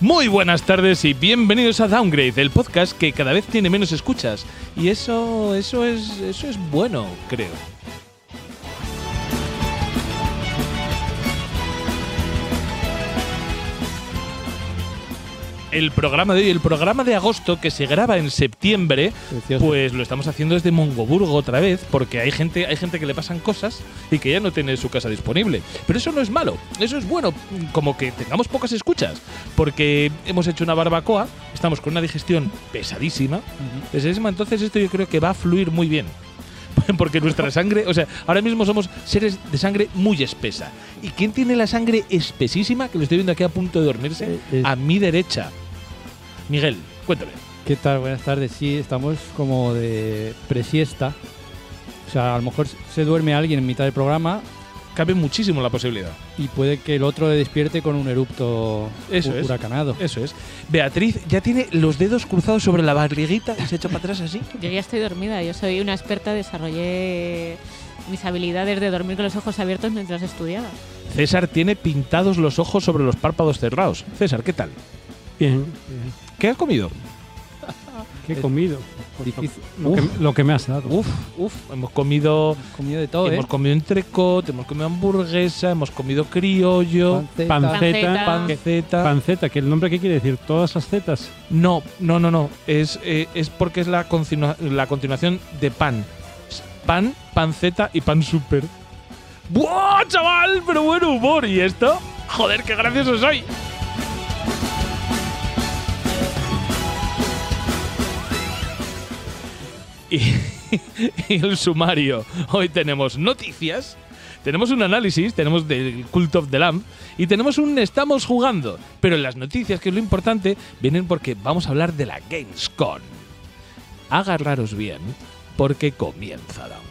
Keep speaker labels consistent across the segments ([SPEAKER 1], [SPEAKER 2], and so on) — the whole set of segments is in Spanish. [SPEAKER 1] Muy buenas tardes y bienvenidos a Downgrade, el podcast que cada vez tiene menos escuchas. Y eso, eso es, eso es bueno, creo. El programa de hoy, el programa de agosto que se graba en septiembre,
[SPEAKER 2] Precioso.
[SPEAKER 1] pues lo estamos haciendo desde Mongoburgo otra vez, porque hay gente, hay gente que le pasan cosas y que ya no tiene su casa disponible. Pero eso no es malo, eso es bueno, como que tengamos pocas escuchas, porque hemos hecho una barbacoa, estamos con una digestión pesadísima, pesadísima, Pues entonces esto yo creo que va a fluir muy bien. Porque nuestra sangre, o sea, ahora mismo somos seres de sangre muy espesa. ¿Y quién tiene la sangre espesísima? Que lo estoy viendo aquí a punto de dormirse.
[SPEAKER 2] Eh, eh.
[SPEAKER 1] A mi derecha. Miguel, cuéntame.
[SPEAKER 2] ¿Qué tal? Buenas tardes. Sí, estamos como de presiesta. O sea, a lo mejor se duerme alguien en mitad del programa
[SPEAKER 1] Cabe muchísimo la posibilidad.
[SPEAKER 2] y puede que el otro le despierte con un erupto
[SPEAKER 1] Eso es.
[SPEAKER 2] huracanado.
[SPEAKER 1] Eso es. Beatriz ya tiene los dedos cruzados sobre la barriguita y se echa para atrás así.
[SPEAKER 3] Yo ya estoy dormida, yo soy una experta, desarrollé mis habilidades de dormir con los ojos abiertos mientras estudiaba.
[SPEAKER 1] César tiene pintados los ojos sobre los párpados cerrados. César, ¿qué tal?
[SPEAKER 4] Bien,
[SPEAKER 1] ¿Qué has comido?
[SPEAKER 4] ¿qué he comido? Pues lo-
[SPEAKER 2] Difícil.
[SPEAKER 4] Lo, que, lo que me has dado.
[SPEAKER 1] Uf, uf, hemos comido.
[SPEAKER 2] Comida de todo, ¿eh?
[SPEAKER 1] Hemos comido entrecot, hemos comido hamburguesa, hemos comido criollo,
[SPEAKER 2] Panceta,
[SPEAKER 4] Panceta,
[SPEAKER 3] Panceta.
[SPEAKER 1] panceta.
[SPEAKER 4] panceta, que el nombre que quiere decir todas las zetas.
[SPEAKER 1] No, no, no, no. Es, eh, es porque es la, continua- la continuación de pan. Es Pan, panceta y pan super. ¡Buah, chaval! Pero buen humor. ¿Y esto? ¡Joder, qué gracioso soy! Y, y el sumario. Hoy tenemos noticias, tenemos un análisis, tenemos del Cult of the Lamb y tenemos un Estamos jugando. Pero las noticias, que es lo importante, vienen porque vamos a hablar de la Gamescom. Agarraros bien, porque comienza Downgrade.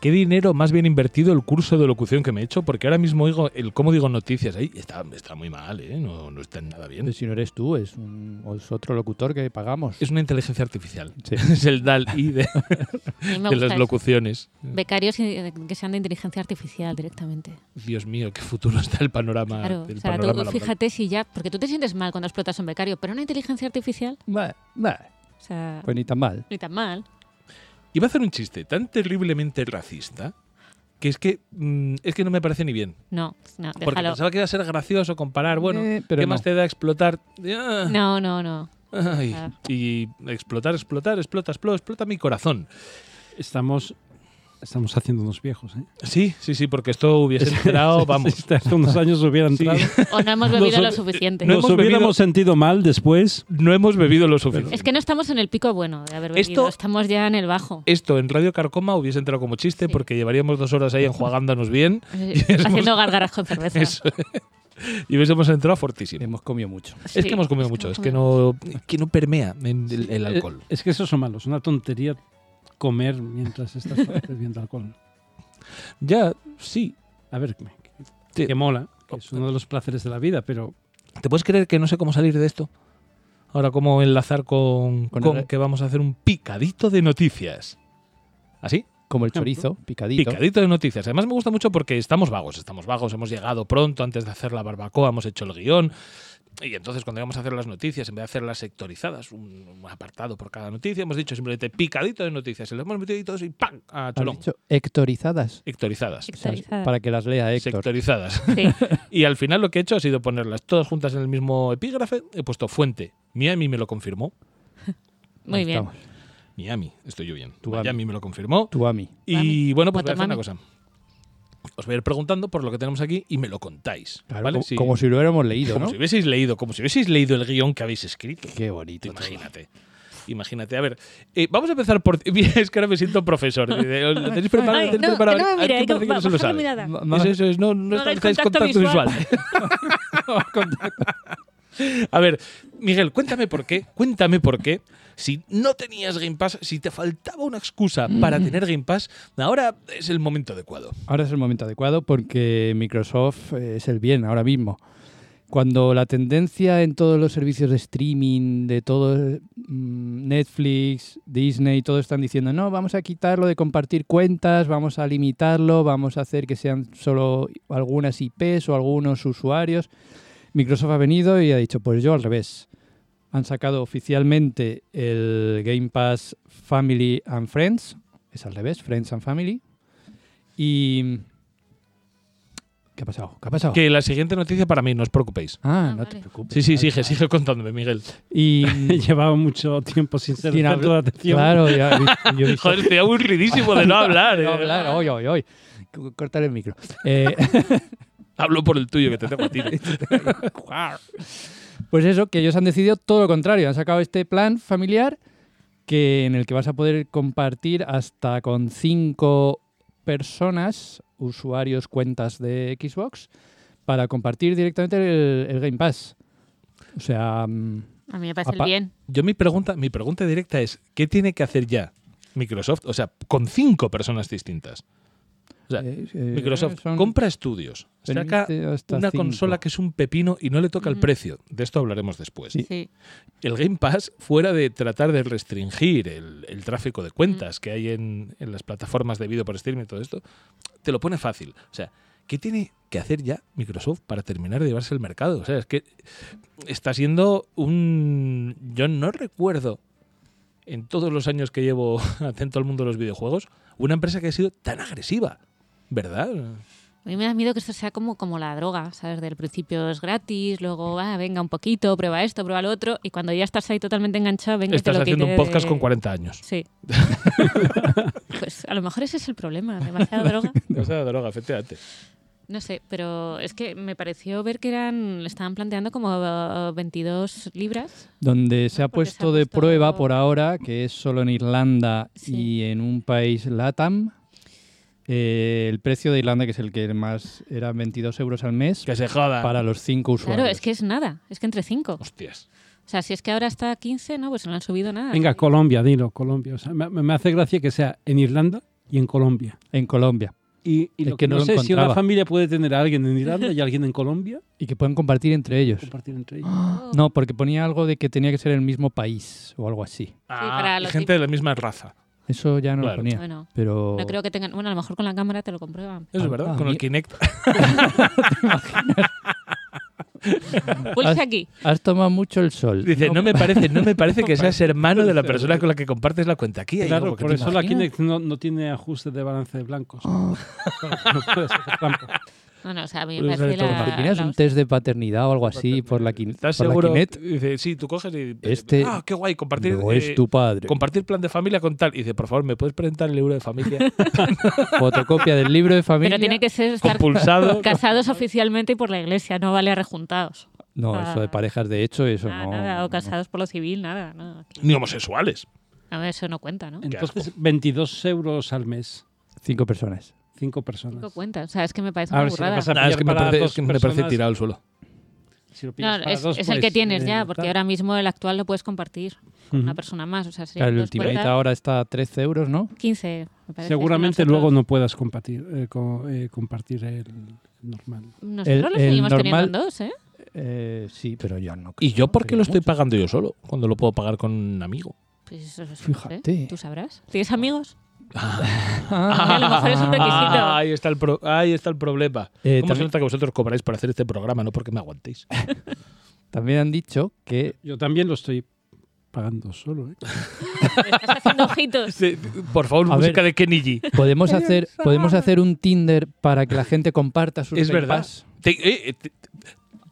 [SPEAKER 1] Qué dinero más bien invertido el curso de locución que me he hecho, porque ahora mismo digo el cómo digo noticias ahí está, está muy mal, ¿eh? no, no está nada bien.
[SPEAKER 2] Pero si no eres tú, es, un- o es otro locutor que pagamos.
[SPEAKER 1] Es una inteligencia artificial.
[SPEAKER 2] Sí.
[SPEAKER 1] es el DAL-I de,
[SPEAKER 3] A
[SPEAKER 1] de
[SPEAKER 3] mí me gusta
[SPEAKER 1] las
[SPEAKER 3] eso.
[SPEAKER 1] locuciones.
[SPEAKER 3] Becarios eh, que sean de inteligencia artificial directamente.
[SPEAKER 1] Dios mío, qué futuro está el panorama.
[SPEAKER 3] claro,
[SPEAKER 1] Ah, el
[SPEAKER 3] o sea, tú
[SPEAKER 1] panorama laboral.
[SPEAKER 3] fíjate si ya, porque tú te sientes mal cuando explotas un becario, pero una inteligencia artificial,
[SPEAKER 2] Bah, bah,
[SPEAKER 3] o sea,
[SPEAKER 2] Pues ni tan mal.
[SPEAKER 3] ni tan mal.
[SPEAKER 1] Iba a hacer un chiste tan terriblemente racista que es que, mm, es que no me parece ni bien.
[SPEAKER 3] No, no,
[SPEAKER 1] Porque
[SPEAKER 3] déjalo.
[SPEAKER 1] pensaba que iba a ser gracioso comparar, bueno,
[SPEAKER 2] Eh, pero
[SPEAKER 1] ¿qué
[SPEAKER 2] no.
[SPEAKER 1] más te da explotar? Ah,
[SPEAKER 3] No, no, no.
[SPEAKER 1] ay,
[SPEAKER 3] Ah.
[SPEAKER 1] Y explotar, explotar, explota, explota, explota mi corazón.
[SPEAKER 4] Estamos, estamos haciéndonos viejos, ¿eh?
[SPEAKER 1] Sí, sí, sí, porque esto hubiese entrado, vamos.
[SPEAKER 4] Si hace unos años hubiera entrado.
[SPEAKER 3] O no hemos bebido lo
[SPEAKER 4] Nosotros-
[SPEAKER 3] suficiente.
[SPEAKER 1] no
[SPEAKER 4] Nos
[SPEAKER 1] hemos
[SPEAKER 4] hubiéramos sentido mal después.
[SPEAKER 1] No hemos bebido lo suficiente.
[SPEAKER 3] Es que no estamos en el pico bueno de haber
[SPEAKER 1] Esto-
[SPEAKER 3] bebido, estamos ya en el bajo.
[SPEAKER 1] Esto en Radio Carcoma hubiese entrado como chiste
[SPEAKER 3] Sí.
[SPEAKER 1] porque llevaríamos dos horas ahí enjuagándonos bien
[SPEAKER 3] Eh,
[SPEAKER 1] y hemos-
[SPEAKER 3] Haciendo gargaras con cerveza.
[SPEAKER 1] Eso. y hubiésemos entrado fortísimo.
[SPEAKER 2] Hemos comido mucho.
[SPEAKER 1] Es
[SPEAKER 3] Sí,
[SPEAKER 1] que hemos comido
[SPEAKER 3] es que
[SPEAKER 1] mucho,
[SPEAKER 3] hemos
[SPEAKER 1] es que
[SPEAKER 3] comido
[SPEAKER 1] no, que no permea en el, el alcohol.
[SPEAKER 4] Eh, Es que eso es lo malo, es una tontería comer mientras estás bebiendo alcohol.
[SPEAKER 1] Ya, sí.
[SPEAKER 4] A ver, que,
[SPEAKER 1] Sí.
[SPEAKER 4] que mola, que es uno de los placeres de la vida, pero
[SPEAKER 1] ¿Te puedes creer que no sé cómo salir de esto? Ahora, ¿cómo enlazar con,
[SPEAKER 2] Con
[SPEAKER 1] con
[SPEAKER 2] el-
[SPEAKER 1] que vamos a hacer un picadito de noticias? ¿Así?
[SPEAKER 2] Como el chorizo, picadito.
[SPEAKER 1] Picadito de noticias. Además, me gusta mucho porque estamos vagos, estamos vagos. Hemos llegado pronto antes de hacer la barbacoa, hemos hecho el guión. Y entonces, cuando íbamos a hacer las noticias, en vez de hacerlas sectorizadas, un, un apartado por cada noticia, hemos dicho simplemente picadito de noticias. Y lo hemos metido y todo y ¡pam! A
[SPEAKER 2] ¿Has
[SPEAKER 1] cholón.
[SPEAKER 2] dicho hectorizadas?
[SPEAKER 1] Sectorizadas.
[SPEAKER 2] O sea,
[SPEAKER 3] Sectorizadas.
[SPEAKER 2] para que las lea Héctor.
[SPEAKER 1] Sectorizadas.
[SPEAKER 3] Sí.
[SPEAKER 1] Y al final lo que he hecho ha sido ponerlas todas juntas en el mismo epígrafe. He puesto fuente. Miami me lo confirmó.
[SPEAKER 3] Muy
[SPEAKER 2] Ahí
[SPEAKER 3] bien.
[SPEAKER 2] estamos.
[SPEAKER 1] Miami, estoy yo bien.
[SPEAKER 2] Tuami.
[SPEAKER 1] Miami me lo confirmó.
[SPEAKER 2] Tú a mí.
[SPEAKER 3] Mami.
[SPEAKER 1] Y bueno, pues voy a hacer
[SPEAKER 3] Motomami.
[SPEAKER 1] una cosa. Os voy a ir preguntando por lo que tenemos aquí y me lo contáis.
[SPEAKER 2] Claro,
[SPEAKER 1] ¿vale?
[SPEAKER 2] co-
[SPEAKER 1] Sí.
[SPEAKER 2] Como si lo hubiéramos leído,
[SPEAKER 1] Como
[SPEAKER 2] ¿no?
[SPEAKER 1] si hubieseis leído, como si hubieseis leído el guión que habéis escrito.
[SPEAKER 2] Qué bonito. todo.
[SPEAKER 1] Imagínate. Imagínate, a ver, eh, vamos a empezar por. Es que ahora me siento profesor. ¿Lo tenéis preparado?
[SPEAKER 3] Ay,
[SPEAKER 1] ¿Lo tenéis
[SPEAKER 3] no,
[SPEAKER 1] preparado?
[SPEAKER 3] que no me
[SPEAKER 1] Ah,
[SPEAKER 3] mire,
[SPEAKER 1] que
[SPEAKER 3] que
[SPEAKER 1] parece que
[SPEAKER 3] va-
[SPEAKER 1] no se lo
[SPEAKER 3] baja la
[SPEAKER 1] sabe.
[SPEAKER 3] mirada.
[SPEAKER 2] Ma-
[SPEAKER 1] Eso,
[SPEAKER 2] ma-
[SPEAKER 1] eso es, no, no,
[SPEAKER 3] No hagáis
[SPEAKER 1] establezáis
[SPEAKER 3] contacto
[SPEAKER 1] contacto
[SPEAKER 3] visual.
[SPEAKER 1] visual. A ver, Miguel, cuéntame por qué, cuéntame por qué, si no tenías Game Pass, si te faltaba una excusa para tener Game Pass, ahora es el momento adecuado.
[SPEAKER 2] Ahora es el momento adecuado porque Microsoft eh, es el bien ahora mismo. Cuando la tendencia en todos los servicios de streaming, de todo mm, Netflix, Disney, todos están diciendo, no, vamos a quitarlo de compartir cuentas, vamos a limitarlo, vamos a hacer que sean solo algunas IPs o algunos usuarios, Microsoft ha venido y ha dicho, pues yo al revés. Han sacado oficialmente el Game Pass Family and Friends, es al revés, Friends and Family, y... ¿Qué ha pasado? ¿Qué ha pasado?
[SPEAKER 1] Que la siguiente noticia para mí, no os preocupéis.
[SPEAKER 2] Ah,
[SPEAKER 3] Ah,
[SPEAKER 2] no
[SPEAKER 3] vale.
[SPEAKER 2] te preocupes.
[SPEAKER 1] Sí, sí,
[SPEAKER 2] Vale,
[SPEAKER 1] sigue,
[SPEAKER 2] vale.
[SPEAKER 1] sigue contándome, Miguel.
[SPEAKER 2] Y
[SPEAKER 4] Llevaba mucho tiempo sin ser
[SPEAKER 2] sin
[SPEAKER 4] centro de
[SPEAKER 2] hablar-
[SPEAKER 4] atención.
[SPEAKER 2] claro, ya he visto- yo he visto-
[SPEAKER 1] Joder, estoy aburridísimo de no hablar. eh.
[SPEAKER 2] No, hablar, hoy, hoy, hoy. C- Cortar el micro. Eh,
[SPEAKER 1] Hablo por el tuyo que te tengo a ti.
[SPEAKER 2] pues eso, que ellos han decidido todo lo contrario. Han sacado este plan familiar que en el que vas a poder compartir hasta con cinco personas, usuarios, cuentas de Xbox, para compartir directamente el, el Game Pass. O sea, mm,
[SPEAKER 3] A mí me parece el
[SPEAKER 2] Apa-
[SPEAKER 3] bien.
[SPEAKER 1] Yo mi pregunta, mi pregunta directa es, ¿qué tiene que hacer ya Microsoft? O sea, con cinco personas distintas. O sea,
[SPEAKER 2] eh, eh,
[SPEAKER 1] Microsoft
[SPEAKER 2] son-
[SPEAKER 1] compra estudios, saca
[SPEAKER 2] permite hasta
[SPEAKER 1] una
[SPEAKER 2] cinco.
[SPEAKER 1] consola que es un pepino y no le toca el
[SPEAKER 3] Ujú.
[SPEAKER 1] precio. De esto hablaremos después.
[SPEAKER 2] Sí.
[SPEAKER 3] Sí.
[SPEAKER 1] El Game Pass, fuera de tratar de restringir el, el tráfico de cuentas que hay en, en las plataformas de video por streaming y todo esto, te lo pone fácil. O sea, ¿qué tiene que hacer ya Microsoft para terminar de llevarse el mercado? O sea, es que está siendo un... Yo no recuerdo en todos los años que llevo atento al mundo de los videojuegos una empresa que ha sido tan agresiva, ¿verdad?
[SPEAKER 3] A mí me da miedo que esto sea como, como la droga, ¿sabes? Del principio es gratis, luego va, venga un poquito, prueba esto, prueba lo otro, y cuando ya estás ahí totalmente enganchado, venga, y te
[SPEAKER 1] Estás
[SPEAKER 3] lo
[SPEAKER 1] haciendo
[SPEAKER 3] quite
[SPEAKER 1] un podcast
[SPEAKER 3] de-
[SPEAKER 1] con 40 años.
[SPEAKER 3] Sí. pues a lo mejor ese es el problema, demasiada droga.
[SPEAKER 1] O sea, droga, efectivamente.
[SPEAKER 3] No sé, pero es que me pareció ver que eran, le estaban planteando como eh, 22 libras.
[SPEAKER 2] Donde se
[SPEAKER 3] No,
[SPEAKER 2] ha
[SPEAKER 3] porque se ha
[SPEAKER 2] puesto de
[SPEAKER 3] puesto-
[SPEAKER 2] prueba por ahora, que es solo en Irlanda
[SPEAKER 3] Sí.
[SPEAKER 2] y en un país LATAM, eh, el precio de Irlanda, que es el que más era 22 euros al mes,
[SPEAKER 1] Que se joda.
[SPEAKER 2] para los cinco usuarios.
[SPEAKER 3] Claro, es que es nada, es que entre 5. O
[SPEAKER 1] Hostias.
[SPEAKER 3] sea, si es que ahora está a 15, no, pues no le han subido nada.
[SPEAKER 4] Venga, Colombia, dilo, Colombia. O sea, me, me hace gracia que sea en Irlanda y en Colombia.
[SPEAKER 2] En Colombia.
[SPEAKER 4] Y, y
[SPEAKER 2] Es
[SPEAKER 4] lo
[SPEAKER 2] que
[SPEAKER 4] que
[SPEAKER 2] no
[SPEAKER 4] no,
[SPEAKER 2] lo
[SPEAKER 4] sé si una
[SPEAKER 2] encontraba.
[SPEAKER 4] familia puede tener a alguien en Irlanda y a alguien en Colombia,
[SPEAKER 2] Y que pueden compartir entre ellos.
[SPEAKER 4] compartir entre ellos.
[SPEAKER 3] Oh.
[SPEAKER 2] No, porque ponía algo de que tenía que ser el mismo país o algo así.
[SPEAKER 3] para
[SPEAKER 1] y
[SPEAKER 3] los
[SPEAKER 1] gente de la misma raza.
[SPEAKER 2] Eso ya no
[SPEAKER 1] Claro.
[SPEAKER 2] lo ponía.
[SPEAKER 3] Bueno,
[SPEAKER 2] pero
[SPEAKER 3] no creo que tengan. Bueno, a lo mejor con la cámara te lo comprueban.
[SPEAKER 1] Eso
[SPEAKER 2] Ah,
[SPEAKER 1] es verdad,
[SPEAKER 2] ah,
[SPEAKER 1] con el
[SPEAKER 2] mi-
[SPEAKER 1] Kinect.
[SPEAKER 4] Ah.
[SPEAKER 3] Pulsa aquí.
[SPEAKER 2] has tomado mucho el sol.
[SPEAKER 1] Dice, no, me parece, no me parece que seas hermano de la
[SPEAKER 4] No
[SPEAKER 1] persona con la que compartes la cuenta. Aquí hay
[SPEAKER 4] Claro,
[SPEAKER 1] algo que
[SPEAKER 4] por
[SPEAKER 1] te
[SPEAKER 4] eso la
[SPEAKER 1] imagina.
[SPEAKER 4] Kinect no, no tiene ajuste de balance de blancos. no puedes hacer trampa.
[SPEAKER 3] No, no, o sea, a mí me
[SPEAKER 1] Pulsa
[SPEAKER 3] parece
[SPEAKER 1] de todo.
[SPEAKER 3] la.
[SPEAKER 2] ¿Te imaginas
[SPEAKER 3] la
[SPEAKER 2] un
[SPEAKER 3] hostia.
[SPEAKER 2] test de paternidad o algo así por la, kin-
[SPEAKER 1] ¿Estás
[SPEAKER 2] por la
[SPEAKER 1] seguro?
[SPEAKER 2] Kinect?
[SPEAKER 1] Dice, sí, tú coges y.
[SPEAKER 2] Este
[SPEAKER 1] Ah, qué guay, compartir.
[SPEAKER 2] No es
[SPEAKER 1] eh,
[SPEAKER 2] tu padre.
[SPEAKER 1] Compartir plan de familia con tal. Y dice, por favor, ¿me puedes presentar el libro de familia
[SPEAKER 2] Fotocopia del libro de familia.
[SPEAKER 3] Pero tiene que ser estar
[SPEAKER 1] compulsado?
[SPEAKER 3] casados oficialmente y por la iglesia, no vale a rejuntados.
[SPEAKER 2] No, eso de
[SPEAKER 3] Ah.
[SPEAKER 2] parejas de hecho, eso
[SPEAKER 3] Ah,
[SPEAKER 2] no.
[SPEAKER 3] nada, o
[SPEAKER 2] no.
[SPEAKER 3] casados por lo civil, nada. No,
[SPEAKER 1] Ni homosexuales.
[SPEAKER 3] No, eso no cuenta, ¿no?
[SPEAKER 4] Entonces, 22 euros al mes,
[SPEAKER 2] Cinco personas.
[SPEAKER 4] cinco
[SPEAKER 3] No
[SPEAKER 4] personas.
[SPEAKER 3] cuenta. O sea, es que me parece
[SPEAKER 4] A
[SPEAKER 3] una
[SPEAKER 4] ver si le
[SPEAKER 3] burrada.
[SPEAKER 4] vas a
[SPEAKER 1] Nah, es que me
[SPEAKER 4] Para
[SPEAKER 1] parece,
[SPEAKER 4] dos
[SPEAKER 1] es que me parece
[SPEAKER 4] personas.
[SPEAKER 1] tirado al suelo.
[SPEAKER 4] Si lo
[SPEAKER 3] No,
[SPEAKER 4] pillas para
[SPEAKER 3] es,
[SPEAKER 4] dos,
[SPEAKER 3] es el
[SPEAKER 4] pues,
[SPEAKER 3] que tienes
[SPEAKER 4] eh,
[SPEAKER 3] ya, porque
[SPEAKER 4] tal.
[SPEAKER 3] ahora mismo el actual lo puedes compartir con una
[SPEAKER 4] Ujú.
[SPEAKER 3] persona más. O sea, serían
[SPEAKER 2] Claro, el
[SPEAKER 3] dos
[SPEAKER 2] Ultimate
[SPEAKER 3] cuentas,
[SPEAKER 2] ahora está a 13 euros, ¿no?
[SPEAKER 3] 15, me parece.
[SPEAKER 4] Seguramente
[SPEAKER 3] que
[SPEAKER 4] luego
[SPEAKER 3] nosotros-
[SPEAKER 4] no puedas compartir, eh, co- eh, compartir el normal.
[SPEAKER 3] Nosotros
[SPEAKER 2] El-
[SPEAKER 3] lo
[SPEAKER 2] el
[SPEAKER 3] seguimos teniendo en
[SPEAKER 2] normal-
[SPEAKER 3] dos, ¿eh?
[SPEAKER 2] Eh, sí, pero yo no. creo.
[SPEAKER 1] ¿Y yo por qué
[SPEAKER 2] Pero
[SPEAKER 1] lo estoy
[SPEAKER 2] mucho.
[SPEAKER 1] pagando yo solo? Cuando lo puedo pagar con un amigo.
[SPEAKER 3] Pues eso es-
[SPEAKER 2] Fíjate.
[SPEAKER 3] no sé, Tú sabrás. ¿Tienes amigos?
[SPEAKER 2] Ah,
[SPEAKER 3] a lo mejor es un requisito.
[SPEAKER 1] Ah, ahí, está el pro- ahí está el problema.
[SPEAKER 2] Eh,
[SPEAKER 1] ¿Cómo se
[SPEAKER 2] también-
[SPEAKER 1] nota que vosotros cobráis para hacer este programa? No porque me aguantéis.
[SPEAKER 2] También han dicho que.
[SPEAKER 4] Yo también lo estoy pagando solo. ¿eh?
[SPEAKER 3] Estás haciendo ojitos.
[SPEAKER 1] Sí, Por favor,
[SPEAKER 2] A
[SPEAKER 1] música
[SPEAKER 2] ver.
[SPEAKER 1] de Kenny G.
[SPEAKER 2] Podemos hacer, podemos hacer un Tinder para que la gente comparta sus
[SPEAKER 1] Es
[SPEAKER 2] Game
[SPEAKER 1] verdad.
[SPEAKER 2] Pass.
[SPEAKER 1] Te- eh, eh, te-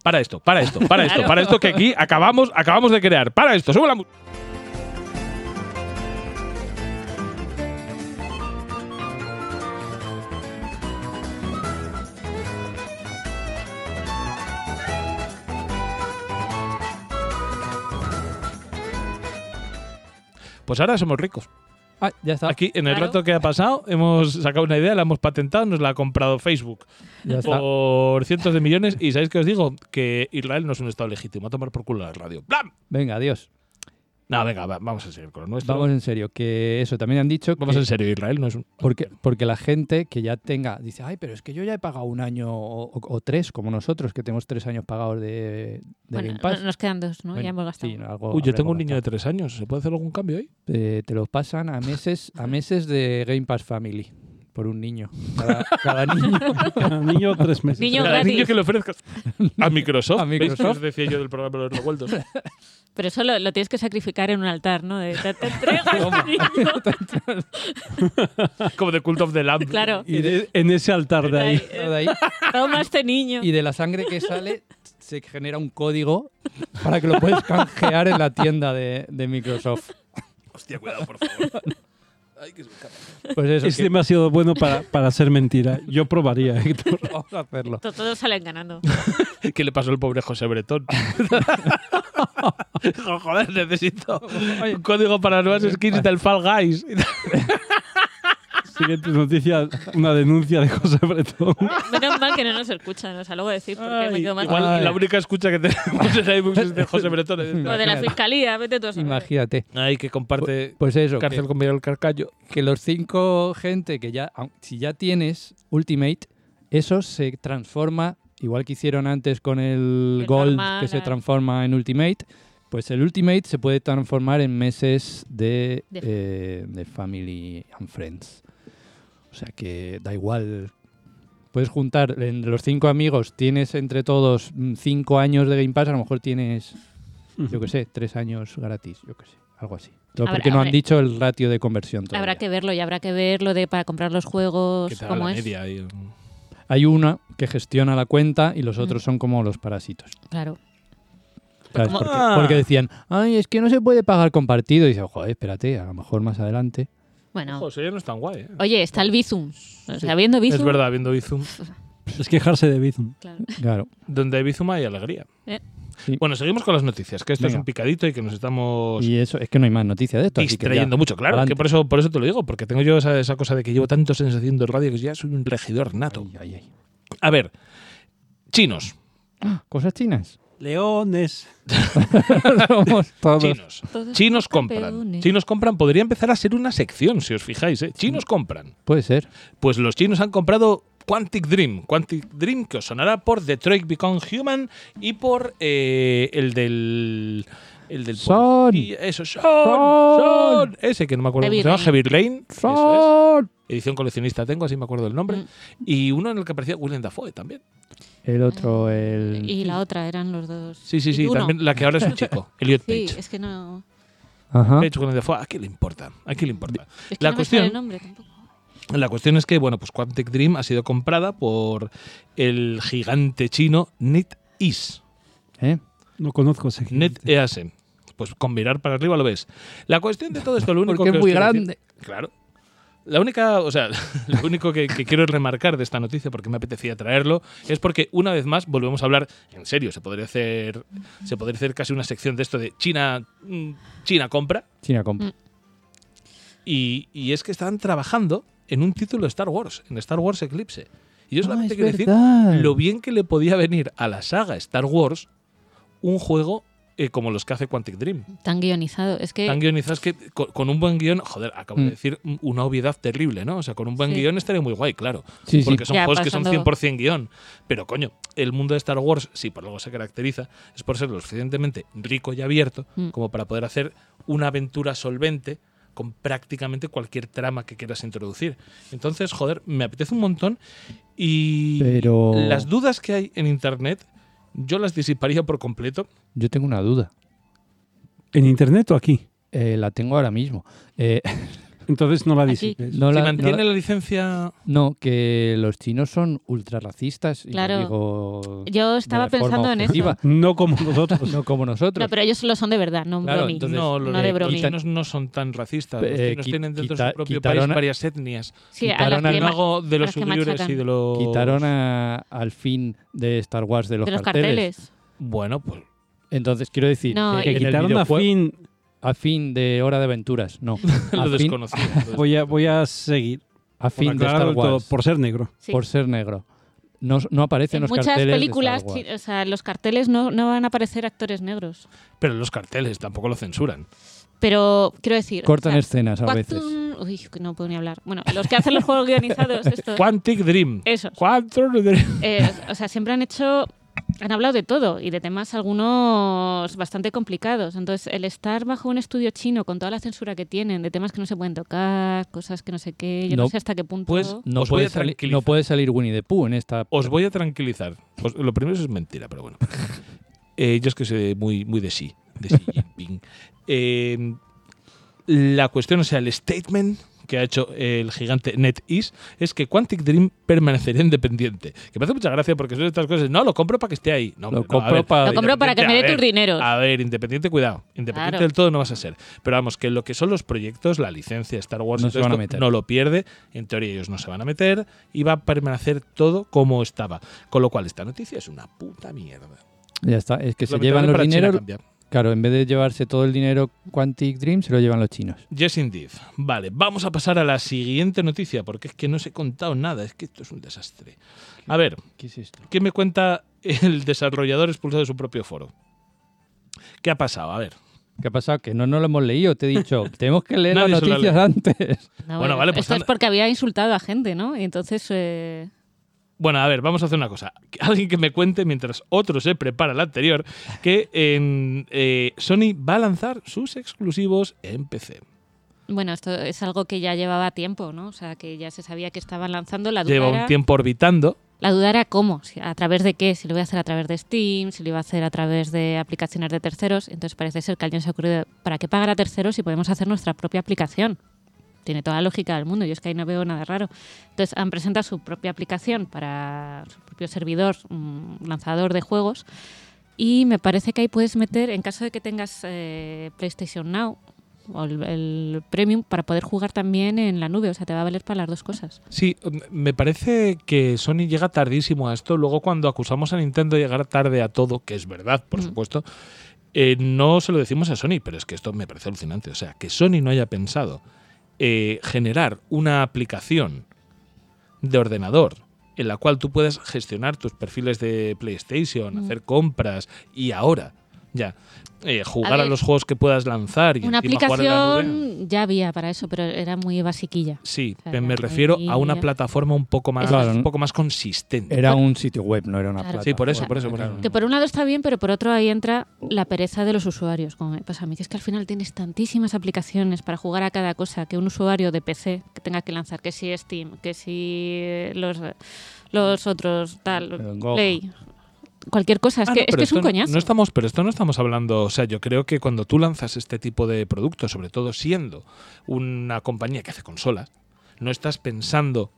[SPEAKER 1] para esto, para esto, para esto,
[SPEAKER 3] Claro.
[SPEAKER 1] para esto que aquí acabamos, acabamos de crear. Para esto, sube la mu- Pues ahora somos ricos.
[SPEAKER 2] Ah, ya está.
[SPEAKER 1] Aquí, en el
[SPEAKER 3] Claro.
[SPEAKER 1] rato que ha pasado, hemos sacado una idea, la hemos patentado, nos la ha comprado Facebook
[SPEAKER 2] Ya está.
[SPEAKER 1] por cientos de millones. Y ¿sabéis qué os digo? Que Israel no es un Estado legítimo. A tomar por culo la radio. ¡Blam!
[SPEAKER 2] Venga, adiós.
[SPEAKER 1] No, venga, va- vamos a seguir con lo nuestro.
[SPEAKER 2] Vamos en serio, que eso también han dicho.
[SPEAKER 1] Vamos
[SPEAKER 2] que-
[SPEAKER 1] en serio, Israel no es un.
[SPEAKER 2] Porque, porque la gente que ya tenga, dice, ay, pero es que yo ya he pagado un año o, o- o tres, como nosotros, que tenemos tres años pagados de, de
[SPEAKER 3] Bueno,
[SPEAKER 2] Game Pass.
[SPEAKER 3] no- nos quedan dos, ¿no?
[SPEAKER 2] Bueno,
[SPEAKER 3] ya hemos gastado.
[SPEAKER 2] sí, algo
[SPEAKER 1] Uy, yo
[SPEAKER 2] habremos
[SPEAKER 1] tengo un niño de
[SPEAKER 2] gastado.
[SPEAKER 1] tres años. ¿Se puede hacer algún cambio ahí?
[SPEAKER 2] Eh, te lo pasan a meses, a meses de Game Pass Family, por un niño. Cada, cada niño.
[SPEAKER 4] Cada niño tres meses.
[SPEAKER 3] Niño
[SPEAKER 1] Cada
[SPEAKER 3] gratis.
[SPEAKER 1] niño que le ofrezcas. A Microsoft.
[SPEAKER 2] A
[SPEAKER 1] ¿Veis?
[SPEAKER 2] Microsoft.
[SPEAKER 1] Os decía yo del programa de los revueltos.
[SPEAKER 3] Pero eso lo, lo tienes que sacrificar en un altar, ¿no? De, te, te entrego este niño.
[SPEAKER 1] Como de Cult of the Lamb.
[SPEAKER 3] Claro.
[SPEAKER 4] Y de- en ese altar de ahí.
[SPEAKER 2] de ahí,
[SPEAKER 3] Toma este niño.
[SPEAKER 2] y de la sangre que sale se genera un código para que lo puedas canjear en la tienda de, de Microsoft.
[SPEAKER 1] Hostia, cuidado, por favor. Ay, que se me escapa.
[SPEAKER 2] Pues eso,
[SPEAKER 4] Es
[SPEAKER 2] que
[SPEAKER 4] demasiado bueno para, para ser mentira. Yo probaría, ¿eh? Héctor.
[SPEAKER 2] vamos a hacerlo.
[SPEAKER 3] To- Todos salen ganando.
[SPEAKER 1] ¿Qué le pasó al pobre José Bretón? Dijo, Joder, necesito un código para nuevas skins del Fall Guys.
[SPEAKER 4] Siguiente noticia, una denuncia de José Bretón.
[SPEAKER 3] Menos mal que no nos escuchan, o sea, luego decir porque me
[SPEAKER 4] Ay,
[SPEAKER 3] quedo más.
[SPEAKER 1] Igual
[SPEAKER 2] Ay.
[SPEAKER 1] la única escucha que tenemos en iBooks es de José Bretón.
[SPEAKER 3] O de la fiscalía, vete tú a saber.
[SPEAKER 2] Imagínate.
[SPEAKER 1] Ay, que comparte
[SPEAKER 2] Pues eso, que,
[SPEAKER 1] cárcel con Miguel Carcallo.
[SPEAKER 2] que los cinco gente que ya, aun- si ya tienes Ultimate, eso se transforma, igual que hicieron antes con el
[SPEAKER 3] El
[SPEAKER 2] Gold
[SPEAKER 3] normal, eh.
[SPEAKER 2] que se
[SPEAKER 3] al-
[SPEAKER 2] transforma en Ultimate, pues el Ultimate se puede transformar en meses de,
[SPEAKER 3] De-
[SPEAKER 2] eh, de Family and Friends. O sea que da igual. Puedes juntar entre los cinco amigos, tienes entre todos mm, cinco años de Game Pass, a lo mejor tienes, yo qué sé, tres años gratis, yo qué sé, algo así. Todo
[SPEAKER 3] Habrá-
[SPEAKER 2] porque no han
[SPEAKER 3] habrá-
[SPEAKER 2] dicho el ratio de conversión todavía.
[SPEAKER 3] Habrá que verlo y habrá que verlo de para comprar los
[SPEAKER 1] ¿Qué
[SPEAKER 3] juegos,
[SPEAKER 1] tal
[SPEAKER 3] cómo
[SPEAKER 1] la
[SPEAKER 3] es.
[SPEAKER 1] media? ahí?
[SPEAKER 2] Hay una que gestiona la cuenta y los otros son como los parásitos.
[SPEAKER 3] Claro.
[SPEAKER 2] ¿sabes?
[SPEAKER 3] Pues como- ah.
[SPEAKER 2] Porque, porque decían, ay, es que no se puede pagar compartido. Y dice, joder, espérate, a lo mejor más adelante.
[SPEAKER 3] Bueno.
[SPEAKER 1] José ya no es tan guay. ¿eh?
[SPEAKER 3] Oye, está el Bizum. O sea, viendo Bizum.
[SPEAKER 1] Es verdad, viendo Bizum.
[SPEAKER 4] Es quejarse de Bizum.
[SPEAKER 3] Claro.
[SPEAKER 2] Claro.
[SPEAKER 1] Donde hay Bizum hay alegría.
[SPEAKER 3] Eh.
[SPEAKER 2] Sí.
[SPEAKER 1] Bueno, seguimos con las noticias, que esto es
[SPEAKER 2] Venga.
[SPEAKER 1] un picadito y que nos estamos
[SPEAKER 2] Y eso, es que no hay más noticias de esto. así que ya.
[SPEAKER 1] Pues distrayendo mucho, claro.
[SPEAKER 2] adelante.
[SPEAKER 1] Que por eso, por eso te lo digo, porque tengo yo esa, esa cosa de que llevo tantos años haciendo radio que ya soy un regidor nato.
[SPEAKER 2] Ay, ay, ay.
[SPEAKER 1] A ver, chinos,
[SPEAKER 2] Cosas chinas.
[SPEAKER 4] Leones.
[SPEAKER 2] Somos todos.
[SPEAKER 1] chinos,
[SPEAKER 3] Todos
[SPEAKER 1] chinos
[SPEAKER 3] son
[SPEAKER 1] compran,
[SPEAKER 3] campeones.
[SPEAKER 1] chinos compran. Podría empezar a ser una sección, si os fijáis, ¿eh? Chinos compran.
[SPEAKER 2] Puede ser.
[SPEAKER 1] Pues los chinos han comprado Quantic Dream. Quantic Dream que os sonará por Detroit Become Human y por eh, el del. El del
[SPEAKER 2] Son.
[SPEAKER 1] policía- Eso, Son,
[SPEAKER 2] Son.
[SPEAKER 1] Son. Ese que no me acuerdo
[SPEAKER 3] Heavy
[SPEAKER 1] cómo se llama,
[SPEAKER 3] Rain.
[SPEAKER 1] Heavy Rain. Eso
[SPEAKER 2] Son.
[SPEAKER 1] es. Edición coleccionista tengo, así me acuerdo del nombre.
[SPEAKER 3] Mm.
[SPEAKER 1] Y uno en el que aparecía William Dafoe también.
[SPEAKER 2] El otro, el.
[SPEAKER 3] Mm, Y la otra eran los dos.
[SPEAKER 1] Sí, sí,
[SPEAKER 3] ¿Y
[SPEAKER 1] sí.
[SPEAKER 3] tú no?
[SPEAKER 1] También la que ahora es un chico, Elliot
[SPEAKER 3] Sí,
[SPEAKER 1] Page.
[SPEAKER 3] es que no.
[SPEAKER 2] Ajá.
[SPEAKER 1] Page, Willem Dafoe, ¿a qué le importa? ¿A qué le importa?
[SPEAKER 3] Es que
[SPEAKER 1] La
[SPEAKER 3] no me
[SPEAKER 1] cuestión-
[SPEAKER 3] sale el nombre tampoco.
[SPEAKER 1] La cuestión es que, bueno, pues Quantic Dream ha sido comprada por el gigante chino NetEase.
[SPEAKER 2] ¿Eh?
[SPEAKER 4] No conozco ese
[SPEAKER 1] Net
[SPEAKER 4] gigante.
[SPEAKER 1] EASE. Pues con mirar para arriba lo ves. La cuestión de todo esto, lo único
[SPEAKER 2] Porque
[SPEAKER 1] que
[SPEAKER 2] es
[SPEAKER 1] os
[SPEAKER 2] muy
[SPEAKER 1] quiero decir-
[SPEAKER 2] grande.
[SPEAKER 1] claro. La única, o sea, lo único que, que quiero remarcar de esta noticia, porque me apetecía traerlo, es porque una vez más volvemos a hablar, en serio, se podría hacer, se podría hacer casi una sección de esto de China, mm, China compra,
[SPEAKER 2] China
[SPEAKER 3] Mm.
[SPEAKER 2] compra.
[SPEAKER 1] y, y es que están trabajando en un título de Star Wars, en Star Wars Eclipse. Y yo
[SPEAKER 2] Ah,
[SPEAKER 1] solamente
[SPEAKER 2] es
[SPEAKER 1] quiero decir
[SPEAKER 2] verdad.
[SPEAKER 1] lo bien que le podía venir a la saga Star Wars un juego eh, como los que hace Quantic Dream.
[SPEAKER 3] Tan guionizado. Es que.
[SPEAKER 1] Tan guionizados que co- con, un buen guión, joder, acabo
[SPEAKER 2] Eh, Mm.
[SPEAKER 1] de decir un- una obviedad terrible, ¿no? O sea, con un buen
[SPEAKER 3] Sí.
[SPEAKER 1] guión estaría muy guay, claro.
[SPEAKER 2] Sí, sí.
[SPEAKER 1] porque son
[SPEAKER 3] Ya,
[SPEAKER 1] juegos que son
[SPEAKER 3] pasando-
[SPEAKER 1] 100% guión. Pero coño, el mundo de Star Wars, si por algo se caracteriza, es por ser lo suficientemente rico y abierto
[SPEAKER 3] Mm.
[SPEAKER 1] como para poder hacer una aventura solvente con prácticamente cualquier trama que quieras introducir. Entonces, joder, me apetece un montón y
[SPEAKER 2] Pero-
[SPEAKER 1] las dudas que hay en Internet yo las disiparía por completo.
[SPEAKER 2] Yo tengo una duda.
[SPEAKER 4] ¿En internet o aquí?
[SPEAKER 2] Eh, la tengo ahora mismo. Eh,
[SPEAKER 4] Entonces no la
[SPEAKER 3] Aquí.
[SPEAKER 2] no
[SPEAKER 4] disipes.
[SPEAKER 1] si
[SPEAKER 2] la, no la-
[SPEAKER 1] mantiene la licencia
[SPEAKER 2] No, que los chinos son ultrarracistas. y lo
[SPEAKER 3] Claro.
[SPEAKER 2] digo
[SPEAKER 3] Yo
[SPEAKER 2] de
[SPEAKER 3] estaba
[SPEAKER 2] forma
[SPEAKER 3] pensando en eso.
[SPEAKER 2] objetiva,
[SPEAKER 4] No como nosotros.
[SPEAKER 2] No como nosotros.
[SPEAKER 3] No, pero ellos solo son de verdad, no
[SPEAKER 2] Claro,
[SPEAKER 3] bromi.
[SPEAKER 2] entonces-
[SPEAKER 1] no, los
[SPEAKER 3] no de
[SPEAKER 1] los
[SPEAKER 3] bromi.
[SPEAKER 1] chinos no son tan racistas. Los
[SPEAKER 2] Eh,
[SPEAKER 1] chinos
[SPEAKER 2] qui-
[SPEAKER 1] tienen dentro de
[SPEAKER 2] quita-
[SPEAKER 1] su propio
[SPEAKER 2] quitaron
[SPEAKER 1] país
[SPEAKER 2] a-
[SPEAKER 1] varias etnias.
[SPEAKER 3] Sí, a
[SPEAKER 2] quitaron
[SPEAKER 3] las
[SPEAKER 1] Quitaron
[SPEAKER 2] al
[SPEAKER 3] que
[SPEAKER 1] al
[SPEAKER 3] ma-
[SPEAKER 1] mago de
[SPEAKER 3] a
[SPEAKER 1] los
[SPEAKER 3] las que
[SPEAKER 1] sudriures
[SPEAKER 3] machacan.
[SPEAKER 1] y de los.
[SPEAKER 2] Quitaron a- al fin de Star Wars de los,
[SPEAKER 3] de los
[SPEAKER 2] carteles.
[SPEAKER 3] carteles.
[SPEAKER 1] Bueno, pues.
[SPEAKER 2] Entonces, quiero decir
[SPEAKER 3] No,
[SPEAKER 2] que,
[SPEAKER 3] y-
[SPEAKER 4] Que
[SPEAKER 2] en el
[SPEAKER 4] quitaron a
[SPEAKER 2] videojue-
[SPEAKER 4] Finn
[SPEAKER 2] a fin de Hora de Aventuras, no.
[SPEAKER 1] Lo
[SPEAKER 2] A fin,
[SPEAKER 1] desconocido. lo desconocido.
[SPEAKER 4] Voy a, voy a seguir.
[SPEAKER 2] a
[SPEAKER 4] Por,
[SPEAKER 2] fin de Star
[SPEAKER 4] aclararlo del todo,
[SPEAKER 2] Wars, por,
[SPEAKER 4] por ser negro.
[SPEAKER 3] Sí.
[SPEAKER 2] ser negro. No, no aparecen
[SPEAKER 3] En
[SPEAKER 2] los
[SPEAKER 3] muchas
[SPEAKER 2] carteles de
[SPEAKER 3] películas,
[SPEAKER 2] Star Wars.
[SPEAKER 3] chi- o sea, los carteles no, no van a aparecer actores negros.
[SPEAKER 1] Pero los carteles tampoco lo censuran.
[SPEAKER 3] Pero quiero decir.
[SPEAKER 2] Cortan
[SPEAKER 3] o sea,
[SPEAKER 2] escenas a veces.
[SPEAKER 3] Quantum- Uy, que no puedo ni hablar. Bueno, los que hacen los juegos guionizados, esto.
[SPEAKER 1] Quantic Dream.
[SPEAKER 3] Eso.
[SPEAKER 1] Quantum Dream.
[SPEAKER 3] Eh, o sea, siempre han hecho. Han hablado de todo y de temas algunos bastante complicados. Entonces, el estar bajo un estudio chino con toda la censura que tienen, de temas que no se pueden tocar, cosas que no sé qué, yo no,
[SPEAKER 2] No,
[SPEAKER 3] sé hasta qué punto.
[SPEAKER 1] pues,
[SPEAKER 2] No
[SPEAKER 1] Os voy
[SPEAKER 2] puede,
[SPEAKER 1] a
[SPEAKER 2] sali-
[SPEAKER 1] tranquilizar.
[SPEAKER 2] no puede salir Winnie the Pooh en esta.
[SPEAKER 1] Os voy a tranquilizar. Os- lo primero es mentira, pero bueno. Eh, yo es que soy muy, muy de sí, de Xi Jinping. Eh, la cuestión, o sea, el statement que ha hecho el gigante NetEase es que Quantic Dream permanecerá independiente. Que me hace mucha gracia porque son estas cosas. No, lo compro para que esté ahí. No, hombre,
[SPEAKER 2] Lo
[SPEAKER 1] no, a
[SPEAKER 2] compro
[SPEAKER 1] ver,
[SPEAKER 2] para-
[SPEAKER 3] Lo compro para que me dé
[SPEAKER 1] independiente, a
[SPEAKER 3] tus dineros.
[SPEAKER 1] A ver, independiente, cuidado. Independiente
[SPEAKER 3] Claro.
[SPEAKER 1] del todo no vas a ser. Pero vamos, que lo que son los proyectos, la licencia Star Wars,
[SPEAKER 2] No
[SPEAKER 1] y
[SPEAKER 2] se
[SPEAKER 1] todo
[SPEAKER 2] van a
[SPEAKER 1] esto,
[SPEAKER 2] meter.
[SPEAKER 1] no lo pierde. En teoría ellos no se van a meter y va a permanecer todo como estaba. Con lo cual, esta noticia es una puta mierda.
[SPEAKER 2] Ya está, es que se
[SPEAKER 1] Lamentable
[SPEAKER 2] llevan los
[SPEAKER 1] para China
[SPEAKER 2] dineros.
[SPEAKER 1] cambiar.
[SPEAKER 2] Claro, en vez de llevarse todo el dinero Quantic Dream, se lo llevan los chinos.
[SPEAKER 1] Yes, indeed. Vale, vamos a pasar a la siguiente noticia, porque es que no os he contado nada, es que esto es un desastre. A ver,
[SPEAKER 2] ¿Qué es esto?
[SPEAKER 1] ¿qué me cuenta el desarrollador expulsado de su propio foro? ¿Qué ha pasado? A ver.
[SPEAKER 2] ¿Qué ha pasado? Que no nos lo hemos leído, te he dicho. Tenemos que leer las
[SPEAKER 1] Nadie se lo ha
[SPEAKER 2] noticias antes.
[SPEAKER 3] No,
[SPEAKER 1] bueno, vale, pues
[SPEAKER 3] Ah, Esto es
[SPEAKER 1] anda.
[SPEAKER 3] porque había insultado a gente, ¿no? Y entonces. eh,
[SPEAKER 1] Bueno, a ver, vamos a hacer una cosa. Alguien que me cuente, mientras otro se prepara el anterior, que en, eh, Sony va a lanzar sus exclusivos en PC.
[SPEAKER 3] bueno, esto es algo que ya llevaba tiempo, ¿no? O sea, que ya se sabía que estaban lanzando. La duda,
[SPEAKER 1] Lleva
[SPEAKER 3] era-
[SPEAKER 1] un tiempo orbitando.
[SPEAKER 3] la duda era cómo, si- a través de qué, si lo iba a hacer a través de Steam, si lo iba a hacer a través de aplicaciones de terceros. Entonces parece ser que alguien se ha ocurrido, ¿para qué pagar a terceros si podemos hacer nuestra propia aplicación? Tiene toda la lógica del mundo, yo es que ahí no veo nada raro. Entonces han presentado su propia aplicación para su propio servidor, mm, lanzador de juegos, y me parece que ahí puedes meter, en caso de que tengas eh, PlayStation Now o el, el Premium, para poder jugar también en la nube, o sea, te va a valer para las dos cosas.
[SPEAKER 1] Sí, m- me parece que Sony llega tardísimo a esto. Luego, cuando acusamos a Nintendo de llegar tarde a todo, que es verdad,
[SPEAKER 3] Mm.
[SPEAKER 1] por supuesto, eh, no se lo decimos a Sony, pero es que esto me parece alucinante. O sea, que Sony no haya pensado eh, generar una aplicación de ordenador en la cual tú puedas gestionar tus perfiles de PlayStation,
[SPEAKER 3] Mm.
[SPEAKER 1] hacer compras y ahora ya eh, jugar a,
[SPEAKER 3] ver,
[SPEAKER 1] los juegos que puedas lanzar y
[SPEAKER 3] Una
[SPEAKER 1] encima jugar en la nube.
[SPEAKER 3] aplicación ya había para eso, pero era muy basiquilla.
[SPEAKER 1] Sí,
[SPEAKER 3] O sea,
[SPEAKER 1] me-
[SPEAKER 3] la
[SPEAKER 1] me refiero a una
[SPEAKER 3] tecnología.
[SPEAKER 1] plataforma un poco más,
[SPEAKER 2] Claro,
[SPEAKER 1] un
[SPEAKER 2] ¿no?
[SPEAKER 1] poco más consistente.
[SPEAKER 2] Era un sitio web, no era una
[SPEAKER 3] Claro.
[SPEAKER 2] plataforma.
[SPEAKER 1] Sí, por eso, por eso, por eso.
[SPEAKER 3] Que por un lado está bien, pero por otro ahí entra la pereza de los usuarios, como me pasa a mí, que es que al final tienes tantísimas aplicaciones para jugar a cada cosa que un usuario de PC que tenga que lanzar, que si Steam, que si eh, los, los otros,
[SPEAKER 2] El
[SPEAKER 3] tal,
[SPEAKER 2] GOG.
[SPEAKER 3] Play, cualquier cosa, es
[SPEAKER 1] Ah,
[SPEAKER 3] que,
[SPEAKER 1] no,
[SPEAKER 3] es,
[SPEAKER 1] pero
[SPEAKER 3] que es
[SPEAKER 1] esto
[SPEAKER 3] un
[SPEAKER 1] no-
[SPEAKER 3] coñazo.
[SPEAKER 1] No estamos, pero esto no estamos hablando. O sea, yo creo que cuando tú lanzas este tipo de productos, sobre todo siendo una compañía que hace consolas, no estás pensando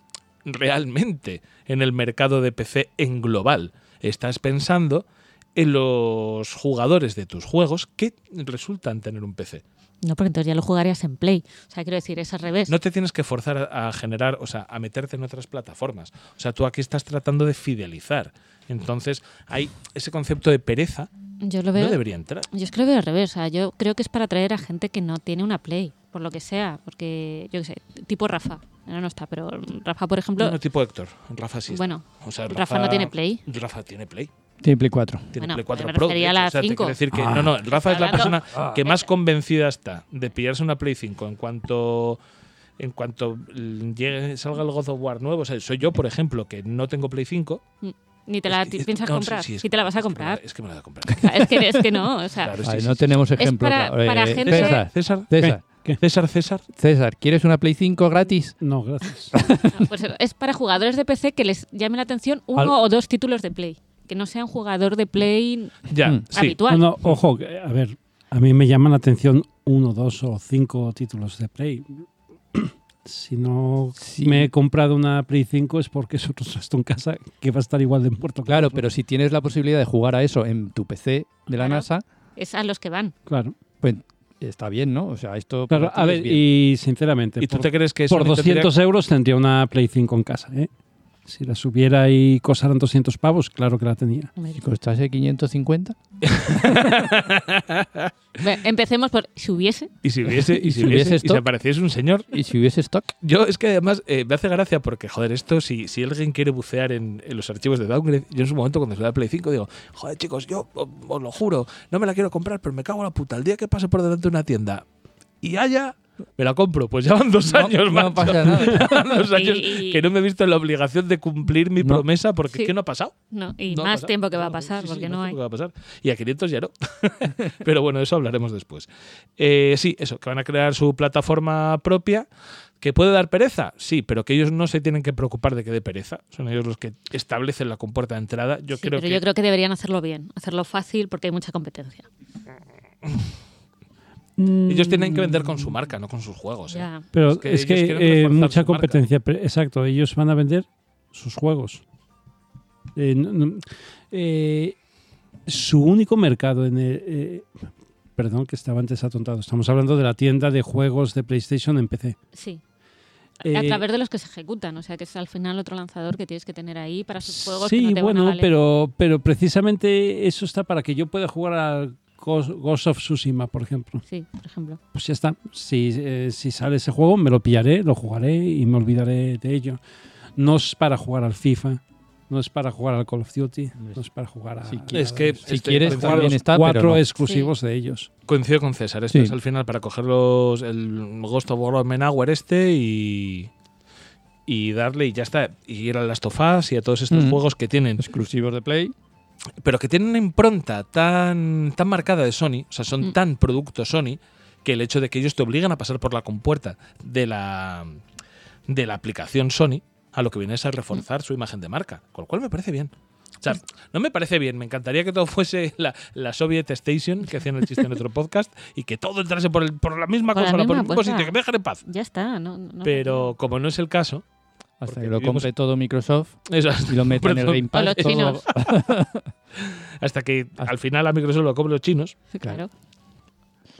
[SPEAKER 1] realmente en el mercado de PC en global. Estás pensando en los jugadores de tus juegos que resultan tener un PC.
[SPEAKER 3] No, porque entonces ya lo jugarías en Play. O sea, quiero decir, es al revés.
[SPEAKER 1] No te tienes que forzar a, a generar, o sea, a meterte en otras plataformas. O sea, tú aquí estás tratando de fidelizar. Entonces, hay ese concepto de pereza
[SPEAKER 3] Yo lo veo.
[SPEAKER 1] no debería entrar.
[SPEAKER 3] Yo es que lo veo al revés. O sea, yo creo que es para atraer a gente que no tiene una Play, por lo que sea. Porque, yo qué sé, tipo Rafa. Ahora no está, pero Rafa, por ejemplo.
[SPEAKER 1] No, no tipo Héctor, Rafa sí. está.
[SPEAKER 3] Bueno,
[SPEAKER 1] O sea,
[SPEAKER 3] Rafa no tiene Play.
[SPEAKER 1] Rafa tiene Play.
[SPEAKER 2] Tiene Play 4.
[SPEAKER 1] Tiene
[SPEAKER 3] Bueno,
[SPEAKER 1] Play 4
[SPEAKER 3] me
[SPEAKER 1] Pro. de
[SPEAKER 3] refería a
[SPEAKER 1] hecho.
[SPEAKER 3] la
[SPEAKER 1] O sea, te quiero
[SPEAKER 3] 5.
[SPEAKER 1] decir que no, no, Rafa es la
[SPEAKER 3] Hablando-
[SPEAKER 1] persona que más convencida está de pillarse una Play 5 en cuanto en cuanto llegue, salga el God of War nuevo. O sea, soy yo, por ejemplo, que no tengo Play 5.
[SPEAKER 3] Ni te la
[SPEAKER 1] Es que- es-
[SPEAKER 3] piensas
[SPEAKER 1] no, sí,
[SPEAKER 3] comprar.
[SPEAKER 1] sí, es
[SPEAKER 3] Sí, te la
[SPEAKER 1] que-
[SPEAKER 3] vas a
[SPEAKER 1] es que me la-
[SPEAKER 3] comprar.
[SPEAKER 1] Es que me la voy a comprar.
[SPEAKER 3] O sea, Es que, es que no, o sea.
[SPEAKER 1] Claro, sí,
[SPEAKER 2] Ay,
[SPEAKER 1] Pues sí,
[SPEAKER 2] no
[SPEAKER 1] sí.
[SPEAKER 2] tenemos ejemplo.
[SPEAKER 3] para-
[SPEAKER 2] claro.
[SPEAKER 3] para
[SPEAKER 2] Eh,
[SPEAKER 3] gente-
[SPEAKER 2] César,
[SPEAKER 1] César,
[SPEAKER 2] César,
[SPEAKER 1] César, César.
[SPEAKER 2] César, ¿quieres una Play 5 gratis?
[SPEAKER 4] No, gracias.
[SPEAKER 3] pues es para jugadores de PC que les llame la atención uno
[SPEAKER 2] Al-
[SPEAKER 3] o dos títulos de Play. Que no sea un jugador de Play
[SPEAKER 1] Ya,
[SPEAKER 2] Mm.
[SPEAKER 1] sí.
[SPEAKER 3] habitual.
[SPEAKER 4] No, no, ojo, que, a ver, a mí me llaman la atención uno, dos o cinco títulos de Play. Si no
[SPEAKER 2] Sí.
[SPEAKER 4] me he comprado una Play 5 es porque es otro resto en casa que va a estar igual de muerto. que
[SPEAKER 2] Claro,
[SPEAKER 4] otro.
[SPEAKER 2] pero si tienes la posibilidad de jugar a eso en tu PC de la
[SPEAKER 3] Claro.
[SPEAKER 2] NASA,
[SPEAKER 3] Es a los que van.
[SPEAKER 4] Claro,
[SPEAKER 2] pues está bien, ¿no? O sea, esto. para
[SPEAKER 4] claro.
[SPEAKER 2] ti
[SPEAKER 4] A
[SPEAKER 2] es
[SPEAKER 4] ver,
[SPEAKER 2] bien.
[SPEAKER 4] y sinceramente,
[SPEAKER 1] ¿Y tú
[SPEAKER 4] por,
[SPEAKER 1] te crees que
[SPEAKER 4] por
[SPEAKER 1] Sony tendría-
[SPEAKER 4] 200 euros tendría una Play 5 en casa. ¿eh? Si la subiera y costaran 200 pavos, claro que la tenía.
[SPEAKER 2] Si costase 550,
[SPEAKER 3] Ve, Empecemos por si hubiese.
[SPEAKER 1] Y si hubiese, y si
[SPEAKER 2] Si hubiese
[SPEAKER 1] hubiese, y
[SPEAKER 2] esto.
[SPEAKER 1] si apareciese un señor.
[SPEAKER 2] y si hubiese stock,
[SPEAKER 1] Yo es que además eh, me hace gracia porque, joder, esto, si, si alguien quiere bucear en, en los archivos de Downgrade, yo en su momento cuando se da Play 5 digo, joder chicos, yo o- os lo juro, no me la quiero comprar, pero me cago en la puta, el día que pase por delante de una tienda y haya, me la compro. Pues ya van dos
[SPEAKER 2] no-
[SPEAKER 1] años,
[SPEAKER 2] no,
[SPEAKER 1] macho.
[SPEAKER 2] pasa nada.
[SPEAKER 1] Van dos años
[SPEAKER 3] Y-
[SPEAKER 1] que no me he visto en la obligación de cumplir mi
[SPEAKER 4] No.
[SPEAKER 1] promesa porque
[SPEAKER 3] Sí.
[SPEAKER 1] es que no ha pasado.
[SPEAKER 3] No, y
[SPEAKER 1] No ha
[SPEAKER 3] más
[SPEAKER 1] pasado.
[SPEAKER 3] tiempo que va a
[SPEAKER 1] No,
[SPEAKER 3] pasar,
[SPEAKER 1] sí, sí,
[SPEAKER 3] porque
[SPEAKER 1] más
[SPEAKER 3] no hay.
[SPEAKER 1] tiempo que va a pasar. Y a 500 ya no. Pero bueno, de eso hablaremos después. Eh, sí, eso, que van a crear su plataforma propia. ¿Que puede dar pereza? Sí, pero que ellos no se tienen que preocupar de que dé pereza. Son ellos los que establecen la compuerta de entrada. Yo
[SPEAKER 3] Sí,
[SPEAKER 1] creo
[SPEAKER 3] pero
[SPEAKER 1] que.
[SPEAKER 3] yo creo que deberían hacerlo bien, hacerlo fácil porque hay mucha competencia.
[SPEAKER 1] Ellos tienen que vender con su marca, no con sus juegos. ¿eh?
[SPEAKER 3] Ya.
[SPEAKER 4] Pero
[SPEAKER 1] Es
[SPEAKER 4] es
[SPEAKER 1] que
[SPEAKER 4] que,
[SPEAKER 1] ellos quieren
[SPEAKER 4] eh,
[SPEAKER 1] reforzar
[SPEAKER 4] mucha
[SPEAKER 1] su marca.
[SPEAKER 4] competencia. pero- Exacto, ellos van a vender sus juegos. Eh, no- no- eh, su único mercado en el- eh, perdón, que estaba antes atontado. Estamos hablando de la tienda de juegos de PlayStation en PC.
[SPEAKER 3] Sí. a
[SPEAKER 4] Eh,
[SPEAKER 3] través de los que se ejecutan, o sea que es al final otro lanzador que tienes que tener ahí para sus juegos. que
[SPEAKER 4] sí,
[SPEAKER 3] no ¿eh? te van a
[SPEAKER 4] bueno,
[SPEAKER 3] valer.
[SPEAKER 4] pero, pero precisamente eso está para que yo pueda jugar al Ghost Ghost of Tsushima, por ejemplo.
[SPEAKER 3] Sí, por ejemplo.
[SPEAKER 4] Pues ya está. Si, eh, si sale ese juego, me lo pillaré, lo jugaré y me olvidaré de ello. No es para jugar al FIFA, no es para jugar al Call of Duty, no es para jugar a.
[SPEAKER 2] Si
[SPEAKER 4] a-
[SPEAKER 2] quieres-
[SPEAKER 1] Es que
[SPEAKER 2] Si
[SPEAKER 1] estoy
[SPEAKER 2] quieres,
[SPEAKER 1] pensando-
[SPEAKER 4] jugar a
[SPEAKER 2] también
[SPEAKER 4] los
[SPEAKER 2] está, pero
[SPEAKER 4] cuatro
[SPEAKER 2] no.
[SPEAKER 4] exclusivos de ellos.
[SPEAKER 1] Coincido con César. Esto
[SPEAKER 2] Sí.
[SPEAKER 1] es al final para coger los, el Ghost of War Menauer este y. Y darle y ya está. Y ir a Last of Us y a todos estos
[SPEAKER 2] Mm.
[SPEAKER 1] juegos que tienen
[SPEAKER 2] exclusivos de Play.
[SPEAKER 1] pero que tienen una impronta tan, tan marcada de Sony, o sea, son
[SPEAKER 3] Mm.
[SPEAKER 1] tan producto Sony, que el hecho de que ellos te obligan a pasar por la compuerta de la, de la aplicación Sony, a lo que viene es a reforzar su imagen de marca, con lo cual me parece bien. O sea, no me parece bien, me encantaría que todo fuese la, la Soviet Station, que hacían el chiste en otro podcast, y que todo entrase por, el- por la misma
[SPEAKER 3] Por la
[SPEAKER 1] cosa, por el
[SPEAKER 3] misma
[SPEAKER 1] mismo
[SPEAKER 3] puerta.
[SPEAKER 1] sitio, que me dejen en paz.
[SPEAKER 3] Ya está, no. no- no-
[SPEAKER 1] Pero como no es el caso,
[SPEAKER 2] Hasta
[SPEAKER 1] Porque
[SPEAKER 2] que lo
[SPEAKER 1] vivimos-
[SPEAKER 2] compre todo Microsoft
[SPEAKER 1] eso,
[SPEAKER 2] y lo meta en el
[SPEAKER 1] Perdón.
[SPEAKER 2] Game
[SPEAKER 3] O
[SPEAKER 2] Pass.
[SPEAKER 3] los
[SPEAKER 2] todo-
[SPEAKER 3] chinos.
[SPEAKER 1] hasta que
[SPEAKER 3] Ah.
[SPEAKER 1] al final a Microsoft lo cobren los chinos,
[SPEAKER 3] Claro.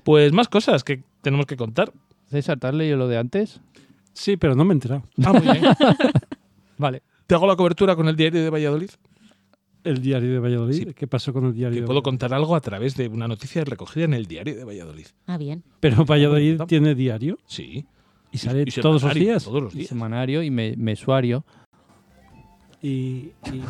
[SPEAKER 1] pues más cosas que tenemos que contar.
[SPEAKER 2] César, ¿te has leído lo de antes?
[SPEAKER 4] Sí, pero no me he enterado.
[SPEAKER 1] Ah, muy bien.
[SPEAKER 2] Vale.
[SPEAKER 1] ¿Te hago la cobertura con el diario de Valladolid?
[SPEAKER 4] El diario de Valladolid.
[SPEAKER 1] Sí.
[SPEAKER 4] ¿Qué pasó con el diario?
[SPEAKER 1] Te
[SPEAKER 4] de
[SPEAKER 1] puedo
[SPEAKER 4] Valladolid?
[SPEAKER 1] contar algo a través de una noticia recogida en el diario de Valladolid.
[SPEAKER 3] Ah, bien.
[SPEAKER 4] Pero Valladolid
[SPEAKER 1] Tampoco.
[SPEAKER 4] tiene diario
[SPEAKER 1] Sí.
[SPEAKER 4] y sale
[SPEAKER 1] Y
[SPEAKER 4] todos los
[SPEAKER 1] semanario,
[SPEAKER 4] días.
[SPEAKER 1] Todos los días.
[SPEAKER 2] Pues Semanario y me- mesuario.
[SPEAKER 4] ¿Y, y,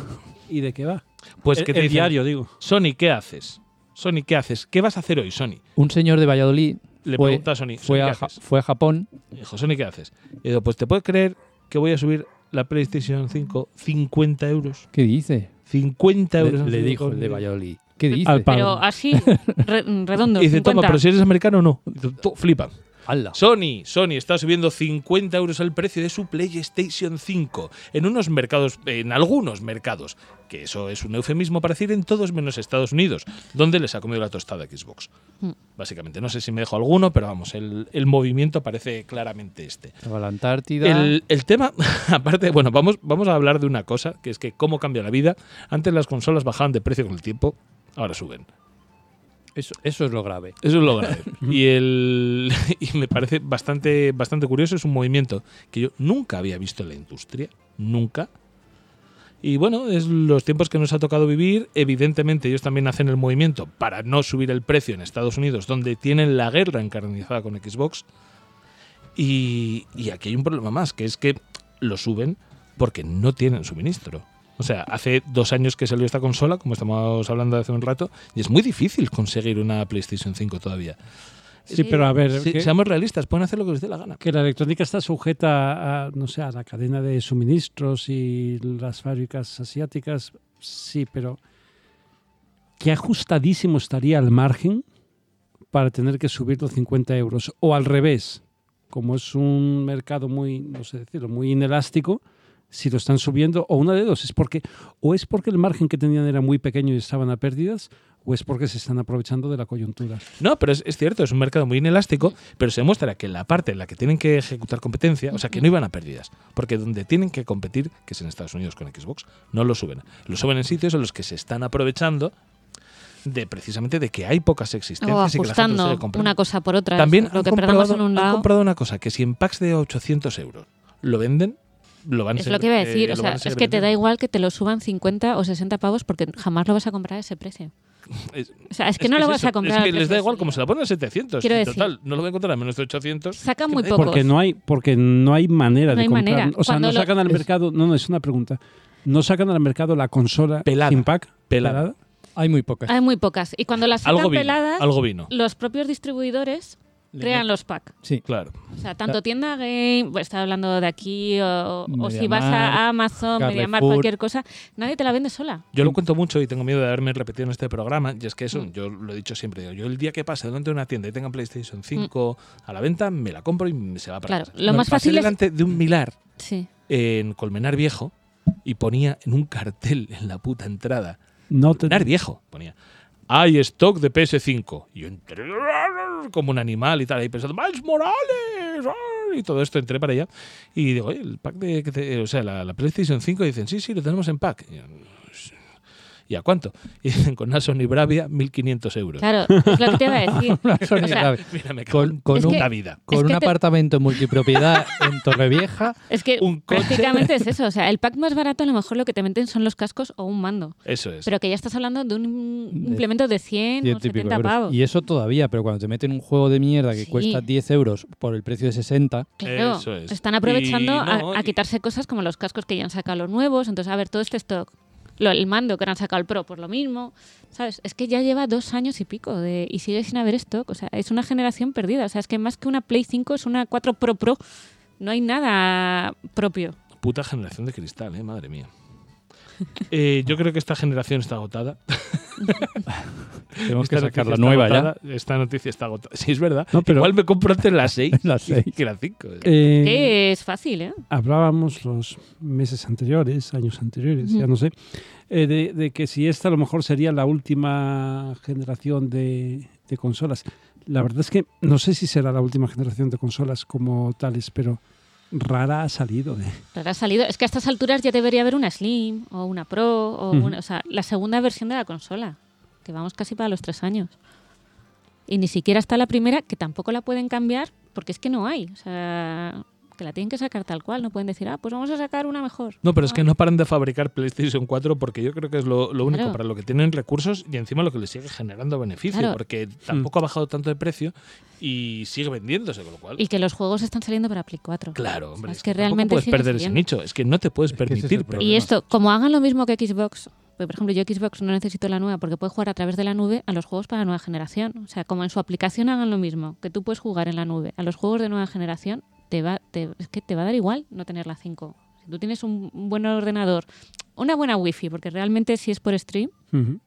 [SPEAKER 4] y de qué va?
[SPEAKER 1] Pues
[SPEAKER 4] El-
[SPEAKER 1] que te
[SPEAKER 4] el
[SPEAKER 1] dicen,
[SPEAKER 4] diario, digo.
[SPEAKER 1] Sony, ¿qué haces? Sony, ¿qué haces? ¿Qué vas a hacer hoy, Sony?
[SPEAKER 2] Un señor de Valladolid
[SPEAKER 1] Le
[SPEAKER 2] Fue-
[SPEAKER 1] pregunta a Sony.
[SPEAKER 2] fue
[SPEAKER 1] "Sony,
[SPEAKER 2] a,
[SPEAKER 1] ¿qué
[SPEAKER 2] Ja-
[SPEAKER 1] haces?".
[SPEAKER 2] fue a Japón
[SPEAKER 1] Dijo, Sony, ¿qué haces? Y digo, pues te puedes creer que voy a subir la PlayStation 5 50 euros.
[SPEAKER 2] ¿Qué dice?
[SPEAKER 1] 50
[SPEAKER 2] Le,
[SPEAKER 1] euros. han
[SPEAKER 2] le
[SPEAKER 1] subido
[SPEAKER 2] dijo
[SPEAKER 1] con
[SPEAKER 2] el de
[SPEAKER 1] el-
[SPEAKER 2] Valladolid. ¿Qué
[SPEAKER 3] Al
[SPEAKER 2] dice?
[SPEAKER 4] pa-
[SPEAKER 3] Pero
[SPEAKER 4] Pablo.
[SPEAKER 3] así, re- mm, redondo.
[SPEAKER 1] Y dice,
[SPEAKER 3] 50.
[SPEAKER 1] toma, pero si eres americano o no. Y tú- tú, Flipa.
[SPEAKER 2] Ala.
[SPEAKER 1] Sony, Sony está subiendo 50 euros el precio de su PlayStation 5 en unos mercados, en algunos mercados, que eso es un eufemismo para decir en todos menos Estados Unidos, donde les ha comido la tostada Xbox.
[SPEAKER 3] Mm.
[SPEAKER 1] Básicamente, no sé si me dejo alguno, pero vamos, el, el movimiento parece claramente este.
[SPEAKER 2] Estaba la Antártida.
[SPEAKER 1] El, el tema, aparte, bueno, vamos, vamos a hablar de una cosa, que es que cómo cambia la vida. Antes las consolas bajaban de precio con el tiempo, ahora suben.
[SPEAKER 2] Eso, eso es lo grave.
[SPEAKER 1] Eso es lo grave. y, el, y me parece bastante, bastante curioso. Es un movimiento que yo nunca había visto en la industria. Nunca. Y bueno, es los tiempos que nos ha tocado vivir. Evidentemente, ellos también hacen el movimiento para no subir el precio en Estados Unidos, donde tienen la guerra encarnizada con Xbox. Y, y aquí hay un problema más, que es que lo suben porque no tienen suministro. O sea, hace dos años que salió esta consola, como estamos hablando hace un rato, y es muy difícil conseguir una PlayStation 5 todavía.
[SPEAKER 4] Sí, pero a ver.
[SPEAKER 1] Se-
[SPEAKER 4] ¿qué-
[SPEAKER 1] seamos realistas, pueden hacer lo que les dé la gana.
[SPEAKER 4] que la electrónica está sujeta a, no sé, a la cadena de suministros y las fábricas asiáticas, sí, pero qué ajustadísimo estaría el margen para tener que subir los 50 euros. O al revés, como es un mercado muy, no sé decirlo, muy inelástico, si lo están subiendo, o una de dos, es porque, o es porque el margen que tenían era muy pequeño y estaban a pérdidas, o es porque se están aprovechando de la coyuntura.
[SPEAKER 1] No, pero es, es cierto, es un mercado muy inelástico, pero se demuestra que en la parte en la que tienen que ejecutar competencia, o sea, que no iban a pérdidas, porque donde tienen que competir, que es en Estados Unidos con Xbox, no lo suben. Lo suben en sitios en los que se están aprovechando de precisamente de que hay pocas existencias
[SPEAKER 3] O
[SPEAKER 1] y que la gente lo
[SPEAKER 3] ajustando
[SPEAKER 1] sigue comprando.
[SPEAKER 3] una cosa por otra.
[SPEAKER 1] También
[SPEAKER 3] es lo
[SPEAKER 1] han
[SPEAKER 3] que perdemos
[SPEAKER 1] comprobado,
[SPEAKER 3] en un
[SPEAKER 1] han
[SPEAKER 3] lado.
[SPEAKER 1] comprobado una cosa, que si en packs de 800 euros lo venden, lo van a
[SPEAKER 3] Es
[SPEAKER 1] ser-
[SPEAKER 3] lo que iba a
[SPEAKER 1] eh,
[SPEAKER 3] decir. o
[SPEAKER 1] lo
[SPEAKER 3] sea,
[SPEAKER 1] van a seguir
[SPEAKER 3] es que te da
[SPEAKER 1] vendiendo.
[SPEAKER 3] igual que te lo suban 50 o 60 pavos porque jamás lo vas a comprar a ese precio.
[SPEAKER 1] Es-
[SPEAKER 3] O sea, es que no lo
[SPEAKER 1] es
[SPEAKER 3] vas
[SPEAKER 1] eso,
[SPEAKER 3] a comprar.
[SPEAKER 1] Es
[SPEAKER 3] al
[SPEAKER 1] que les
[SPEAKER 3] precio
[SPEAKER 1] da
[SPEAKER 3] de
[SPEAKER 1] igual
[SPEAKER 3] salida.
[SPEAKER 1] como se la ponen a 700.
[SPEAKER 3] Quiero
[SPEAKER 1] en
[SPEAKER 3] decir-
[SPEAKER 1] total, no lo voy a encontrar a menos de 800.
[SPEAKER 3] Sacan muy
[SPEAKER 1] Eh,
[SPEAKER 3] pocos.
[SPEAKER 4] Porque no hay, porque no hay manera
[SPEAKER 3] No
[SPEAKER 4] de
[SPEAKER 3] hay
[SPEAKER 4] comprar.
[SPEAKER 3] manera.
[SPEAKER 4] O sea,
[SPEAKER 3] Cuando
[SPEAKER 4] no
[SPEAKER 3] lo-
[SPEAKER 4] sacan al
[SPEAKER 2] es-
[SPEAKER 4] mercado. No, no, es una pregunta. No sacan al mercado la consola
[SPEAKER 1] Pelada.
[SPEAKER 4] sin pack
[SPEAKER 1] Pelada.
[SPEAKER 2] Hay muy pocas.
[SPEAKER 3] Hay muy pocas. Y cuando las
[SPEAKER 1] Algo
[SPEAKER 3] sacan
[SPEAKER 1] vino.
[SPEAKER 3] peladas,
[SPEAKER 1] Algo vino.
[SPEAKER 3] los propios distribuidores
[SPEAKER 2] Le
[SPEAKER 3] crean los packs.
[SPEAKER 2] Sí.
[SPEAKER 1] Claro.
[SPEAKER 3] O sea, tanto tienda game, pues, estaba hablando de aquí, o, o si vas
[SPEAKER 2] Mediamar,
[SPEAKER 3] a Amazon, Mediamar,
[SPEAKER 2] Carrefour.
[SPEAKER 3] cualquier cosa, nadie te la vende sola.
[SPEAKER 1] Yo lo cuento mucho y tengo miedo de haberme repetido en este programa. Y es que eso, yo lo he dicho siempre. digo, Yo el día que pase delante de una tienda y tenga PlayStation 5 a la venta, me la compro y me se va para
[SPEAKER 3] Mm. Claro,
[SPEAKER 1] casa.
[SPEAKER 3] lo más
[SPEAKER 1] Pasé
[SPEAKER 3] fácil es.
[SPEAKER 1] delante de un Milar
[SPEAKER 3] Sí.
[SPEAKER 1] en Colmenar Viejo y ponía en un cartel en la puta entrada.
[SPEAKER 4] No te,
[SPEAKER 1] Colmenar Viejo ponía. Hay stock de PS5. Y yo entré como un animal y tal, ahí pensando, ¡Miles Morales! ¡Ah! Y todo esto, entré para allá. Y digo, "Oye, el pack de. que te- o sea, la, la PlayStation 5. Y dicen, sí, sí, lo tenemos en pack. Y, yo, "¿Y a cuánto? Y dicen, con una Sony Bravia, 1500 euros.
[SPEAKER 3] Claro, es lo que te iba a decir.
[SPEAKER 2] Sony
[SPEAKER 3] O sea,
[SPEAKER 2] Bravia.
[SPEAKER 1] Mira, me cago
[SPEAKER 2] Con,
[SPEAKER 1] en
[SPEAKER 2] con
[SPEAKER 3] Es
[SPEAKER 2] un,
[SPEAKER 3] que-
[SPEAKER 1] la vida.
[SPEAKER 2] con
[SPEAKER 3] es
[SPEAKER 2] un
[SPEAKER 3] que te-
[SPEAKER 2] apartamento multipropiedad en Torrevieja.
[SPEAKER 3] Es que
[SPEAKER 1] Un coche.
[SPEAKER 3] prácticamente es eso. O sea, el pack más barato a lo mejor lo que te meten son los cascos o un mando.
[SPEAKER 1] Eso es.
[SPEAKER 3] Pero que ya estás hablando de un implemento de 100 o
[SPEAKER 2] ciento y pico
[SPEAKER 3] 70
[SPEAKER 2] euros.
[SPEAKER 3] pavos.
[SPEAKER 2] Y eso todavía, pero cuando te meten un juego de mierda que
[SPEAKER 3] Sí.
[SPEAKER 2] cuesta 10 euros por el precio de 60,
[SPEAKER 3] Claro,
[SPEAKER 1] Eso es.
[SPEAKER 3] están aprovechando
[SPEAKER 1] Y
[SPEAKER 3] a-
[SPEAKER 1] no,
[SPEAKER 3] a,
[SPEAKER 1] y-
[SPEAKER 3] quitarse cosas como los cascos que ya han sacado los nuevos. Entonces, a ver, todo este stock. Lo- el mando que ahora han sacado el Pro por lo mismo. ¿Sabes? Es que ya lleva dos años y pico de, y sigue sin haber stock. O sea, es una generación perdida. O sea, es que más que una Play 5 es una 4 Pro Pro. No hay nada propio.
[SPEAKER 1] Puta generación de cristal, ¿eh? madre mía. Eh, yo creo que esta generación está agotada.
[SPEAKER 2] tenemos que
[SPEAKER 1] Esta noticia
[SPEAKER 2] sacar la
[SPEAKER 1] está
[SPEAKER 2] nueva ya.
[SPEAKER 1] agotada, Esta noticia está agotada. Sí, es verdad.
[SPEAKER 4] No, pero-
[SPEAKER 1] Igual me compro antes las 6
[SPEAKER 2] Las seis.
[SPEAKER 1] que las 5.
[SPEAKER 4] Eh,
[SPEAKER 3] Que es fácil, ¿eh?
[SPEAKER 4] hablábamos los meses anteriores, años anteriores, ya no sé, eh, de, de que si esta a lo mejor sería la última generación de, de consolas. La verdad es que no sé si será la última generación de consolas como tales, pero rara ha salido ¿eh? de...
[SPEAKER 3] Pero ha salido. Es que a estas alturas ya debería haber una Slim o una Pro o
[SPEAKER 4] Ujú.
[SPEAKER 3] una, o sea, la segunda versión de la consola, que vamos casi para los tres años. Y ni siquiera está la primera, que tampoco la pueden cambiar porque es que no hay. O sea, que la tienen que sacar tal cual. No pueden decir, ah, pues vamos a sacar una mejor.
[SPEAKER 1] No, pero es que no paran de fabricar PlayStation 4 porque yo creo que es lo, lo único
[SPEAKER 3] Claro.
[SPEAKER 1] para lo que tienen recursos y encima lo que les sigue generando beneficio,
[SPEAKER 3] Claro. Mm.
[SPEAKER 1] porque tampoco ha bajado tanto de precio y sigue vendiéndose, con lo cual.
[SPEAKER 3] Y que los juegos están saliendo para Play 4.
[SPEAKER 1] claro, hombre.
[SPEAKER 3] es
[SPEAKER 1] es
[SPEAKER 3] que
[SPEAKER 1] que tampoco
[SPEAKER 3] realmente
[SPEAKER 1] puedes
[SPEAKER 3] sigue
[SPEAKER 1] perder ese
[SPEAKER 3] saliendo.
[SPEAKER 1] nicho, es que no te puedes
[SPEAKER 2] que ese es el
[SPEAKER 1] permitir. perder.
[SPEAKER 3] Y
[SPEAKER 2] problema.
[SPEAKER 3] esto, como hagan lo mismo que Xbox, pues, por ejemplo, yo Xbox no necesito la nueva porque puedo jugar a través de la nube a los juegos para nueva generación. O sea, como en su aplicación hagan lo mismo, que tú puedes jugar en la nube a los juegos de nueva generación, te va, te- es que te va a dar igual no tener la 5. Si tú tienes un un buen ordenador, una buena wifi, porque realmente si es por stream,
[SPEAKER 4] Ujú.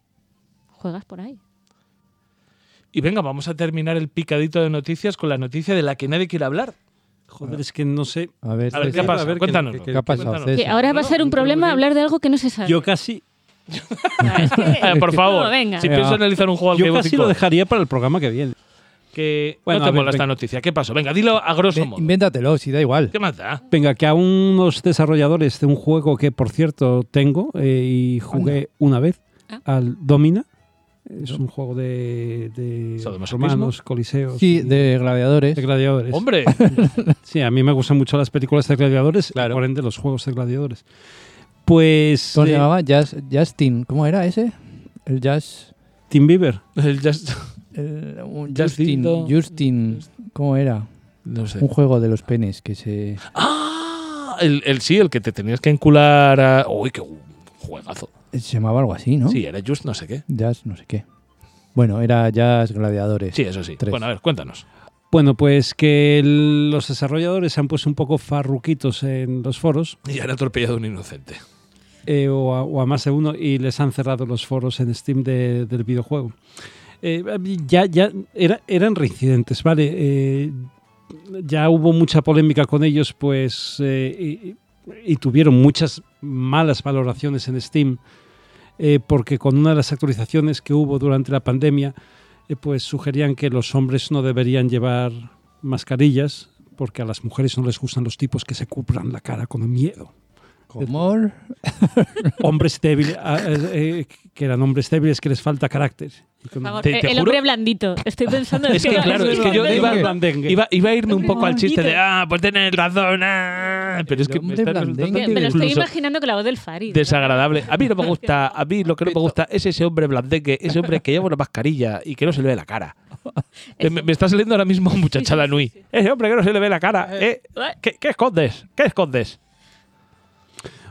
[SPEAKER 3] juegas por ahí.
[SPEAKER 1] Y venga, vamos a terminar el picadito de noticias con la noticia de la que nadie quiere hablar.
[SPEAKER 4] Joder, es que no sé.
[SPEAKER 2] A ver,
[SPEAKER 1] A ver, ¿qué
[SPEAKER 2] César,
[SPEAKER 1] pasa?
[SPEAKER 4] a ver, que-
[SPEAKER 1] cuéntanos.
[SPEAKER 4] que- que-
[SPEAKER 2] ¿qué ha pasado,
[SPEAKER 1] cuéntanos.
[SPEAKER 2] César?
[SPEAKER 3] Que ahora va a ser un problema hablar de algo que no se sabe.
[SPEAKER 4] Yo casi,
[SPEAKER 3] Es que-
[SPEAKER 1] Ah, por favor,
[SPEAKER 3] No, venga.
[SPEAKER 1] si pienso analizar un juego al que
[SPEAKER 4] yo
[SPEAKER 1] llevo
[SPEAKER 4] casi
[SPEAKER 1] cinco
[SPEAKER 4] lo
[SPEAKER 1] horas,
[SPEAKER 4] dejaría para el programa que viene.
[SPEAKER 1] que
[SPEAKER 4] Bueno,
[SPEAKER 1] no
[SPEAKER 4] a
[SPEAKER 1] te
[SPEAKER 4] ver,
[SPEAKER 1] mola esta
[SPEAKER 4] venga.
[SPEAKER 1] noticia, ¿qué pasó? Venga, dilo a grosso
[SPEAKER 2] Ve-
[SPEAKER 1] modo.
[SPEAKER 2] Invéntatelo, si da igual.
[SPEAKER 1] ¿Qué más da?
[SPEAKER 4] Venga, que a unos desarrolladores de un juego que, por cierto, tengo eh, y jugué una vez,
[SPEAKER 3] Ah.
[SPEAKER 4] al Domina. Es un juego de, de
[SPEAKER 1] ¿Sadomasoquismo?
[SPEAKER 4] romanos, coliseos,
[SPEAKER 2] Sí,
[SPEAKER 4] y-
[SPEAKER 2] de gladiadores.
[SPEAKER 4] de gladiadores.
[SPEAKER 1] Hombre,
[SPEAKER 4] Sí, a mí me gustan mucho las películas de gladiadores,
[SPEAKER 2] Claro.
[SPEAKER 4] por ende los juegos de gladiadores. Pues
[SPEAKER 2] ¿Cómo se
[SPEAKER 4] eh,
[SPEAKER 2] llamaba? Jazz- Justin. ¿Cómo era ese? El Jazz.
[SPEAKER 4] Tim Bieber,
[SPEAKER 1] el Just-
[SPEAKER 2] el- un
[SPEAKER 1] Jazz
[SPEAKER 2] Justin,
[SPEAKER 1] Dildo.
[SPEAKER 2] Justin. ¿Cómo era?
[SPEAKER 1] No sé.
[SPEAKER 2] Un juego de los penes que se.
[SPEAKER 1] ¡Ah! El, el sí, el que te tenías que encular a. ¡Uy, qué gu- juegazo!
[SPEAKER 2] Se llamaba algo así, ¿no?
[SPEAKER 1] Sí, era Just no sé qué.
[SPEAKER 2] Jazz, no sé qué. Bueno, era Jazz Gladiadores.
[SPEAKER 1] Sí, eso sí.
[SPEAKER 2] Tres.
[SPEAKER 1] Bueno, a ver, cuéntanos.
[SPEAKER 4] Bueno, pues que el- los desarrolladores se han puesto un poco farruquitos en los foros,
[SPEAKER 1] Y han atropellado a un inocente.
[SPEAKER 4] eh, o, a, o a más de uno, y les han cerrado los foros en Steam de- del videojuego. Eh, ya ya era- eran reincidentes, ¿vale? Eh, ya hubo mucha polémica con ellos, pues, eh, y- y, y tuvieron muchas malas valoraciones en Steam, eh, porque con una de las actualizaciones que hubo durante la pandemia, eh, pues sugerían que los hombres no deberían llevar mascarillas, porque a las mujeres no les gustan los tipos que se cubran la cara con miedo.
[SPEAKER 2] Comor.
[SPEAKER 4] Hombres débiles, ah, eh, eh, que eran hombres débiles que les falta carácter. Y
[SPEAKER 3] Por
[SPEAKER 4] con-
[SPEAKER 3] favor, eh,
[SPEAKER 1] Te- te
[SPEAKER 3] el
[SPEAKER 1] juro-
[SPEAKER 3] hombre blandito. Estoy pensando en
[SPEAKER 1] Es que,
[SPEAKER 3] qué-
[SPEAKER 1] claro, es que yo
[SPEAKER 4] Blandengue.
[SPEAKER 1] iba,
[SPEAKER 4] Blandengue.
[SPEAKER 1] iba- iba a irme un
[SPEAKER 3] Hombre
[SPEAKER 1] poco al chiste de,
[SPEAKER 3] blandito.
[SPEAKER 1] ah, pues tienes razón, ah, pero es que me
[SPEAKER 2] Hombre
[SPEAKER 1] está
[SPEAKER 2] blandengue.
[SPEAKER 1] resultando
[SPEAKER 3] Me lo estoy
[SPEAKER 1] incluso
[SPEAKER 3] imaginando con la voz del Farid.
[SPEAKER 1] desagradable. A mí no me gusta, a mí lo que no me gusta es ese hombre blandengue, ese hombre que lleva una mascarilla y que no se le ve la cara. Eh, Me, me está saliendo ahora mismo muchachada Nui. Ese hombre que no se le ve la cara, ¿eh? ¿Qué, qué escondes? ¿Qué escondes?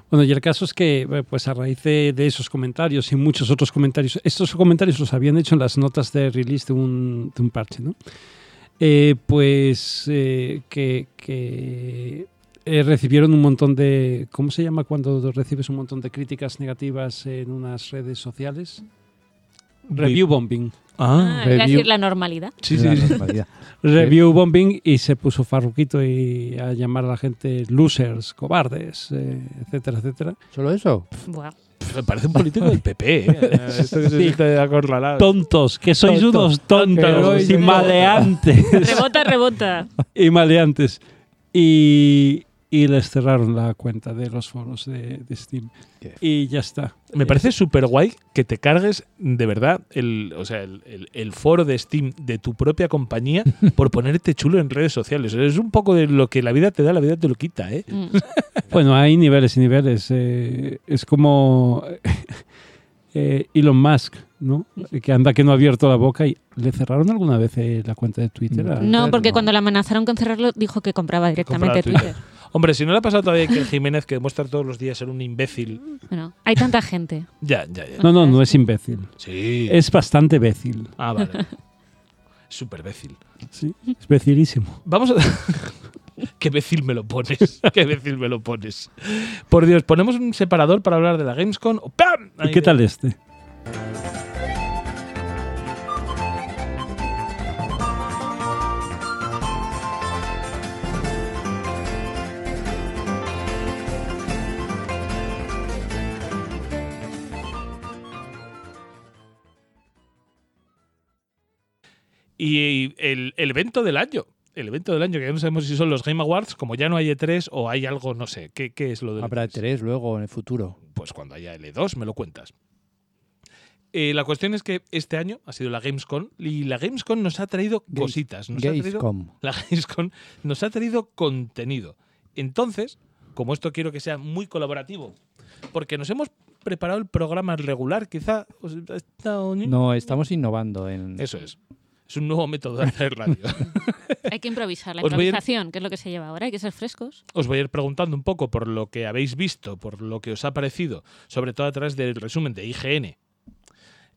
[SPEAKER 4] Bueno, y el caso es que, eh, pues a raíz de, de esos comentarios y muchos otros comentarios, estos comentarios los habían hecho en las notas de release de un, de un parche, ¿no? Eh, pues eh, que, que, eh, recibieron un montón de. ¿Cómo se llama cuando recibes un montón de críticas negativas en unas redes sociales? Review bombing.
[SPEAKER 3] Ah, iba a
[SPEAKER 2] Review.
[SPEAKER 3] decir la normalidad.
[SPEAKER 1] sí,
[SPEAKER 2] La
[SPEAKER 1] sí, sí.
[SPEAKER 2] normalidad.
[SPEAKER 4] Review bombing y se puso farruquito y a llamar a la gente losers, cobardes, eh, etcétera, etcétera.
[SPEAKER 2] ¿Solo eso?
[SPEAKER 3] Buah.
[SPEAKER 1] Pff, Me parece un político del PP, ¿eh? Esto que se siente acorralado.
[SPEAKER 4] tontos, que sois
[SPEAKER 2] Tontos.
[SPEAKER 4] unos tontos
[SPEAKER 2] Que sois
[SPEAKER 4] y
[SPEAKER 2] unos-
[SPEAKER 4] maleantes.
[SPEAKER 3] Rebota, rebota.
[SPEAKER 4] y maleantes. Y, y les cerraron la cuenta de los foros de, de Steam.
[SPEAKER 2] Qué
[SPEAKER 4] Y ya está.
[SPEAKER 1] Me parece súper guay que te cargues de verdad el, o sea, el, el- el foro de Steam de tu propia compañía por ponerte chulo en redes sociales. Es un poco de lo que la vida te da, la vida te lo quita, ¿eh?
[SPEAKER 3] Mm.
[SPEAKER 4] Bueno, hay niveles y niveles. eh, es como eh, Elon Musk, ¿no? Que anda que no ha abierto la boca y le cerraron alguna vez eh, la cuenta de Twitter. a-
[SPEAKER 3] No, porque
[SPEAKER 2] no.
[SPEAKER 3] cuando la amenazaron con cerrarlo, dijo que compraba
[SPEAKER 1] Comprar
[SPEAKER 3] directamente
[SPEAKER 1] Twitter.
[SPEAKER 3] Twitter.
[SPEAKER 1] Hombre, si no le ha pasado todavía que el Jiménez que demuestra todos los días ser un imbécil.
[SPEAKER 3] Bueno, hay tanta gente.
[SPEAKER 1] Ya, ya, ya.
[SPEAKER 4] No, no, no es imbécil.
[SPEAKER 1] Sí.
[SPEAKER 4] Es bastante bécil.
[SPEAKER 1] Ah, vale. Súper bécil.
[SPEAKER 4] Sí, es becilísimo.
[SPEAKER 1] Vamos a. Qué imbécil me lo pones. Qué imbécil me lo pones. Por Dios, ponemos un separador para hablar de la Gamescom. ¡Pam!
[SPEAKER 4] ¿Y qué tal este?
[SPEAKER 1] Y el, el evento del año. El evento del año, que ya no sabemos si son los Game Awards, como ya no hay E3 o hay algo, no sé, ¿qué, qué es lo del
[SPEAKER 2] Habrá E
[SPEAKER 1] E3?
[SPEAKER 2] tres luego en el futuro.
[SPEAKER 1] Pues cuando haya L2 me lo cuentas. Eh, la cuestión es que este año ha sido la Gamescom y la Gamescom nos ha traído
[SPEAKER 2] Games-
[SPEAKER 1] cositas. Nos ha traído
[SPEAKER 2] Gamescom.
[SPEAKER 1] la Gamescom nos ha traído contenido. Entonces, como esto quiero que sea muy colaborativo, porque nos hemos preparado el programa regular, quizá. os- ha estado-
[SPEAKER 2] No, estamos innovando en.
[SPEAKER 1] Eso es. Es un nuevo método de hacer radio.
[SPEAKER 3] Hay que improvisar. La
[SPEAKER 1] Os voy a ir-
[SPEAKER 3] improvisación, que es lo que se lleva ahora. Hay que ser frescos.
[SPEAKER 1] Os voy a ir preguntando un poco por lo que habéis visto, por lo que os ha parecido, sobre todo a través del resumen de IGN,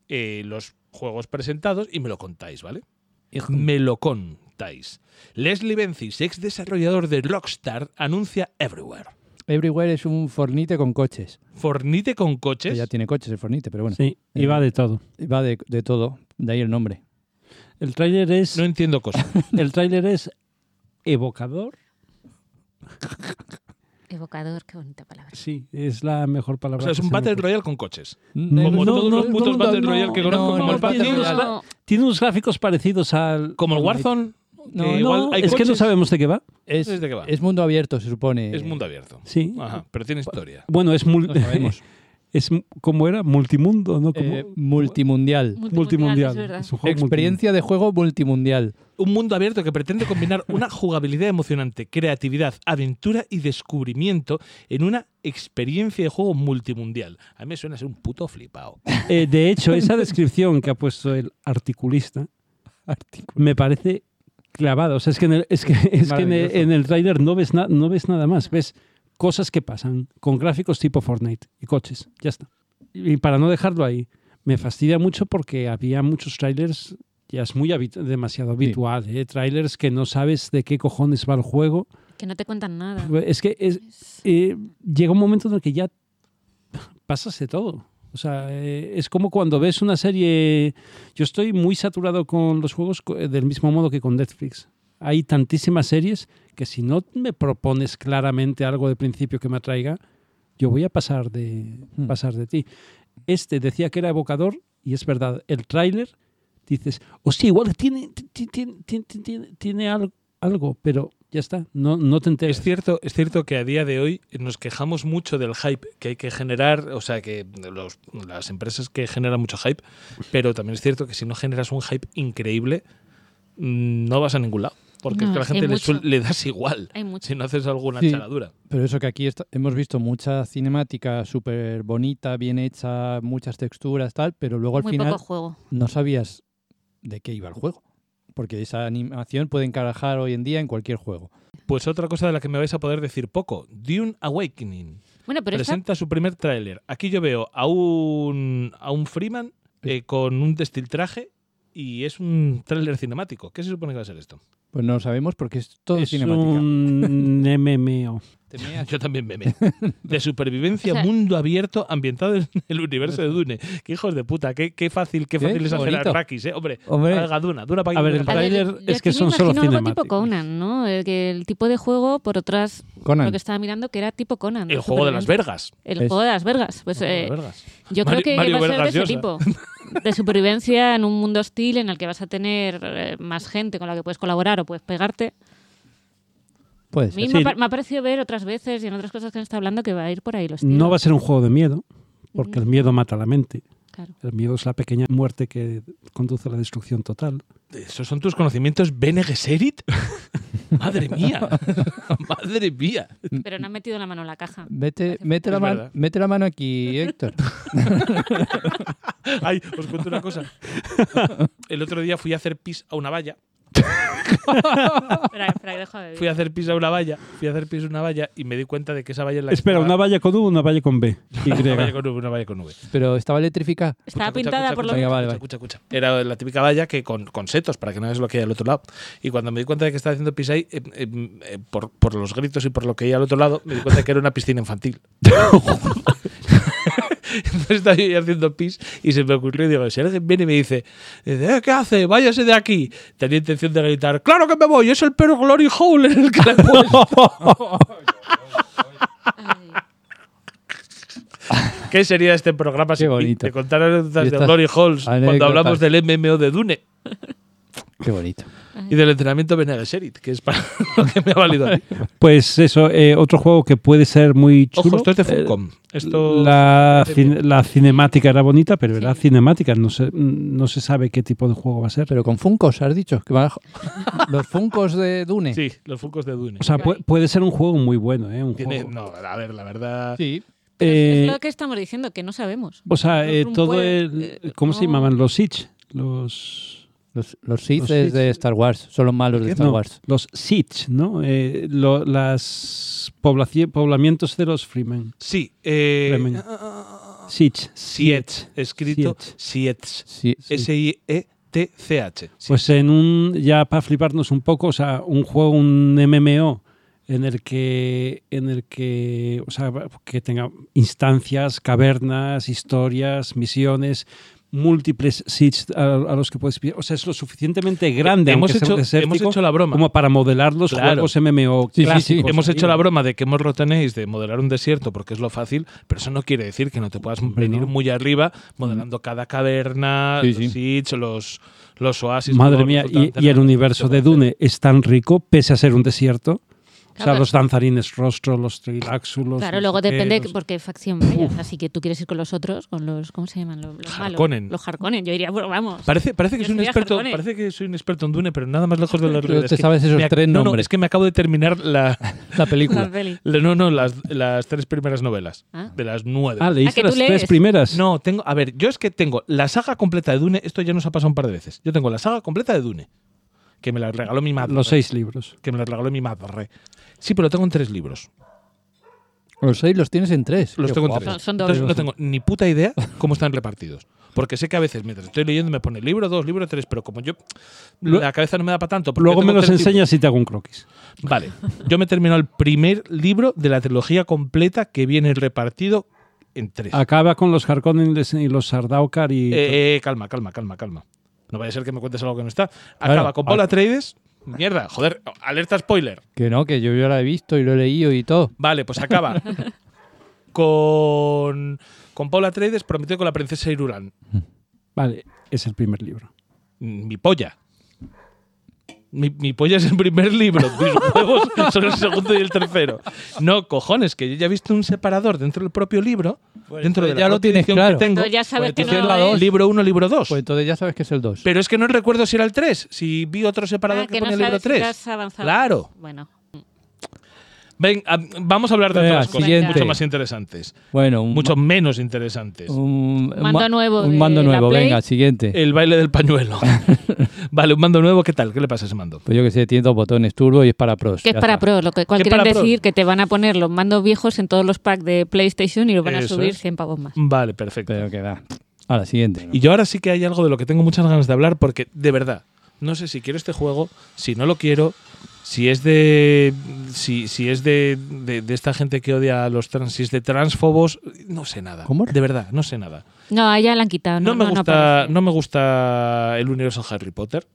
[SPEAKER 1] eh, los juegos presentados y me lo contáis, ¿vale? Me lo contáis. Leslie Bencis, ex desarrollador de Rockstar, anuncia Everywhere.
[SPEAKER 2] Everywhere es un fornite con coches.
[SPEAKER 1] Fornite con
[SPEAKER 2] Que
[SPEAKER 1] coches.
[SPEAKER 2] ya tiene coches el fornite, pero bueno.
[SPEAKER 4] Sí, y va de todo.
[SPEAKER 2] Va de, de todo, de ahí el nombre.
[SPEAKER 4] El tráiler es,
[SPEAKER 1] No entiendo cosas.
[SPEAKER 4] el tráiler es evocador.
[SPEAKER 3] Evocador, qué bonita palabra.
[SPEAKER 4] Sí, es la mejor
[SPEAKER 1] O
[SPEAKER 4] palabra.
[SPEAKER 1] sea, es
[SPEAKER 4] que
[SPEAKER 1] un
[SPEAKER 4] se me
[SPEAKER 1] Battle
[SPEAKER 4] ocurre.
[SPEAKER 1] Royale con coches.
[SPEAKER 2] No,
[SPEAKER 1] Como
[SPEAKER 4] no,
[SPEAKER 1] todos los
[SPEAKER 4] no,
[SPEAKER 1] putos
[SPEAKER 4] no,
[SPEAKER 1] Battle
[SPEAKER 4] no,
[SPEAKER 1] Royale que
[SPEAKER 4] no,
[SPEAKER 1] conozco, como
[SPEAKER 4] no,
[SPEAKER 1] el Battle
[SPEAKER 4] tiene
[SPEAKER 1] Royale.
[SPEAKER 4] unos- Tiene unos gráficos parecidos al.
[SPEAKER 1] Como el Warzone.
[SPEAKER 4] No,
[SPEAKER 1] que
[SPEAKER 4] no,
[SPEAKER 1] igual hay
[SPEAKER 4] es que no
[SPEAKER 1] coches.
[SPEAKER 4] sabemos de qué va.
[SPEAKER 2] Es,
[SPEAKER 1] ¿Desde qué va?
[SPEAKER 2] es mundo abierto, se supone.
[SPEAKER 1] Es mundo abierto.
[SPEAKER 4] Sí.
[SPEAKER 1] Ajá, pero tiene historia.
[SPEAKER 4] Bueno, es mul-
[SPEAKER 2] No sabemos.
[SPEAKER 4] es como era multimundo, ¿no? Como
[SPEAKER 2] Eh, multimundial.
[SPEAKER 4] multimundial.
[SPEAKER 3] es verdad.
[SPEAKER 4] Es un juego
[SPEAKER 2] Experiencia de juego multimundial.
[SPEAKER 1] Un mundo abierto que pretende combinar una jugabilidad emocionante, creatividad, aventura y descubrimiento en una experiencia de juego multimundial. A mí me suena a ser un puto flipado.
[SPEAKER 4] multimundial. Eh, de hecho, esa descripción que ha puesto el articulista me parece clavada. O sea, es que en el, es que, es que en el,
[SPEAKER 2] Maravilloso.
[SPEAKER 4] en el tráiler no ves, na- no ves nada más. Ves cosas que pasan con gráficos tipo Fortnite y coches. Ya está. Y para no dejarlo ahí, me fastidia mucho porque había muchos trailers, ya es muy habit- demasiado habitual, ¿eh? trailers que no sabes de qué cojones va el juego.
[SPEAKER 3] Que no te cuentan nada.
[SPEAKER 4] Es que es- eh, llega un momento en el que ya pasas de todo. O sea, eh, es como cuando ves una serie. Yo estoy muy saturado con los juegos co- eh, del mismo modo que con Netflix. Hay tantísimas series que si no me propones claramente algo de principio que me atraiga, yo voy a pasar de,
[SPEAKER 2] Hmm.
[SPEAKER 4] pasar de ti. Este decía que era evocador y es verdad. El tráiler dices, hostia, igual tiene, ti- ti- tiene, tiene, tiene- tiene al- algo, pero ya Ya está, no, no te enteres.
[SPEAKER 1] Es cierto, es cierto que a día de hoy nos quejamos mucho del hype que hay que generar, o sea, que los- las empresas que generan mucho hype, pero también es cierto que si no generas un hype increíble, mm, no vas a ningún lado. Porque
[SPEAKER 3] No,
[SPEAKER 1] es que a la
[SPEAKER 3] es que
[SPEAKER 1] gente
[SPEAKER 3] hay
[SPEAKER 1] le,
[SPEAKER 3] mucho.
[SPEAKER 1] suel- le das igual
[SPEAKER 3] Hay mucho.
[SPEAKER 1] si no haces alguna
[SPEAKER 2] Sí.
[SPEAKER 1] charadura.
[SPEAKER 2] Pero eso que aquí está- hemos visto mucha cinemática súper bonita, bien hecha, muchas texturas, tal, pero luego al
[SPEAKER 3] Muy
[SPEAKER 2] final
[SPEAKER 3] poco juego.
[SPEAKER 2] no sabías de qué iba el juego. Porque esa animación puede encarajar hoy en día en cualquier juego.
[SPEAKER 1] Pues otra cosa de la que me vais a poder decir poco, Dune Awakening.
[SPEAKER 3] Bueno, pero esa-
[SPEAKER 1] presenta su primer tráiler. Aquí yo veo a un, a un Freeman eh, con un destiltraje y es un tráiler cinemático. ¿Qué se supone que va a ser esto?
[SPEAKER 2] Pues no lo sabemos porque es todo
[SPEAKER 4] es
[SPEAKER 2] cinemática.
[SPEAKER 4] un MMO.
[SPEAKER 2] Te meas.
[SPEAKER 1] Yo también meme. De supervivencia,
[SPEAKER 3] O sea-
[SPEAKER 1] mundo abierto, ambientado en el universo de Dune. Qué hijos de puta, qué, qué fácil, qué
[SPEAKER 2] ¿Qué?
[SPEAKER 1] fácil es hacer
[SPEAKER 2] Bonito.
[SPEAKER 1] arrakis, eh. Hombre,
[SPEAKER 2] Hombre.
[SPEAKER 1] haga Duna, Duna para
[SPEAKER 4] A ver, el
[SPEAKER 3] a ver,
[SPEAKER 4] tráiler
[SPEAKER 3] yo- yo
[SPEAKER 4] es
[SPEAKER 3] aquí
[SPEAKER 4] que
[SPEAKER 3] me
[SPEAKER 4] son solo
[SPEAKER 3] imagino algo tipo
[SPEAKER 4] cinemáticos.
[SPEAKER 3] Conan, ¿no? El, que el tipo de juego, por otras,
[SPEAKER 2] Conan.
[SPEAKER 3] lo que estaba mirando, que era tipo Conan.
[SPEAKER 1] el juego de las
[SPEAKER 3] supervivencia.
[SPEAKER 1] vergas.
[SPEAKER 3] El
[SPEAKER 2] Es-
[SPEAKER 3] juego de las vergas. Pues
[SPEAKER 1] El juego de
[SPEAKER 3] eh,
[SPEAKER 1] las vergas. Mario-
[SPEAKER 3] yo creo que
[SPEAKER 1] Mario
[SPEAKER 3] va a ser de ese
[SPEAKER 1] Vargas
[SPEAKER 3] tipo. De supervivencia en un mundo hostil en el que vas a tener eh, más gente con la que puedes colaborar o puedes pegarte.
[SPEAKER 2] Puede
[SPEAKER 3] A
[SPEAKER 2] ser.
[SPEAKER 3] mí me, ha, par- me ha parecido ver otras veces y en otras cosas que han estado hablando que va a ir por ahí los tiros.
[SPEAKER 4] No va a ser un juego de miedo, porque el miedo mata la mente.
[SPEAKER 3] Claro.
[SPEAKER 4] El miedo es la pequeña muerte que conduce a la destrucción total.
[SPEAKER 1] ¿Esos son tus conocimientos Bene Gesserit? Madre mía. Madre mía.
[SPEAKER 3] Pero no han metido la mano en la caja.
[SPEAKER 2] Mete, mete, la
[SPEAKER 1] Es
[SPEAKER 2] man-
[SPEAKER 1] verdad.
[SPEAKER 2] mete la mano aquí, Héctor.
[SPEAKER 1] Ay, os cuento una cosa. El otro día fui a hacer pis a una valla.
[SPEAKER 3] Espera, espera, que dejo de beber.
[SPEAKER 1] Fui a hacer pis a una valla. Fui a hacer pis a una valla y me di cuenta de que esa valla es la que
[SPEAKER 4] Espera,
[SPEAKER 1] estaba-
[SPEAKER 4] ¿una valla con U o una valla con B? Y.
[SPEAKER 1] Una valla con V, una valla con V.
[SPEAKER 2] Pero estaba electrificada.
[SPEAKER 3] Estaba
[SPEAKER 1] Escucha,
[SPEAKER 3] pintada
[SPEAKER 1] escucha,
[SPEAKER 3] por
[SPEAKER 1] escucha,
[SPEAKER 3] lo
[SPEAKER 2] Venga, vale,
[SPEAKER 1] escucha,
[SPEAKER 2] vale.
[SPEAKER 1] escucha, escucha. Era la típica valla que con, con setos, para que no veas lo que hay al otro lado. Y cuando me di cuenta de que estaba haciendo pis ahí, eh, eh, eh, por, por los gritos y por lo que hay al otro lado, me di cuenta de que era una piscina infantil. Entonces estaba yo ahí haciendo pis y se me ocurrió, y digo, si alguien viene y me dice, eh, ¿qué hace? Váyase de aquí. Tenía intención de gritar, ¡claro que me voy! ¡Es el perro Glory Hole en el que la he puesto". ¿Qué sería este programa si
[SPEAKER 2] bonito.
[SPEAKER 1] te contara anécdotas
[SPEAKER 2] Y
[SPEAKER 1] de
[SPEAKER 2] estas
[SPEAKER 1] Glory Halls cuando
[SPEAKER 2] anécdotas.
[SPEAKER 1] hablamos del MMO de Dune?
[SPEAKER 2] Qué bonito.
[SPEAKER 1] y del entrenamiento Bene Gesserit, que es para lo que me ha valido. a mí.
[SPEAKER 4] Pues eso, eh, otro juego que puede ser muy chulo.
[SPEAKER 1] Ojo, esto es de
[SPEAKER 4] Eh,
[SPEAKER 1] Funcom. Esto
[SPEAKER 4] la,
[SPEAKER 1] de
[SPEAKER 4] cin- la cinemática era bonita, pero
[SPEAKER 3] Sí.
[SPEAKER 4] era cinemática. No se, no se sabe qué tipo de juego va a ser.
[SPEAKER 2] Pero con Funcos, has dicho. Que va- Los Funcos de Dune.
[SPEAKER 1] Sí, los Funcos de Dune.
[SPEAKER 4] o sea, pu- puede ser un juego muy bueno, ¿eh? Un
[SPEAKER 1] Tiene-
[SPEAKER 4] juego-
[SPEAKER 1] no, a ver, la verdad.
[SPEAKER 2] Sí.
[SPEAKER 3] Pero es-
[SPEAKER 4] Eh,
[SPEAKER 3] es lo que estamos diciendo, que no sabemos.
[SPEAKER 4] O sea, eh,
[SPEAKER 3] Room
[SPEAKER 4] todo
[SPEAKER 3] puede-
[SPEAKER 4] el.
[SPEAKER 3] eh,
[SPEAKER 4] ¿Cómo se
[SPEAKER 3] no.
[SPEAKER 4] llamaban? Los Siege. Los.
[SPEAKER 2] Los, los Sith
[SPEAKER 4] Los
[SPEAKER 2] es
[SPEAKER 4] Sith.
[SPEAKER 2] de Star Wars. Son los malos de Star
[SPEAKER 4] no,
[SPEAKER 2] Wars.
[SPEAKER 4] los Siege, ¿no? Eh, lo- las poblaci- poblamientos de los Freemen.
[SPEAKER 1] Sí, eh,
[SPEAKER 4] Fremen. Siege.
[SPEAKER 1] Sietz, escrito Sietz.
[SPEAKER 2] Sí.
[SPEAKER 1] E S-I-E-T-C-H. Sí.
[SPEAKER 4] Pues en un, ya para fliparnos un poco, o sea, un juego, un MMO, en el que, en el que, o sea, que tenga instancias, cavernas, historias, misiones, múltiples sits a, a los que puedes... pi- O sea, es lo suficientemente grande,
[SPEAKER 1] Eh, hemos
[SPEAKER 4] aunque sea
[SPEAKER 1] hecho, hemos
[SPEAKER 4] desértico,
[SPEAKER 1] hecho la broma.
[SPEAKER 4] como para modelar los
[SPEAKER 1] Claro.
[SPEAKER 4] juegos MMO
[SPEAKER 2] Sí, sí, sí.
[SPEAKER 4] clásicos.
[SPEAKER 1] Hemos hecho la
[SPEAKER 4] broma.
[SPEAKER 1] broma de que hemos rotanéis de modelar un desierto porque es lo fácil, pero eso no quiere decir que no te puedas
[SPEAKER 4] Hombre,
[SPEAKER 1] venir
[SPEAKER 4] no. Mm.
[SPEAKER 1] muy arriba modelando cada caverna,
[SPEAKER 2] Sí,
[SPEAKER 1] los
[SPEAKER 2] sí.
[SPEAKER 1] sits, los, los oasis.
[SPEAKER 4] Madre
[SPEAKER 1] todo
[SPEAKER 4] mía,
[SPEAKER 1] resulta
[SPEAKER 4] y, y el
[SPEAKER 1] tan-
[SPEAKER 4] universo de Dune es tan rico, pese a ser un desierto. O sea,
[SPEAKER 3] Claro.
[SPEAKER 4] los danzarines rostros, los triláxulos.
[SPEAKER 3] Claro,
[SPEAKER 4] no
[SPEAKER 3] luego
[SPEAKER 4] sé qué,
[SPEAKER 3] depende
[SPEAKER 4] los-
[SPEAKER 3] por qué facción vayas. Así que tú quieres ir con los otros, con los. ¿Cómo se llaman? Los, los malos.
[SPEAKER 1] Harkonnen.
[SPEAKER 3] Los Harkonnen. Yo diría, bueno, vamos.
[SPEAKER 1] Parece, parece que
[SPEAKER 3] Yo
[SPEAKER 1] soy un
[SPEAKER 3] sería
[SPEAKER 1] experto,
[SPEAKER 3] Harkonnen.
[SPEAKER 1] parece que soy un experto en Dune, pero nada más lejos de la
[SPEAKER 2] Pero
[SPEAKER 1] realidad.
[SPEAKER 2] te
[SPEAKER 1] Es que
[SPEAKER 2] sabes esos
[SPEAKER 1] me ac-
[SPEAKER 2] tres
[SPEAKER 1] no, no,
[SPEAKER 2] nombres.
[SPEAKER 1] es que me acabo de terminar la,
[SPEAKER 2] La
[SPEAKER 3] La
[SPEAKER 2] película.
[SPEAKER 3] peli.
[SPEAKER 1] la- no, no, las, las tres primeras novelas
[SPEAKER 3] Ah.
[SPEAKER 1] de las nueve.
[SPEAKER 4] Ah, leíste
[SPEAKER 3] Ah, que
[SPEAKER 4] las
[SPEAKER 3] tú
[SPEAKER 4] tres
[SPEAKER 3] lees.
[SPEAKER 4] primeras.
[SPEAKER 1] No, tengo, a ver, yo es que tengo la saga completa de Dune, esto ya nos ha pasado un par de veces. Yo tengo la saga completa de Dune, que me la regaló mi madre.
[SPEAKER 4] Los seis libros.
[SPEAKER 1] que me lo regaló mi madre. Sí, pero lo tengo en tres libros.
[SPEAKER 2] Los seis los tienes en tres.
[SPEAKER 1] Los
[SPEAKER 2] Qué
[SPEAKER 1] tengo en
[SPEAKER 2] guapo.
[SPEAKER 1] tres.
[SPEAKER 3] Son- son
[SPEAKER 1] Entonces,
[SPEAKER 3] dobles.
[SPEAKER 1] no tengo ni puta idea cómo están repartidos. Porque sé que a veces mientras estoy leyendo me pone libro dos, libro tres, pero como yo
[SPEAKER 4] Lu-
[SPEAKER 1] la cabeza no me da para tanto. porque
[SPEAKER 4] Luego
[SPEAKER 1] tengo
[SPEAKER 4] me los
[SPEAKER 1] tres libros-
[SPEAKER 4] enseñas y te hago un croquis.
[SPEAKER 1] Vale, yo me he terminado el primer libro de la trilogía completa que viene repartido en tres.
[SPEAKER 4] Acaba con los Harkonnen y los Sardaukar y...
[SPEAKER 1] Eh, eh, calma, calma, calma, calma. No vaya a ser que me cuentes algo que no está.
[SPEAKER 2] Claro.
[SPEAKER 1] Acaba con Paula Trades. Mierda, joder, alerta spoiler.
[SPEAKER 2] Que no, que yo ya la he visto y lo he leído y todo.
[SPEAKER 1] Vale, pues acaba con, con Paula Trades prometido con la princesa Irulan.
[SPEAKER 4] Vale, es el primer libro.
[SPEAKER 1] Mi polla. Mm, Mi, mi polla es el primer libro, mis huevos son el segundo y el tercero. No, cojones, que yo ya he visto un separador dentro del propio libro,
[SPEAKER 2] Pues,
[SPEAKER 1] dentro de la
[SPEAKER 2] ya lo
[SPEAKER 1] propia
[SPEAKER 2] tienes
[SPEAKER 1] edición
[SPEAKER 2] claro.
[SPEAKER 1] que tengo.
[SPEAKER 3] Entonces ya sabes
[SPEAKER 1] pues,
[SPEAKER 3] que no
[SPEAKER 1] edición
[SPEAKER 3] es.
[SPEAKER 1] Libro 1, libro 2.
[SPEAKER 2] Pues entonces ya sabes que es el 2.
[SPEAKER 1] Pero es que no recuerdo si era el 3, si vi otro separador
[SPEAKER 3] Ah,
[SPEAKER 1] que, ponía
[SPEAKER 3] no
[SPEAKER 1] el libro
[SPEAKER 3] sabes si
[SPEAKER 1] 3.
[SPEAKER 3] has avanzado.
[SPEAKER 1] Claro.
[SPEAKER 3] Bueno,
[SPEAKER 1] Ven, a- vamos a hablar de
[SPEAKER 2] Venga,
[SPEAKER 1] otras cosas
[SPEAKER 2] siguiente.
[SPEAKER 1] mucho más interesantes,
[SPEAKER 2] Bueno, un,
[SPEAKER 1] mucho
[SPEAKER 2] ma- Oh.
[SPEAKER 1] menos interesantes.
[SPEAKER 2] un- un
[SPEAKER 3] Mando
[SPEAKER 2] ma-
[SPEAKER 3] nuevo
[SPEAKER 2] Un
[SPEAKER 3] de
[SPEAKER 2] mando
[SPEAKER 3] la
[SPEAKER 2] nuevo,
[SPEAKER 3] Play.
[SPEAKER 2] venga, siguiente.
[SPEAKER 1] El baile del pañuelo. vale, un mando nuevo, ¿qué tal? ¿Qué le pasa a ese mando?
[SPEAKER 2] Pues yo que sé, tiene dos botones turbo y es para pros.
[SPEAKER 3] que es
[SPEAKER 2] ya
[SPEAKER 3] para
[SPEAKER 2] está.
[SPEAKER 3] pro, lo que cual
[SPEAKER 1] ¿Qué
[SPEAKER 3] quieren
[SPEAKER 1] para pro?
[SPEAKER 3] decir que te van a poner los mandos viejos en todos los packs de PlayStation y los van a
[SPEAKER 1] Eso
[SPEAKER 3] subir
[SPEAKER 1] es.
[SPEAKER 3] 100 pavos más.
[SPEAKER 1] Vale, perfecto.
[SPEAKER 2] Pero que va. Ahora, siguiente.
[SPEAKER 1] Y yo ahora sí que hay algo de lo que tengo muchas ganas de hablar porque, de verdad, no sé si quiero este juego, si no lo quiero, si es de. si, si es de, de- de esta gente que odia a los trans, si es de transfobos, no sé nada.
[SPEAKER 2] ¿Cómo?
[SPEAKER 1] De verdad, no sé nada.
[SPEAKER 3] No, a ella la han quitado.
[SPEAKER 1] No,
[SPEAKER 3] Ah, No,
[SPEAKER 1] me
[SPEAKER 3] no, no
[SPEAKER 1] gusta,
[SPEAKER 3] aparece.
[SPEAKER 1] no, me gusta el universo Harry Potter.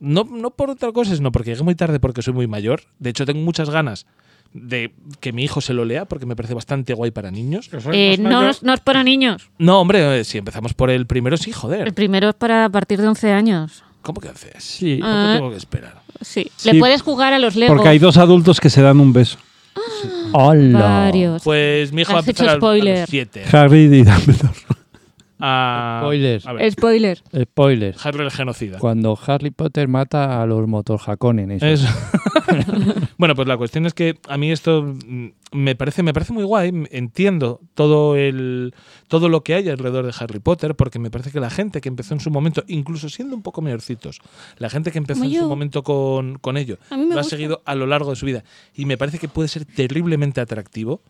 [SPEAKER 1] No, no por otra cosa, sino porque llegué muy tarde porque soy muy mayor. De hecho, tengo muchas ganas de que mi hijo se lo lea porque me parece bastante guay para niños.
[SPEAKER 3] Eh, no, es- no es para niños.
[SPEAKER 1] No, hombre, eh, si empezamos por el primero, sí,
[SPEAKER 3] El
[SPEAKER 1] joder.
[SPEAKER 3] primero es para a partir de 11 años.
[SPEAKER 1] ¿Cómo que haces?
[SPEAKER 4] Sí,
[SPEAKER 3] Ah.
[SPEAKER 1] ¿Cuánto tengo que esperar?
[SPEAKER 3] Sí.
[SPEAKER 4] Sí.
[SPEAKER 3] Le puedes jugar a los Lego.
[SPEAKER 4] porque hay dos adultos que se dan un beso.
[SPEAKER 2] ¡Hola!
[SPEAKER 3] Varios.
[SPEAKER 1] Pues mi hijo va a
[SPEAKER 3] Has hecho
[SPEAKER 1] empezar a- a
[SPEAKER 3] spoiler.
[SPEAKER 1] los siete.
[SPEAKER 4] Harry y Dumbledore.
[SPEAKER 1] A,
[SPEAKER 2] Spoiler.
[SPEAKER 1] a ver,
[SPEAKER 3] Spoiler.
[SPEAKER 2] Spoiler.
[SPEAKER 1] Harry el genocida.
[SPEAKER 2] Cuando Harry Potter mata a los motorjacones. eso.
[SPEAKER 1] Eso. bueno, pues la cuestión es que a mí esto mm, me parece, me parece muy guay. m- Entiendo todo el todo lo que hay alrededor de Harry Potter, porque me parece que la gente que empezó en su momento, incluso siendo un poco mayorcitos, la gente que empezó
[SPEAKER 3] Como
[SPEAKER 1] en su
[SPEAKER 3] yo.
[SPEAKER 1] momento con, con ello,
[SPEAKER 3] A mí me
[SPEAKER 1] lo ha
[SPEAKER 3] gusta.
[SPEAKER 1] seguido a lo largo de su vida. Y me parece que puede ser terriblemente atractivo.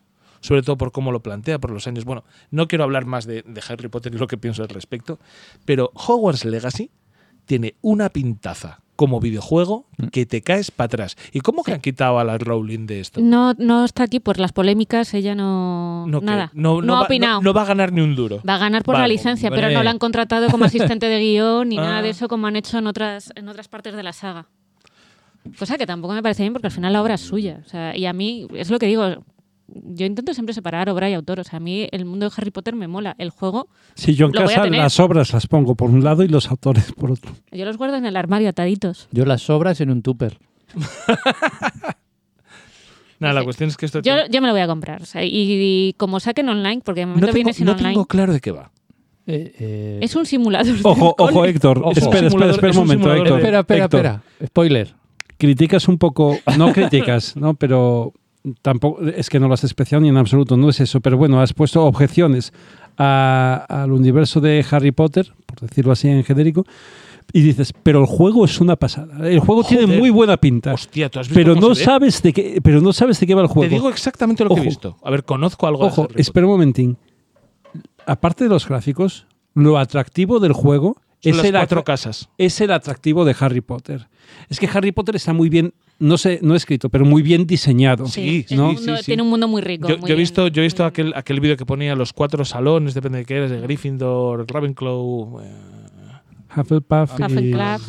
[SPEAKER 1] Sobre todo por cómo lo plantea, por los años. Bueno, no quiero hablar más de, de Harry Potter y lo que pienso al respecto, pero Hogwarts Legacy tiene una pintaza como videojuego
[SPEAKER 4] Mm.
[SPEAKER 1] que te caes para atrás. ¿Y cómo que han quitado a la Rowling de esto?
[SPEAKER 3] No, no está aquí por las polémicas, ella no.
[SPEAKER 1] No, que-
[SPEAKER 3] nada.
[SPEAKER 1] no, no
[SPEAKER 3] ha
[SPEAKER 1] va,
[SPEAKER 3] opinado.
[SPEAKER 1] no- no va a ganar ni un duro.
[SPEAKER 3] Va a ganar por la
[SPEAKER 1] Vale,
[SPEAKER 3] licencia, pero
[SPEAKER 2] hombre.
[SPEAKER 3] no la han contratado como asistente de guión ni
[SPEAKER 1] Ah.
[SPEAKER 3] nada de eso como han hecho en otras, en otras partes de la saga. Cosa que tampoco me parece bien porque al final la obra es suya. O sea, y a mí, es lo que digo, yo intento siempre separar obra y autor. O sea, a mí el mundo de Harry Potter me mola. El juego,
[SPEAKER 4] Sí, yo en
[SPEAKER 3] Lo voy a
[SPEAKER 4] casa
[SPEAKER 3] tener.
[SPEAKER 4] las obras las pongo por un lado y los autores por otro.
[SPEAKER 3] yo los guardo en el armario ataditos.
[SPEAKER 2] Yo las sobras en un tupper.
[SPEAKER 1] Nada, la
[SPEAKER 3] Sí.
[SPEAKER 1] cuestión es que esto...
[SPEAKER 3] Yo,
[SPEAKER 1] tiene-
[SPEAKER 3] yo me lo voy a comprar. O sea, y, y como saquen online, porque de
[SPEAKER 1] no
[SPEAKER 3] momento
[SPEAKER 1] tengo,
[SPEAKER 3] viene sin
[SPEAKER 1] no
[SPEAKER 3] online,
[SPEAKER 1] tengo claro de qué va.
[SPEAKER 2] Eh, eh,
[SPEAKER 3] es un simulador. de
[SPEAKER 4] Ojo,
[SPEAKER 3] alcohol.
[SPEAKER 4] ojo, Héctor.
[SPEAKER 1] Ojo. eh,
[SPEAKER 4] Espera, espera,
[SPEAKER 1] Simulador-
[SPEAKER 4] espera
[SPEAKER 1] es
[SPEAKER 4] un
[SPEAKER 1] un
[SPEAKER 4] momento,
[SPEAKER 1] simulador
[SPEAKER 4] Héctor.
[SPEAKER 1] de-
[SPEAKER 2] Espera, espera,
[SPEAKER 4] Héctor,
[SPEAKER 2] espera. Spoiler.
[SPEAKER 4] Criticas un poco, no criticas, ¿no? Pero tampoco, es que no lo has especiado ni en absoluto, no es eso. Pero bueno, has puesto objeciones a- al universo de Harry Potter, por decirlo así en genérico, y dices, pero el juego es una pasada. El juego tiene
[SPEAKER 1] Joder.
[SPEAKER 4] muy buena pinta.
[SPEAKER 1] Hostia, tú has visto
[SPEAKER 4] Pero
[SPEAKER 1] cómo
[SPEAKER 4] no,
[SPEAKER 1] se ve?
[SPEAKER 4] sabes de qué, pero no sabes de qué va el
[SPEAKER 1] Te
[SPEAKER 4] juego.
[SPEAKER 1] digo exactamente lo que he
[SPEAKER 4] Ojo.
[SPEAKER 1] visto. A ver, conozco algo de
[SPEAKER 4] Ojo,
[SPEAKER 1] Harry Potter.
[SPEAKER 4] espera un momentín. Aparte de los gráficos, lo atractivo del juego
[SPEAKER 1] Son
[SPEAKER 4] es
[SPEAKER 1] las
[SPEAKER 4] el, atra-
[SPEAKER 1] cuatro casas.
[SPEAKER 4] es el atractivo de Harry Potter. Es que Harry Potter está muy bien, no sé, no escrito, pero muy bien diseñado.
[SPEAKER 1] Sí,
[SPEAKER 3] el
[SPEAKER 4] ¿no?
[SPEAKER 3] mundo-
[SPEAKER 4] Sí, sí.
[SPEAKER 3] Tiene un mundo muy rico.
[SPEAKER 1] Yo,
[SPEAKER 3] muy
[SPEAKER 1] yo he
[SPEAKER 3] bien,
[SPEAKER 1] visto, yo he visto
[SPEAKER 3] muy bien.
[SPEAKER 1] aquel, aquel vídeo que ponía los cuatro salones, depende de qué eres, de Gryffindor, Ravenclaw, eh,
[SPEAKER 4] Hufflepuff y-
[SPEAKER 3] Hufflepuff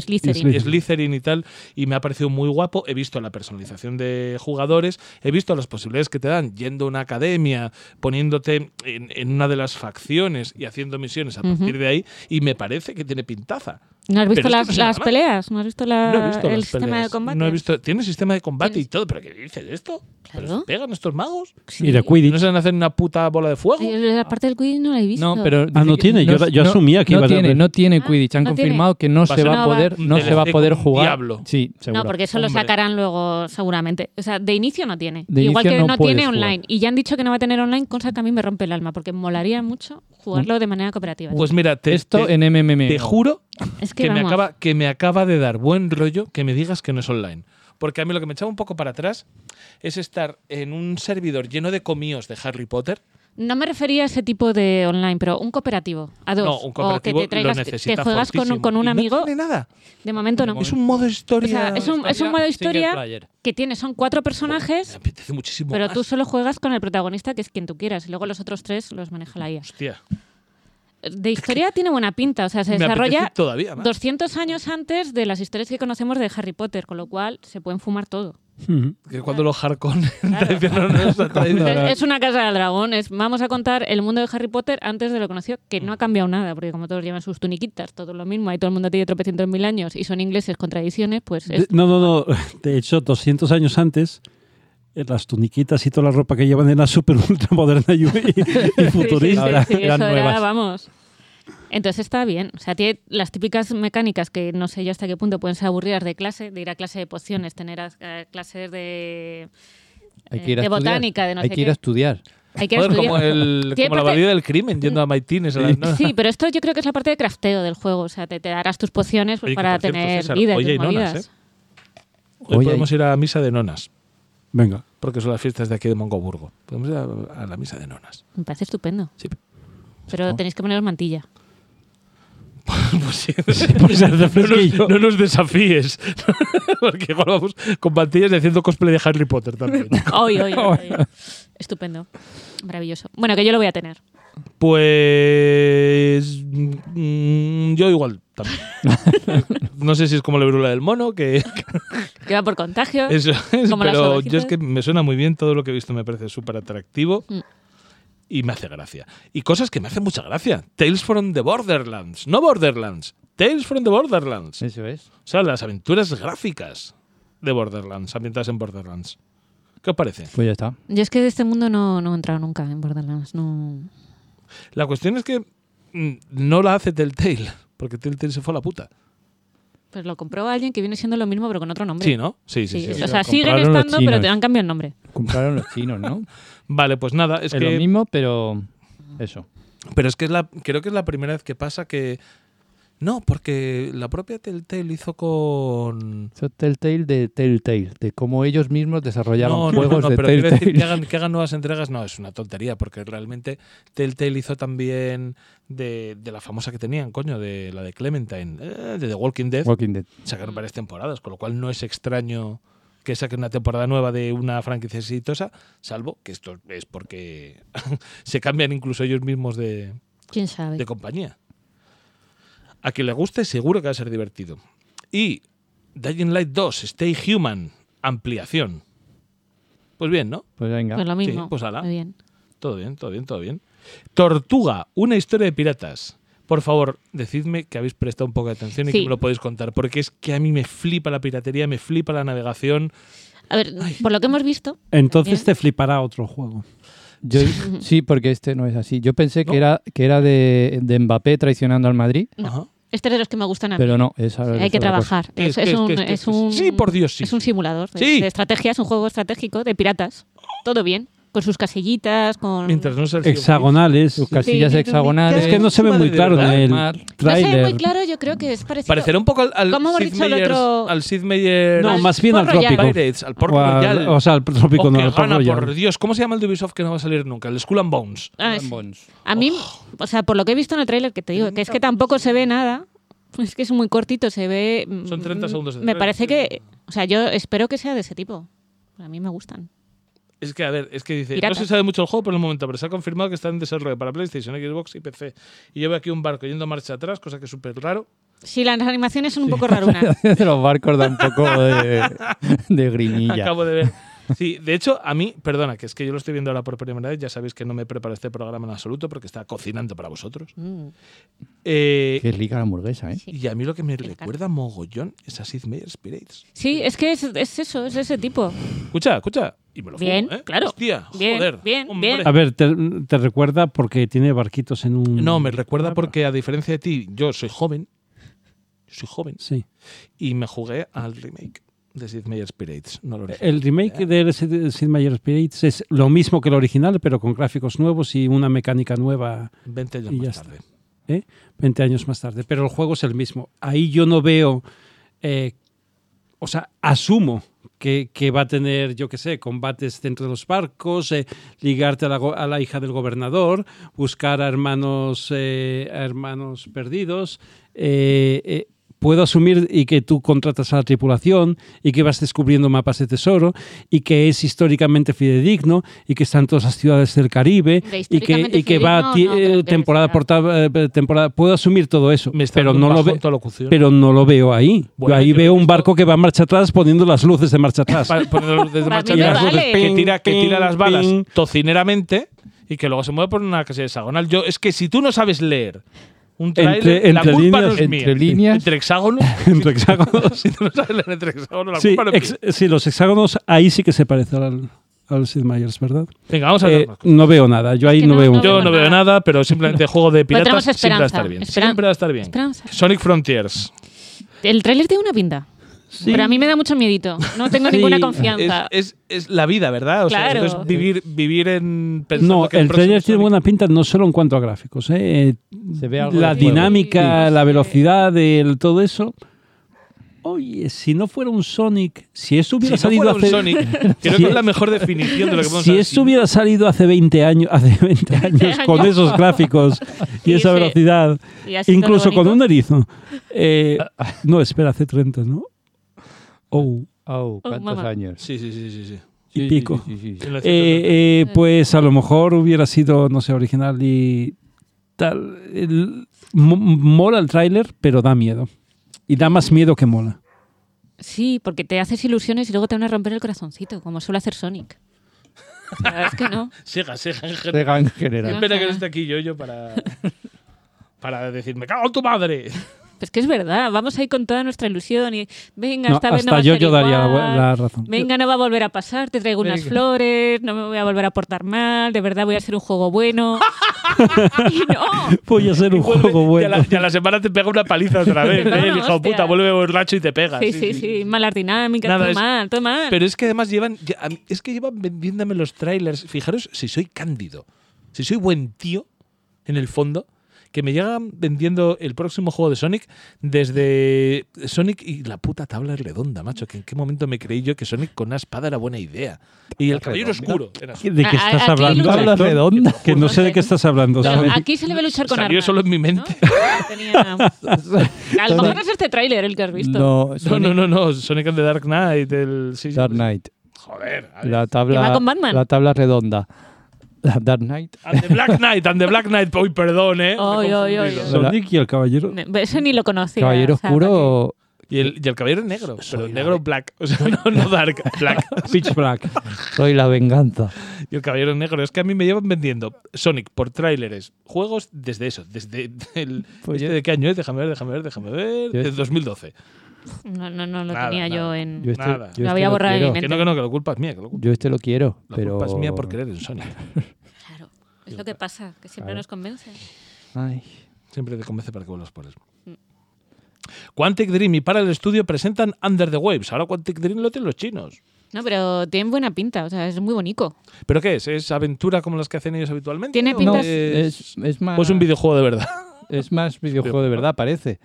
[SPEAKER 3] Slytherin.
[SPEAKER 1] y Slytherin y tal, y me ha parecido muy guapo. He visto la personalización de jugadores, he visto las posibilidades que te dan yendo a una academia, poniéndote en, en una de las facciones y haciendo misiones a
[SPEAKER 3] Ujú.
[SPEAKER 1] partir de ahí, y me parece que tiene pintaza.
[SPEAKER 3] ¿No has visto
[SPEAKER 1] Pero es que
[SPEAKER 3] las,
[SPEAKER 1] no sé nada
[SPEAKER 3] las
[SPEAKER 1] más.
[SPEAKER 3] peleas? ¿No has visto, la-
[SPEAKER 1] No he visto
[SPEAKER 3] Ah, el
[SPEAKER 1] las
[SPEAKER 3] sistema
[SPEAKER 1] peleas,
[SPEAKER 3] de combate?
[SPEAKER 1] No he visto, tiene sistema de combate
[SPEAKER 3] Tienes-
[SPEAKER 1] y todo, pero ¿qué dices de esto? ¿Pero
[SPEAKER 3] Claro.
[SPEAKER 1] se ¿Pegan estos magos?
[SPEAKER 3] Sí.
[SPEAKER 4] y de Quidditch.
[SPEAKER 1] ¿No se van a hacer una puta bola de fuego?
[SPEAKER 3] Ay, La parte del Quidditch no la he visto.
[SPEAKER 2] No, pero
[SPEAKER 4] Ah, no
[SPEAKER 2] dice que
[SPEAKER 4] tiene. Yo- yo asumía que
[SPEAKER 2] no
[SPEAKER 4] iba a
[SPEAKER 2] tiene,
[SPEAKER 4] haber-
[SPEAKER 2] no tiene
[SPEAKER 3] Ah,
[SPEAKER 2] Quidditch. Han
[SPEAKER 3] no tiene.
[SPEAKER 2] confirmado que no
[SPEAKER 1] Va a
[SPEAKER 2] se
[SPEAKER 1] ser
[SPEAKER 2] va
[SPEAKER 3] una-
[SPEAKER 2] a poder,
[SPEAKER 1] un
[SPEAKER 2] no se va a
[SPEAKER 1] DLC
[SPEAKER 2] poder
[SPEAKER 1] con
[SPEAKER 2] jugar.
[SPEAKER 1] Diablo.
[SPEAKER 2] Sí, seguro.
[SPEAKER 3] No, porque eso lo
[SPEAKER 1] Hombre.
[SPEAKER 3] sacarán luego seguramente. O sea, de inicio no tiene.
[SPEAKER 2] De
[SPEAKER 3] Igual
[SPEAKER 2] inicio
[SPEAKER 3] que
[SPEAKER 2] no
[SPEAKER 3] no,
[SPEAKER 2] puedes
[SPEAKER 3] tiene
[SPEAKER 2] jugar.
[SPEAKER 3] online. Y ya han dicho que no va a tener online, cosa que a mí me rompe el alma, porque molaría mucho jugarlo de manera cooperativa.
[SPEAKER 1] Pues mira, te,
[SPEAKER 2] Esto
[SPEAKER 1] te-
[SPEAKER 2] en MMM.
[SPEAKER 1] te juro
[SPEAKER 3] es que,
[SPEAKER 1] que me,
[SPEAKER 3] vamos,
[SPEAKER 1] acaba, que me acaba de dar buen rollo que me digas que no es online. Porque a mí lo que me echaba un poco para atrás es estar en un servidor lleno de comíos de Harry Potter.
[SPEAKER 3] no me refería a ese tipo de online, pero un cooperativo. A dos.
[SPEAKER 1] No, un
[SPEAKER 3] o que
[SPEAKER 1] cooperativo
[SPEAKER 3] te traigas,
[SPEAKER 1] lo necesita
[SPEAKER 3] te juegas con,
[SPEAKER 1] fortísimo.
[SPEAKER 3] con
[SPEAKER 1] Y
[SPEAKER 3] un
[SPEAKER 1] No
[SPEAKER 3] amigo.
[SPEAKER 1] tiene nada.
[SPEAKER 3] De momento no.
[SPEAKER 1] Es un modo
[SPEAKER 3] O
[SPEAKER 1] historia.
[SPEAKER 3] sea, es un, es un modo historia que tiene, son
[SPEAKER 1] Me
[SPEAKER 3] cuatro personajes,
[SPEAKER 1] apetece muchísimo.
[SPEAKER 3] pero
[SPEAKER 1] más.
[SPEAKER 3] tú solo juegas con el protagonista, que es quien tú quieras, y luego los otros tres los maneja la IA.
[SPEAKER 1] Hostia.
[SPEAKER 3] De historia tiene buena pinta, o sea, se
[SPEAKER 1] me
[SPEAKER 3] desarrolla
[SPEAKER 1] apetece todavía más.
[SPEAKER 3] 200 años antes de las historias que conocemos de Harry Potter, con lo cual se pueden fumar todo.
[SPEAKER 4] Ujú.
[SPEAKER 1] Que cuando los Harkonnen traicionaron a nuestra tradición.
[SPEAKER 3] Es, es una casa del dragón. es- vamos a contar el mundo de Harry Potter antes de lo conocido, que no ha cambiado nada, porque como todos llevan sus tuniquitas, todo lo mismo, ahí todo el mundo tiene tropecientos mil años y son ingleses con tradiciones, pues
[SPEAKER 4] De-
[SPEAKER 3] es,
[SPEAKER 4] No, no, no. De hecho, 200 años antes, eh, las tuniquitas y toda la ropa que llevan era súper ultra moderna y, y- y futurista.
[SPEAKER 3] Sí, sí, sí,
[SPEAKER 4] Eran
[SPEAKER 3] eso era,
[SPEAKER 4] nuevas.
[SPEAKER 3] vamos. Entonces está bien. O sea, tiene las típicas mecánicas que no sé yo hasta qué punto pueden ser aburridas de clase, de ir a clase de pociones, tener a- a clases de. eh,
[SPEAKER 2] Hay que ir a
[SPEAKER 3] de
[SPEAKER 2] estudiar.
[SPEAKER 3] botánica, de no
[SPEAKER 2] Hay
[SPEAKER 3] sé
[SPEAKER 2] que ir
[SPEAKER 3] qué.
[SPEAKER 2] a estudiar.
[SPEAKER 3] Hay que
[SPEAKER 1] Joder,
[SPEAKER 3] estudiar.
[SPEAKER 1] como, el,
[SPEAKER 3] Tiene
[SPEAKER 1] como la
[SPEAKER 3] parte-
[SPEAKER 1] valía del crimen yendo a maitines. a las- ¿no?
[SPEAKER 3] Sí, pero esto yo creo que es la parte de crafteo del juego. O sea, te, te darás tus pociones pues,
[SPEAKER 1] Oye, que
[SPEAKER 3] para
[SPEAKER 1] por cierto,
[SPEAKER 3] tener
[SPEAKER 1] César,
[SPEAKER 3] vida. y
[SPEAKER 1] hoy
[SPEAKER 3] tus
[SPEAKER 1] hay nonas,
[SPEAKER 3] movidas.
[SPEAKER 1] ¿eh? Hoy
[SPEAKER 2] Oye,
[SPEAKER 1] podemos ir a misa de nonas,
[SPEAKER 4] Venga.
[SPEAKER 1] porque son las fiestas de aquí de Mongoburgo. Podemos ir a, a la misa de nonas.
[SPEAKER 3] Me parece estupendo.
[SPEAKER 1] Sí.
[SPEAKER 3] Pero tenéis que poneros mantilla.
[SPEAKER 1] Pues sí, pues
[SPEAKER 4] el refresquillo.
[SPEAKER 1] no, nos, no nos desafíes, porque igual vamos con pantillas y haciendo cosplay de Harry Potter también.
[SPEAKER 3] Hoy, hoy, hoy, hoy. Estupendo. Maravilloso. Bueno, que yo lo voy a tener.
[SPEAKER 1] Pues mm, yo igual también. no sé si es como la virula del mono, que,
[SPEAKER 3] Que va por contagio.
[SPEAKER 1] Eso es,
[SPEAKER 3] Como las
[SPEAKER 1] pero
[SPEAKER 3] ovejitas.
[SPEAKER 1] yo es que me suena muy bien todo lo que he visto, me parece súper atractivo
[SPEAKER 3] Mm.
[SPEAKER 1] y me hace gracia. Y cosas que me hacen mucha gracia. Tales from the Borderlands, no Borderlands, Tales from the Borderlands.
[SPEAKER 2] Eso es.
[SPEAKER 1] O sea, las aventuras gráficas de Borderlands, ambientadas en Borderlands. ¿Qué os parece?
[SPEAKER 2] Pues ya está.
[SPEAKER 3] Yo es que de este mundo no, no he entrado nunca en Borderlands. No.
[SPEAKER 1] La cuestión es que mm, no la hace Telltale, porque Telltale se fue a la puta.
[SPEAKER 3] Pues lo compró alguien que viene siendo lo mismo, pero con otro nombre.
[SPEAKER 1] Sí, ¿no? Sí,
[SPEAKER 3] Sí,
[SPEAKER 1] sí, sí.
[SPEAKER 3] o sea,
[SPEAKER 2] lo
[SPEAKER 3] siguen
[SPEAKER 2] compraron los
[SPEAKER 3] estando, pero
[SPEAKER 2] chinos.
[SPEAKER 3] te han cambiado el nombre.
[SPEAKER 2] Compraron los chinos, ¿no?
[SPEAKER 1] Vale, pues nada, es
[SPEAKER 2] es
[SPEAKER 1] que
[SPEAKER 2] lo mismo, pero eso.
[SPEAKER 1] Pero es que es la, creo que es la primera vez que pasa que. No, porque la propia Telltale hizo con.
[SPEAKER 2] Eso es Telltale de Telltale, de cómo ellos mismos desarrollaban
[SPEAKER 1] no, no, no,
[SPEAKER 2] juegos
[SPEAKER 1] no,
[SPEAKER 2] de
[SPEAKER 1] pero quiero
[SPEAKER 2] Telltale.
[SPEAKER 1] decir que hagan, que hagan nuevas entregas no es una tontería, porque realmente Telltale hizo también de, de la famosa que tenían, coño, de la de Clementine, eh, de The Walking Dead,
[SPEAKER 2] Walking Dead.
[SPEAKER 1] sacaron varias temporadas, con lo cual no es extraño que saquen una temporada nueva de una franquicia exitosa, salvo que esto es porque se cambian incluso ellos mismos de,
[SPEAKER 3] ¿Quién sabe?
[SPEAKER 1] de compañía. A quien le guste, seguro que va a ser divertido. Y Dying Light 2, Stay Human, ampliación. Pues bien, ¿no?
[SPEAKER 2] Pues venga.
[SPEAKER 3] Pues lo mismo.
[SPEAKER 1] pues ala.
[SPEAKER 3] Muy bien.
[SPEAKER 1] Todo bien, todo bien, todo bien. Tortuga, una historia de piratas. Por favor, decidme que habéis prestado un poco de atención y
[SPEAKER 3] Sí.
[SPEAKER 1] que me lo podéis contar, porque es que a mí me flipa la piratería, me flipa la navegación.
[SPEAKER 3] A ver, por lo que hemos visto,
[SPEAKER 4] Entonces
[SPEAKER 3] Bien.
[SPEAKER 4] te flipará otro juego.
[SPEAKER 2] Yo- sí, porque este no es así. Yo pensé
[SPEAKER 1] ¿No?
[SPEAKER 2] que era, que era de, de Mbappé traicionando al Madrid,
[SPEAKER 3] No.
[SPEAKER 1] Ajá.
[SPEAKER 3] este es de los que me gustan a mí.
[SPEAKER 2] pero no, es ahora-
[SPEAKER 3] Hay
[SPEAKER 2] es
[SPEAKER 3] que
[SPEAKER 2] otra cosa.
[SPEAKER 3] trabajar.
[SPEAKER 1] ¿Qué es,
[SPEAKER 3] Es, es
[SPEAKER 1] qué es,
[SPEAKER 3] un,
[SPEAKER 1] qué es, qué
[SPEAKER 3] es
[SPEAKER 1] es?
[SPEAKER 3] un-
[SPEAKER 1] Sí, por Dios, sí.
[SPEAKER 3] Es un simulador de,
[SPEAKER 1] Sí.
[SPEAKER 3] de estrategia, es un juego estratégico de piratas. Todo bien. Con sus casillitas, con.
[SPEAKER 1] Mientras no sea el
[SPEAKER 4] Hexagonales.
[SPEAKER 2] Sus casillas
[SPEAKER 3] Sí, sí, sí.
[SPEAKER 2] hexagonales.
[SPEAKER 4] Es que no se ve
[SPEAKER 1] Madre
[SPEAKER 4] muy
[SPEAKER 1] de
[SPEAKER 4] claro
[SPEAKER 1] verdad.
[SPEAKER 4] en
[SPEAKER 2] Mar.
[SPEAKER 4] el
[SPEAKER 3] no se ve
[SPEAKER 4] tráiler.
[SPEAKER 3] muy claro, yo creo que es parecido.
[SPEAKER 1] Parecerá un poco al, al
[SPEAKER 3] ¿Cómo hemos
[SPEAKER 1] Sid
[SPEAKER 3] dicho el
[SPEAKER 1] Meier's-
[SPEAKER 3] otro?
[SPEAKER 1] al Sid Meier's-
[SPEAKER 4] No,
[SPEAKER 3] Al
[SPEAKER 4] más bien al
[SPEAKER 3] Port Royal.
[SPEAKER 4] trópico.
[SPEAKER 1] Pirates, al Port
[SPEAKER 4] O, al-
[SPEAKER 1] Royal.
[SPEAKER 4] o sea, al trópico,
[SPEAKER 1] O
[SPEAKER 4] no,
[SPEAKER 1] que
[SPEAKER 4] al Port
[SPEAKER 1] gana, por
[SPEAKER 4] Royal.
[SPEAKER 1] Dios. ¿Cómo se llama el de Ubisoft que no va a salir nunca? El Skull and Bones.
[SPEAKER 3] Ah, es- a mí, o sea, por lo que he visto en el tráiler, que te digo, que es que tampoco se ve nada. Es que es muy cortito, se ve. mm,
[SPEAKER 1] Son 30 segundos de
[SPEAKER 3] Me
[SPEAKER 1] tráiler,
[SPEAKER 3] parece
[SPEAKER 1] sí.
[SPEAKER 3] que. O sea, yo espero que sea de ese tipo. A mí me gustan.
[SPEAKER 1] Es que, a ver, es que dice,
[SPEAKER 3] Pirata.
[SPEAKER 1] no se sabe mucho el juego por el momento, pero se ha confirmado que está en desarrollo para PlayStation, ¿eh? Xbox y PC. Y yo veo aquí un barco yendo marcha atrás, cosa que es súper raro.
[SPEAKER 3] Sí, las animaciones son un poco rarunas.
[SPEAKER 2] Los barcos dan un poco de, de grimilla.
[SPEAKER 1] Acabo de ver. Sí, de hecho, a mí, perdona, que es que yo lo estoy viendo ahora por primera vez, ya sabéis que no me preparo este programa en absoluto porque está cocinando para vosotros.
[SPEAKER 3] Mm.
[SPEAKER 1] Eh,
[SPEAKER 2] Que es rica la hamburguesa, ¿eh?
[SPEAKER 3] Sí.
[SPEAKER 1] y a mí lo que me
[SPEAKER 3] la
[SPEAKER 1] recuerda mogollón es a Sid Meier's Pirates.
[SPEAKER 3] Sí, es que es, es eso, es ese tipo.
[SPEAKER 1] Escucha, escucha. Y me lo fumo,
[SPEAKER 3] Bien,
[SPEAKER 1] ¿eh?
[SPEAKER 3] claro.
[SPEAKER 1] Hostia,
[SPEAKER 3] Bien,
[SPEAKER 1] joder.
[SPEAKER 3] bien,
[SPEAKER 1] hombre.
[SPEAKER 3] bien.
[SPEAKER 4] A ver, te, te recuerda porque tiene barquitos en un.
[SPEAKER 1] No, me recuerda porque a diferencia de ti, yo soy joven. Soy joven.
[SPEAKER 4] Sí.
[SPEAKER 1] Y me jugué al remake de Sid Meier's Pirates. No lo original.
[SPEAKER 4] El remake de Sid Sid Meier's Spirits es lo mismo que el original, pero con gráficos nuevos y una mecánica nueva
[SPEAKER 1] 20 años
[SPEAKER 4] y ya
[SPEAKER 1] más
[SPEAKER 4] está.
[SPEAKER 1] tarde.
[SPEAKER 4] 20 ¿eh? años más tarde. Pero el juego es el mismo. Ahí yo no veo. eh, o sea, asumo que, que va a tener, yo qué sé, combates dentro de los barcos, eh, ligarte a la, go- a la hija del gobernador, buscar a hermanos, eh, a hermanos perdidos. eh, eh, puedo asumir y que tú contratas a la tripulación y que vas descubriendo mapas de tesoro y que es históricamente fidedigno y que están todas las ciudades del Caribe
[SPEAKER 3] Hombre,
[SPEAKER 4] y que,
[SPEAKER 3] históricamente
[SPEAKER 4] y que
[SPEAKER 3] fidedigno,
[SPEAKER 4] va ti-
[SPEAKER 3] no creo
[SPEAKER 4] eh,
[SPEAKER 3] que
[SPEAKER 4] temporada
[SPEAKER 3] sea.
[SPEAKER 4] por tab- eh, temporada. Puedo asumir todo eso,
[SPEAKER 1] Me está
[SPEAKER 4] pero
[SPEAKER 1] dando
[SPEAKER 4] no
[SPEAKER 1] un
[SPEAKER 4] lo
[SPEAKER 1] bajón
[SPEAKER 4] veo.
[SPEAKER 1] tu locución.
[SPEAKER 4] Pero no lo veo ahí. Yo
[SPEAKER 1] Bueno,
[SPEAKER 4] ahí
[SPEAKER 1] yo he
[SPEAKER 4] veo un
[SPEAKER 1] visto-
[SPEAKER 4] barco que va marcha atrás poniendo las luces de marcha atrás.
[SPEAKER 1] Pa- poner las luces de
[SPEAKER 3] Para
[SPEAKER 1] marcha
[SPEAKER 3] mí me
[SPEAKER 1] atrás,
[SPEAKER 3] vale.
[SPEAKER 1] que tira, que
[SPEAKER 4] Ping,
[SPEAKER 1] tira las balas
[SPEAKER 4] ping.
[SPEAKER 1] tocineramente y que luego se mueve por una casilla hexagonal. Yo, es que si tú no sabes leer un
[SPEAKER 4] Entre-
[SPEAKER 1] trailer, la
[SPEAKER 4] entre
[SPEAKER 1] culpa no
[SPEAKER 4] líneas-
[SPEAKER 1] es mía.
[SPEAKER 2] Entre líneas.
[SPEAKER 1] Entre hexágonos.
[SPEAKER 4] Entre hexágonos.
[SPEAKER 1] si tú no sabes leer entre hexágonos, la
[SPEAKER 4] Sí,
[SPEAKER 1] culpa no es
[SPEAKER 4] ex-
[SPEAKER 1] mía.
[SPEAKER 4] sí, los hexágonos ahí sí que se parecen al, al Sid Meier's, ¿verdad?
[SPEAKER 1] Venga, vamos a
[SPEAKER 4] Eh,
[SPEAKER 1] ver.
[SPEAKER 4] no veo nada, yo ahí
[SPEAKER 3] que
[SPEAKER 4] no,
[SPEAKER 3] no-
[SPEAKER 4] veo un
[SPEAKER 3] no
[SPEAKER 1] Yo no veo
[SPEAKER 3] nada.
[SPEAKER 1] nada, pero simplemente juego de piratas
[SPEAKER 3] tenemos
[SPEAKER 1] siempre va a
[SPEAKER 3] esperanza,
[SPEAKER 1] estar bien.
[SPEAKER 3] esperanza.
[SPEAKER 1] Siempre va a estar bien.
[SPEAKER 3] Esperanza.
[SPEAKER 1] Sonic Frontiers.
[SPEAKER 3] El tráiler tiene una pinta.
[SPEAKER 4] Sí.
[SPEAKER 3] Pero a mí me da mucho miedito. No tengo
[SPEAKER 4] Sí.
[SPEAKER 3] ninguna
[SPEAKER 4] Es-
[SPEAKER 1] Es,
[SPEAKER 3] confianza.
[SPEAKER 1] es- es la vida, ¿verdad? O sea,
[SPEAKER 3] Claro.
[SPEAKER 1] esto es vivir, vivir en pensando
[SPEAKER 4] No,
[SPEAKER 1] que el
[SPEAKER 4] el
[SPEAKER 1] próximo
[SPEAKER 4] trailer tiene
[SPEAKER 1] Sonic-
[SPEAKER 4] buena pinta no solo en cuanto a gráficos, ¿eh? Eh,
[SPEAKER 2] Se ve algo
[SPEAKER 4] la
[SPEAKER 2] del juego.
[SPEAKER 4] dinámica,
[SPEAKER 3] Sí.
[SPEAKER 4] la velocidad, el, todo eso. Oye, si no fuera un Sonic, si eso
[SPEAKER 1] Si
[SPEAKER 4] hubiera
[SPEAKER 1] no fuera
[SPEAKER 4] salido
[SPEAKER 1] un
[SPEAKER 4] hace
[SPEAKER 1] Sonic, creo
[SPEAKER 4] Si-
[SPEAKER 1] que es la mejor definición de lo que podemos
[SPEAKER 4] si
[SPEAKER 1] hacer.
[SPEAKER 4] eso hubiera salido hace 20 años, hace 20 años con
[SPEAKER 3] años.
[SPEAKER 4] esos gráficos y
[SPEAKER 3] Sí,
[SPEAKER 4] esa
[SPEAKER 3] sí.
[SPEAKER 4] velocidad,
[SPEAKER 3] Y así todo
[SPEAKER 4] incluso con
[SPEAKER 3] bonito.
[SPEAKER 4] un erizo. eh, no, espera, hace 30, ¿no? Oh.
[SPEAKER 2] Oh, ¿cuántos
[SPEAKER 3] mamá.
[SPEAKER 2] años?
[SPEAKER 1] Sí, sí, sí, sí, sí.
[SPEAKER 4] Y pico.
[SPEAKER 2] sí, sí, sí.
[SPEAKER 1] En la
[SPEAKER 4] Eh, eh, pues a lo mejor hubiera sido, no sé, original y tal. El- mo- mola el tráiler, pero da miedo. Y da más miedo que mola.
[SPEAKER 3] Sí, porque te haces ilusiones y luego te van a romper el corazoncito, como suele hacer Sonic. La verdad es que no.
[SPEAKER 1] Siga, siga, en general.
[SPEAKER 2] Sega en general.
[SPEAKER 1] Espera que no esté aquí yo, yo para. Para decir, me cago en tu madre.
[SPEAKER 3] Pues que es verdad, vamos ahí con toda nuestra ilusión y venga,
[SPEAKER 4] No,
[SPEAKER 3] esta vez no va a
[SPEAKER 4] hasta yo,
[SPEAKER 3] ser
[SPEAKER 4] yo daría la,
[SPEAKER 3] igual.
[SPEAKER 4] la razón.
[SPEAKER 3] Venga, no va a volver a pasar, te traigo unas
[SPEAKER 1] Venga.
[SPEAKER 3] flores, no me voy a volver a portar mal, de verdad voy a ser un juego bueno. y no,
[SPEAKER 4] Voy a hacer un
[SPEAKER 1] Vuelve,
[SPEAKER 4] juego
[SPEAKER 1] Y a,
[SPEAKER 4] bueno.
[SPEAKER 1] la, y a la semana te pega una paliza otra vez.
[SPEAKER 3] Te pega
[SPEAKER 1] ¿eh? El
[SPEAKER 3] una
[SPEAKER 1] hijo de
[SPEAKER 3] hostia.
[SPEAKER 1] puta vuelve borracho y te pega.
[SPEAKER 3] sí, sí, sí, malas dinámicas,
[SPEAKER 1] Nada,
[SPEAKER 3] todo
[SPEAKER 1] es-
[SPEAKER 3] mal, todo mal.
[SPEAKER 1] Pero es que además llevan. ya- a mí- Es que llevan vendiéndome los trailers. Fijaros si soy cándido. Si soy buen tío, en el fondo. Que me llegan vendiendo el próximo juego de Sonic desde Sonic y la puta tabla es redonda, macho. Que en qué momento me creí yo que Sonic con una espada era buena idea. Y el caballero oscuro. Era
[SPEAKER 4] ¿De qué
[SPEAKER 3] A- a-
[SPEAKER 4] estás
[SPEAKER 3] aquí
[SPEAKER 4] hablando?
[SPEAKER 3] lucha-
[SPEAKER 4] Héctor?
[SPEAKER 2] Tabla redonda.
[SPEAKER 4] Que no sé de qué estás hablando.
[SPEAKER 3] Pero
[SPEAKER 4] ¿sabes?
[SPEAKER 3] aquí se le va a luchar con
[SPEAKER 1] Salió
[SPEAKER 3] armas,
[SPEAKER 1] solo en mi
[SPEAKER 3] ¿no?
[SPEAKER 1] mente.
[SPEAKER 3] Tenía- A lo mejor es este tráiler el que has visto.
[SPEAKER 2] No,
[SPEAKER 1] No,
[SPEAKER 2] Sonic
[SPEAKER 1] no, no, no. Sonic and the Dark Knight. El, sí, sí,
[SPEAKER 2] Dark
[SPEAKER 1] pues,
[SPEAKER 2] Knight.
[SPEAKER 1] Joder. a ver.
[SPEAKER 2] La
[SPEAKER 3] Que va
[SPEAKER 2] tabla,
[SPEAKER 3] con Batman.
[SPEAKER 2] la tabla redonda. La Dark Knight.
[SPEAKER 1] And the Black Knight, and the Black Knight. Uy, perdón, eh. me he
[SPEAKER 3] Oy, oy, oy,
[SPEAKER 1] confundido.
[SPEAKER 2] oy.
[SPEAKER 4] Sonic y el caballero.
[SPEAKER 3] No, Ese ni lo conocía.
[SPEAKER 2] Caballero
[SPEAKER 3] o sea,
[SPEAKER 2] Oscuro.
[SPEAKER 1] Y el, y el caballero negro, pero negro black. O sea, no, no dark, black.
[SPEAKER 4] Pitch Black.
[SPEAKER 2] Soy la venganza.
[SPEAKER 1] Y el caballero negro. Es que a mí me llevan vendiendo Sonic por tráileres, juegos desde eso, desde el.
[SPEAKER 2] Pues
[SPEAKER 1] este
[SPEAKER 2] yo-
[SPEAKER 1] ¿De qué año es? Déjame ver, déjame ver, déjame ver.
[SPEAKER 2] Yo-
[SPEAKER 1] Desde 2012.
[SPEAKER 3] para ti. No, no, no lo
[SPEAKER 1] Nada,
[SPEAKER 3] tenía yo
[SPEAKER 1] nada.
[SPEAKER 3] en.
[SPEAKER 2] Yo este,
[SPEAKER 1] Nada.
[SPEAKER 2] yo
[SPEAKER 3] Lo
[SPEAKER 2] este
[SPEAKER 3] había
[SPEAKER 2] lo
[SPEAKER 3] borrado de mi
[SPEAKER 2] quiero.
[SPEAKER 1] Que no, que no, que la culpa es mía. Que la culpa,
[SPEAKER 2] Yo este lo quiero,
[SPEAKER 1] la
[SPEAKER 2] pero.
[SPEAKER 1] culpa es mía por creer en Sonic.
[SPEAKER 3] Claro, es lo que pasa, que siempre nos convence.
[SPEAKER 2] Ay.
[SPEAKER 1] Siempre te convence para que vuelvas por eso. Quantic Dream y para el estudio presentan Under the Waves. Ahora Quantic Dream lo tienen los chinos.
[SPEAKER 3] No, pero tiene buena pinta, o sea, es muy bonito.
[SPEAKER 1] ¿Pero qué es? ¿Es aventura como las que hacen ellos habitualmente?
[SPEAKER 3] Tiene
[SPEAKER 1] ¿O
[SPEAKER 3] pinta-
[SPEAKER 2] No,
[SPEAKER 3] Pintas- Pues
[SPEAKER 2] es, es más.
[SPEAKER 1] ¿O es un videojuego de verdad?
[SPEAKER 2] es más videojuego de verdad, parece.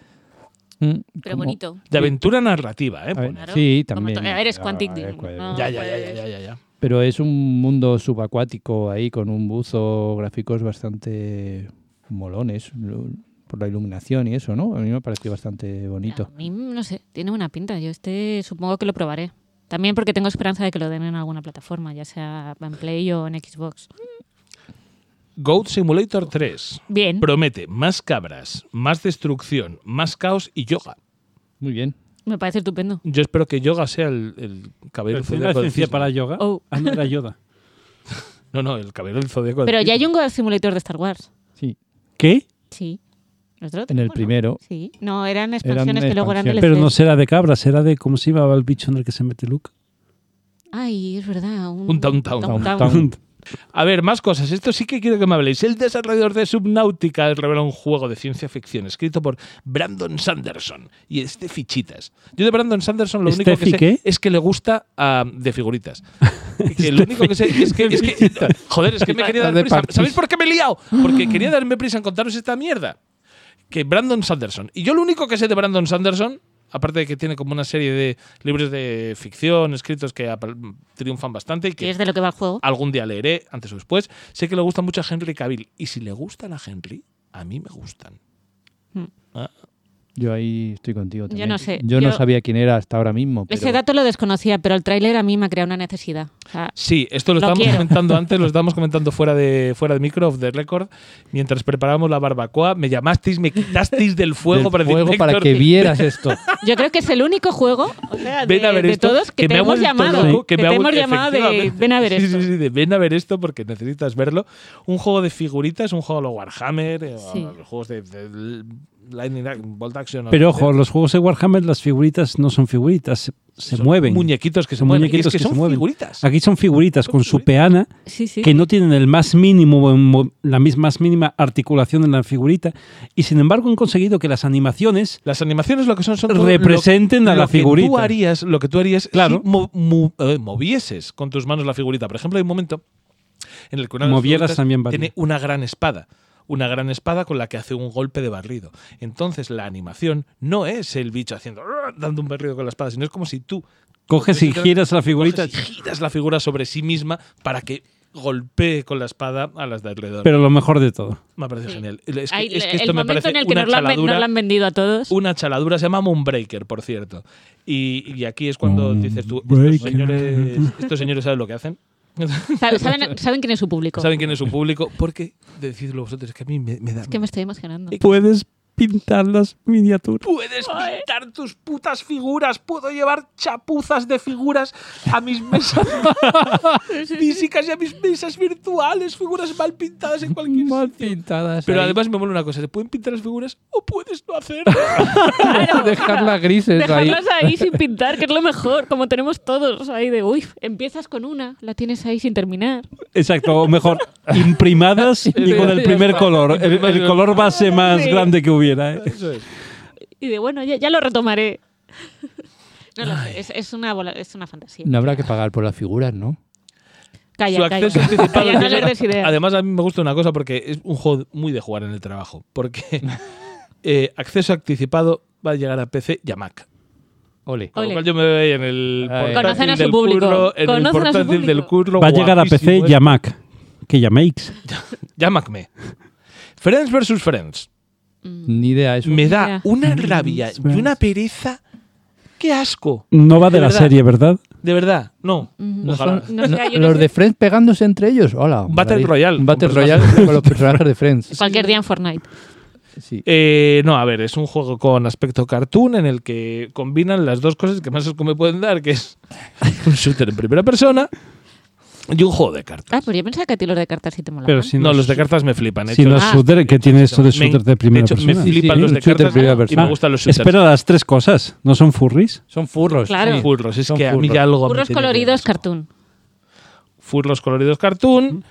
[SPEAKER 2] Mm,
[SPEAKER 3] Pero
[SPEAKER 2] como-
[SPEAKER 3] bonito.
[SPEAKER 1] De aventura narrativa, ¿eh?
[SPEAKER 2] A ver,
[SPEAKER 1] Pone.
[SPEAKER 3] Claro.
[SPEAKER 2] sí,
[SPEAKER 3] Como
[SPEAKER 2] también.
[SPEAKER 3] to- a ver, es
[SPEAKER 2] Ah,
[SPEAKER 3] Quantic
[SPEAKER 2] eh,
[SPEAKER 3] Dream,
[SPEAKER 2] cual-
[SPEAKER 3] ¿no?
[SPEAKER 1] Ya, ya, ya, ya, ya, ya, ya.
[SPEAKER 2] Pero es un mundo subacuático ahí con un buzo, gráficos bastante molones lo- por la iluminación y eso, ¿no? A mí me ha parecido bastante bonito.
[SPEAKER 3] A mí, no sé, tiene buena pinta. Yo este supongo que lo probaré. También porque tengo esperanza de que lo den en alguna plataforma, ya sea en Play o en Xbox.
[SPEAKER 1] Goat Simulator 3
[SPEAKER 3] Bien.
[SPEAKER 1] promete más cabras, más destrucción, más caos y yoga.
[SPEAKER 2] Muy bien.
[SPEAKER 3] Me parece estupendo.
[SPEAKER 1] Yo espero que yoga sea el, el caballero
[SPEAKER 4] ¿Tiene
[SPEAKER 1] del
[SPEAKER 4] la
[SPEAKER 1] zodíaco del
[SPEAKER 4] ciencia
[SPEAKER 1] cisne.
[SPEAKER 4] para yoga?
[SPEAKER 3] Oh.
[SPEAKER 4] Ah, no, era Yoda.
[SPEAKER 1] No, no, el caballero del zodíaco del
[SPEAKER 3] Pero
[SPEAKER 1] cisne.
[SPEAKER 3] ya hay un God Simulator de Star Wars.
[SPEAKER 2] Sí.
[SPEAKER 4] ¿Qué?
[SPEAKER 3] Sí. Nosotros lo
[SPEAKER 2] En el
[SPEAKER 3] tenemos, ¿no?
[SPEAKER 2] primero.
[SPEAKER 3] Sí. No, eran expansiones que luego eran
[SPEAKER 2] expansiones.
[SPEAKER 4] Pero
[SPEAKER 3] DLCs.
[SPEAKER 4] no será de cabra, será de cómo se iba el bicho en el que se mete Luke.
[SPEAKER 3] Ay, es verdad. Un,
[SPEAKER 1] Un downtown.
[SPEAKER 2] Downtown.
[SPEAKER 1] A ver, más cosas. Esto sí que quiero que me habléis. El desarrollador de Subnautica revela un juego de ciencia ficción escrito por Brandon Sanderson y este fichitas. Yo de Brandon Sanderson lo
[SPEAKER 4] ¿Este
[SPEAKER 1] único que sé
[SPEAKER 4] fiqué?
[SPEAKER 1] es que le gusta ah, de figuritas. Que lo único que sé es que, es que- joder, es que me quería dar
[SPEAKER 2] De
[SPEAKER 1] prisa.
[SPEAKER 2] parchís.
[SPEAKER 1] ¿Sabéis por qué me he liado? Porque quería darme prisa en contaros esta mierda. Que Brandon Sanderson. Y yo lo único que sé de Brandon Sanderson, aparte de que tiene como una serie de libros de ficción escritos que apa- triunfan bastante y
[SPEAKER 3] Que
[SPEAKER 1] que
[SPEAKER 3] es de lo que va el
[SPEAKER 2] Ah,
[SPEAKER 3] juego.
[SPEAKER 1] algún día leeré, antes o después. Sé que le gusta mucho a Henry Cavill. Y si le gustan a Henry, a mí me gustan.
[SPEAKER 3] Hmm.
[SPEAKER 1] Ah,
[SPEAKER 2] Yo ahí estoy contigo también.
[SPEAKER 3] no sé,
[SPEAKER 2] Yo, no
[SPEAKER 3] yo-
[SPEAKER 2] sabía quién era hasta ahora mismo. Pero...
[SPEAKER 3] Ese dato lo desconocía, pero el tráiler a mí me ha creado una necesidad. O sea,
[SPEAKER 1] Sí, esto lo,
[SPEAKER 3] Lo
[SPEAKER 1] estábamos
[SPEAKER 3] quiero.
[SPEAKER 1] comentando antes, lo estábamos comentando fuera de fuera de micro, off the record, mientras preparábamos la barbacoa, me llamasteis, me quitasteis del fuego
[SPEAKER 2] del
[SPEAKER 1] para decir,
[SPEAKER 2] fuego para
[SPEAKER 1] "Héctor,
[SPEAKER 2] que vieras esto.
[SPEAKER 3] yo creo que es el único juego o sea, de,
[SPEAKER 1] Ven a ver
[SPEAKER 3] de
[SPEAKER 1] esto,
[SPEAKER 3] todos que, te
[SPEAKER 1] me ha
[SPEAKER 3] hemos
[SPEAKER 1] vuelto
[SPEAKER 3] llamado.
[SPEAKER 1] loco,
[SPEAKER 3] que
[SPEAKER 1] me ha
[SPEAKER 3] te hemos
[SPEAKER 1] vuelto-
[SPEAKER 3] llamado de
[SPEAKER 1] efectivamente.
[SPEAKER 3] ven a ver
[SPEAKER 1] Sí,
[SPEAKER 3] esto.
[SPEAKER 1] Sí, sí, de ven a ver esto porque necesitas verlo. Un juego de figuritas, un juego a lo Warhammer, eh,
[SPEAKER 3] Sí.
[SPEAKER 1] a los juegos de, de Lightning Ac- Bolt Action.
[SPEAKER 4] Pero ojo, los juegos de Warhammer, las figuritas no son figuritas, se, se
[SPEAKER 1] Son
[SPEAKER 4] mueven.
[SPEAKER 1] Muñequitos que se
[SPEAKER 4] Son
[SPEAKER 1] mueven. Y es
[SPEAKER 4] muñequitos
[SPEAKER 1] que,
[SPEAKER 4] que
[SPEAKER 1] son
[SPEAKER 4] se mueven.
[SPEAKER 1] figuritas.
[SPEAKER 4] Aquí son figuritas con su peana
[SPEAKER 3] Sí, sí.
[SPEAKER 4] que no tienen el más mínimo, mo- la mis- más mínima articulación en la figurita y sin embargo han conseguido que las animaciones
[SPEAKER 1] Las animaciones lo que son son todo
[SPEAKER 4] representen
[SPEAKER 1] lo-
[SPEAKER 4] a la
[SPEAKER 1] lo que
[SPEAKER 4] figurita.
[SPEAKER 1] Tú harías, lo que tú harías
[SPEAKER 4] Claro.
[SPEAKER 1] si mo- mu- eh, movieses con tus manos la figurita. Por ejemplo, hay un momento en el que una de las
[SPEAKER 4] Movieras
[SPEAKER 1] figuritas
[SPEAKER 4] también vale.
[SPEAKER 1] tiene una gran espada. Una gran espada con la que hace un golpe de barrido. Entonces la animación no es el bicho haciendo "Arr", dando un barrido con la espada, sino es como si tú
[SPEAKER 4] coges y
[SPEAKER 1] Coges-
[SPEAKER 4] giras la figurita,
[SPEAKER 1] coges y giras la figura sobre sí misma para que golpee con la espada a las de alrededor.
[SPEAKER 4] pero lo mejor de todo.
[SPEAKER 1] me parece genial. Es que,
[SPEAKER 3] Hay-
[SPEAKER 1] es que
[SPEAKER 3] el
[SPEAKER 1] esto me
[SPEAKER 3] momento
[SPEAKER 1] parece
[SPEAKER 3] en el que
[SPEAKER 1] una
[SPEAKER 3] nos lo, han, ven-
[SPEAKER 1] chaladura
[SPEAKER 3] nos lo han vendido a todos.
[SPEAKER 1] una chaladura, se llama Moonbreaker, por cierto. Y, y aquí es cuando dices tú, estos
[SPEAKER 4] Moonbreaker.
[SPEAKER 1] señores, estos señores saben lo que hacen,
[SPEAKER 3] Saben- ¿Saben, saben quién es su público.
[SPEAKER 1] saben quién es su público, porque decidlo vosotros, es que a mí me, me da...
[SPEAKER 3] Es que me estoy emocionando.
[SPEAKER 4] Puedes pintar las miniaturas.
[SPEAKER 1] Puedes pintar tus putas figuras, puedo llevar chapuzas de figuras a mis mesas físicas y a mis mesas virtuales, figuras mal pintadas en cualquier
[SPEAKER 2] Mal
[SPEAKER 1] sitio.
[SPEAKER 2] pintadas.
[SPEAKER 1] Pero
[SPEAKER 2] ahí.
[SPEAKER 1] además me mola una cosa, se pueden pintar las figuras o puedes no hacer.
[SPEAKER 2] Dejarlas grises ahí.
[SPEAKER 3] Dejarlas ahí sin pintar, que es lo mejor, como tenemos todos ahí de, uy, empiezas con una, la tienes ahí sin terminar.
[SPEAKER 4] Exacto, o mejor, imprimadas y con el primer color, el, el color base más
[SPEAKER 3] Sí.
[SPEAKER 4] grande que hubiera. ¿eh?
[SPEAKER 1] Eso es.
[SPEAKER 3] Y de, bueno, ya, ya lo retomaré. No lo sé, es, es una, bola- es una fantasía.
[SPEAKER 2] No habrá que pagar por las figuras, ¿no?
[SPEAKER 3] Calla,
[SPEAKER 1] su
[SPEAKER 3] calla.
[SPEAKER 1] acceso anticipado.
[SPEAKER 3] Calla, no
[SPEAKER 1] tiene-
[SPEAKER 3] les des ideas.
[SPEAKER 1] Además, a mí me gusta una cosa porque es un juego muy de jugar en el trabajo. Porque eh, acceso anticipado va a llegar a PC y a Mac.
[SPEAKER 2] Ole.
[SPEAKER 1] Con lo
[SPEAKER 3] Ole.
[SPEAKER 1] cual yo me veo ahí en el
[SPEAKER 2] Ay.
[SPEAKER 1] portátil
[SPEAKER 3] Conocen a su
[SPEAKER 1] del
[SPEAKER 3] público.
[SPEAKER 1] curro, en el
[SPEAKER 3] Conocen a su
[SPEAKER 1] portátil
[SPEAKER 3] público.
[SPEAKER 1] del curro.
[SPEAKER 4] Va a llegar a
[SPEAKER 1] guapísimo,
[SPEAKER 4] PC
[SPEAKER 1] ¿eh?
[SPEAKER 4] y a Mac. Que llaméis.
[SPEAKER 1] Llámame. Friends versus Friends.
[SPEAKER 3] Mm.
[SPEAKER 2] Ni idea eso.
[SPEAKER 1] Me da
[SPEAKER 3] Mira.
[SPEAKER 1] una rabia y
[SPEAKER 4] Friends.
[SPEAKER 1] una pereza. ¡Qué asco!
[SPEAKER 4] No va de
[SPEAKER 1] De
[SPEAKER 4] la
[SPEAKER 1] verdad.
[SPEAKER 4] serie, ¿verdad?
[SPEAKER 1] De verdad, no.
[SPEAKER 3] Mm.
[SPEAKER 2] No
[SPEAKER 1] Ojalá.
[SPEAKER 2] son-
[SPEAKER 3] No sé,
[SPEAKER 2] no-
[SPEAKER 3] yo no
[SPEAKER 2] los
[SPEAKER 3] sé.
[SPEAKER 2] de Friends pegándose entre ellos. Hola.
[SPEAKER 1] Battle
[SPEAKER 2] maravilla.
[SPEAKER 1] Royale, con
[SPEAKER 2] Battle
[SPEAKER 1] personajes.
[SPEAKER 2] Royale con los personajes de Friends.
[SPEAKER 3] Cualquier día en Fortnite.
[SPEAKER 2] Sí.
[SPEAKER 1] Eh, no, a ver, es un juego con aspecto cartoon en el que combinan las dos cosas que más asco me pueden dar, que es un shooter en primera persona y un juego de cartas.
[SPEAKER 3] Ah, pero yo pensaba que a ti los de cartas sí te molaban.
[SPEAKER 4] Pero si
[SPEAKER 1] no,
[SPEAKER 4] no,
[SPEAKER 1] los de cartas me flipan. ¿eh?
[SPEAKER 4] si no es
[SPEAKER 3] Ah.
[SPEAKER 4] shooter, ¿qué tiene esto de
[SPEAKER 1] Me-
[SPEAKER 4] shooter de
[SPEAKER 1] de
[SPEAKER 4] primera
[SPEAKER 1] hecho, me
[SPEAKER 4] persona? Ah,
[SPEAKER 1] flipan
[SPEAKER 2] Sí,
[SPEAKER 1] los
[SPEAKER 2] un
[SPEAKER 1] de
[SPEAKER 2] shooter
[SPEAKER 1] cartas
[SPEAKER 2] primera
[SPEAKER 1] y
[SPEAKER 2] persona.
[SPEAKER 1] me gustan los shooters.
[SPEAKER 4] Espera las tres cosas. ¿No son furries?
[SPEAKER 2] Son furros.
[SPEAKER 3] Claro.
[SPEAKER 2] sí.
[SPEAKER 1] Furros, es
[SPEAKER 2] Son
[SPEAKER 1] que a mí
[SPEAKER 2] furros.
[SPEAKER 1] ya algo me
[SPEAKER 3] Burros
[SPEAKER 1] tiene que-
[SPEAKER 3] coloridos, cartoon.
[SPEAKER 1] Furros coloridos
[SPEAKER 4] ¿Mm?
[SPEAKER 1] cartoon,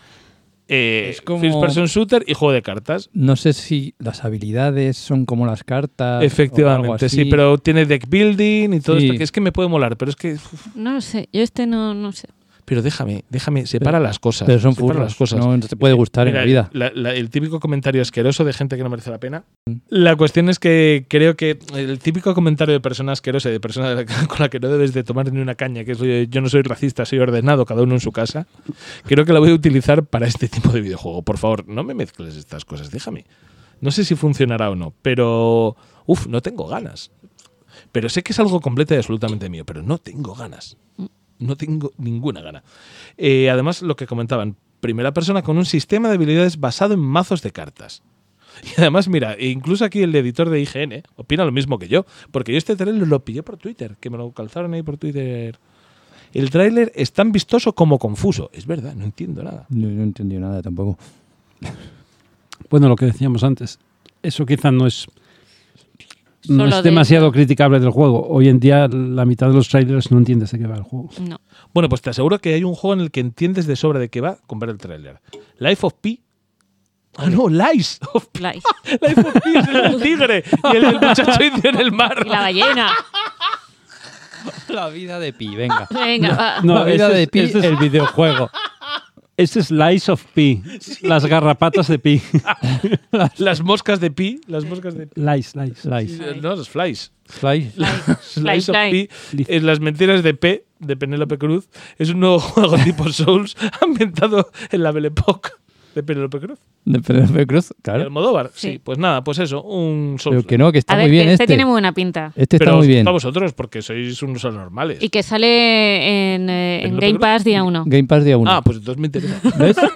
[SPEAKER 1] eh,
[SPEAKER 2] Es como-
[SPEAKER 1] first person shooter y juego de cartas.
[SPEAKER 2] No sé si las habilidades son como las cartas. o algo
[SPEAKER 1] Efectivamente,
[SPEAKER 2] así.
[SPEAKER 1] sí, pero tiene deck building y todo
[SPEAKER 2] Sí.
[SPEAKER 1] esto, que es que me puede molar, pero es que uf,
[SPEAKER 3] No lo sé, yo este no, no sé.
[SPEAKER 1] pero déjame, déjame, separa las cosas.
[SPEAKER 2] Pero son
[SPEAKER 1] separa
[SPEAKER 2] furros.
[SPEAKER 1] las cosas. Eh,
[SPEAKER 2] No te puede gustar en la
[SPEAKER 1] Mira,
[SPEAKER 2] vida.
[SPEAKER 1] la- la- el típico comentario asqueroso de gente que no merece la pena.
[SPEAKER 2] Mm.
[SPEAKER 1] La cuestión es que creo que el típico comentario de persona asquerosa y de persona de la que- con la que no debes de tomar ni una caña, que es "Oye, yo no soy racista, soy ordenado, cada uno en su casa, creo que la voy a utilizar para este tipo de videojuego. Por favor, no me mezcles estas cosas, déjame. No sé si funcionará o no, pero... Uf, no tengo ganas. Pero sé que es algo completa y absolutamente mío, pero no tengo ganas. No tengo ninguna gana. Eh, además, lo que comentaban, primera persona con un sistema de habilidades basado en mazos de cartas. Y además, mira, e incluso aquí el editor de IGN opina lo mismo que yo, porque yo este tráiler lo pillé por Twitter, que me lo calzaron ahí por Twitter. El tráiler es tan vistoso como confuso. Es verdad, no entiendo nada.
[SPEAKER 2] No, no he entendido nada tampoco.
[SPEAKER 4] Bueno, lo que decíamos antes. Eso quizá no es, no
[SPEAKER 3] Solo
[SPEAKER 4] es
[SPEAKER 3] de-
[SPEAKER 4] demasiado criticable del juego. Hoy en día la mitad de los trailers no entiendes de qué va el juego.
[SPEAKER 3] No.
[SPEAKER 1] Bueno, pues te aseguro que hay un juego en el que entiendes de sobra de qué va con ver el tráiler. Life of Pi. Ah, no, Lies of Pi.
[SPEAKER 3] Life.
[SPEAKER 1] Life of Pi es el del tigre y el del muchacho indio en el mar.
[SPEAKER 3] Y la ballena.
[SPEAKER 2] La vida de Pi, venga.
[SPEAKER 3] Venga, va.
[SPEAKER 2] La vida
[SPEAKER 4] ese
[SPEAKER 2] de
[SPEAKER 4] es-
[SPEAKER 2] Pi,
[SPEAKER 4] ese es-
[SPEAKER 2] el videojuego.
[SPEAKER 4] Este es Lies of Pi. Las garrapatas de Pi.
[SPEAKER 1] Las moscas de Pi. Las moscas de Pi.
[SPEAKER 4] Lies, lies.
[SPEAKER 2] Slice.
[SPEAKER 1] No, los flies.
[SPEAKER 2] Slice.
[SPEAKER 1] Slice of
[SPEAKER 3] Lifeline.
[SPEAKER 1] Pi, en las mentiras de P, de Penélope Cruz, es un nuevo juego tipo Souls ambientado en la Belle Époque. de Penélope Cruz.
[SPEAKER 2] De Penélope Cruz,
[SPEAKER 1] De
[SPEAKER 2] claro.
[SPEAKER 1] Almodóvar. Sí.
[SPEAKER 3] Sí.
[SPEAKER 1] pues nada, pues eso, un
[SPEAKER 2] Pero
[SPEAKER 1] Souls-like.
[SPEAKER 2] que no, que está
[SPEAKER 3] a
[SPEAKER 2] muy
[SPEAKER 3] ver,
[SPEAKER 2] bien
[SPEAKER 3] que este,
[SPEAKER 2] este.
[SPEAKER 3] tiene muy buena pinta.
[SPEAKER 2] Este está
[SPEAKER 1] Pero
[SPEAKER 2] muy
[SPEAKER 1] os
[SPEAKER 2] bien.
[SPEAKER 1] gusta a vosotros porque sois unos anormales.
[SPEAKER 3] Y que sale en, eh, en
[SPEAKER 1] ¿Penélope
[SPEAKER 3] Game
[SPEAKER 1] Cruz?
[SPEAKER 3] Pass día 1.
[SPEAKER 2] Game Pass día 1.
[SPEAKER 1] Ah, pues entonces me interesa.
[SPEAKER 2] ¿Ves?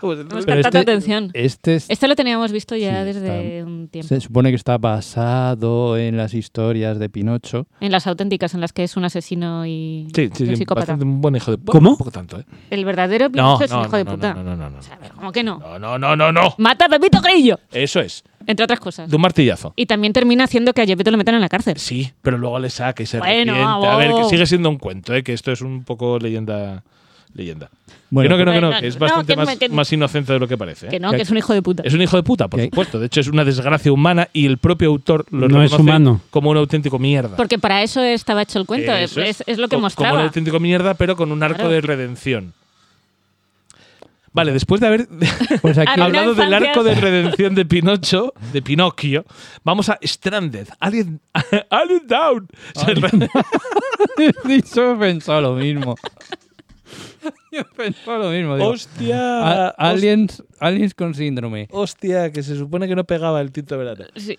[SPEAKER 1] Pues
[SPEAKER 3] Hemos
[SPEAKER 1] entonces-
[SPEAKER 2] Pero este-
[SPEAKER 3] prestado atención.
[SPEAKER 2] Este es-
[SPEAKER 3] Este lo teníamos visto ya
[SPEAKER 2] Sí,
[SPEAKER 3] desde un tiempo.
[SPEAKER 2] se supone que está basado en las historias de Pinocho.
[SPEAKER 3] En las auténticas, en las que es un asesino y
[SPEAKER 1] Sí, sí,
[SPEAKER 3] un
[SPEAKER 1] sí,
[SPEAKER 3] psicópata.
[SPEAKER 1] bastante un buen hijo de puta.
[SPEAKER 4] ¿Cómo?
[SPEAKER 1] Tampoco tanto, ¿eh?
[SPEAKER 3] El verdadero
[SPEAKER 1] No,
[SPEAKER 3] Pinocho es un
[SPEAKER 1] no,
[SPEAKER 3] hijo de
[SPEAKER 1] no,
[SPEAKER 3] puta.
[SPEAKER 1] no, no, no, no.
[SPEAKER 3] O sea, a ver, ¿Cómo que no?
[SPEAKER 1] No, no, no, no, no.
[SPEAKER 3] Mata a Pepito Grillo,
[SPEAKER 1] Eso es.
[SPEAKER 3] entre otras cosas.
[SPEAKER 1] De un martillazo.
[SPEAKER 3] Y también termina haciendo que a Gepetto lo metan en la cárcel.
[SPEAKER 1] Sí, pero luego le saca y se
[SPEAKER 3] Bueno,
[SPEAKER 1] arrepiente. A ver, que
[SPEAKER 3] abo.
[SPEAKER 1] sigue siendo un cuento, ¿eh? Que esto es un poco leyenda. Leyenda.
[SPEAKER 2] Bueno,
[SPEAKER 1] que no, que no, que
[SPEAKER 3] Bueno,
[SPEAKER 1] no, que es
[SPEAKER 3] no,
[SPEAKER 1] bastante
[SPEAKER 3] que no,
[SPEAKER 1] más,
[SPEAKER 3] que no.
[SPEAKER 1] más inocente de lo que parece. ¿eh?
[SPEAKER 3] Que no, que es un hijo de puta.
[SPEAKER 1] Es un hijo de puta, por
[SPEAKER 2] Que-
[SPEAKER 1] supuesto. De hecho, es una desgracia humana y el propio autor lo
[SPEAKER 4] No es
[SPEAKER 1] reconoce
[SPEAKER 4] humano.
[SPEAKER 1] como un auténtico mierda.
[SPEAKER 3] Porque para eso estaba hecho el cuento. Es,
[SPEAKER 1] Eso
[SPEAKER 3] es- es lo
[SPEAKER 1] Co- Como
[SPEAKER 3] que
[SPEAKER 1] un
[SPEAKER 3] mostraba.
[SPEAKER 1] auténtico mierda, pero con un arco
[SPEAKER 3] Claro.
[SPEAKER 1] de redención. Vale, después de haber
[SPEAKER 2] pues aquí,
[SPEAKER 3] Ahora- Hablando
[SPEAKER 1] hablado
[SPEAKER 3] de
[SPEAKER 1] del
[SPEAKER 3] infancias.
[SPEAKER 1] arco de redención de Pinocho, de Pinocchio, vamos a Stranded, Alien, Alien Down.
[SPEAKER 2] yo he pensado lo mismo. Yo he pensado lo mismo. digo,
[SPEAKER 1] hostia,
[SPEAKER 2] a- aliens, aliens con síndrome.
[SPEAKER 1] hostia, que se supone que no pegaba el tinto de verano.
[SPEAKER 3] Sí.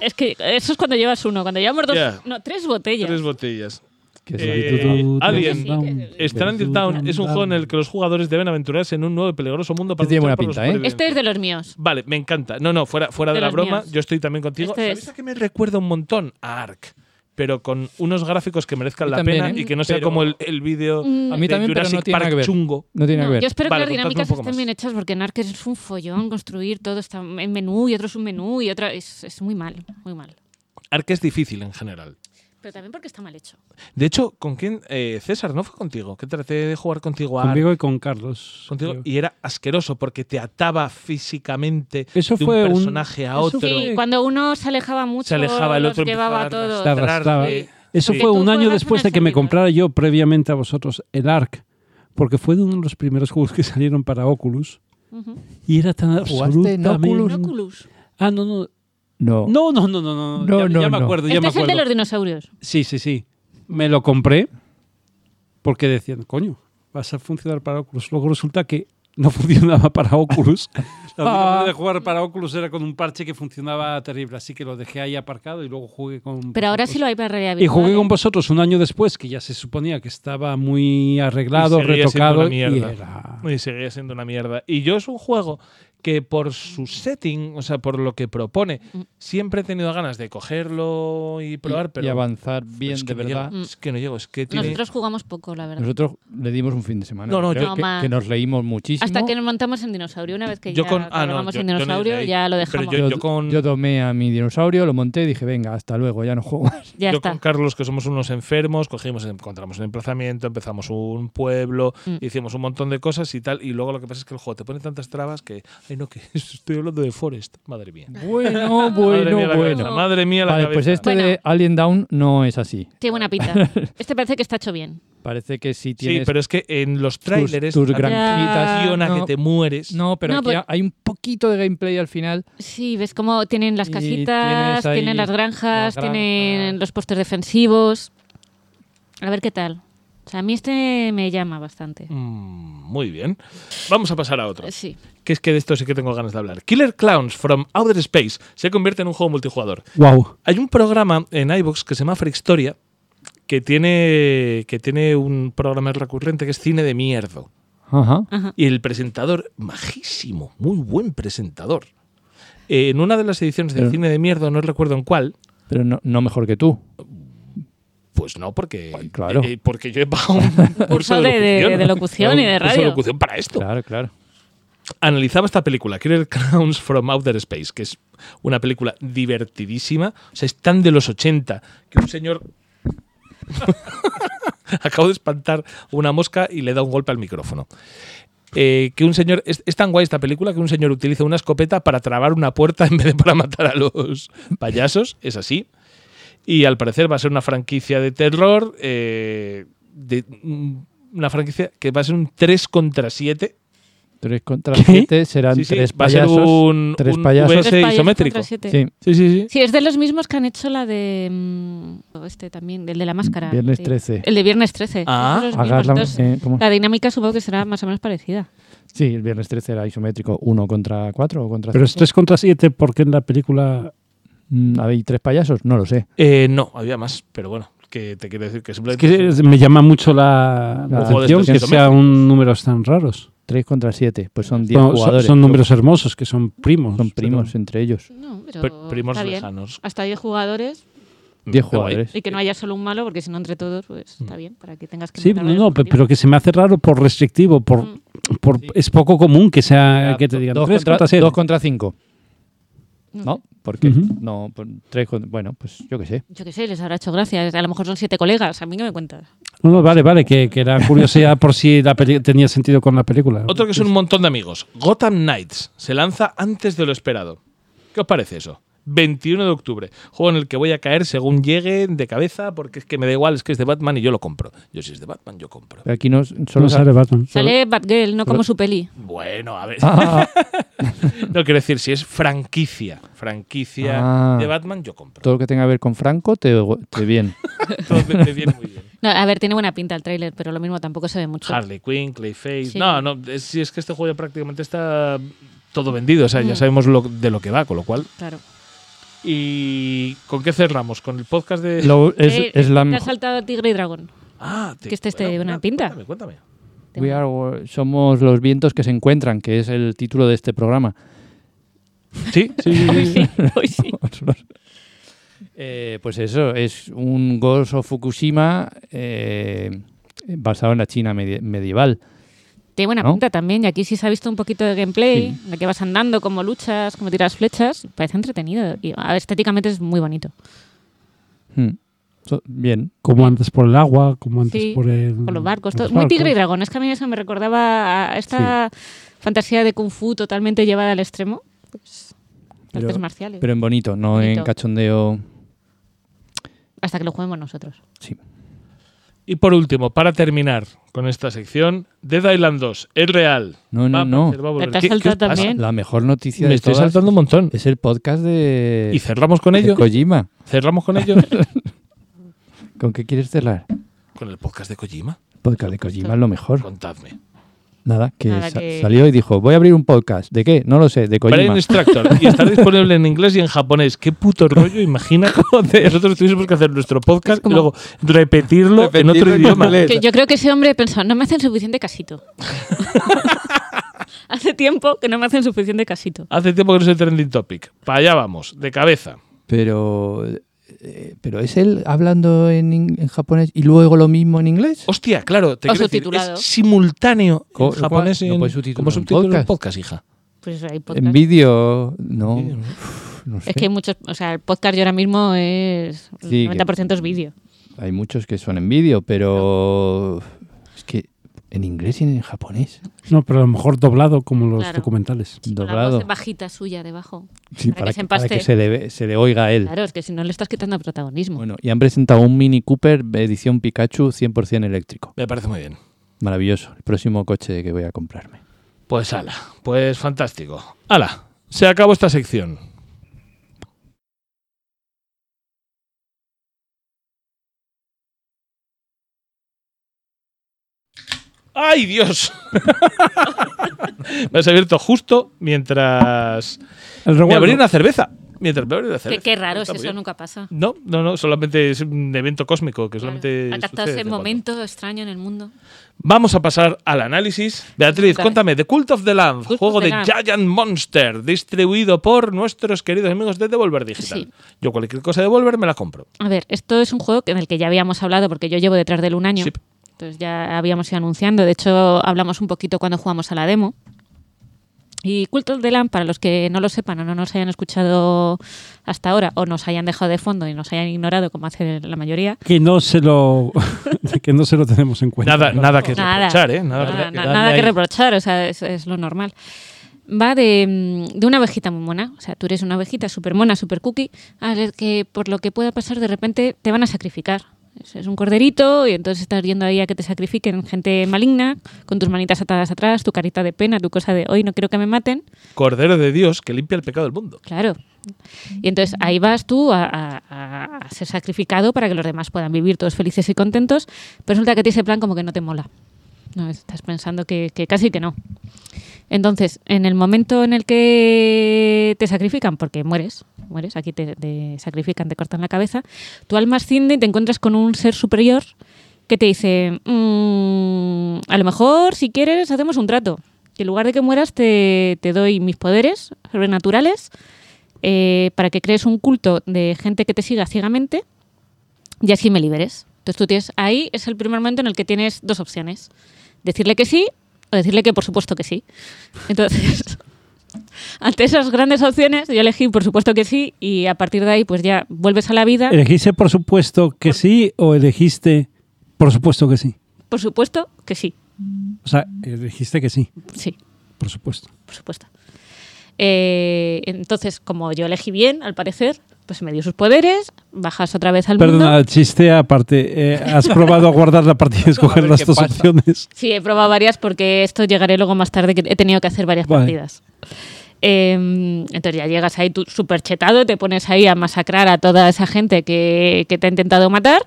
[SPEAKER 3] es que eso es cuando llevas uno. Cuando llevamos dos.
[SPEAKER 1] Ya.
[SPEAKER 3] No, tres botellas.
[SPEAKER 1] Tres botellas.
[SPEAKER 2] Que es
[SPEAKER 1] Eh,
[SPEAKER 2] la actitud-
[SPEAKER 1] Alien.
[SPEAKER 4] Down.
[SPEAKER 1] Stranded Town es un juego en el que los jugadores deben aventurarse en un nuevo y peligroso mundo para
[SPEAKER 2] Este tiene
[SPEAKER 1] luchar
[SPEAKER 2] buena
[SPEAKER 1] por la
[SPEAKER 2] pinta, ¿eh?
[SPEAKER 1] supervivencia.
[SPEAKER 3] este es de los míos.
[SPEAKER 1] Vale, me encanta. No, no, fuera, fuera de,
[SPEAKER 3] De
[SPEAKER 1] la
[SPEAKER 3] los
[SPEAKER 1] broma,
[SPEAKER 3] míos.
[SPEAKER 1] yo estoy también contigo.
[SPEAKER 3] Este
[SPEAKER 1] ¿Sabéis
[SPEAKER 3] es-
[SPEAKER 1] a qué me recuerda un montón? A Ark. Pero con unos gráficos que merezcan
[SPEAKER 2] Yo
[SPEAKER 1] la
[SPEAKER 2] también,
[SPEAKER 1] pena
[SPEAKER 2] ¿eh?
[SPEAKER 1] y que no sea
[SPEAKER 2] Pero-
[SPEAKER 1] como el, el vídeo
[SPEAKER 3] Mm.
[SPEAKER 2] A mí
[SPEAKER 1] de
[SPEAKER 2] también, pero
[SPEAKER 1] Jurassic
[SPEAKER 2] no tiene
[SPEAKER 1] Park
[SPEAKER 2] nada que ver.
[SPEAKER 1] chungo.
[SPEAKER 2] No tiene nada
[SPEAKER 3] No,
[SPEAKER 2] que
[SPEAKER 3] yo
[SPEAKER 2] ver.
[SPEAKER 3] espero
[SPEAKER 1] Vale,
[SPEAKER 3] que las
[SPEAKER 1] contadme un
[SPEAKER 3] dinámicas
[SPEAKER 1] poco
[SPEAKER 3] estén
[SPEAKER 1] más.
[SPEAKER 3] bien hechas porque en Ark es un follón construir todo está en menú y otro es un menú y otra es, es muy mal, muy mal.
[SPEAKER 1] Ark es difícil en general.
[SPEAKER 3] Pero también porque está mal hecho.
[SPEAKER 1] De hecho, ¿con quién? Eh, César, ¿no fue contigo? Que traté de jugar contigo a Ark.
[SPEAKER 4] Conmigo y con Carlos.
[SPEAKER 1] contigo,
[SPEAKER 4] creo.
[SPEAKER 1] y era asqueroso porque te ataba físicamente
[SPEAKER 4] Eso
[SPEAKER 1] de
[SPEAKER 4] fue
[SPEAKER 1] un
[SPEAKER 4] un-
[SPEAKER 1] personaje a
[SPEAKER 4] eso
[SPEAKER 1] otro.
[SPEAKER 4] fue-
[SPEAKER 3] Y cuando uno se alejaba mucho,
[SPEAKER 1] Se alejaba el
[SPEAKER 3] los
[SPEAKER 1] otro
[SPEAKER 3] llevaba a
[SPEAKER 1] empezaba
[SPEAKER 3] todos.
[SPEAKER 4] Te arrastrar. arrastraba. Eso
[SPEAKER 1] Sí.
[SPEAKER 4] fue
[SPEAKER 3] Que tú
[SPEAKER 4] un año
[SPEAKER 3] juegas
[SPEAKER 4] después
[SPEAKER 3] en el
[SPEAKER 4] de que me
[SPEAKER 3] servidor.
[SPEAKER 4] comprara yo previamente a vosotros el ARC, porque fue de uno de los primeros juegos que salieron para Oculus
[SPEAKER 3] Ujú.
[SPEAKER 4] y era tan
[SPEAKER 2] ¿Jugaste en
[SPEAKER 4] absolutamente...
[SPEAKER 2] Oculus?
[SPEAKER 3] Oculus.
[SPEAKER 4] Ah, no, no,
[SPEAKER 2] No.
[SPEAKER 4] no, no, no, no, no,
[SPEAKER 2] No,
[SPEAKER 4] ya,
[SPEAKER 2] no,
[SPEAKER 4] ya me
[SPEAKER 2] no.
[SPEAKER 4] acuerdo, ya
[SPEAKER 3] Este
[SPEAKER 4] me
[SPEAKER 3] es el de
[SPEAKER 4] acuerdo.
[SPEAKER 3] los dinosaurios.
[SPEAKER 4] Sí, sí, sí. Me lo compré porque decían, coño, vas a funcionar para Oculus. Luego resulta que no funcionaba para Oculus. Ah. La única manera de jugar para Oculus era con un parche que funcionaba terrible, así que lo dejé ahí aparcado y luego jugué con...
[SPEAKER 3] Pero ahora
[SPEAKER 4] vosotros.
[SPEAKER 3] sí lo hay para realidad
[SPEAKER 4] Y
[SPEAKER 3] virtual,
[SPEAKER 4] jugué
[SPEAKER 3] ¿eh?
[SPEAKER 4] con vosotros un año después, que ya se suponía que estaba muy arreglado,
[SPEAKER 1] Y seguía siendo
[SPEAKER 4] retocado.
[SPEAKER 1] una
[SPEAKER 4] Y
[SPEAKER 1] mierda.
[SPEAKER 4] era...
[SPEAKER 1] Y seguía siendo una mierda. Y yo es un juego que por su setting, o sea, por lo que propone,
[SPEAKER 3] Mm.
[SPEAKER 1] siempre he tenido ganas de cogerlo y probar, pero
[SPEAKER 2] y avanzar bien
[SPEAKER 1] es que
[SPEAKER 2] de
[SPEAKER 1] no
[SPEAKER 2] verdad.
[SPEAKER 1] llego, es que no llego, es que tiene-
[SPEAKER 3] Mm. Nosotros jugamos poco, la verdad.
[SPEAKER 2] Nosotros le dimos un fin de semana.
[SPEAKER 1] No, no,
[SPEAKER 2] creo
[SPEAKER 3] yo-
[SPEAKER 2] que,
[SPEAKER 3] No,
[SPEAKER 2] que nos leímos muchísimo.
[SPEAKER 3] Hasta que nos montamos en dinosaurio. Una vez que
[SPEAKER 1] Yo
[SPEAKER 3] ya
[SPEAKER 1] con- ah, no,
[SPEAKER 3] cargamos
[SPEAKER 1] yo-
[SPEAKER 3] en
[SPEAKER 1] yo no
[SPEAKER 3] dinosaurio,
[SPEAKER 1] llegué ahí.
[SPEAKER 3] ya lo
[SPEAKER 1] Pero
[SPEAKER 3] dejamos.
[SPEAKER 1] yo- con-
[SPEAKER 2] yo tomé a mi dinosaurio, lo monté y dije, venga, hasta luego, ya no juego más.
[SPEAKER 3] ya
[SPEAKER 1] yo
[SPEAKER 3] está.
[SPEAKER 1] con Carlos, que somos unos enfermos, cogimos, encontramos un emplazamiento, empezamos un pueblo,
[SPEAKER 3] Mm.
[SPEAKER 1] hicimos un montón de cosas y tal. Y luego lo que pasa es que el juego te pone tantas trabas que. Ay, no, que estoy hablando de Forest. Madre mía.
[SPEAKER 2] Bueno,
[SPEAKER 1] madre
[SPEAKER 2] bueno,
[SPEAKER 1] mía la
[SPEAKER 2] bueno.
[SPEAKER 1] cabeza, madre mía la
[SPEAKER 2] Vale,
[SPEAKER 1] cabeza.
[SPEAKER 2] pues este
[SPEAKER 3] Bueno.
[SPEAKER 2] de Alien Down no es así.
[SPEAKER 3] Tiene buena pinta. Este parece que está hecho bien.
[SPEAKER 2] Parece que sí tienes...
[SPEAKER 1] Sí, pero es que en los trailers.
[SPEAKER 2] tus
[SPEAKER 1] la
[SPEAKER 2] granjitas,
[SPEAKER 1] acción a
[SPEAKER 2] no.
[SPEAKER 1] que te mueres.
[SPEAKER 2] No, pero
[SPEAKER 3] No, pues
[SPEAKER 2] aquí
[SPEAKER 3] pero-
[SPEAKER 2] hay un poquito de gameplay al final.
[SPEAKER 3] Sí, ves cómo tienen las
[SPEAKER 2] Y
[SPEAKER 3] casitas,
[SPEAKER 2] tienes ahí
[SPEAKER 3] tienen las
[SPEAKER 2] las
[SPEAKER 3] granjas,
[SPEAKER 2] granjas.
[SPEAKER 3] tienen los postes defensivos. A ver qué tal. O sea, a mí este me llama bastante.
[SPEAKER 1] Mm, muy bien. Vamos a pasar a otro.
[SPEAKER 3] Sí.
[SPEAKER 1] que es que de esto sí que tengo ganas de hablar. Killer Clowns from Outer Space se convierte en un juego multijugador.
[SPEAKER 4] Wow.
[SPEAKER 1] Hay un programa en iBox que se llama Freakstoria que tiene, que tiene un programa recurrente que es cine de mierda.
[SPEAKER 2] Ajá.
[SPEAKER 3] Ajá.
[SPEAKER 1] Y el presentador, majísimo, muy buen presentador. Eh, en una de las ediciones de
[SPEAKER 2] Pero-
[SPEAKER 1] cine de mierda, no recuerdo en cuál,
[SPEAKER 2] Pero no, no mejor que tú.
[SPEAKER 1] pues no, porque,
[SPEAKER 2] Ay, claro.
[SPEAKER 1] eh, porque yo he pagado un curso de,
[SPEAKER 3] de- de-
[SPEAKER 1] locución,
[SPEAKER 3] de locución y de
[SPEAKER 1] Un curso
[SPEAKER 3] radio.
[SPEAKER 1] locución para esto.
[SPEAKER 2] Claro, claro.
[SPEAKER 1] analizaba esta película, Killer Clowns from Outer Space, que es una película divertidísima. O sea, es tan de los 80 que un señor. Acabo de espantar una mosca y le da un golpe al micrófono. Eh, que un señor. Es, es tan guay esta película que un señor utiliza una escopeta para trabar una puerta en vez de para matar a los payasos. Es así. Y al parecer va a ser una franquicia de terror. eh, de, mm, una franquicia que va a ser un 3 contra 7
[SPEAKER 2] Tres contra
[SPEAKER 4] ¿Qué?
[SPEAKER 2] siete serán
[SPEAKER 1] Sí, sí,
[SPEAKER 2] tres
[SPEAKER 1] va a ser
[SPEAKER 2] payasos.
[SPEAKER 1] un,
[SPEAKER 2] tres
[SPEAKER 1] un
[SPEAKER 2] payasos.
[SPEAKER 1] VS
[SPEAKER 3] Tres payasos
[SPEAKER 1] isométrico.
[SPEAKER 3] contra siete.
[SPEAKER 2] Sí,
[SPEAKER 1] Sí, sí, sí.
[SPEAKER 3] Sí, es de los mismos que han hecho la de. mm, Este también, el de la máscara.
[SPEAKER 2] viernes
[SPEAKER 3] sí.
[SPEAKER 2] 13.
[SPEAKER 3] El de Viernes 13.
[SPEAKER 1] Ah.
[SPEAKER 3] Es de los
[SPEAKER 2] Hagas
[SPEAKER 3] mismos,
[SPEAKER 2] la-
[SPEAKER 3] entonces,
[SPEAKER 2] eh, ¿cómo?
[SPEAKER 3] la dinámica supongo que será más o menos parecida.
[SPEAKER 2] Sí, el viernes 13 era isométrico, uno contra cuatro o contra
[SPEAKER 4] Pero es
[SPEAKER 2] cinco.
[SPEAKER 4] 3 contra 7 porque en la película...
[SPEAKER 2] Mm, ¿Hay tres payasos? No lo sé.
[SPEAKER 1] Eh, no, había más, pero bueno, que te quiero decir que
[SPEAKER 4] Es
[SPEAKER 1] simplemente.
[SPEAKER 4] que es- me llama mucho la, la
[SPEAKER 2] Ojo de
[SPEAKER 4] atención que
[SPEAKER 1] estos
[SPEAKER 4] sea un números tan raros.
[SPEAKER 2] Tres contra siete. Pues son diez
[SPEAKER 4] Bueno, son-
[SPEAKER 2] jugadores.
[SPEAKER 4] son números hermosos que son primos.
[SPEAKER 2] Son primos
[SPEAKER 4] pero-
[SPEAKER 2] entre ellos.
[SPEAKER 3] No, pero.
[SPEAKER 1] Pr- primos
[SPEAKER 3] está bien.
[SPEAKER 1] lejanos.
[SPEAKER 3] Hasta 10 jugadores
[SPEAKER 2] Diez
[SPEAKER 1] Qué guay.
[SPEAKER 2] jugadores.
[SPEAKER 3] y que no haya solo un malo, porque si no, entre todos, pues está bien, para que tengas que.
[SPEAKER 4] Sí,
[SPEAKER 3] matar a
[SPEAKER 4] no,
[SPEAKER 3] varios
[SPEAKER 4] no, pe-
[SPEAKER 3] por
[SPEAKER 4] pero que se me hace raro por restrictivo, por,
[SPEAKER 3] Mm.
[SPEAKER 4] por
[SPEAKER 2] Sí.
[SPEAKER 4] es poco común que sea
[SPEAKER 2] Era
[SPEAKER 4] Eh, que te digan
[SPEAKER 2] dos,
[SPEAKER 4] tres
[SPEAKER 2] contra,
[SPEAKER 4] contra siete.
[SPEAKER 2] dos contra cinco.
[SPEAKER 3] No
[SPEAKER 2] ¿No? Porque
[SPEAKER 4] Ujú.
[SPEAKER 2] no, por- tres con- bueno, pues yo qué sé.
[SPEAKER 3] Yo qué sé, les habrá hecho gracia. A lo mejor son siete colegas, a mí que me cuentas.
[SPEAKER 4] No, no, vale, vale, que, que era curiosidad por si la peli- tenía sentido con la película.
[SPEAKER 1] Otro que son un montón de amigos. Gotham Knights se lanza antes de lo esperado. ¿Qué os parece eso? 21 de octubre. Juego en el que voy a caer según llegue de cabeza, porque es que me da igual, es que es de Batman y yo lo compro. Yo si es de Batman, yo compro.
[SPEAKER 2] Pero aquí no solo
[SPEAKER 4] No
[SPEAKER 2] sal-
[SPEAKER 4] sale Batman.
[SPEAKER 3] Sale Batgirl, no como su peli.
[SPEAKER 1] Bueno, a ver.
[SPEAKER 2] Ah, ah, ah,
[SPEAKER 1] No quiero decir, si es franquicia, franquicia
[SPEAKER 2] Ah.
[SPEAKER 1] de Batman, yo compro.
[SPEAKER 2] todo lo que tenga que ver con Franco te, te bien.
[SPEAKER 1] Todo me, me viene muy bien.
[SPEAKER 3] No, a ver, tiene buena pinta el tráiler, pero lo mismo tampoco se ve mucho.
[SPEAKER 1] Harley Quinn, Clayface.
[SPEAKER 3] Sí.
[SPEAKER 1] No, no, es- si es que este juego ya prácticamente está todo vendido, o sea,
[SPEAKER 3] Mm.
[SPEAKER 1] ya sabemos lo- de lo que va, con lo cual.
[SPEAKER 3] Claro.
[SPEAKER 1] ¿Y con qué cerramos? ¿Con el podcast de.?
[SPEAKER 2] Lo- es,
[SPEAKER 3] Eh,
[SPEAKER 2] es la
[SPEAKER 3] te ha
[SPEAKER 2] mejor-
[SPEAKER 3] saltado Tigre y Dragón.
[SPEAKER 1] Ah, te-
[SPEAKER 3] que este esté
[SPEAKER 1] bueno,
[SPEAKER 3] una
[SPEAKER 1] mira,
[SPEAKER 3] pinta.
[SPEAKER 1] Cuéntame, cuéntame.
[SPEAKER 2] We are wo- somos los vientos que se encuentran, que es el título de este programa.
[SPEAKER 1] Sí, sí,
[SPEAKER 3] Hoy sí, hoy sí.
[SPEAKER 2] Eh, pues eso, es un Ghost of Fukushima eh, basado en la China medie- medieval.
[SPEAKER 3] Tiene buena
[SPEAKER 2] ¿No?
[SPEAKER 3] pinta también. Y aquí sí se ha visto un poquito de gameplay, de que vas andando, cómo luchas, cómo tiras flechas. Parece entretenido. Y a ver, estéticamente es muy bonito.
[SPEAKER 2] Hmm. So- bien.
[SPEAKER 4] Como antes por el agua, como antes
[SPEAKER 3] Sí,
[SPEAKER 4] por el.
[SPEAKER 3] Con los barcos, todo.
[SPEAKER 4] los
[SPEAKER 3] Muy tigre y
[SPEAKER 4] barcos.
[SPEAKER 3] dragón. Es que a mí eso me recordaba a esta fantasía de Kung Fu totalmente llevada al extremo. Pues,
[SPEAKER 2] Pero-
[SPEAKER 3] artes marciales.
[SPEAKER 2] Pero en bonito, no en
[SPEAKER 3] Bonito.
[SPEAKER 2] cachondeo.
[SPEAKER 3] hasta que lo juguemos nosotros.
[SPEAKER 2] Sí.
[SPEAKER 1] Y por último, para terminar con esta sección, Dead Island 2, es real.
[SPEAKER 2] No, no,
[SPEAKER 1] Va a
[SPEAKER 2] no.
[SPEAKER 1] aparecer, va a volver.
[SPEAKER 3] Te has
[SPEAKER 1] ¿Qué- qué os
[SPEAKER 3] saltado
[SPEAKER 1] pasa?
[SPEAKER 3] también.
[SPEAKER 2] La mejor noticia
[SPEAKER 1] Me
[SPEAKER 2] de
[SPEAKER 1] estoy
[SPEAKER 2] todas
[SPEAKER 1] saltando un montón.
[SPEAKER 2] es el podcast de,
[SPEAKER 1] ¿Y cerramos con
[SPEAKER 2] de
[SPEAKER 1] ello?
[SPEAKER 2] Kojima.
[SPEAKER 1] ¿Cerramos con ello?
[SPEAKER 2] ¿Con qué quieres cerrar?
[SPEAKER 1] ¿Con el podcast de Kojima?
[SPEAKER 2] Podcast de Kojima es lo mejor.
[SPEAKER 1] Contadme.
[SPEAKER 2] Nada, que,
[SPEAKER 3] Nada
[SPEAKER 2] sa-
[SPEAKER 3] que-
[SPEAKER 2] salió y dijo, voy a abrir un podcast. ¿De qué? No lo sé, de Kojima.
[SPEAKER 1] Brain Extractor. Y está disponible en inglés y en japonés. Qué puto rollo, imagina cómo de- nosotros tuviésemos que hacer nuestro podcast y luego repetirlo, en otro idioma.
[SPEAKER 3] Que yo creo que ese hombre pensó, no me hacen suficiente casito. Hace tiempo que no me hacen suficiente casito.
[SPEAKER 1] Hace tiempo que no es el trending topic. Para allá vamos, de cabeza.
[SPEAKER 2] Pero, eh, pero es él hablando en, in- en japonés y luego lo mismo en inglés.
[SPEAKER 1] Hostia, claro, te
[SPEAKER 3] O
[SPEAKER 1] quiero decir,
[SPEAKER 3] subtitulado.
[SPEAKER 1] es simultáneo en
[SPEAKER 2] Co-
[SPEAKER 1] japonés y
[SPEAKER 2] no
[SPEAKER 1] en-
[SPEAKER 2] puedes subtitular
[SPEAKER 1] como
[SPEAKER 2] un
[SPEAKER 1] subtítulo en
[SPEAKER 2] podcast.
[SPEAKER 1] podcast, hija.
[SPEAKER 3] Pues hay podcast.
[SPEAKER 2] En vídeo, no. Uf, no sé.
[SPEAKER 3] Es que hay muchos, o sea, el podcast yo ahora mismo es el
[SPEAKER 2] Sí, que-
[SPEAKER 3] 90% es vídeo.
[SPEAKER 2] Hay muchos que son en vídeo, pero es que en inglés y en japonés.
[SPEAKER 4] No, pero a lo mejor doblado como los
[SPEAKER 3] Claro.
[SPEAKER 4] documentales.
[SPEAKER 3] Con
[SPEAKER 2] doblado.
[SPEAKER 3] La voz bajita suya debajo.
[SPEAKER 2] Sí,
[SPEAKER 3] para que se
[SPEAKER 2] para que
[SPEAKER 3] empaste.
[SPEAKER 2] se le, ve- se le oiga a él.
[SPEAKER 3] Claro, es que si no le estás quitando protagonismo.
[SPEAKER 2] Bueno, y han presentado un Mini Cooper edición Pikachu 100% eléctrico.
[SPEAKER 1] Me parece muy bien.
[SPEAKER 2] Maravilloso. El próximo coche que voy a comprarme.
[SPEAKER 1] Pues ala, pues fantástico. Ala, se acabó esta sección. ¡Ay, Dios! Me has abierto justo mientras me
[SPEAKER 4] El revuelvo.
[SPEAKER 1] abrí una cerveza. Mientras me abrí una
[SPEAKER 3] Qué,
[SPEAKER 1] cerveza.
[SPEAKER 3] qué raro, si
[SPEAKER 1] Está muy
[SPEAKER 3] eso
[SPEAKER 1] bien.
[SPEAKER 3] nunca pasa.
[SPEAKER 1] No, no, no, solamente es un evento cósmico que solamente.
[SPEAKER 3] Claro.
[SPEAKER 1] sucede de
[SPEAKER 3] Adaptarse en
[SPEAKER 1] cuando.
[SPEAKER 3] momento extraño en el mundo.
[SPEAKER 1] Vamos a pasar al análisis. Beatriz,
[SPEAKER 3] Dale.
[SPEAKER 1] cuéntame, The Cult of the Lamb,
[SPEAKER 3] Cult of
[SPEAKER 1] juego
[SPEAKER 3] the
[SPEAKER 1] de
[SPEAKER 3] Lamb.
[SPEAKER 1] Giant Monster, distribuido por nuestros queridos amigos de Devolver Digital.
[SPEAKER 3] Sí.
[SPEAKER 1] Yo cualquier cosa de Devolver me la compro.
[SPEAKER 3] A ver, esto es un juego que- en el que ya habíamos hablado porque yo llevo detrás de él un año.
[SPEAKER 1] Sí.
[SPEAKER 3] Entonces ya habíamos ido anunciando. De hecho, hablamos un poquito cuando jugamos a la demo. Y Cult of the Lamb, para los que no lo sepan o no nos hayan escuchado hasta ahora o nos hayan dejado de fondo y nos hayan ignorado como hace la mayoría.
[SPEAKER 4] Que no se lo que no se lo tenemos en cuenta.
[SPEAKER 1] Nada, nada que
[SPEAKER 3] Nada.
[SPEAKER 1] reprochar, ¿eh? Nada,
[SPEAKER 3] Nada,
[SPEAKER 1] que-
[SPEAKER 3] na- nada que reprochar, o sea, es, es lo normal. Va de, mm, de una ovejita muy mona, o sea, tú eres una ovejita súper mona, súper cookie, a la que por lo que pueda pasar de repente te van a sacrificar. Es, es un corderito y entonces estás yendo ahí a que te sacrifiquen gente maligna, con tus manitas atadas atrás, tu carita de pena, tu cosa de hoy no quiero que me maten.
[SPEAKER 1] Cordero de Dios que limpia el pecado del mundo.
[SPEAKER 3] Claro. Y entonces ahí vas tú a, a- a- a ser sacrificado para que los demás puedan vivir todos felices y contentos, pero resulta que a ti ese plan como que no te mola. No, estás pensando que, que casi que no. Entonces, en el momento en el que te sacrifican, porque mueres, mueres, aquí te, te sacrifican, te cortan la cabeza, tu alma asciende y te encuentras con un ser superior que te dice, "Mm, a lo mejor si quieres hacemos un trato, que en lugar de que mueras te, te doy mis poderes sobrenaturales eh, para que crees un culto de gente que te siga ciegamente y así me liberes. Entonces tú tienes, ahí es el primer momento en el que tienes dos opciones. Decirle que sí o decirle que por supuesto que sí. Entonces, ante esas grandes opciones yo elegí por supuesto que sí y a partir de ahí pues ya vuelves a la vida.
[SPEAKER 4] ¿Elegiste por supuesto que sí o elegiste por supuesto que sí?
[SPEAKER 3] Por supuesto que sí,
[SPEAKER 4] O sea, elegiste que sí,
[SPEAKER 3] sí.
[SPEAKER 4] por supuesto.
[SPEAKER 3] por supuesto. Eh, entonces, como yo elegí bien, al parecer, pues me dio sus poderes, bajas otra vez al
[SPEAKER 4] Perdona,
[SPEAKER 3] mundo.
[SPEAKER 4] el chiste aparte. eh, ¿Has probado a guardar la partida y escoger
[SPEAKER 1] ver
[SPEAKER 4] las
[SPEAKER 1] qué
[SPEAKER 4] dos
[SPEAKER 1] pasa.
[SPEAKER 4] opciones?
[SPEAKER 3] Sí, he probado varias porque esto llegaré luego más tarde, que he tenido que hacer varias
[SPEAKER 4] Vale.
[SPEAKER 3] partidas. Eh, entonces ya llegas ahí tú súper chetado, te pones ahí a masacrar a toda esa gente que, que te ha intentado matar.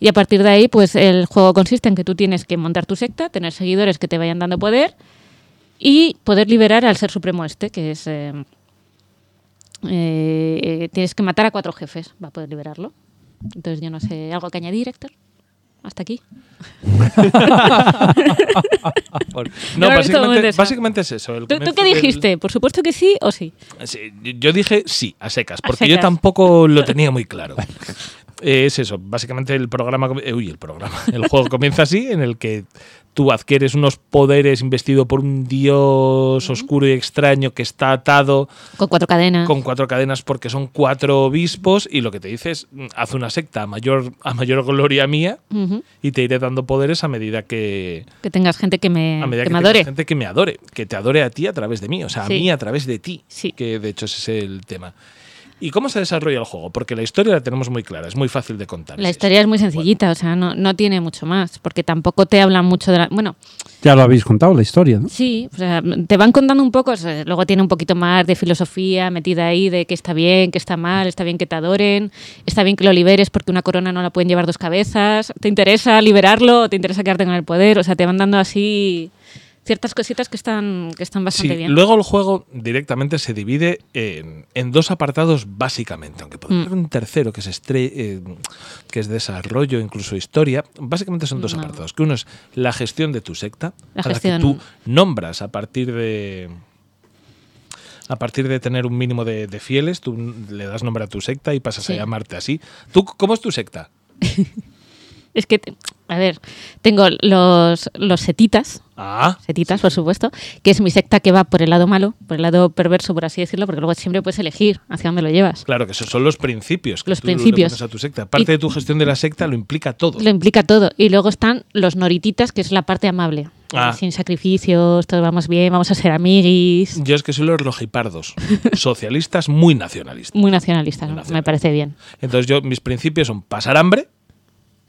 [SPEAKER 3] Y a partir de ahí, pues el juego consiste en que tú tienes que montar tu secta, tener seguidores que te vayan dando poder y poder liberar al ser supremo este, que es... eh, eh, tienes que matar a cuatro jefes para poder liberarlo. Entonces yo no sé, ¿algo que añadir, Héctor? Hasta aquí.
[SPEAKER 1] No,
[SPEAKER 3] No, no, esto
[SPEAKER 1] básicamente,
[SPEAKER 3] me deja.
[SPEAKER 1] básicamente es eso. el
[SPEAKER 3] ¿Tú,
[SPEAKER 1] comienzo
[SPEAKER 3] tú qué
[SPEAKER 1] del-
[SPEAKER 3] dijiste? ¿Por supuesto que sí o sí?
[SPEAKER 1] Sí, yo dije sí, a secas,
[SPEAKER 3] A
[SPEAKER 1] porque yo
[SPEAKER 3] secas.
[SPEAKER 1] tampoco lo tenía muy claro. Eh, es eso, básicamente el programa, com- eh, uy, el programa, el juego comienza así, en el que tú adquieres unos poderes investido por un dios oscuro y extraño que está atado
[SPEAKER 3] Con cuatro cadenas.
[SPEAKER 1] con cuatro cadenas porque son cuatro obispos y lo que te dice es, mm, haz una secta a mayor, a mayor gloria mía
[SPEAKER 3] Ujú.
[SPEAKER 1] y te iré dando poderes a medida que,
[SPEAKER 3] Que tengas gente que me,
[SPEAKER 1] a medida
[SPEAKER 3] que
[SPEAKER 1] que,
[SPEAKER 3] me
[SPEAKER 1] tengas
[SPEAKER 3] adore.
[SPEAKER 1] gente que me adore, que te adore a ti a través de mí, o sea,
[SPEAKER 3] Sí.
[SPEAKER 1] a mí a través de ti,
[SPEAKER 3] Sí.
[SPEAKER 1] que de hecho ese es el tema. ¿Y cómo se desarrolla el juego? Porque la historia la tenemos muy clara, es muy fácil de contar.
[SPEAKER 3] La
[SPEAKER 1] es
[SPEAKER 3] historia es muy
[SPEAKER 1] Bueno.
[SPEAKER 3] sencillita, o sea, no, no tiene mucho más, porque tampoco te hablan mucho de la... Bueno,
[SPEAKER 4] Ya lo habéis contado, la historia, ¿no?
[SPEAKER 3] sí, o sea, te van contando un poco, o sea, luego tiene un poquito más de filosofía metida ahí, de que está bien, que está mal, está bien que te adoren, está bien que lo liberes porque una corona no la pueden llevar dos cabezas, ¿te interesa liberarlo o te interesa quedarte con el poder? O sea, te van dando así ciertas cositas que están, que están
[SPEAKER 1] Sí,
[SPEAKER 3] bastante bien.
[SPEAKER 1] luego el juego directamente se divide en, en dos apartados básicamente, aunque podría
[SPEAKER 3] Mm.
[SPEAKER 1] haber un tercero que es, estre- eh, que es desarrollo, incluso historia. Básicamente son dos
[SPEAKER 3] No.
[SPEAKER 1] apartados, que uno es la gestión de tu secta, a la
[SPEAKER 3] La
[SPEAKER 1] que
[SPEAKER 3] gestión.
[SPEAKER 1] tú nombras a partir de... A partir de tener un mínimo de, de fieles, tú le das nombre a tu secta y pasas a
[SPEAKER 3] Sí.
[SPEAKER 1] llamarte así. ¿Tú cómo es tu secta?
[SPEAKER 3] Es que, te- a ver, tengo los, los setitas,
[SPEAKER 1] Ah,
[SPEAKER 3] setitas por supuesto, que es mi secta que va por el lado malo, por el lado perverso, por así decirlo, porque luego siempre puedes elegir hacia dónde lo llevas.
[SPEAKER 1] claro que esos son los principios. Que
[SPEAKER 3] Los
[SPEAKER 1] tú le
[SPEAKER 3] principios.
[SPEAKER 1] pones a tu secta. Parte de tu gestión de la secta lo implica todo.
[SPEAKER 3] Lo implica todo. Y luego están los norititas, que es la parte amable.
[SPEAKER 1] Ah.
[SPEAKER 3] Sin sacrificios, todo vamos bien, vamos a ser amiguis.
[SPEAKER 1] Yo es que soy los rojipardos, socialistas muy nacionalistas.
[SPEAKER 3] Muy nacionalistas, ¿no?
[SPEAKER 1] Nacional.
[SPEAKER 3] me parece bien.
[SPEAKER 1] Entonces yo mis principios son pasar hambre,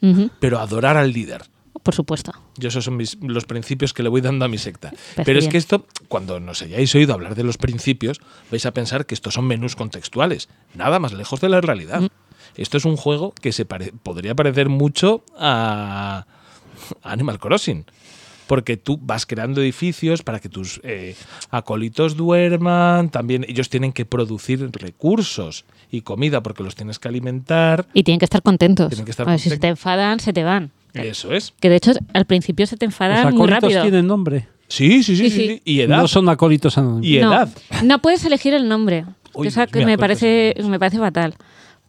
[SPEAKER 3] Ujú,
[SPEAKER 1] pero adorar al líder.
[SPEAKER 3] Por supuesto.
[SPEAKER 1] Yo esos son mis- los principios que le voy dando a mi secta.
[SPEAKER 3] Parece
[SPEAKER 1] Pero es
[SPEAKER 3] bien.
[SPEAKER 1] que esto, cuando nos hayáis oído hablar de los principios, vais a pensar que estos son menús contextuales, nada más lejos de la realidad. Esto es un juego que se pare- podría parecer mucho a a Animal Crossing. Porque tú vas creando edificios para que tus eh, acólitos duerman, también ellos tienen que producir recursos y comida porque los tienes que alimentar.
[SPEAKER 3] Y tienen que estar contentos.
[SPEAKER 1] Tienen que estar
[SPEAKER 3] a ver, si se
[SPEAKER 1] contentos.
[SPEAKER 3] te enfadan, se te van.
[SPEAKER 1] Eso es.
[SPEAKER 3] Que de hecho, al principio se te
[SPEAKER 4] Los
[SPEAKER 3] enfadan muy
[SPEAKER 4] acólitos
[SPEAKER 3] rápido.
[SPEAKER 4] tienen nombre.
[SPEAKER 1] Sí, sí, sí,
[SPEAKER 3] Sí,
[SPEAKER 1] sí,
[SPEAKER 3] sí.
[SPEAKER 1] sí. Y edad.
[SPEAKER 4] No son acólitos anónimos.
[SPEAKER 1] Y
[SPEAKER 3] no,
[SPEAKER 1] edad.
[SPEAKER 3] No puedes elegir el nombre.
[SPEAKER 1] Uy,
[SPEAKER 3] cosa
[SPEAKER 1] Dios
[SPEAKER 3] que
[SPEAKER 1] mío,
[SPEAKER 3] me
[SPEAKER 1] cuántos
[SPEAKER 3] parece,
[SPEAKER 1] nombres.
[SPEAKER 3] me parece fatal.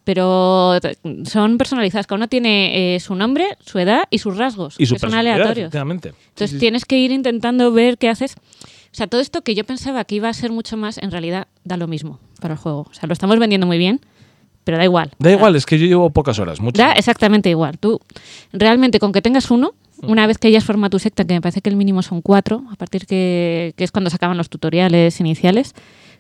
[SPEAKER 3] Pero t- son personalizadas. Cada uno tiene eh, su nombre, su edad y sus rasgos.
[SPEAKER 1] y su
[SPEAKER 3] que son
[SPEAKER 1] personalidad,
[SPEAKER 3] aleatorios.
[SPEAKER 1] efectivamente.
[SPEAKER 3] Entonces
[SPEAKER 1] Sí, sí, sí.
[SPEAKER 3] tienes que ir intentando ver qué haces. O sea, todo esto que yo pensaba que iba a ser mucho más, en realidad da lo mismo para el juego. O sea, lo estamos vendiendo muy bien, pero da igual.
[SPEAKER 1] Da igual, es que yo llevo pocas horas, muchas.
[SPEAKER 3] Da exactamente igual. Tú realmente con que tengas uno, una vez que hayas formado tu secta, que me parece que el mínimo son cuatro, a partir que, que es cuando se acaban los tutoriales iniciales,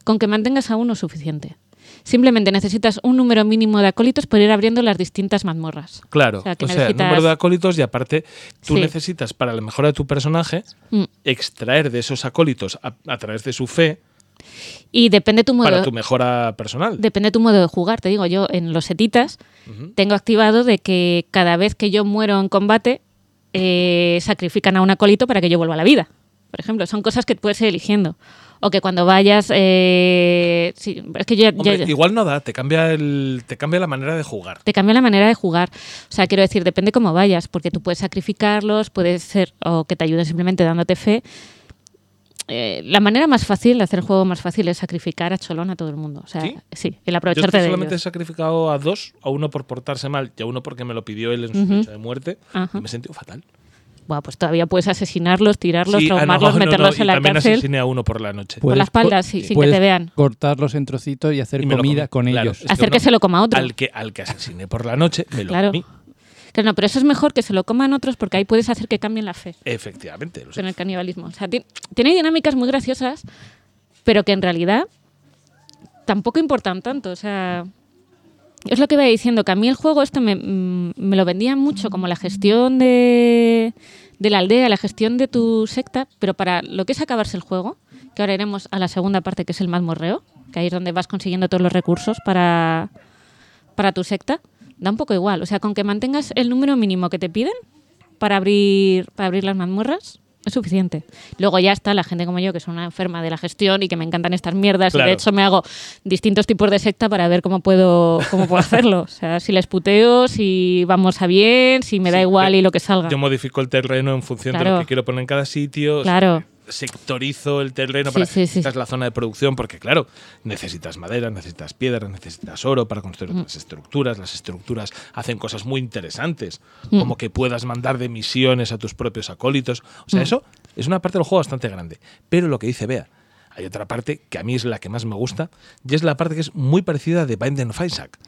[SPEAKER 3] con que mantengas a uno es suficiente. Simplemente necesitas un número mínimo de acólitos para ir abriendo las distintas mazmorras.
[SPEAKER 1] Claro, o
[SPEAKER 3] O
[SPEAKER 1] sea,
[SPEAKER 3] sea, que necesitas-
[SPEAKER 1] número de acólitos y aparte tú
[SPEAKER 3] Sí.
[SPEAKER 1] necesitas para la mejora de tu personaje
[SPEAKER 3] Mm.
[SPEAKER 1] extraer de esos acólitos a, a través de su fe
[SPEAKER 3] Y depende tu modo
[SPEAKER 1] para tu mejora personal.
[SPEAKER 3] depende tu modo de jugar. Te digo, yo en los setitas tengo activado de que cada vez que yo muero en combate, eh, sacrifican a un acolito para que yo vuelva a la vida. Por ejemplo, son cosas que puedes ir eligiendo. O que cuando vayas. eh, sí, es que yo ya-
[SPEAKER 1] Hombre,
[SPEAKER 3] ya-
[SPEAKER 1] Igual no da, te cambia, el, te cambia la manera de jugar.
[SPEAKER 3] te cambia la manera de jugar. O sea, quiero decir, depende cómo vayas, porque tú puedes sacrificarlos, puedes ser, o que te ayuden simplemente dándote fe. Eh, la manera más fácil de hacer el juego más fácil es sacrificar a Cholón a todo el mundo. O sea,
[SPEAKER 1] ¿Sí?
[SPEAKER 3] sí, el
[SPEAKER 1] Yo es
[SPEAKER 3] aprovecharte
[SPEAKER 1] que
[SPEAKER 3] de
[SPEAKER 1] solamente he
[SPEAKER 3] ellos.
[SPEAKER 1] sacrificado a dos, a uno por portarse mal y a uno porque me lo pidió él en su
[SPEAKER 3] Ujú.
[SPEAKER 1] lucha de muerte.
[SPEAKER 3] Ajá.
[SPEAKER 1] Y me he sentido fatal.
[SPEAKER 3] Buah, pues todavía puedes asesinarlos, tirarlos,
[SPEAKER 1] Sí, ah, no,
[SPEAKER 3] traumarlos,
[SPEAKER 1] no, no,
[SPEAKER 3] meterlos
[SPEAKER 1] y
[SPEAKER 3] en la
[SPEAKER 1] también
[SPEAKER 3] cárcel.
[SPEAKER 1] asesiné a uno por la noche.
[SPEAKER 3] Por la
[SPEAKER 2] Puedes co-
[SPEAKER 3] espalda, sí, sin que
[SPEAKER 2] puedes
[SPEAKER 3] te vean.
[SPEAKER 2] Cortarlos en trocitos y hacer
[SPEAKER 1] Y me lo
[SPEAKER 2] comida
[SPEAKER 1] comí,
[SPEAKER 2] con
[SPEAKER 1] claro.
[SPEAKER 2] ellos.
[SPEAKER 1] Es que
[SPEAKER 3] Hacer que
[SPEAKER 1] uno-
[SPEAKER 3] se lo coma otro.
[SPEAKER 1] Al que, al que asesiné por la noche, me lo
[SPEAKER 3] Claro.
[SPEAKER 1] comí.
[SPEAKER 3] Que no, pero eso es mejor que se lo coman otros porque ahí puedes hacer que cambien la fe
[SPEAKER 1] Efectivamente. lo sé.
[SPEAKER 3] con el canibalismo. O sea, ti- tiene dinámicas muy graciosas, pero que en realidad tampoco importan tanto. O sea, es lo que iba diciendo, que a mí el juego este me, mm, me lo vendían mucho, como la gestión de, de la aldea, la gestión de tu secta, pero para lo que es acabarse el juego, que ahora iremos a la segunda parte, que es el mazmorreo, que ahí es donde vas consiguiendo todos los recursos para, para tu secta, da un poco igual. O sea, con que mantengas el número mínimo que te piden para abrir, para abrir las mazmorras, es suficiente. Luego ya está la gente como yo, que es una enferma de la gestión y que me encantan estas mierdas, y
[SPEAKER 1] Claro.
[SPEAKER 3] de hecho me hago distintos tipos de secta para ver cómo puedo, cómo puedo hacerlo. O sea, si les puteo, si vamos a bien, si me da
[SPEAKER 1] Sí,
[SPEAKER 3] igual
[SPEAKER 1] yo-
[SPEAKER 3] y lo que salga.
[SPEAKER 1] Yo modifico el terreno en función de lo
[SPEAKER 3] Claro.
[SPEAKER 1] que quiero poner en cada sitio.
[SPEAKER 3] Claro.
[SPEAKER 1] Sectorizo el terreno
[SPEAKER 3] Sí,
[SPEAKER 1] para
[SPEAKER 3] sí, sí.
[SPEAKER 1] esta es la zona de producción, porque claro, necesitas madera, necesitas piedra, necesitas oro para construir
[SPEAKER 3] Mm.
[SPEAKER 1] las estructuras. Las estructuras hacen cosas muy interesantes,
[SPEAKER 3] Mm.
[SPEAKER 1] como que puedas mandar de misiones a tus propios acólitos. O
[SPEAKER 3] Mm.
[SPEAKER 1] sea, eso es una parte del juego bastante grande. Pero lo que dice Bea, hay otra parte que a mí es la que más me gusta, y es la parte que es muy parecida de Binding of Isaac.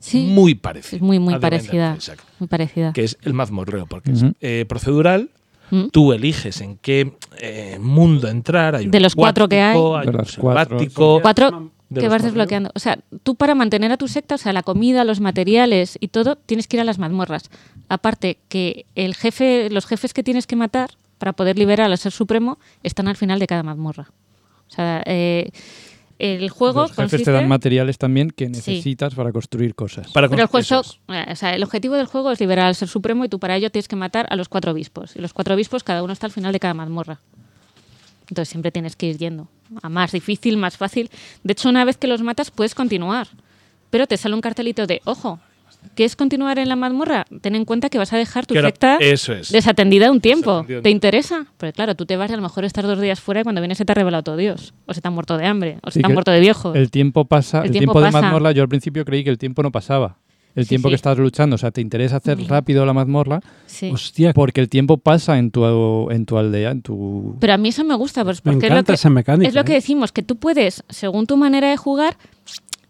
[SPEAKER 3] Sí,
[SPEAKER 1] Muy parecida.
[SPEAKER 3] es muy, muy
[SPEAKER 1] a The Binding of
[SPEAKER 3] parecida.
[SPEAKER 1] Isaac
[SPEAKER 3] Muy parecida.
[SPEAKER 1] que es el mazmorreo, porque es
[SPEAKER 2] Ujú.
[SPEAKER 1] eh, procedural.
[SPEAKER 3] Mm.
[SPEAKER 1] Tú eliges en qué eh, mundo entrar. Hay un
[SPEAKER 3] De los cuatro que hay.
[SPEAKER 1] acuático, hay
[SPEAKER 2] De
[SPEAKER 1] un
[SPEAKER 2] los cuatro,
[SPEAKER 1] selvático,
[SPEAKER 3] Cuatro
[SPEAKER 1] de
[SPEAKER 3] que
[SPEAKER 1] los
[SPEAKER 3] vas
[SPEAKER 1] mazmorreos.
[SPEAKER 3] desbloqueando. O sea, tú para mantener a tu secta, o sea, la comida, los materiales y todo, tienes que ir a las mazmorras. Aparte que el jefe, los jefes que tienes que matar para poder liberar al ser supremo están al final de cada mazmorra. O sea, eh, el juego
[SPEAKER 2] Los jefes
[SPEAKER 3] consiste-
[SPEAKER 2] te dan materiales también que
[SPEAKER 3] Sí.
[SPEAKER 2] necesitas para construir cosas.
[SPEAKER 1] Para
[SPEAKER 3] Pero el,
[SPEAKER 1] construir
[SPEAKER 3] juego,
[SPEAKER 1] esos.
[SPEAKER 3] o sea, el objetivo del juego es liberar al ser supremo y tú para ello tienes que matar a los cuatro obispos. Y los cuatro obispos, cada uno está al final de cada mazmorra. Entonces siempre tienes que ir yendo. A más difícil, más fácil. De hecho, una vez que los matas, puedes continuar. Pero te sale un cartelito de, ojo, ¿quieres continuar en la mazmorra? Ten en cuenta que vas a dejar tu
[SPEAKER 1] Que ahora-
[SPEAKER 3] secta
[SPEAKER 1] eso es.
[SPEAKER 3] desatendida un tiempo.
[SPEAKER 1] Desatendida un
[SPEAKER 3] ¿Te interesa? Porque claro, tú te vas y a lo mejor estás dos días fuera y cuando vienes se te ha revelado todo Dios. O se te ha muerto de hambre, o se
[SPEAKER 2] Sí,
[SPEAKER 3] te ha
[SPEAKER 2] que
[SPEAKER 3] muerto de viejo.
[SPEAKER 2] El tiempo pasa,
[SPEAKER 3] El
[SPEAKER 2] el,
[SPEAKER 3] tiempo
[SPEAKER 2] tiempo,
[SPEAKER 3] pasa.
[SPEAKER 2] de mazmorla, yo al principio creí que el tiempo no pasaba. El
[SPEAKER 3] Sí,
[SPEAKER 2] tiempo
[SPEAKER 3] sí.
[SPEAKER 2] que estás luchando, o sea, te interesa hacer rápido la mazmorla
[SPEAKER 3] Sí.
[SPEAKER 4] Hostia,
[SPEAKER 2] porque el tiempo pasa en tu, en tu aldea, en tu...
[SPEAKER 3] Pero a mí eso me gusta, pues,
[SPEAKER 4] Me
[SPEAKER 3] porque es lo,
[SPEAKER 4] encanta
[SPEAKER 3] que,
[SPEAKER 4] esa mecánica,
[SPEAKER 3] es lo que
[SPEAKER 4] ¿eh?
[SPEAKER 3] decimos, que tú puedes, según tu manera de jugar,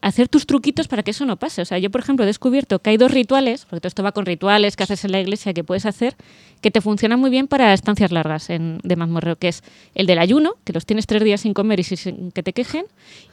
[SPEAKER 3] hacer tus truquitos para que eso no pase. O sea, yo, por ejemplo, he descubierto que hay dos rituales, porque todo esto va con rituales que haces en la iglesia, que puedes hacer, que te funcionan muy bien para estancias largas en, de mazmorreo, que es el del ayuno, que los tienes tres días sin comer y sin que te quejen,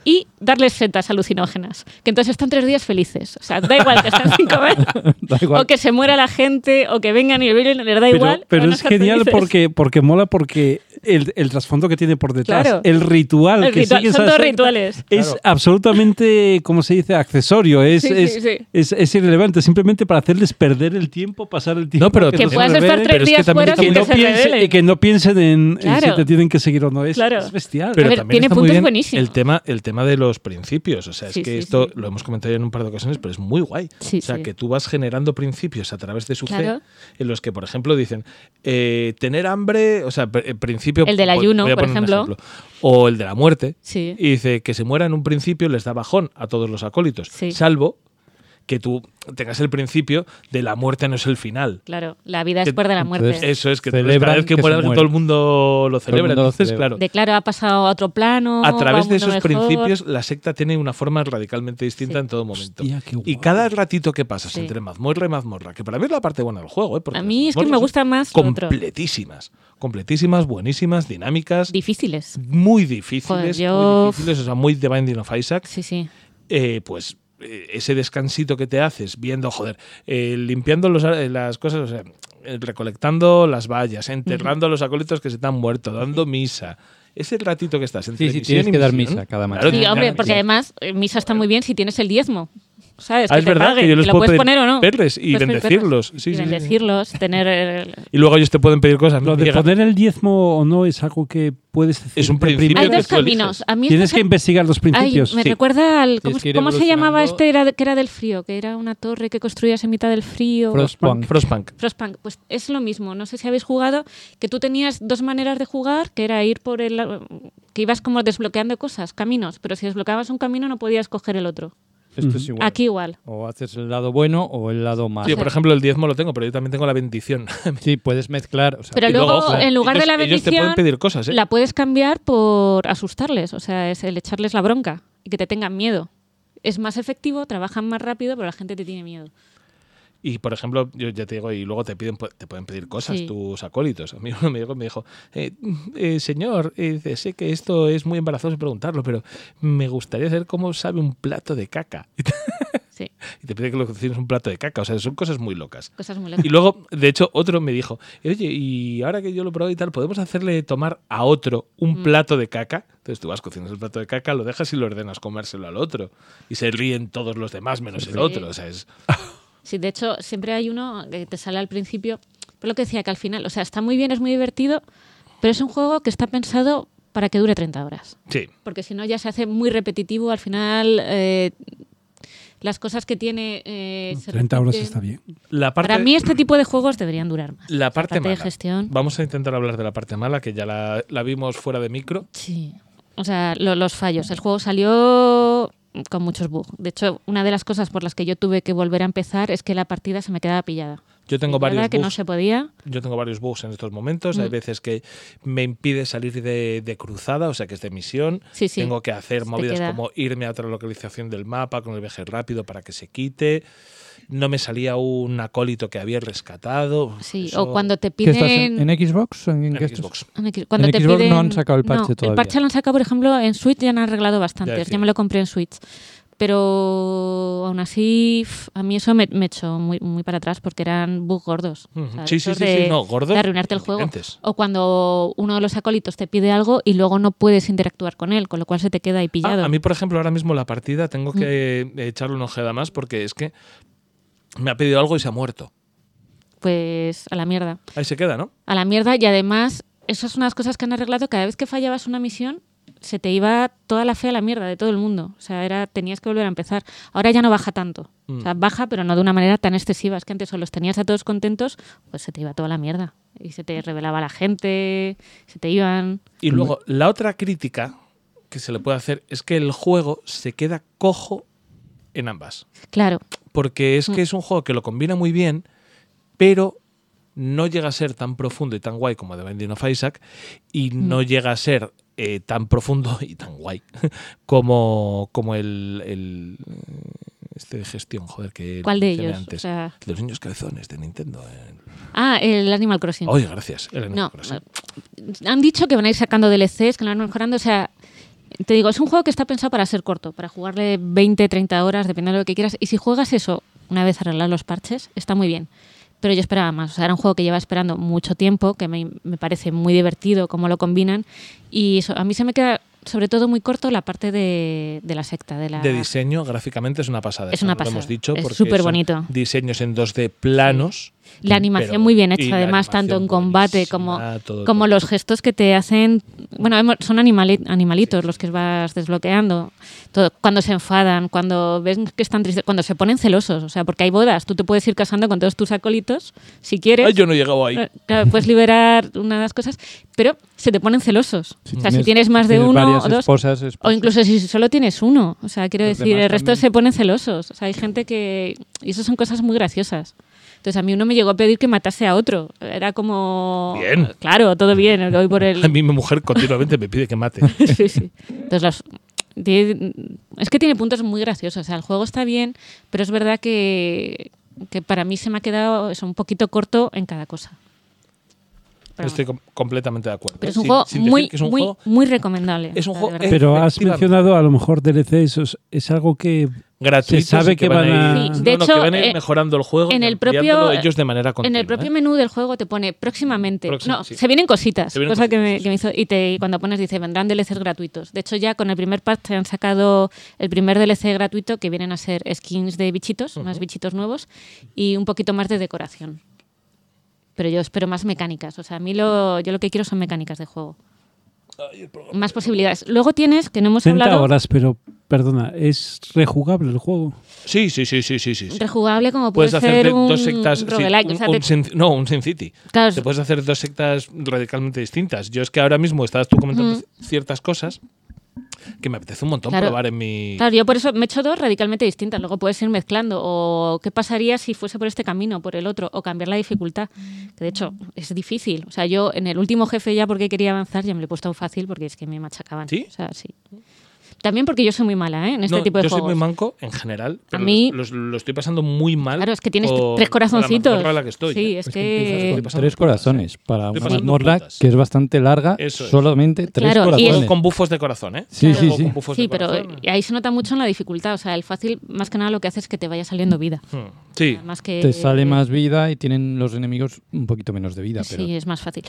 [SPEAKER 3] y darles setas alucinógenas, que entonces están tres días felices. O sea, da igual que estén sin comer,
[SPEAKER 2] Da igual.
[SPEAKER 3] o que se muera la gente, o que vengan y bailen, les da
[SPEAKER 4] pero,
[SPEAKER 3] igual.
[SPEAKER 4] pero
[SPEAKER 3] van a
[SPEAKER 4] es
[SPEAKER 3] estar
[SPEAKER 4] genial
[SPEAKER 3] felices.
[SPEAKER 4] porque, porque mola porque el, el trasfondo que tiene por detrás,
[SPEAKER 3] Claro.
[SPEAKER 4] el ritual
[SPEAKER 3] El
[SPEAKER 4] que
[SPEAKER 3] ritual-
[SPEAKER 4] sigue
[SPEAKER 3] son
[SPEAKER 4] esa
[SPEAKER 3] dos
[SPEAKER 4] secta,
[SPEAKER 3] rituales.
[SPEAKER 4] Es
[SPEAKER 2] Claro.
[SPEAKER 4] absolutamente, como se dice, accesorio, es,
[SPEAKER 3] Sí, sí,
[SPEAKER 4] es,
[SPEAKER 3] sí.
[SPEAKER 4] es- es irrelevante, simplemente para hacerles perder el tiempo, pasar el tiempo.
[SPEAKER 1] No, pero
[SPEAKER 3] Que
[SPEAKER 4] no se
[SPEAKER 3] puedas estar
[SPEAKER 4] rebelen,
[SPEAKER 3] tres
[SPEAKER 1] pero es que
[SPEAKER 3] días
[SPEAKER 1] también
[SPEAKER 3] fuera
[SPEAKER 1] está
[SPEAKER 4] que
[SPEAKER 1] muy
[SPEAKER 3] sin que
[SPEAKER 4] no,
[SPEAKER 3] se
[SPEAKER 1] bien.
[SPEAKER 4] piensen,
[SPEAKER 3] rebelen.
[SPEAKER 4] eh, que no piensen en, en
[SPEAKER 3] Claro.
[SPEAKER 4] si te tienen que seguir o no. Es,
[SPEAKER 3] Claro.
[SPEAKER 4] es bestial.
[SPEAKER 1] Pero
[SPEAKER 3] A ver,
[SPEAKER 1] también
[SPEAKER 3] tiene
[SPEAKER 1] está muy
[SPEAKER 3] puntos
[SPEAKER 1] bien
[SPEAKER 3] buenísimos.
[SPEAKER 1] El tema, el tema de los principios. O sea, es
[SPEAKER 3] Sí,
[SPEAKER 1] que
[SPEAKER 3] sí,
[SPEAKER 1] esto
[SPEAKER 3] sí.
[SPEAKER 1] lo hemos comentado ya en un par de ocasiones, pero es muy guay.
[SPEAKER 3] Sí,
[SPEAKER 1] o sea,
[SPEAKER 3] sí.
[SPEAKER 1] que tú vas generando principios a través de su
[SPEAKER 3] Claro.
[SPEAKER 1] fe, en los que, por ejemplo, dicen eh, tener hambre, o sea, pr- eh, principio.
[SPEAKER 3] El del
[SPEAKER 1] voy-
[SPEAKER 3] ayuno,
[SPEAKER 1] voy a
[SPEAKER 3] por
[SPEAKER 1] poner un
[SPEAKER 3] ejemplo.
[SPEAKER 1] O el de la muerte.
[SPEAKER 3] Sí.
[SPEAKER 1] Y dice que se muera en un principio les da bajón a todos los acólitos,
[SPEAKER 3] Sí.
[SPEAKER 1] salvo que tú tengas el principio de la muerte no es el final.
[SPEAKER 3] Claro, la vida es
[SPEAKER 1] Que-
[SPEAKER 3] por de la muerte.
[SPEAKER 2] entonces,
[SPEAKER 1] Eso es que
[SPEAKER 2] Celebran
[SPEAKER 1] cada vez que,
[SPEAKER 2] que
[SPEAKER 1] muera
[SPEAKER 2] se
[SPEAKER 1] alguien,
[SPEAKER 2] muere.
[SPEAKER 1] todo el mundo lo
[SPEAKER 2] el
[SPEAKER 1] celebra.
[SPEAKER 2] mundo lo
[SPEAKER 1] Entonces,
[SPEAKER 2] celebra.
[SPEAKER 1] claro,
[SPEAKER 3] de claro, ha pasado a otro plano.
[SPEAKER 1] a
[SPEAKER 3] va
[SPEAKER 1] través
[SPEAKER 3] un
[SPEAKER 1] de
[SPEAKER 3] mundo
[SPEAKER 1] esos
[SPEAKER 3] mejor.
[SPEAKER 1] principios, la secta tiene una forma radicalmente distinta
[SPEAKER 3] Sí.
[SPEAKER 1] en todo momento.
[SPEAKER 4] Hostia, qué
[SPEAKER 1] y
[SPEAKER 4] guay.
[SPEAKER 1] cada ratito que pasas
[SPEAKER 3] Sí.
[SPEAKER 1] entre mazmorra y mazmorra, que para mí es la parte buena del juego, ¿eh? porque
[SPEAKER 3] A
[SPEAKER 1] las
[SPEAKER 3] mí es que me
[SPEAKER 1] mazmorras
[SPEAKER 3] gusta
[SPEAKER 1] son
[SPEAKER 3] más lo otro.
[SPEAKER 1] Completísimas. Completísimas, buenísimas, dinámicas,
[SPEAKER 3] Difíciles.
[SPEAKER 1] muy difíciles.
[SPEAKER 3] Joder, yo-
[SPEAKER 1] Muy difíciles, o sea, muy The Binding of Isaac.
[SPEAKER 3] Sí, sí.
[SPEAKER 1] eh, pues eh, ese descansito que te haces viendo, joder, eh, limpiando los ar- eh, las cosas, o sea, eh, recolectando las vallas, enterrando a los acólitos que se te han muerto, dando misa. Ese ratito que estás entre
[SPEAKER 2] Sí, sí,
[SPEAKER 1] misión
[SPEAKER 2] tienes
[SPEAKER 1] y
[SPEAKER 2] que dar
[SPEAKER 1] misión.
[SPEAKER 2] misa cada mañana.
[SPEAKER 1] Claro,
[SPEAKER 3] Y
[SPEAKER 1] tienes que
[SPEAKER 3] hombre,
[SPEAKER 1] dar
[SPEAKER 3] porque
[SPEAKER 1] misa.
[SPEAKER 3] además eh, misa está muy bien si tienes el diezmo. ¿Sabes?
[SPEAKER 1] Ah,
[SPEAKER 3] que
[SPEAKER 1] es
[SPEAKER 3] te
[SPEAKER 1] verdad
[SPEAKER 3] paguen,
[SPEAKER 1] que yo les
[SPEAKER 3] lo
[SPEAKER 1] puedo
[SPEAKER 3] puedes
[SPEAKER 1] pedir
[SPEAKER 3] poner o no.
[SPEAKER 1] perles y
[SPEAKER 3] Puedes pedir
[SPEAKER 1] bendecirlos.
[SPEAKER 3] perles.
[SPEAKER 1] Sí,
[SPEAKER 3] Y
[SPEAKER 1] sí, sí.
[SPEAKER 3] bendecirlos, tener. eh, el-
[SPEAKER 1] Y luego ellos te pueden pedir cosas.
[SPEAKER 4] Lo de
[SPEAKER 1] Llega-
[SPEAKER 4] poner el diezmo o no es algo que puedes decir.
[SPEAKER 1] Es un
[SPEAKER 4] de
[SPEAKER 1] principio
[SPEAKER 4] primera.
[SPEAKER 1] Creo
[SPEAKER 3] Hay
[SPEAKER 1] que
[SPEAKER 3] dos
[SPEAKER 1] tú
[SPEAKER 3] caminos.
[SPEAKER 1] eliges.
[SPEAKER 3] A mí
[SPEAKER 4] Tienes
[SPEAKER 3] esto
[SPEAKER 4] que
[SPEAKER 3] se-
[SPEAKER 4] investigar los
[SPEAKER 3] Ay,
[SPEAKER 4] principios.
[SPEAKER 3] me
[SPEAKER 1] sí.
[SPEAKER 3] recuerda al. ¿Cómo,
[SPEAKER 2] Tienes que ir
[SPEAKER 3] cómo se llamaba
[SPEAKER 2] evolucionando.
[SPEAKER 3] este era- que era del frío? Que era una torre que construías en mitad del frío.
[SPEAKER 2] Frostpunk.
[SPEAKER 1] Frostpunk.
[SPEAKER 3] Frostpunk, pues es lo mismo. No sé si habéis jugado, que tú tenías dos maneras de jugar, que era ir por el... que ibas como desbloqueando cosas, caminos, pero si desbloqueabas un camino no podías coger el otro.
[SPEAKER 2] Esto es igual.
[SPEAKER 3] Aquí igual.
[SPEAKER 2] O haces el lado bueno o el lado malo.
[SPEAKER 1] Sí, por ejemplo, el diezmo lo tengo, pero yo también tengo la bendición.
[SPEAKER 2] Sí, puedes mezclar. o sea,
[SPEAKER 3] Pero
[SPEAKER 1] y
[SPEAKER 3] luego,
[SPEAKER 1] luego, ojo,
[SPEAKER 3] en lugar de
[SPEAKER 1] ellos-
[SPEAKER 3] la
[SPEAKER 1] ellos te
[SPEAKER 3] bendición,
[SPEAKER 1] pueden pedir cosas, ¿eh?
[SPEAKER 3] la puedes cambiar por asustarles, o sea, es el echarles la bronca y que te tengan miedo. Es más efectivo, trabajan más rápido, pero la gente te tiene miedo.
[SPEAKER 1] Y por ejemplo, yo ya te digo, y luego te piden te pueden pedir cosas
[SPEAKER 3] Sí.
[SPEAKER 1] tus acólitos. A mí uno me dijo, me dijo eh, eh, señor, eh, dice, sé que esto es muy embarazoso preguntarlo, pero me gustaría saber cómo sabe un plato de caca. Y te,
[SPEAKER 3] Sí,
[SPEAKER 1] y te pide que lo cocines un plato de caca. O sea, son cosas muy locas.
[SPEAKER 3] cosas muy
[SPEAKER 1] Y
[SPEAKER 3] locas.
[SPEAKER 1] luego, de hecho, otro me dijo, oye, y ahora que yo lo he probado y tal, ¿podemos hacerle tomar a otro
[SPEAKER 3] Mm.
[SPEAKER 1] un plato de caca? Entonces tú vas, cocinas el plato de caca, lo dejas y lo ordenas comérselo al otro. Y se ríen todos los demás menos el
[SPEAKER 3] Sí.
[SPEAKER 1] otro. O sea, es...
[SPEAKER 3] Sí, de hecho, siempre hay uno que te sale al principio. Pero lo que decía que al final, o sea, está muy bien, es muy divertido, pero es un juego que está pensado para que dure 30 horas.
[SPEAKER 1] Sí.
[SPEAKER 3] Porque si no, ya se hace muy repetitivo. Al final, eh, las cosas que tiene. eh, se
[SPEAKER 4] 30 horas
[SPEAKER 3] repiten.
[SPEAKER 4] está bien.
[SPEAKER 1] La parte,
[SPEAKER 3] Para mí, este tipo de juegos deberían durar más.
[SPEAKER 1] la
[SPEAKER 3] O sea,
[SPEAKER 1] parte,
[SPEAKER 3] de
[SPEAKER 1] mala.
[SPEAKER 3] gestión.
[SPEAKER 1] Vamos a intentar hablar de la parte mala, que ya la, la vimos fuera de micro.
[SPEAKER 3] Sí. O sea, lo- los fallos. El juego salió con muchos bugs. De hecho, una de las cosas por las que yo tuve que volver a empezar es que la partida se me quedaba pillada.
[SPEAKER 1] Yo tengo
[SPEAKER 3] Y la
[SPEAKER 1] varios
[SPEAKER 3] verdad que no
[SPEAKER 1] bugs.
[SPEAKER 3] se podía.
[SPEAKER 1] Yo tengo varios bugs en estos momentos. Hay
[SPEAKER 3] Mm.
[SPEAKER 1] veces que me impide salir de, de cruzada, o sea que es de misión.
[SPEAKER 3] Sí, sí.
[SPEAKER 1] Tengo que hacer
[SPEAKER 3] Se te
[SPEAKER 1] movidas
[SPEAKER 3] queda.
[SPEAKER 1] como irme a otra localización del mapa con el viaje rápido para que se quite. No me salía un acólito que había rescatado.
[SPEAKER 3] Sí,
[SPEAKER 1] Eso-
[SPEAKER 3] o cuando te
[SPEAKER 2] ¿Qué
[SPEAKER 3] piden...
[SPEAKER 2] estás en, en Xbox o en,
[SPEAKER 1] en
[SPEAKER 2] qué estás?
[SPEAKER 1] Xbox.
[SPEAKER 3] En X- Ah, Cuando
[SPEAKER 2] En
[SPEAKER 3] te
[SPEAKER 2] Xbox no
[SPEAKER 3] piden-
[SPEAKER 2] han sacado el parche
[SPEAKER 3] El
[SPEAKER 2] todavía.
[SPEAKER 3] parche lo han sacado, por ejemplo, en Switch ya han arreglado bastantes.
[SPEAKER 1] Ya,
[SPEAKER 3] Ya,
[SPEAKER 1] sí.
[SPEAKER 3] me lo compré en Switch. Pero aún así, f- a mí eso me, me echó muy, muy para atrás porque eran bugs gordos.
[SPEAKER 1] Ujú.
[SPEAKER 3] O sea,
[SPEAKER 1] Sí, sí,
[SPEAKER 3] esos
[SPEAKER 1] sí,
[SPEAKER 3] de-
[SPEAKER 1] sí, no, gordos.
[SPEAKER 3] De arruinarte el juego.
[SPEAKER 1] Imprudentes.
[SPEAKER 3] O cuando uno de los acólitos te pide algo y luego no puedes interactuar con él, con lo cual se te queda ahí
[SPEAKER 1] Ah,
[SPEAKER 3] pillado. Mm.
[SPEAKER 1] a mí, por ejemplo, ahora mismo la partida tengo que eh, echarle una ojeda más porque es que me ha pedido algo y se ha muerto.
[SPEAKER 3] Pues a la mierda.
[SPEAKER 1] Ahí se queda, ¿no?
[SPEAKER 3] a la mierda y además eso es unas cosas que han arreglado cada vez que fallabas una misión se te iba toda la fe a la mierda de todo el mundo o sea era tenías que volver a empezar ahora ya no baja tanto o sea baja pero no de una manera tan excesiva es que antes o los tenías a todos contentos pues se te iba toda la mierda y se te revelaba la gente se te iban
[SPEAKER 1] Y luego, la otra crítica que se le puede hacer es que el juego se queda cojo en ambas.
[SPEAKER 3] claro
[SPEAKER 1] Porque
[SPEAKER 3] Hmm.
[SPEAKER 1] es que es un juego que lo combina muy bien, pero no llega a ser tan profundo y tan guay como The Binding of Isaac, y
[SPEAKER 3] Hmm.
[SPEAKER 1] no llega a ser eh, tan profundo y tan guay como, como el, el, eh, este de gestión, joder, que
[SPEAKER 3] ¿Cuál de
[SPEAKER 1] mencioné
[SPEAKER 3] ellos? O
[SPEAKER 1] antes.
[SPEAKER 3] sea-
[SPEAKER 1] De los niños cabezones de Nintendo. eh.
[SPEAKER 3] ah el Animal Crossing
[SPEAKER 1] Oye, gracias. el Animal
[SPEAKER 3] No,
[SPEAKER 1] Crossing.
[SPEAKER 3] eh, han dicho que van a ir sacando DLCs, que lo van mejorando. O sea, te digo, es un juego que está pensado para ser corto, para jugarle 20, 30 horas, dependiendo de lo que quieras. Y si juegas eso, una vez arreglados los parches, está muy bien. Pero yo esperaba más. O sea, era un juego que lleva esperando mucho tiempo, que me, me parece muy divertido cómo lo combinan. Y eso, a mí se me queda, sobre todo, muy corto la parte de, de la secta, de la.
[SPEAKER 1] de diseño, gráficamente es una pasada.
[SPEAKER 3] Es
[SPEAKER 1] eso
[SPEAKER 3] una
[SPEAKER 1] no Lo hemos
[SPEAKER 3] pasada,
[SPEAKER 1] dicho
[SPEAKER 3] es
[SPEAKER 1] porque
[SPEAKER 3] superbonito.
[SPEAKER 1] son Diseños en 2D planos.
[SPEAKER 3] La animación
[SPEAKER 1] pero-
[SPEAKER 3] muy bien
[SPEAKER 1] y
[SPEAKER 3] hecha,
[SPEAKER 1] la
[SPEAKER 3] además, tanto en
[SPEAKER 1] animación
[SPEAKER 3] combate
[SPEAKER 1] buenísima,
[SPEAKER 3] como,
[SPEAKER 1] todo,
[SPEAKER 3] como
[SPEAKER 1] todo.
[SPEAKER 3] los gestos que te hacen. Bueno, hemos- son animali- animalitos los que vas desbloqueando. Todo, cuando se enfadan, cuando ves que están tristes, cuando se ponen celosos. O sea, porque hay bodas. Tú te puedes ir casando con todos tus acólitos si quieres. eh,
[SPEAKER 1] Ay, yo no he llegado ahí.
[SPEAKER 3] Claro, puedes liberar una de las cosas, pero se te ponen celosos.
[SPEAKER 2] Si
[SPEAKER 3] o sea, si tienes más de
[SPEAKER 2] tienes
[SPEAKER 3] uno
[SPEAKER 2] varias
[SPEAKER 3] o dos.
[SPEAKER 2] esposas,
[SPEAKER 3] O
[SPEAKER 1] Pues
[SPEAKER 2] esposas.
[SPEAKER 3] incluso si solo tienes uno. O sea, quiero
[SPEAKER 2] Los
[SPEAKER 3] decir,
[SPEAKER 2] demás
[SPEAKER 3] el resto
[SPEAKER 2] también.
[SPEAKER 3] se ponen celosos. O sea, hay gente que... Y eso son cosas muy graciosas. Entonces a mí uno me llegó a pedir que matase a otro. Era como...
[SPEAKER 1] Bien.
[SPEAKER 3] Claro, todo bien. Voy por
[SPEAKER 1] A
[SPEAKER 3] el...
[SPEAKER 1] mí mi mujer continuamente me pide que mate.
[SPEAKER 3] sí, sí. Entonces los... tiene- Es que tiene puntos muy graciosos. O sea, el juego está bien, pero es verdad que, que para mí se me ha quedado eso, un poquito corto en cada cosa. Pero,
[SPEAKER 1] Estoy com- completamente de acuerdo.
[SPEAKER 3] pero es un
[SPEAKER 1] Este Sin-
[SPEAKER 3] juego
[SPEAKER 1] sin decir
[SPEAKER 3] muy,
[SPEAKER 1] que es un
[SPEAKER 3] muy,
[SPEAKER 1] juego
[SPEAKER 3] muy recomendable.
[SPEAKER 1] es un
[SPEAKER 3] o sea,
[SPEAKER 1] juego-
[SPEAKER 3] de verdad.
[SPEAKER 4] Pero has
[SPEAKER 1] Efectivamente.
[SPEAKER 4] mencionado a lo mejor DLC, eso es, es algo que
[SPEAKER 1] gratuito.
[SPEAKER 4] se sabe
[SPEAKER 1] y
[SPEAKER 4] que van a-
[SPEAKER 1] ir,
[SPEAKER 4] Sí,
[SPEAKER 3] de
[SPEAKER 1] no, no,
[SPEAKER 3] hecho,
[SPEAKER 1] que van a ir
[SPEAKER 3] eh,
[SPEAKER 1] mejorando el juego
[SPEAKER 3] en
[SPEAKER 1] y
[SPEAKER 3] el
[SPEAKER 1] ampliándolo
[SPEAKER 3] propio-
[SPEAKER 1] ellos de manera continua.
[SPEAKER 3] en el propio
[SPEAKER 1] ¿eh?
[SPEAKER 3] menú del juego te pone próximamente.
[SPEAKER 1] Próximo,
[SPEAKER 3] no,
[SPEAKER 1] sí.
[SPEAKER 3] se vienen cositas.
[SPEAKER 1] Se vienen
[SPEAKER 3] cosa que me,
[SPEAKER 1] cositas.
[SPEAKER 3] que me hizo. Y te, y cuando pones, dice, vendrán DLCs gratuitos. De hecho, ya con el primer pack te han sacado el primer DLC gratuito que vienen a ser skins de bichitos, más bichitos nuevos y un poquito más de decoración. Pero yo espero más mecánicas. O sea, a mí lo, yo lo que quiero son mecánicas de juego. Más posibilidades. Luego tienes, que no hemos
[SPEAKER 4] 60
[SPEAKER 3] hablado,
[SPEAKER 4] horas, pero perdona, es rejugable el juego.
[SPEAKER 1] Sí, sí, sí, sí, sí, sí. sí.
[SPEAKER 3] rejugable como puede
[SPEAKER 1] Puedes hacerte
[SPEAKER 3] ser un
[SPEAKER 1] dos sectas. sí,
[SPEAKER 3] roguelike.
[SPEAKER 1] un-
[SPEAKER 3] O sea,
[SPEAKER 1] un
[SPEAKER 3] te-
[SPEAKER 1] Sin- no, un Sin City.
[SPEAKER 3] Claro.
[SPEAKER 1] Te puedes hacer dos sectas radicalmente distintas. Yo es que ahora mismo estabas tú comentando ciertas cosas que me apetece un montón
[SPEAKER 3] Mm. Claro.
[SPEAKER 1] probar en mi.
[SPEAKER 3] Claro, yo por eso me he hecho dos radicalmente distintas. Luego puedes ir mezclando. O qué pasaría si fuese por este camino, por el otro, o cambiar la dificultad.
[SPEAKER 2] Mm.
[SPEAKER 3] Que de hecho es difícil. O sea, yo en el último jefe ya porque quería avanzar ya me lo he puesto fácil porque es que me machacaban.
[SPEAKER 1] ¿Sí?
[SPEAKER 3] O sea, sí. También porque yo soy muy mala ¿eh? en este
[SPEAKER 1] No,
[SPEAKER 3] tipo de
[SPEAKER 1] yo
[SPEAKER 3] juegos.
[SPEAKER 1] soy muy manco en general. Pero
[SPEAKER 3] mí-
[SPEAKER 1] los- los- lo estoy pasando muy mal.
[SPEAKER 3] Claro, es que tienes
[SPEAKER 1] por-
[SPEAKER 3] tres
[SPEAKER 1] por la
[SPEAKER 3] corazoncitos.
[SPEAKER 1] mazmorra en la que estoy.
[SPEAKER 3] sí,
[SPEAKER 1] ¿eh?
[SPEAKER 3] es
[SPEAKER 2] Es
[SPEAKER 3] que...
[SPEAKER 2] empiezas
[SPEAKER 1] que-
[SPEAKER 2] con tres corazones para
[SPEAKER 1] Estoy
[SPEAKER 2] una
[SPEAKER 1] ¿eh? pasando
[SPEAKER 2] mazmorra
[SPEAKER 1] putas.
[SPEAKER 2] que es bastante larga,
[SPEAKER 1] Eso es.
[SPEAKER 2] solamente tres
[SPEAKER 3] Claro, y el-
[SPEAKER 2] corazones.
[SPEAKER 1] Juego con bufos de corazón, ¿eh?
[SPEAKER 2] Sí,
[SPEAKER 3] Claro.
[SPEAKER 2] sí,
[SPEAKER 1] Juego
[SPEAKER 2] sí.
[SPEAKER 1] con bufos
[SPEAKER 3] Sí,
[SPEAKER 1] de
[SPEAKER 3] pero
[SPEAKER 1] corazón.
[SPEAKER 3] ahí se nota mucho en la dificultad. O sea, el fácil más que nada lo que hace es que te vaya saliendo vida.
[SPEAKER 1] Hmm, Sí.
[SPEAKER 3] Más que,
[SPEAKER 2] Te sale más vida y tienen los enemigos un poquito menos de vida, pero
[SPEAKER 3] Sí, es más fácil.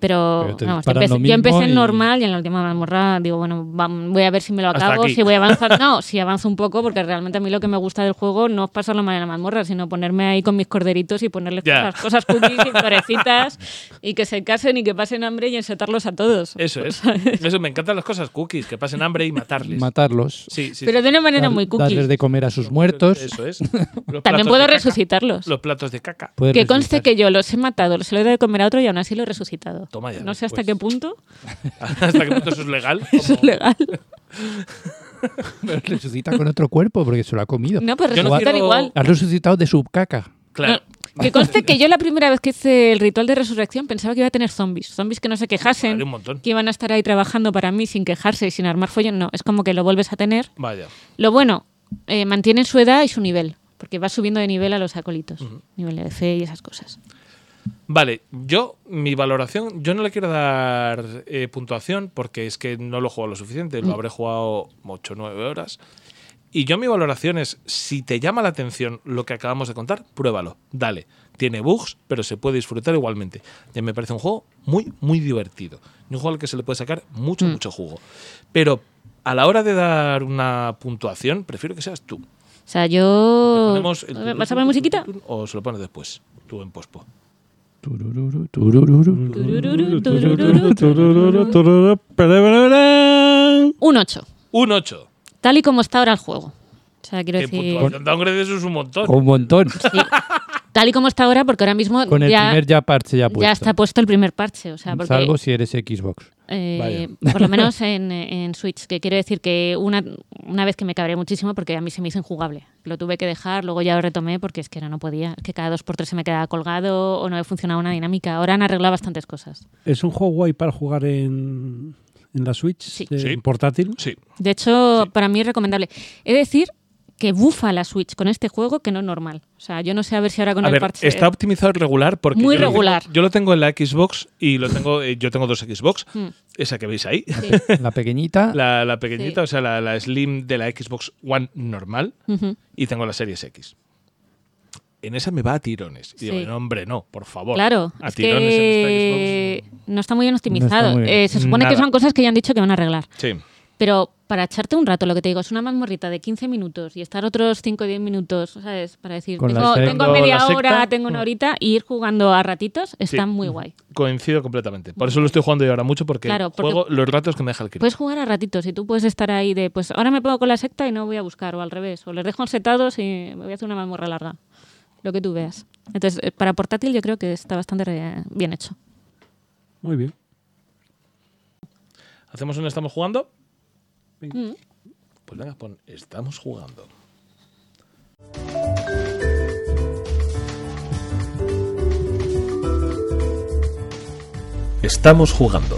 [SPEAKER 3] Pero,
[SPEAKER 2] Pero te
[SPEAKER 3] vamos, yo
[SPEAKER 2] disparan
[SPEAKER 3] empecé,
[SPEAKER 2] lo
[SPEAKER 3] yo empecé
[SPEAKER 2] mismo
[SPEAKER 3] en
[SPEAKER 2] y-
[SPEAKER 3] normal y en la última mazmorra digo, bueno, vam- voy a ver si me lo
[SPEAKER 1] Hasta
[SPEAKER 3] acabo,
[SPEAKER 1] aquí.
[SPEAKER 3] si voy a avanzar. No, si avanzo un poco, porque realmente a mí lo que me gusta del juego no es pasarlo mal en la mazmorra, sino ponerme ahí con mis corderitos y ponerles
[SPEAKER 1] Ya.
[SPEAKER 3] cosas, cosas cookies y florecitas y que se casen y que pasen hambre y ensetarlos a todos.
[SPEAKER 1] Eso es. Eso me encantan las cosas cookies, que pasen hambre y matarles.
[SPEAKER 2] matarlos,
[SPEAKER 1] sí, sí.
[SPEAKER 3] Pero
[SPEAKER 1] sí.
[SPEAKER 3] de una manera
[SPEAKER 2] dar-
[SPEAKER 3] muy
[SPEAKER 2] darles
[SPEAKER 3] cookie.
[SPEAKER 2] de comer a sus muertos.
[SPEAKER 1] Eso es. Los platos
[SPEAKER 3] También puedo
[SPEAKER 1] de caca,
[SPEAKER 3] resucitarlos.
[SPEAKER 1] Los platos de caca.
[SPEAKER 2] puedes
[SPEAKER 3] Que conste
[SPEAKER 2] resucitar.
[SPEAKER 3] que yo los he matado, los he dado de comer a otro y aún así lo he resucitado.
[SPEAKER 1] Toma ya,
[SPEAKER 3] no sé hasta
[SPEAKER 1] pues.
[SPEAKER 3] qué punto
[SPEAKER 1] Hasta que punto eso es legal.
[SPEAKER 3] eso es
[SPEAKER 1] Como-
[SPEAKER 3] legal.
[SPEAKER 2] Pero resucita con otro cuerpo porque se lo ha comido.
[SPEAKER 3] No, pues
[SPEAKER 1] Yo no
[SPEAKER 3] resucitan
[SPEAKER 1] quiero-
[SPEAKER 3] igual.
[SPEAKER 2] Has resucitado de su caca.
[SPEAKER 1] Claro.
[SPEAKER 3] No, que conste que yo la primera vez que hice el ritual de resurrección pensaba que iba a tener zombies. Zombies que no se
[SPEAKER 1] Vale,
[SPEAKER 3] quejasen,
[SPEAKER 1] un montón.
[SPEAKER 3] que iban a estar ahí trabajando para mí sin quejarse y sin armar follón. No, es como que lo vuelves a tener.
[SPEAKER 1] Vaya.
[SPEAKER 3] Lo bueno, eh, mantienen su edad y su nivel, porque va subiendo de nivel a los acólitos. Nivel de fe y esas cosas.
[SPEAKER 1] Vale, yo, mi valoración, yo no le quiero dar eh, puntuación porque es que no lo he jugado lo suficiente,
[SPEAKER 3] Mm.
[SPEAKER 1] lo habré jugado 8 o 9 horas. Y yo mi valoración es, si te llama la atención lo que acabamos de contar, pruébalo, dale. Tiene bugs, pero se puede disfrutar igualmente. Y me parece un juego muy, muy divertido. Y un juego al que se le puede sacar
[SPEAKER 3] Mm.
[SPEAKER 1] mucho, mucho jugo. Pero a la hora de dar una puntuación, prefiero que seas tú.
[SPEAKER 3] O sea, yo...
[SPEAKER 1] Ponemos el-
[SPEAKER 3] ¿Vas Oh, a poner musiquita?
[SPEAKER 1] ¿O se lo pones después? Tú en pospo.
[SPEAKER 2] Turururu, turururu.
[SPEAKER 3] Tururú, tururú, tururú. Un 8,
[SPEAKER 1] Un 8.
[SPEAKER 3] tal y como está ahora el juego. O sea, quiero
[SPEAKER 1] Que
[SPEAKER 3] decir...
[SPEAKER 1] puntuación downgrade eso es un montón.
[SPEAKER 2] Con un montón.
[SPEAKER 3] Sí. Tal y como está ahora, porque ahora mismo
[SPEAKER 2] Con el
[SPEAKER 3] ya,
[SPEAKER 2] primer ya parche ya
[SPEAKER 3] ya
[SPEAKER 2] puesto.
[SPEAKER 3] está puesto el primer parche. O sea, porque
[SPEAKER 2] Salvo si eres Xbox.
[SPEAKER 3] Eh, por lo menos en, en Switch, que quiero decir que una, una vez que me cabré muchísimo porque a mí se me hizo injugable. Lo tuve que dejar, luego ya lo retomé porque es que no, no podía. Es que cada dos por tres se me quedaba colgado o no he funcionado una dinámica. Ahora han arreglado bastantes cosas.
[SPEAKER 4] ¿Es un juego guay para jugar en, en la Switch?
[SPEAKER 3] Sí.
[SPEAKER 4] eh,
[SPEAKER 1] Sí.
[SPEAKER 4] en portátil?
[SPEAKER 1] Sí.
[SPEAKER 3] De hecho, para mí es recomendable. He de decir que bufa la Switch con este juego que no es normal. O sea, yo no sé a ver si ahora con
[SPEAKER 1] A
[SPEAKER 3] el
[SPEAKER 1] ver,
[SPEAKER 3] parche...
[SPEAKER 1] está optimizado y regular porque
[SPEAKER 3] Muy
[SPEAKER 1] yo lo tengo-
[SPEAKER 3] regular.
[SPEAKER 1] yo lo tengo en la Xbox y lo tengo eh, yo tengo dos Xbox,
[SPEAKER 3] Mm.
[SPEAKER 1] esa que veis ahí,
[SPEAKER 2] La pequeñita.
[SPEAKER 1] la, la pequeñita,
[SPEAKER 3] Sí.
[SPEAKER 1] o sea, la, la Slim de la Xbox One normal
[SPEAKER 3] Ujú.
[SPEAKER 1] y tengo la Series X. En esa me va a tirones. Y digo,
[SPEAKER 3] Sí.
[SPEAKER 1] no, hombre, no, por favor.
[SPEAKER 3] Claro,
[SPEAKER 1] A
[SPEAKER 3] es
[SPEAKER 1] tirones
[SPEAKER 3] que
[SPEAKER 1] en esta Xbox.
[SPEAKER 3] no está muy bien
[SPEAKER 2] No
[SPEAKER 3] optimizado.
[SPEAKER 2] está muy bien.
[SPEAKER 3] Eh, se supone que
[SPEAKER 1] Nada.
[SPEAKER 3] son cosas que ya han dicho que van a arreglar.
[SPEAKER 1] Sí.
[SPEAKER 3] Pero para echarte un rato, lo que te digo, es una mazmorrita de 15 minutos y estar otros 5 o 10 minutos, ¿sabes? Para decir,
[SPEAKER 2] Con la
[SPEAKER 3] tengo,
[SPEAKER 2] secta.
[SPEAKER 3] tengo
[SPEAKER 1] Con
[SPEAKER 3] media
[SPEAKER 1] la secta.
[SPEAKER 3] hora, tengo una horita, y ir jugando a ratitos está
[SPEAKER 1] Sí.
[SPEAKER 3] muy guay.
[SPEAKER 1] Coincido completamente. Por eso lo estoy jugando yo ahora mucho porque,
[SPEAKER 3] Claro, porque-
[SPEAKER 1] juego los ratos que me deja el crío.
[SPEAKER 3] Puedes jugar a ratitos y tú puedes estar ahí de, pues ahora me pongo con la secta y no voy a buscar, o al revés, o les dejo setados y me voy a hacer una mazmorra larga. Lo que tú veas. Entonces, eh, para portátil yo creo que está bastante re- bien hecho.
[SPEAKER 4] Muy bien.
[SPEAKER 1] ¿Hacemos un estamos jugando?
[SPEAKER 4] Venga.
[SPEAKER 1] Pues venga, pon estamos jugando. Estamos jugando.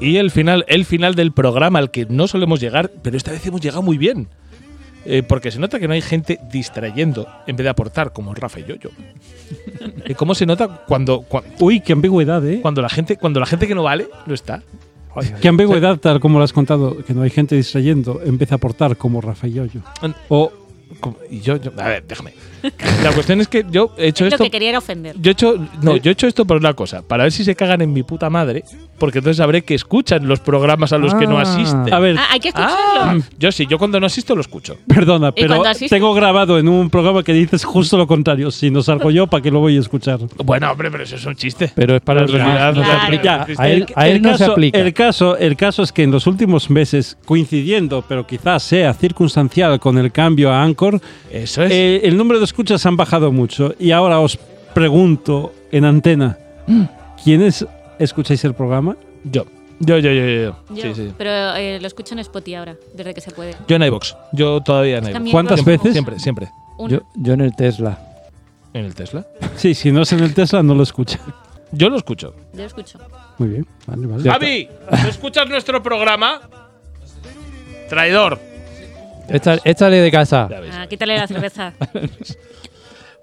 [SPEAKER 1] Y el final, el final del programa al que no solemos llegar, pero esta vez hemos llegado muy bien. eh, porque se nota que no hay gente distrayendo en vez de aportar, como Rafa y yo. yo. ¿Y cómo se nota cuando, cua-
[SPEAKER 4] Uy, qué ambigüedad, ¿eh?
[SPEAKER 1] cuando, la gente, cuando la gente que no vale no está?
[SPEAKER 4] Qué ambigüedad, tal como lo has contado, que no hay gente distrayendo, empieza a aportar como Rafael Yoyo.
[SPEAKER 1] O, como- y yo, yo- a ver, déjame. La cuestión es que yo he hecho
[SPEAKER 3] Lo
[SPEAKER 1] esto.
[SPEAKER 3] que quería era ofender.
[SPEAKER 1] Yo he hecho, no, yo he hecho esto por una cosa, para ver si se cagan en mi puta madre, porque entonces sabré que escuchan los programas a los que no
[SPEAKER 4] Ah.
[SPEAKER 1] asisten.
[SPEAKER 4] A ver,
[SPEAKER 3] Ah, hay que
[SPEAKER 1] Ah,
[SPEAKER 3] escucharlo.
[SPEAKER 1] yo sí, yo cuando no asisto lo escucho.
[SPEAKER 4] perdona, pero
[SPEAKER 3] cuando asiste?
[SPEAKER 4] tengo grabado en un programa que dices justo lo contrario. Si no salgo yo, ¿para qué lo voy a escuchar?
[SPEAKER 1] Bueno, hombre, pero eso es un chiste.
[SPEAKER 2] Pero es para
[SPEAKER 1] En
[SPEAKER 2] los demás.
[SPEAKER 1] realidad
[SPEAKER 2] no
[SPEAKER 1] no
[SPEAKER 2] se
[SPEAKER 1] se
[SPEAKER 3] Claro.
[SPEAKER 2] aplica.
[SPEAKER 1] aplica.
[SPEAKER 2] A él, a él no se
[SPEAKER 4] caso-
[SPEAKER 2] aplica.
[SPEAKER 4] El caso, el caso es que en los últimos meses, coincidiendo, pero quizás sea circunstancial con el cambio a Anchor,
[SPEAKER 1] Eso es.
[SPEAKER 4] eh, el número de escuchas han bajado mucho. Y ahora os pregunto en antena, ¿quiénes escucháis el programa?
[SPEAKER 1] yo. Yo, yo, yo, yo. yo.
[SPEAKER 3] Yo,
[SPEAKER 1] Sí, sí.
[SPEAKER 3] Pero eh, lo escucho en Spotify ahora, desde que se puede.
[SPEAKER 1] Yo en iVox. Yo todavía en
[SPEAKER 3] que a
[SPEAKER 1] iVox.
[SPEAKER 3] mí
[SPEAKER 4] ¿Cuántas
[SPEAKER 3] iVoox
[SPEAKER 4] veces?
[SPEAKER 1] Siempre, siempre.
[SPEAKER 3] Una.
[SPEAKER 2] Yo, yo en el Tesla.
[SPEAKER 1] En el Tesla.
[SPEAKER 4] Sí, si no es en el Tesla, no lo escucha.
[SPEAKER 1] Yo lo escucho.
[SPEAKER 3] Yo lo escucho.
[SPEAKER 4] Muy bien, vale, vale.
[SPEAKER 1] Javi, ¿no escuchas nuestro programa? Traidor.
[SPEAKER 2] Échale, échale de casa.
[SPEAKER 1] Ya ves.
[SPEAKER 3] Ah, quítale la cerveza.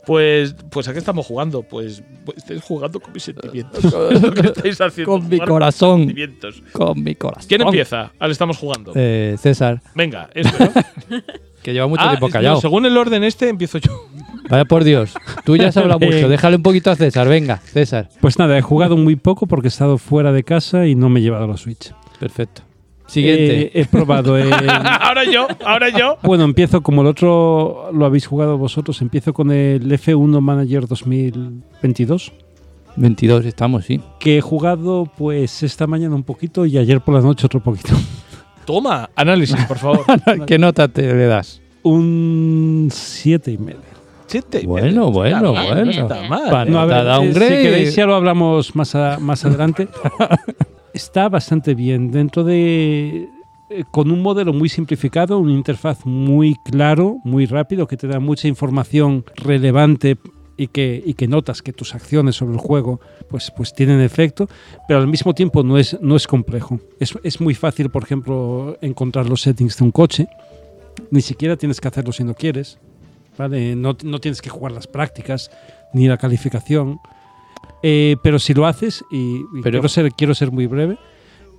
[SPEAKER 1] Pues, pues ¿a qué estamos jugando? Pues, pues estáis jugando con mis sentimientos. es lo que estáis haciendo.
[SPEAKER 2] Con
[SPEAKER 1] jugar con
[SPEAKER 2] mi
[SPEAKER 1] mis
[SPEAKER 2] corazón.
[SPEAKER 1] sentimientos.
[SPEAKER 2] Con mi corazón.
[SPEAKER 1] ¿Quién empieza? Al estamos jugando.
[SPEAKER 2] Eh, César,
[SPEAKER 1] Venga, eso, ¿no?
[SPEAKER 2] que lleva mucho
[SPEAKER 1] Ah,
[SPEAKER 2] tiempo
[SPEAKER 1] no,
[SPEAKER 2] callado.
[SPEAKER 1] según el orden este, empiezo yo.
[SPEAKER 2] Vaya por Dios. Tú ya has hablado mucho. Déjale un poquito a César. Venga, César.
[SPEAKER 4] Pues nada, he jugado muy poco porque he estado fuera de casa y no me he llevado la Switch.
[SPEAKER 2] Perfecto. Siguiente.
[SPEAKER 4] Eh, he probado el-
[SPEAKER 2] Ah,
[SPEAKER 1] ahora yo, ahora yo.
[SPEAKER 4] Bueno, empiezo como el otro lo habéis jugado vosotros, empiezo con el F1 Manager 2022,
[SPEAKER 2] 22 estamos, sí.
[SPEAKER 4] que he jugado pues esta mañana un poquito y ayer por la noche otro poquito.
[SPEAKER 1] Toma, análisis, por favor.
[SPEAKER 2] ¿Qué nota te le das?
[SPEAKER 4] Un siete y medio.
[SPEAKER 1] Siete y
[SPEAKER 2] Bueno,
[SPEAKER 1] medio.
[SPEAKER 2] bueno,
[SPEAKER 1] Está bien,
[SPEAKER 3] bueno.
[SPEAKER 1] está mal.
[SPEAKER 2] Para
[SPEAKER 4] No, a
[SPEAKER 2] Te ha
[SPEAKER 4] ver,
[SPEAKER 2] dado un
[SPEAKER 4] eh, si
[SPEAKER 2] grade.
[SPEAKER 4] queréis ya lo hablamos más, a- más adelante. Está bastante bien dentro de eh, con un modelo muy simplificado, una interfaz muy claro, muy rápido, que te da mucha información relevante y que, y que notas que tus acciones sobre el juego pues, pues tienen efecto, pero al mismo tiempo no es, no es complejo. Es, es muy fácil, por ejemplo, encontrar los settings de un coche. Ni siquiera tienes que hacerlo si no quieres. ¿vale? No, no tienes que jugar las prácticas ni la calificación. Eh, pero si lo haces, y, y
[SPEAKER 2] Pero-
[SPEAKER 4] quiero, ser, quiero ser muy breve,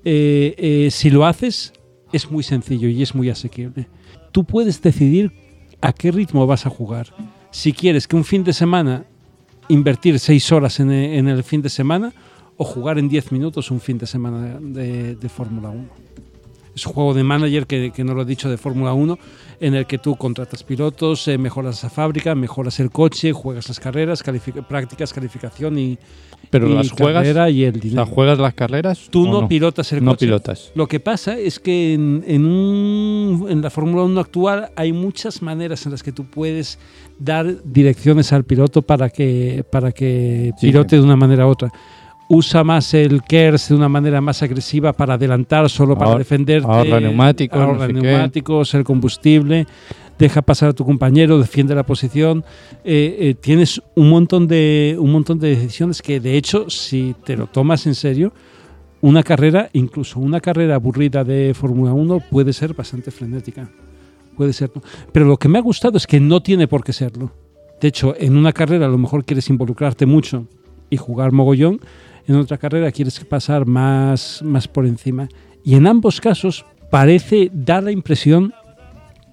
[SPEAKER 4] eh, eh, si lo haces es muy sencillo y es muy asequible. Tú puedes decidir a qué ritmo vas a jugar. Si quieres que un fin de semana invertir seis horas en, e- en el fin de semana o jugar en 10 minutos un fin de semana de, de Fórmula 1. Es un juego de manager que, que no lo he dicho de Fórmula 1, en el que tú contratas pilotos, eh, mejoras la fábrica, mejoras el coche, juegas las carreras, califica- prácticas, calificación y,
[SPEAKER 2] Pero
[SPEAKER 4] y
[SPEAKER 2] las juegas,
[SPEAKER 4] carrera y el dinero.
[SPEAKER 2] las juegas las carreras.
[SPEAKER 4] Tú
[SPEAKER 2] o
[SPEAKER 4] no,
[SPEAKER 2] no?
[SPEAKER 4] pilotas el
[SPEAKER 2] No
[SPEAKER 4] coche.
[SPEAKER 2] pilotas.
[SPEAKER 4] Lo que pasa es que en, en un- en la Fórmula 1 actual hay muchas maneras en las que tú puedes dar direcciones al piloto para que, para que
[SPEAKER 2] Sí.
[SPEAKER 4] pilote de una manera u otra. Usa más el KERS de una manera más agresiva para adelantar, solo para
[SPEAKER 2] Ahor-
[SPEAKER 4] defenderte.
[SPEAKER 2] ahorra neumáticos, no
[SPEAKER 4] ahorra
[SPEAKER 2] sé qué.
[SPEAKER 4] neumáticos, el combustible, deja pasar a tu compañero, defiende la posición. Eh, eh, tienes un montón, de, un montón de decisiones que, de hecho, si te lo tomas en serio, una carrera, incluso una carrera aburrida de Fórmula 1 puede ser bastante frenética. Puede serlo. Pero lo que me ha gustado es que no tiene por qué serlo. De hecho, en una carrera a lo mejor quieres involucrarte mucho y jugar mogollón. En otra carrera quieres pasar más, más por encima. Y en ambos casos parece dar la impresión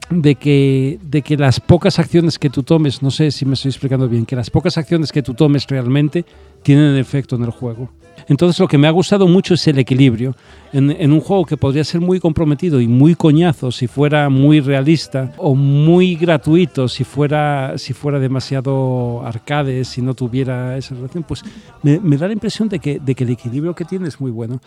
[SPEAKER 4] de que, de que las pocas acciones que tú tomes, no sé si me estoy explicando bien, que las pocas acciones que tú tomes realmente tienen efecto en el juego. Entonces lo que me ha gustado mucho es el equilibrio. En, en un juego que podría ser muy comprometido y muy coñazo si fuera muy realista o muy gratuito si fuera, si fuera demasiado arcade, si no tuviera esa relación, pues me, me da la impresión de que, de que el equilibrio que tiene es muy bueno.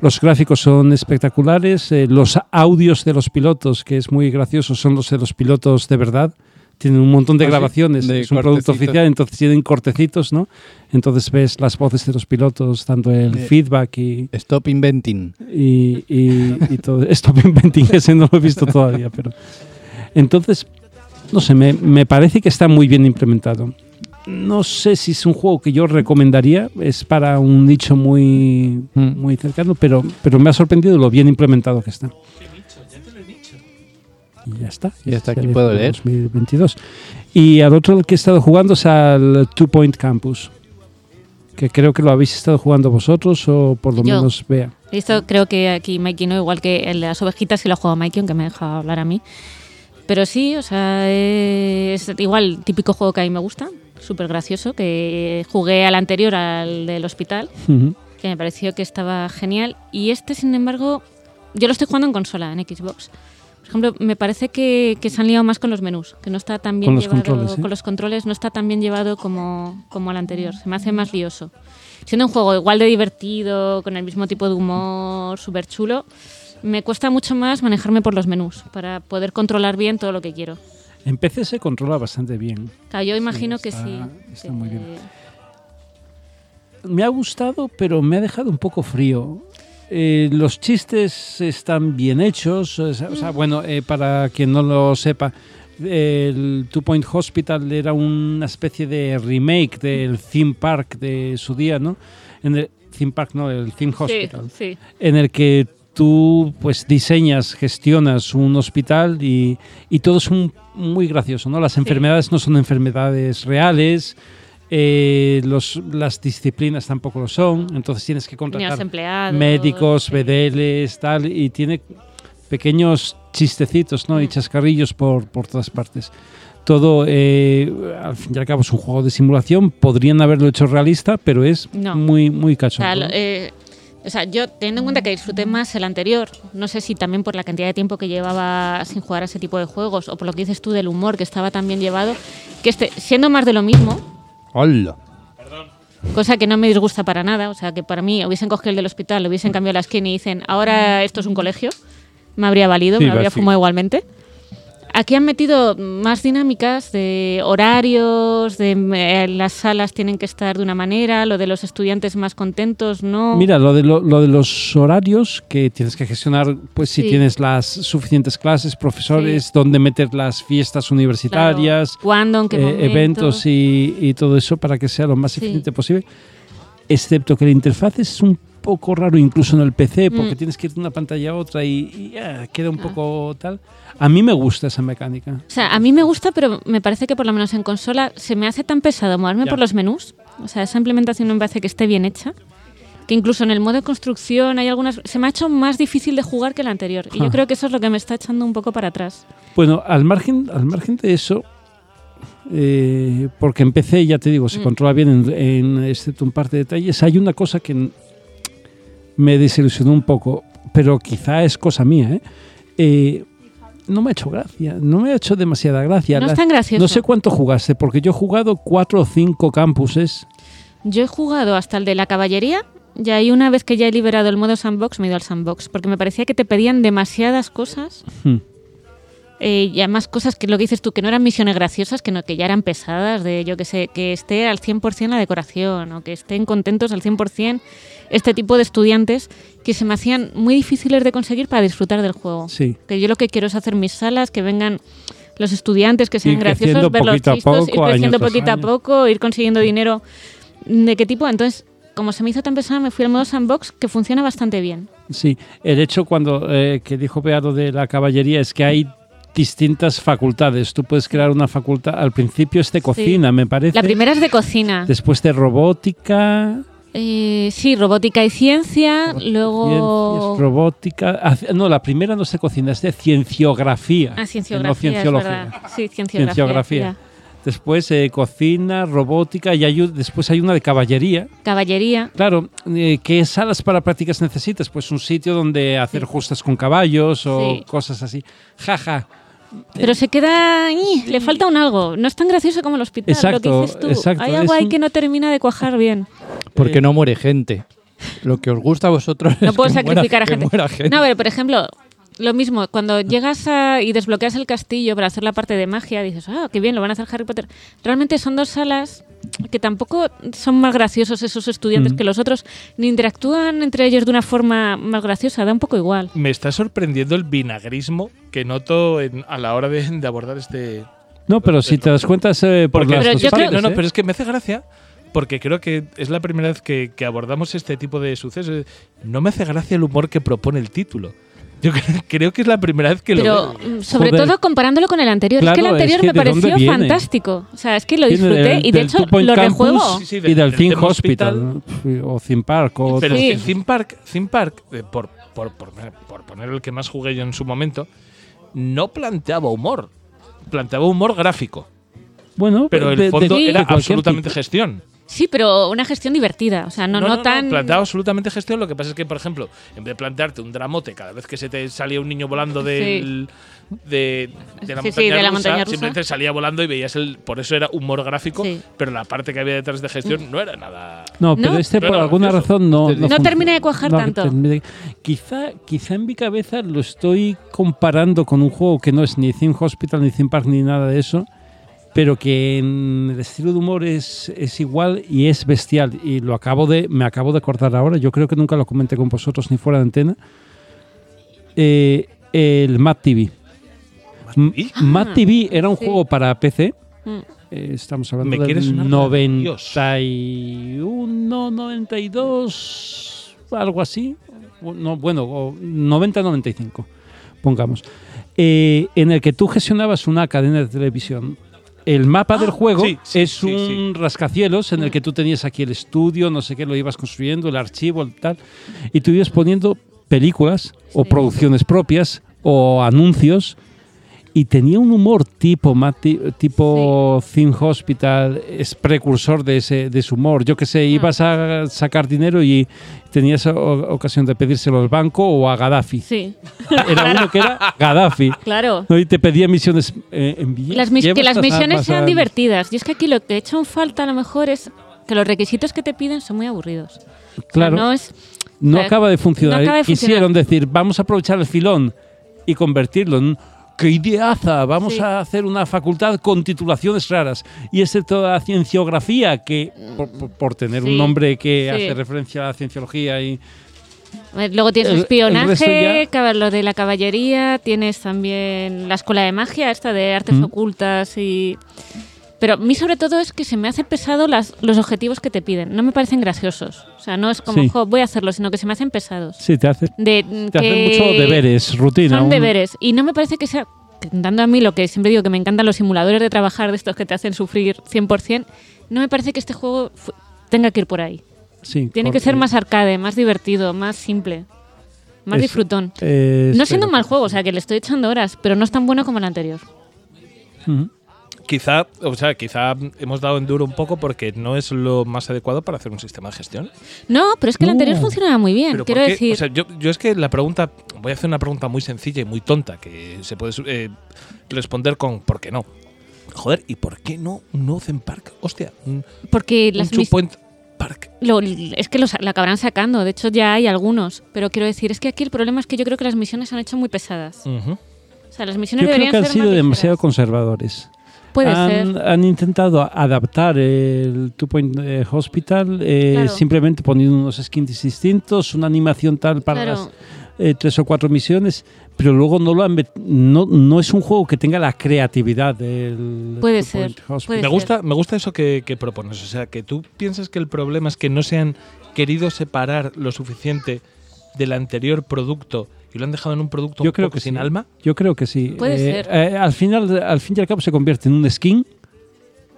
[SPEAKER 4] Los gráficos son espectaculares, eh, los audios de los pilotos, que es muy gracioso, son los de los pilotos de verdad. Tienen un montón de
[SPEAKER 2] Ah, sí,
[SPEAKER 4] grabaciones,
[SPEAKER 2] de
[SPEAKER 4] es un producto
[SPEAKER 2] cortecitos.
[SPEAKER 4] oficial, entonces tienen cortecitos, ¿no? Entonces ves las voces de los pilotos dando el
[SPEAKER 2] De-
[SPEAKER 4] feedback y,
[SPEAKER 2] Stop inventing.
[SPEAKER 4] y, y- y todo. Esto me inventé, ese no lo he visto todavía, pero. Entonces, no sé, me, me parece que está muy bien implementado. No sé si es un juego que yo recomendaría, es para un nicho muy,
[SPEAKER 2] Mm.
[SPEAKER 4] muy cercano, pero, pero me ha sorprendido lo bien implementado que está. Y ya está.
[SPEAKER 5] Y hasta
[SPEAKER 4] Este
[SPEAKER 5] aquí
[SPEAKER 4] teléfono
[SPEAKER 5] puedo leer.
[SPEAKER 4] 2022. Y al otro al que he estado jugando es al Two Point Campus, que creo que lo habéis estado jugando vosotros o por lo
[SPEAKER 3] Yo.
[SPEAKER 4] menos vea.
[SPEAKER 3] Esto creo que aquí Mikey no, igual que el de las ovejitas, que lo ha jugado Mikey, aunque me deja hablar a mí. Pero sí, o sea, eh, es igual típico juego que a mí me gusta, súper gracioso, que jugué al anterior, al del hospital,
[SPEAKER 4] Ujú.
[SPEAKER 3] que me pareció que estaba genial. Y este, sin embargo, yo lo estoy jugando en consola, en Xbox. Por ejemplo, me parece que, que se han liado más con los menús, que no está tan bien
[SPEAKER 4] Con los
[SPEAKER 3] llevado
[SPEAKER 4] controles, ¿eh?
[SPEAKER 3] con los controles, no está tan bien llevado como, como el anterior. Se me hace más lioso. Siendo un juego igual de divertido, con el mismo tipo de humor, súper chulo, me cuesta mucho más manejarme por los menús para poder controlar bien todo lo que quiero.
[SPEAKER 4] En PC se controla bastante bien.
[SPEAKER 3] Claro, yo imagino
[SPEAKER 4] está-
[SPEAKER 3] que sí.
[SPEAKER 4] está
[SPEAKER 3] que-
[SPEAKER 4] muy bien. Me ha gustado, pero me ha dejado un poco frío. Eh, los chistes están bien hechos. O sea, o sea, bueno, eh, para quien no lo sepa, el Two Point Hospital era una especie de remake del Theme Park de su día, ¿no? En el Theme Park, no, el Theme
[SPEAKER 3] Sí,
[SPEAKER 4] Hospital
[SPEAKER 3] sí.
[SPEAKER 4] en el que tú pues diseñas, gestionas un hospital y, y todo es un- muy gracioso, ¿no? Las enfermedades no son enfermedades reales, eh, los, las disciplinas tampoco lo son, entonces tienes
[SPEAKER 3] Ni
[SPEAKER 4] que
[SPEAKER 3] a los
[SPEAKER 4] contratar
[SPEAKER 3] empleados.
[SPEAKER 4] médicos,
[SPEAKER 3] sí.
[SPEAKER 4] BDLs, tal, y tiene pequeños chistecitos, ¿no? Y
[SPEAKER 3] Mm.
[SPEAKER 4] chascarrillos por, por todas partes. Todo, eh, al fin y al cabo, es un juego de simulación. Podrían haberlo hecho realista, pero es
[SPEAKER 3] No.
[SPEAKER 4] muy, muy
[SPEAKER 3] O sea,
[SPEAKER 4] cachondo.
[SPEAKER 3] lo- eh, o sea, yo teniendo en cuenta que disfruté más el anterior, no sé si también por la cantidad de tiempo que llevaba sin jugar a ese tipo de juegos o por lo que dices tú del humor que estaba tan bien llevado, que este, siendo más de lo mismo,
[SPEAKER 5] Hola.
[SPEAKER 3] cosa que no me disgusta para nada, o sea, que para mí hubiesen cogido el del hospital, le hubiesen cambiado la skin y dicen, ahora esto es un colegio, me habría valido,
[SPEAKER 5] Sí,
[SPEAKER 3] me lo habría
[SPEAKER 5] básico.
[SPEAKER 3] fumado igualmente. Aquí han metido más dinámicas de horarios, de eh, las salas tienen que estar de una manera, lo de los estudiantes más contentos, no.
[SPEAKER 4] Mira, lo de, lo, lo de los horarios que tienes que gestionar, pues si
[SPEAKER 3] Sí.
[SPEAKER 4] tienes las suficientes clases, profesores, dónde meter las fiestas
[SPEAKER 3] Claro.
[SPEAKER 4] universitarias,
[SPEAKER 3] ¿Cuándo? ¿En qué
[SPEAKER 4] eh,
[SPEAKER 3] momento?
[SPEAKER 4] eventos y, y todo eso para que sea lo más
[SPEAKER 3] Sí.
[SPEAKER 4] eficiente posible. Excepto que la interfaz es un poco raro incluso en el PC, porque
[SPEAKER 3] Mm.
[SPEAKER 4] tienes que ir de una pantalla a otra y, y, ah, queda un poco tal. A mí me gusta esa mecánica.
[SPEAKER 3] O sea, a mí me gusta, pero me parece que por lo menos en consola se me hace tan pesado moverme
[SPEAKER 4] Ya.
[SPEAKER 3] por los menús. O sea, esa implementación no me parece que esté bien hecha. Que incluso en el modo de construcción hay algunas. Se me ha hecho más difícil de jugar que el anterior. Y yo
[SPEAKER 4] Ajá.
[SPEAKER 3] creo que eso es lo que me está echando un poco para atrás.
[SPEAKER 4] Bueno, al margen, al margen de eso, eh, porque empecé, ya te digo, se
[SPEAKER 3] Mm.
[SPEAKER 4] controla bien, en, en- excepto un par de detalles, hay una cosa que n- me desilusionó un poco, pero quizá es cosa mía, ¿eh? Eh, no me ha hecho gracia, no me ha hecho demasiada gracia.
[SPEAKER 3] no
[SPEAKER 4] La-
[SPEAKER 3] es tan gracioso.
[SPEAKER 4] no sé cuánto jugaste, porque yo he jugado cuatro o cinco campuses.
[SPEAKER 3] Yo he jugado hasta el de la caballería. Y ahí una vez que ya he liberado el modo sandbox, me he ido al sandbox. Porque me parecía que te pedían demasiadas cosas.
[SPEAKER 4] Hmm.
[SPEAKER 3] Eh, y además cosas que lo que dices tú, que no eran misiones graciosas, que, no, que ya eran pesadas, de yo que sé, que esté al 100% la decoración o que estén contentos al 100% este tipo de estudiantes que se me hacían muy difíciles de conseguir para disfrutar del juego.
[SPEAKER 4] Sí.
[SPEAKER 3] Que yo lo que quiero es hacer mis salas, que vengan los estudiantes, que sean
[SPEAKER 4] creciendo
[SPEAKER 3] graciosos, ver los
[SPEAKER 4] poquito a
[SPEAKER 3] chistos, ir
[SPEAKER 4] poco, año
[SPEAKER 3] creciendo
[SPEAKER 4] tras
[SPEAKER 3] poquito a
[SPEAKER 4] año.
[SPEAKER 3] poco, ir consiguiendo dinero. ¿De qué tipo? Entonces, como se me hizo tan pesada, me fui al modo sandbox que funciona bastante bien.
[SPEAKER 4] Sí, el hecho cuando eh, que dijo Beato de la caballería es que hay distintas facultades. Tú puedes crear una facultad. Al principio es de cocina, me parece.
[SPEAKER 3] La primera es de cocina.
[SPEAKER 4] Después de robótica.
[SPEAKER 3] Eh, sí, robótica y ciencia, luego...
[SPEAKER 4] ciencias, robótica. ah, c- No, la primera no es de cocina, es de cienciografía.
[SPEAKER 3] Ah,
[SPEAKER 4] No
[SPEAKER 3] cienciografía, es
[SPEAKER 4] cienciología.
[SPEAKER 3] verdad. Sí, cienciografía.
[SPEAKER 4] Cienciografía.
[SPEAKER 3] ya.
[SPEAKER 4] Después eh, cocina, robótica y hay u- después hay una de caballería.
[SPEAKER 3] Caballería.
[SPEAKER 4] Claro, eh, ¿qué salas para prácticas necesitas? Pues un sitio donde hacer justas con caballos o
[SPEAKER 3] Sí.
[SPEAKER 4] cosas así. Jaja.
[SPEAKER 3] Pero se queda... ¡ñi! Le falta un algo. No es tan gracioso como el hospital, lo que
[SPEAKER 4] Exacto,
[SPEAKER 3] dices tú.
[SPEAKER 4] exacto,
[SPEAKER 3] Hay algo
[SPEAKER 4] es
[SPEAKER 3] ahí
[SPEAKER 4] un-
[SPEAKER 3] que no termina de cuajar bien.
[SPEAKER 2] Porque no muere gente. Lo que os gusta a vosotros
[SPEAKER 3] No
[SPEAKER 2] es
[SPEAKER 3] puedo
[SPEAKER 2] que muera-
[SPEAKER 3] sacrificar a
[SPEAKER 2] que
[SPEAKER 3] gente.
[SPEAKER 2] muera gente.
[SPEAKER 3] No, a ver, por ejemplo, lo mismo, cuando llegas a- y desbloqueas el castillo para hacer la parte de magia, dices, ah, qué bien, lo van a hacer Harry Potter. Realmente son dos salas que tampoco son más graciosos esos estudiantes
[SPEAKER 4] Mm.
[SPEAKER 3] que los otros, ni interactúan entre ellos de una forma más graciosa, da un poco igual.
[SPEAKER 1] Me está sorprendiendo el vinagrismo que noto en- a la hora de, de abordar este.
[SPEAKER 4] No, pero si te das cuenta es eh, por
[SPEAKER 1] Porque
[SPEAKER 4] las
[SPEAKER 3] Pero
[SPEAKER 4] dos
[SPEAKER 3] yo creo-
[SPEAKER 4] partes,
[SPEAKER 1] no, no,
[SPEAKER 4] ¿eh?
[SPEAKER 1] pero es que me hace gracia porque creo que es la primera vez que, que abordamos este tipo de sucesos. No me hace gracia el humor que propone el título. Yo cre- creo que es la primera vez que lo
[SPEAKER 3] Pero
[SPEAKER 1] veo.
[SPEAKER 3] mm, sobre
[SPEAKER 4] Joder.
[SPEAKER 3] todo comparándolo con el anterior. es que el
[SPEAKER 4] Claro, es
[SPEAKER 3] anterior
[SPEAKER 4] que
[SPEAKER 3] me
[SPEAKER 4] ¿de dónde
[SPEAKER 3] pareció
[SPEAKER 4] viene?
[SPEAKER 3] fantástico. O sea, es que lo
[SPEAKER 4] Viene
[SPEAKER 3] disfruté
[SPEAKER 4] del-
[SPEAKER 3] y de
[SPEAKER 4] del
[SPEAKER 3] hecho
[SPEAKER 4] Two Point
[SPEAKER 3] lo
[SPEAKER 4] Campus
[SPEAKER 3] rejuego.
[SPEAKER 1] Sí,
[SPEAKER 4] y del Film
[SPEAKER 1] Theme
[SPEAKER 4] Hospital, ¿no? o Theme Park. O
[SPEAKER 1] Pero
[SPEAKER 4] otros.
[SPEAKER 1] es que
[SPEAKER 3] Sí.
[SPEAKER 1] Theme Park, Theme Park eh, por, por, por, por poner el que más jugué yo en su momento, no planteaba humor. Planteaba humor gráfico.
[SPEAKER 4] bueno,
[SPEAKER 1] Pero
[SPEAKER 4] de-
[SPEAKER 1] el
[SPEAKER 4] de-
[SPEAKER 1] fondo
[SPEAKER 4] de
[SPEAKER 1] era
[SPEAKER 4] cualquier
[SPEAKER 1] absolutamente
[SPEAKER 4] tipo.
[SPEAKER 1] gestión.
[SPEAKER 3] Sí, pero una gestión divertida. O sea, no, no, tan.
[SPEAKER 1] planteaba absolutamente gestión. Lo que pasa es que, por ejemplo, en vez de plantearte un dramote cada vez que se te salía un niño volando del, de, de la montaña
[SPEAKER 3] Sí, sí, de la
[SPEAKER 1] rusa,
[SPEAKER 3] montaña rusa.
[SPEAKER 1] simplemente salía volando y veías el. Por eso era humor gráfico,
[SPEAKER 3] Sí.
[SPEAKER 1] pero la parte que había detrás de gestión no era nada.
[SPEAKER 4] No, pero
[SPEAKER 3] No.
[SPEAKER 4] este
[SPEAKER 1] Pero
[SPEAKER 4] por
[SPEAKER 1] era
[SPEAKER 4] alguna
[SPEAKER 1] gracioso.
[SPEAKER 4] razón no.
[SPEAKER 2] No
[SPEAKER 4] func-
[SPEAKER 3] termina de cuajar tanto.
[SPEAKER 4] termina- Quizá, quizá en mi cabeza lo estoy comparando con un juego que no es ni Theme Hospital, ni Theme Park, ni nada de eso, pero que en el estilo de humor es, es igual y es bestial. Y lo acabo de, me acabo de acordar ahora, yo creo que nunca lo comenté con vosotros ni fuera de antena. Eh, el Mad TV. M-
[SPEAKER 1] TV?
[SPEAKER 4] Mad TV era un
[SPEAKER 3] Ah, sí.
[SPEAKER 4] juego para PC.
[SPEAKER 3] Mm.
[SPEAKER 4] Eh, estamos hablando
[SPEAKER 1] Me
[SPEAKER 4] del
[SPEAKER 1] quieres sonar de
[SPEAKER 4] 91, 92, algo así. Bu- No, bueno, o 90, 95, pongamos. Eh, en el que tú gestionabas una cadena de televisión. El mapa del juego
[SPEAKER 1] Ah, sí, sí,
[SPEAKER 4] es
[SPEAKER 1] sí,
[SPEAKER 4] un
[SPEAKER 1] sí.
[SPEAKER 4] rascacielos en el que tú tenías aquí el estudio, no sé qué, lo ibas construyendo, el archivo, el tal, y tú ibas poniendo películas o
[SPEAKER 3] Sí.
[SPEAKER 4] producciones propias o anuncios y tenía un humor tipo Mati- tipo Theme Hospital, es precursor de ese de su humor. Yo que sé, ibas a sacar dinero y tenías o- ocasión de pedírselo al banco o a Gaddafi.
[SPEAKER 3] Sí,
[SPEAKER 4] Era uno que era Gaddafi.
[SPEAKER 3] claro.
[SPEAKER 4] ¿no? Y te pedía misiones. eh, envi-
[SPEAKER 3] Las mis-
[SPEAKER 4] lleva
[SPEAKER 3] que las
[SPEAKER 4] estas
[SPEAKER 3] misiones
[SPEAKER 4] armas
[SPEAKER 3] sean
[SPEAKER 4] a-
[SPEAKER 3] divertidas. Y es que aquí lo que he hecho en falta a lo mejor es que los requisitos que te piden son muy aburridos. O sea,
[SPEAKER 4] Claro.
[SPEAKER 3] no es,
[SPEAKER 4] no
[SPEAKER 3] Eh,
[SPEAKER 4] acaba de funcionar.
[SPEAKER 3] no acaba de
[SPEAKER 4] Quisieron
[SPEAKER 3] funcionar.
[SPEAKER 4] decir, vamos a aprovechar el filón y convertirlo en ¡qué ideaza! Vamos
[SPEAKER 3] Sí.
[SPEAKER 4] a hacer una facultad con titulaciones raras. Y es de toda cienciografía, que por, por- por tener
[SPEAKER 3] Sí,
[SPEAKER 4] un nombre que
[SPEAKER 3] sí.
[SPEAKER 4] hace referencia a la cienciología y...
[SPEAKER 3] eh, luego tienes
[SPEAKER 4] El- el
[SPEAKER 3] espionaje,
[SPEAKER 4] resto
[SPEAKER 3] cab- lo de la caballería, tienes también la escuela de magia, esta de artes
[SPEAKER 4] Mm.
[SPEAKER 3] ocultas y... Pero a mí sobre todo es que se me hace pesado las, los objetivos que te piden. No me parecen graciosos. O sea, no es como,
[SPEAKER 4] Sí.
[SPEAKER 3] "Jo, voy a hacerlo, sino que se me hacen pesados.
[SPEAKER 4] Sí, te hace,
[SPEAKER 3] De, mm,
[SPEAKER 4] te hace
[SPEAKER 3] que-
[SPEAKER 4] mucho deberes, rutina.
[SPEAKER 3] Son
[SPEAKER 4] un-
[SPEAKER 3] deberes. Y no me parece que sea, dando a mí lo que siempre digo, que me encantan los simuladores de trabajar, de estos que te hacen sufrir 100%, no me parece que este juego fu- tenga que ir por ahí.
[SPEAKER 4] sí,
[SPEAKER 3] Tiene que
[SPEAKER 4] porque
[SPEAKER 3] ser más arcade, más divertido, más simple, más
[SPEAKER 4] es- eh,
[SPEAKER 3] disfrutón.
[SPEAKER 4] es-
[SPEAKER 3] No siendo un mal juego, o sea, que le estoy echando horas, pero no es tan bueno como el anterior.
[SPEAKER 4] Ujú.
[SPEAKER 1] Quizá, o sea, quizá hemos dado en duro un poco porque no es lo más adecuado para hacer un sistema de gestión.
[SPEAKER 3] No, pero es que el
[SPEAKER 4] No.
[SPEAKER 3] anterior funcionaba muy bien.
[SPEAKER 1] Pero ¿por
[SPEAKER 3] Quiero
[SPEAKER 1] qué?
[SPEAKER 3] decir,
[SPEAKER 1] O sea, yo, yo es que la pregunta. Voy a hacer una pregunta muy sencilla y muy tonta que se puede eh, responder con ¿por qué no? Joder, ¿y por qué no un nuevo Zen Park? Hostia, un,
[SPEAKER 3] porque
[SPEAKER 1] un
[SPEAKER 3] las
[SPEAKER 1] Two
[SPEAKER 3] mis-
[SPEAKER 1] Point Park.
[SPEAKER 3] lo- es que los, lo acabarán sacando, de hecho ya hay algunos, pero quiero decir, es que aquí el problema es que yo creo que las misiones se han hecho muy pesadas.
[SPEAKER 1] Ujú.
[SPEAKER 3] O sea, las
[SPEAKER 4] Yo
[SPEAKER 3] misiones
[SPEAKER 4] creo
[SPEAKER 3] deberían
[SPEAKER 4] que han
[SPEAKER 3] ser
[SPEAKER 4] sido
[SPEAKER 3] más
[SPEAKER 4] demasiado
[SPEAKER 3] ligeras.
[SPEAKER 4] conservadores.
[SPEAKER 3] Puede
[SPEAKER 4] han,
[SPEAKER 3] ser.
[SPEAKER 4] han intentado adaptar el Two Point eh, Hospital eh,
[SPEAKER 3] Claro.
[SPEAKER 4] simplemente poniendo unos skins distintos, una animación tal para
[SPEAKER 3] Claro.
[SPEAKER 4] las eh, tres o cuatro misiones, pero luego no lo han met- no, no es un juego que tenga la creatividad del
[SPEAKER 3] Puede
[SPEAKER 4] Two Point
[SPEAKER 3] ser,
[SPEAKER 4] Hospital.
[SPEAKER 3] puede
[SPEAKER 1] Me
[SPEAKER 3] ser.
[SPEAKER 1] gusta, me gusta eso que, que propones. O sea, que tú piensas que el problema es que no se han querido separar lo suficiente del anterior producto y lo han dejado en un producto
[SPEAKER 4] Yo
[SPEAKER 1] un
[SPEAKER 4] creo
[SPEAKER 1] poco
[SPEAKER 4] que
[SPEAKER 1] sin
[SPEAKER 4] sí.
[SPEAKER 1] alma.
[SPEAKER 4] Yo creo que sí.
[SPEAKER 3] Puede
[SPEAKER 4] Eh,
[SPEAKER 3] ser.
[SPEAKER 4] eh, al final al fin y al cabo se convierte en un skin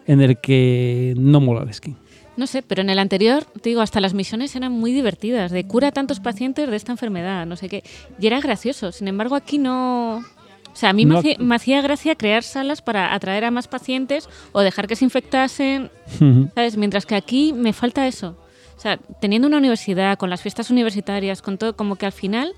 [SPEAKER 4] en el que no mola el skin.
[SPEAKER 3] No sé, pero en el anterior, te digo, hasta las misiones eran muy divertidas, de cura a tantos pacientes de esta enfermedad, no sé qué. Y era gracioso. Sin embargo, aquí no. O sea, a mí me,
[SPEAKER 4] No.
[SPEAKER 3] hacía, me hacía gracia crear salas para atraer a más pacientes o dejar que se infectasen,
[SPEAKER 4] Ujú.
[SPEAKER 3] ¿sabes? Mientras que aquí me falta eso. O sea, teniendo una universidad, con las fiestas universitarias, con todo, como que al final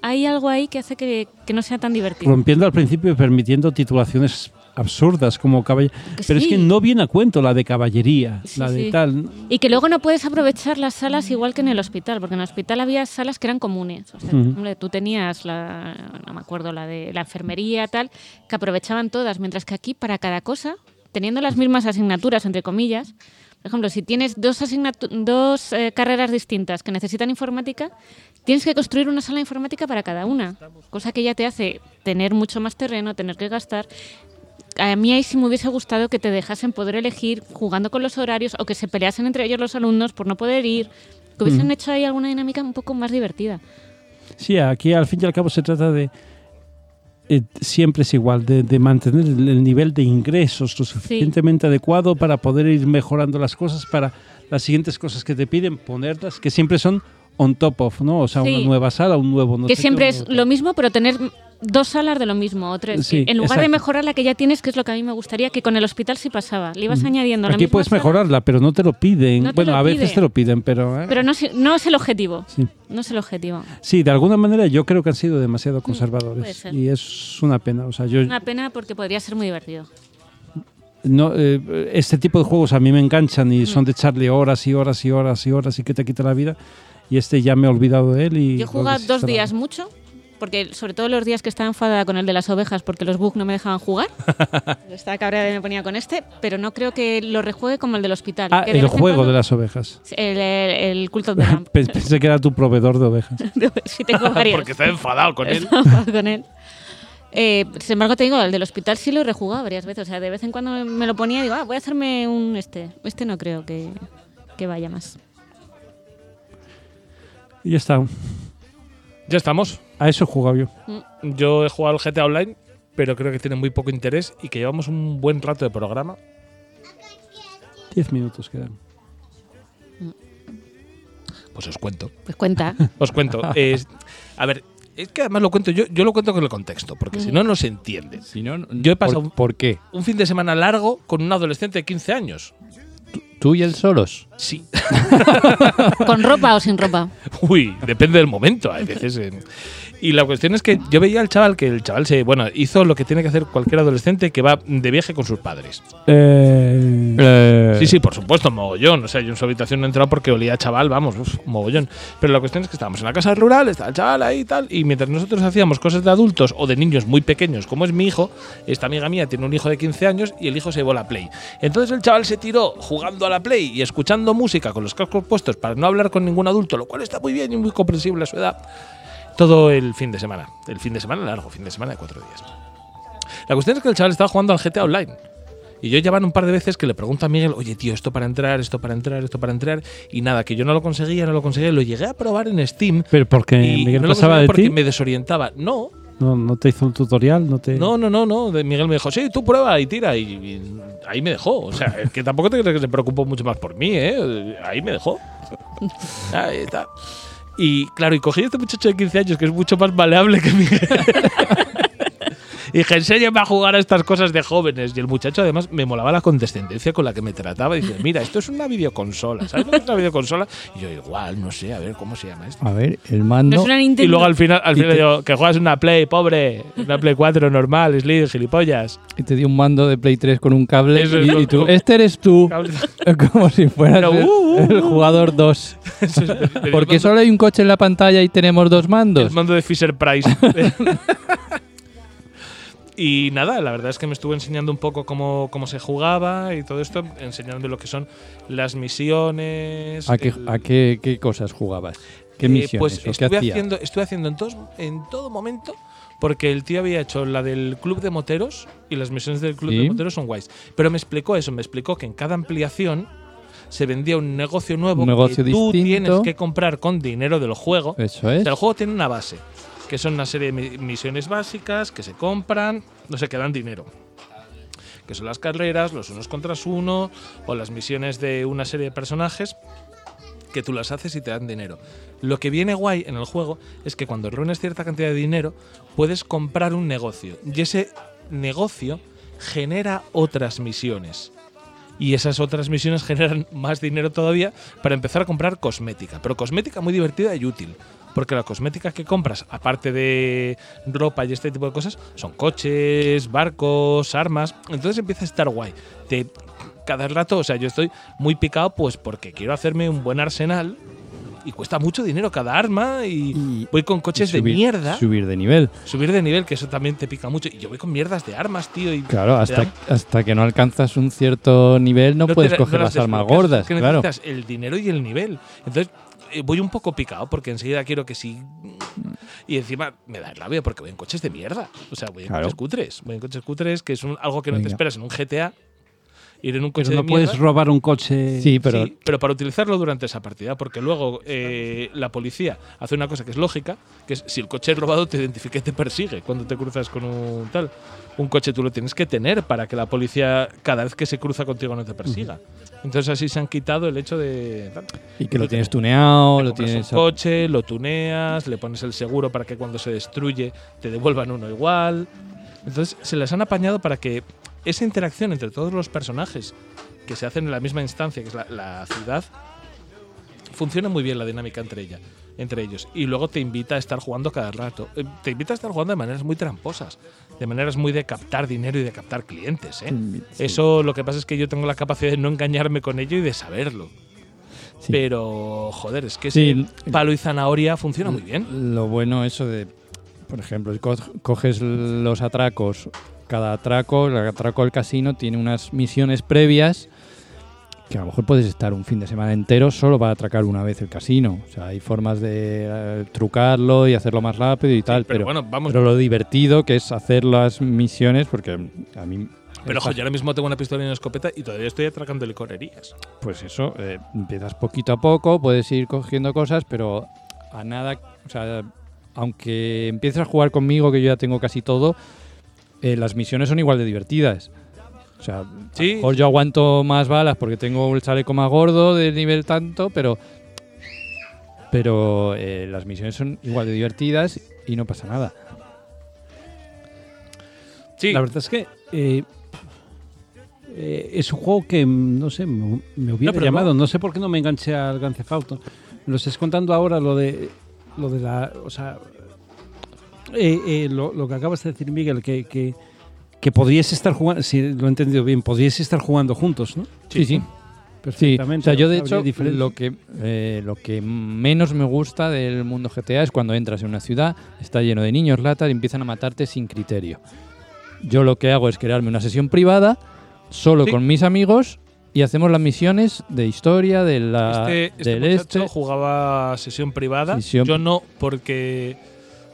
[SPEAKER 3] hay algo ahí que hace que, que no sea tan divertido.
[SPEAKER 4] rompiendo al principio y permitiendo titulaciones absurdas como caballero.
[SPEAKER 3] Que
[SPEAKER 4] Pero es
[SPEAKER 3] sí.
[SPEAKER 4] que no viene a cuento la de caballería,
[SPEAKER 3] Sí,
[SPEAKER 4] la de
[SPEAKER 3] sí.
[SPEAKER 4] tal.
[SPEAKER 3] Y que luego no puedes aprovechar las salas igual que en el hospital, porque en el hospital había salas que eran comunes. O sea,
[SPEAKER 4] Ujú.
[SPEAKER 3] hombre, tú tenías la, no me acuerdo, la de la enfermería, tal, que aprovechaban todas, mientras que aquí para cada cosa, teniendo las mismas asignaturas, entre comillas, por ejemplo, si tienes dos, asignatu- dos eh, carreras distintas que necesitan informática, tienes que construir una sala de informática para cada una, cosa que ya te hace tener mucho más terreno, tener que gastar a mí ahí sí me hubiese gustado que te dejasen poder elegir jugando con los horarios o que se peleasen entre ellos los alumnos por no poder ir. Que hubiesen hecho ahí alguna dinámica un poco más divertida.
[SPEAKER 4] Sí, aquí al fin y al cabo se trata de. eh, siempre es igual, de, de mantener el el nivel de ingresos lo suficientemente adecuado para poder ir mejorando las cosas, para las siguientes cosas que te piden ponerlas, que siempre son on top of, ¿no? O sea,
[SPEAKER 3] Sí.
[SPEAKER 4] una nueva sala, un nuevo. no
[SPEAKER 3] que
[SPEAKER 4] sé qué,
[SPEAKER 3] siempre
[SPEAKER 4] un
[SPEAKER 3] es
[SPEAKER 4] nuevo
[SPEAKER 3] lo
[SPEAKER 4] tal.
[SPEAKER 3] mismo, pero tener dos salas de lo mismo o tres.
[SPEAKER 4] Sí,
[SPEAKER 3] en lugar de
[SPEAKER 4] exacto.
[SPEAKER 3] mejorar la que ya tienes, que es lo que a mí me gustaría, que con el hospital sí pasaba. Le ibas añadiendo la
[SPEAKER 4] Aquí
[SPEAKER 3] misma
[SPEAKER 4] puedes
[SPEAKER 3] sala,
[SPEAKER 4] mejorarla, pero no te lo piden.
[SPEAKER 3] No te
[SPEAKER 4] bueno,
[SPEAKER 3] lo
[SPEAKER 4] a veces
[SPEAKER 3] piden.
[SPEAKER 4] te lo piden, pero. eh,
[SPEAKER 3] Pero no, es- no es el objetivo.
[SPEAKER 4] sí.
[SPEAKER 3] No es el objetivo.
[SPEAKER 4] Sí, de alguna manera yo creo que han sido demasiado conservadores.
[SPEAKER 3] Mm, ser.
[SPEAKER 4] y es una pena. O sea, yo
[SPEAKER 3] Una pena porque podría ser muy divertido.
[SPEAKER 4] no, eh, este tipo de juegos a mí me enganchan y son de echarle horas y horas y horas y horas y que te quita la vida. Y este ya me he olvidado de él y.
[SPEAKER 3] Yo
[SPEAKER 4] lo
[SPEAKER 3] jugaba dos
[SPEAKER 4] desinstalaba.
[SPEAKER 3] días mucho, porque sobre todo los días que estaba enfadada con el de las ovejas porque los bugs no me dejaban jugar. estaba cabreada y me ponía con este, pero no creo que lo rejuegue como el del hospital.
[SPEAKER 4] Ah,
[SPEAKER 3] que de
[SPEAKER 4] el
[SPEAKER 3] vez en
[SPEAKER 4] juego de
[SPEAKER 3] cuando-
[SPEAKER 4] las ovejas.
[SPEAKER 3] El, el- el culto de Lamp.
[SPEAKER 4] Pe- Pensé que era tu proveedor de ovejas.
[SPEAKER 3] sí, tengo varios.
[SPEAKER 1] Porque está enfadado con él.
[SPEAKER 3] Estaba con él. Eh, sin embargo, te digo, el del hospital sí lo he rejugado varias veces. O sea, de vez en cuando me lo ponía y digo, ah, voy a hacerme un este. Este no creo que, que vaya más.
[SPEAKER 4] Y ya está.
[SPEAKER 1] Ya estamos.
[SPEAKER 4] A eso he jugado yo.
[SPEAKER 1] Yo he jugado al GTA Online, pero creo que tiene muy poco interés y que llevamos un buen rato de programa.
[SPEAKER 4] Diez minutos quedan.
[SPEAKER 1] Pues os cuento.
[SPEAKER 3] Pues cuenta.
[SPEAKER 1] Os cuento. Es- a ver, es que además lo cuento yo, yo lo cuento con el contexto, porque si no, no se entiende.
[SPEAKER 2] Si no, no-
[SPEAKER 1] Yo he pasado
[SPEAKER 2] ¿Por,
[SPEAKER 1] un-
[SPEAKER 2] por qué?
[SPEAKER 1] Un fin de semana largo con un adolescente de 15 años.
[SPEAKER 2] ¿Tú y él solos?
[SPEAKER 1] Sí.
[SPEAKER 3] ¿Con ropa o sin ropa?
[SPEAKER 1] Uy, depende del momento, hay veces. en- Y la cuestión es que yo veía al chaval que el chaval se, bueno, hizo lo que tiene que hacer cualquier adolescente que va de viaje con sus padres. Eh, Sí, sí, por supuesto, mogollón. O sea, yo en su habitación no he entrado porque olía a chaval, vamos, uf, mogollón. Pero la cuestión es que estábamos en la casa rural, estaba el chaval ahí y tal, y mientras nosotros hacíamos cosas de adultos o de niños muy pequeños, como es mi hijo, esta amiga mía tiene un hijo de 15 años y el hijo se llevó la Play. Entonces el chaval se tiró jugando a la Play y escuchando música con los cascos puestos para no hablar con ningún adulto, lo cual está muy bien y muy comprensible a su edad. Todo el fin de semana. El fin de semana largo, fin de semana de cuatro días. La cuestión es que el chaval estaba jugando al GTA Online. Y yo ya van un par de veces que le pregunto a Miguel, oye tío, esto para entrar, esto para entrar, esto para entrar, y nada, que yo no lo conseguía, no lo conseguía, lo llegué a probar en Steam.
[SPEAKER 4] Pero porque
[SPEAKER 1] y
[SPEAKER 4] Miguel
[SPEAKER 1] no lo
[SPEAKER 4] pasaba
[SPEAKER 1] conseguía
[SPEAKER 4] de
[SPEAKER 1] porque
[SPEAKER 4] ti.
[SPEAKER 1] me desorientaba. No,
[SPEAKER 4] No, no te hizo un tutorial, no te.
[SPEAKER 1] no, no, no, no. de- Miguel me dijo, sí, tú prueba y tira. Y, y ahí me dejó. O sea, es que tampoco te crees que se preocupó mucho más por mí, ¿eh? Ahí me dejó. Ahí está. Y claro, y cogí a este muchacho de 15 años que es mucho más maleable que Miguel. Y dije, enséñame a jugar a estas cosas de jóvenes. Y el muchacho, además, me molaba la condescendencia con la que me trataba. Dice, mira, esto es una videoconsola. ¿Sabes lo que es una videoconsola? Y yo, igual, no sé, a ver, ¿cómo se llama esto?
[SPEAKER 2] A ver, el
[SPEAKER 3] No,
[SPEAKER 2] mando.
[SPEAKER 3] es una
[SPEAKER 1] Y
[SPEAKER 3] Nintendo.
[SPEAKER 1] luego al final, al
[SPEAKER 2] Y
[SPEAKER 1] final
[SPEAKER 2] te-
[SPEAKER 1] yo, que juegas una Play, pobre, una Play 4 normal, Slim, gilipollas.
[SPEAKER 2] Y te dio un mando de Play 3 con un cable.
[SPEAKER 1] Eso
[SPEAKER 2] y,
[SPEAKER 1] es
[SPEAKER 2] y tú,
[SPEAKER 1] loco.
[SPEAKER 2] este eres tú. Como si fueras
[SPEAKER 1] Pero,
[SPEAKER 2] el,
[SPEAKER 1] uh, uh,
[SPEAKER 2] el
[SPEAKER 1] uh.
[SPEAKER 2] jugador 2.
[SPEAKER 1] Eso es- el
[SPEAKER 2] Porque
[SPEAKER 1] mando-
[SPEAKER 2] solo hay un coche en la pantalla y tenemos dos
[SPEAKER 1] el
[SPEAKER 2] mandos.
[SPEAKER 1] mando de Fisher Price. y nada, la verdad es que me estuve enseñando un poco cómo, cómo se jugaba y todo esto, enseñando lo que son las misiones.
[SPEAKER 2] ¿A, qué,
[SPEAKER 1] el-
[SPEAKER 2] a qué, qué cosas jugabas? ¿Qué
[SPEAKER 1] Eh,
[SPEAKER 2] misiones? o
[SPEAKER 1] Pues
[SPEAKER 2] qué
[SPEAKER 1] estuve
[SPEAKER 2] hacías?
[SPEAKER 1] haciendo, estuve haciendo en, todos- en todo momento, porque el tío había hecho la del Club de Moteros y las misiones del Club
[SPEAKER 2] Sí.
[SPEAKER 1] de Moteros son guays. Pero me explicó eso, me explicó que en cada ampliación se vendía un negocio nuevo
[SPEAKER 2] Un negocio
[SPEAKER 1] que tú
[SPEAKER 2] distinto.
[SPEAKER 1] tienes que comprar con dinero del juego.
[SPEAKER 2] Eso
[SPEAKER 1] O
[SPEAKER 2] es.
[SPEAKER 1] sea, el juego tiene una base, que son una serie de mi- misiones básicas que se compran, no sé, que dan dinero. Que son las carreras, los unos contra uno, o las misiones de una serie de personajes que tú las haces y te dan dinero. Lo que viene guay en el juego es que cuando reúnes cierta cantidad de dinero, puedes comprar un negocio. Y ese negocio genera otras misiones. Y esas otras misiones generan más dinero todavía para empezar a comprar cosmética. Pero cosmética muy divertida y útil. Porque la cosmética que compras, aparte de ropa y este tipo de cosas, son coches, barcos, armas. Entonces empieza a estar guay. Te, cada rato, o sea, yo estoy muy picado pues porque quiero hacerme un buen arsenal. Y cuesta mucho dinero cada arma y,
[SPEAKER 2] Y-
[SPEAKER 1] voy con coches
[SPEAKER 2] Y subir-
[SPEAKER 1] de mierda.
[SPEAKER 2] Subir de nivel.
[SPEAKER 1] subir de nivel, que eso también te pica mucho. Y yo voy con mierdas de armas, tío. Y
[SPEAKER 2] Claro,
[SPEAKER 1] te
[SPEAKER 2] hasta,
[SPEAKER 1] dan-
[SPEAKER 2] hasta que no alcanzas un cierto nivel no,
[SPEAKER 1] te
[SPEAKER 2] puedes
[SPEAKER 1] la-
[SPEAKER 2] coger
[SPEAKER 1] no
[SPEAKER 2] las armas
[SPEAKER 1] desbloqueas,
[SPEAKER 2] gordas,
[SPEAKER 1] que
[SPEAKER 2] claro.
[SPEAKER 1] necesitas el dinero y el nivel. Entonces, eh, voy un poco picado porque enseguida quiero que sí. Y encima me da rabia porque voy en coches de mierda. O sea, voy en
[SPEAKER 2] Claro.
[SPEAKER 1] coches cutres. Voy en coches cutres, que es un- algo que no
[SPEAKER 2] Venga.
[SPEAKER 1] te esperas en un GTA. ir en un coche
[SPEAKER 4] Pero no
[SPEAKER 1] pues de mierda.
[SPEAKER 4] puedes robar un coche.
[SPEAKER 2] Sí, pero
[SPEAKER 1] Sí, pero para utilizarlo durante esa partida, porque luego eh, la policía hace una cosa que es lógica, que es si el coche es robado te identifica y te persigue cuando te cruzas con un tal. Un coche tú lo tienes que tener para que la policía cada vez que se cruza contigo no te persiga. Entonces así se han quitado el hecho de... tal.
[SPEAKER 2] y que lo
[SPEAKER 1] Tú
[SPEAKER 2] tienes
[SPEAKER 1] te-
[SPEAKER 2] tuneado,
[SPEAKER 1] te
[SPEAKER 2] lo
[SPEAKER 1] compras
[SPEAKER 2] tienes
[SPEAKER 1] un coche, lo tuneas, le pones el seguro para que cuando se destruye te devuelvan uno igual. Entonces se les han apañado para que esa interacción entre todos los personajes que se hacen en la misma instancia, que es la, la ciudad, funciona muy bien la dinámica entre ella, entre ellos. Y luego te invita a estar jugando cada rato. Eh, Te invita a estar jugando de maneras muy tramposas, de maneras muy de captar dinero y de captar clientes. ¿eh? Eso lo que pasa es que yo tengo la capacidad de no engañarme con ello y de saberlo.
[SPEAKER 2] Sí.
[SPEAKER 1] Pero, joder, es que
[SPEAKER 2] Sí.
[SPEAKER 1] ese palo y zanahoria funciona muy bien.
[SPEAKER 2] Lo bueno eso de, por ejemplo, co- coges los atracos, cada atraco, el atraco del casino tiene unas misiones previas que a lo mejor puedes estar un fin de semana entero solo para atracar una vez el casino. O sea, hay formas de eh, trucarlo y hacerlo más rápido y tal,
[SPEAKER 1] pero, bueno, vamos.
[SPEAKER 2] pero
[SPEAKER 1] Pero,
[SPEAKER 2] lo divertido que es hacer las misiones, porque a mí...
[SPEAKER 1] ojo, yo ahora mismo tengo una pistola y una escopeta y todavía estoy atracando licorerías.
[SPEAKER 2] Pues eso, eh, empiezas poquito a poco, puedes ir cogiendo cosas, pero a nada, o sea, aunque empieces a jugar conmigo, que yo ya tengo casi todo, eh, las misiones son igual de divertidas. O sea, a
[SPEAKER 1] Sí.
[SPEAKER 2] lo mejor yo aguanto más balas porque tengo el chaleco más gordo de nivel tanto, pero pero eh, las misiones son igual de divertidas y no pasa nada.
[SPEAKER 1] Sí,
[SPEAKER 4] La verdad es que eh, eh, es un juego que, mm, no sé, me, me hubiera
[SPEAKER 1] pero
[SPEAKER 4] llamado. No sé por qué no me enganché al Grand Theft Auto. Me lo estás contando ahora, lo de, lo de la... O sea, eh, eh, lo, lo que acabas de decir, Miguel, que, que, que podríais estar jugando, si lo he entendido bien, podríais estar jugando juntos, ¿no?
[SPEAKER 2] Sí, sí. Sí, o
[SPEAKER 4] Perfectamente.
[SPEAKER 2] sea, yo de
[SPEAKER 4] Habría
[SPEAKER 2] hecho
[SPEAKER 4] diferencia.
[SPEAKER 2] lo que, eh, lo que menos me gusta del mundo GTA es cuando entras en una ciudad, está lleno de niños latas y empiezan a matarte sin criterio. Yo lo que hago es crearme una sesión privada solo
[SPEAKER 1] Sí.
[SPEAKER 2] con mis amigos y hacemos las misiones de historia, de la,
[SPEAKER 1] este, este
[SPEAKER 2] Ah, del
[SPEAKER 1] muchacho
[SPEAKER 2] este.
[SPEAKER 1] jugaba sesión privada.
[SPEAKER 2] Sesión-
[SPEAKER 1] Yo no, porque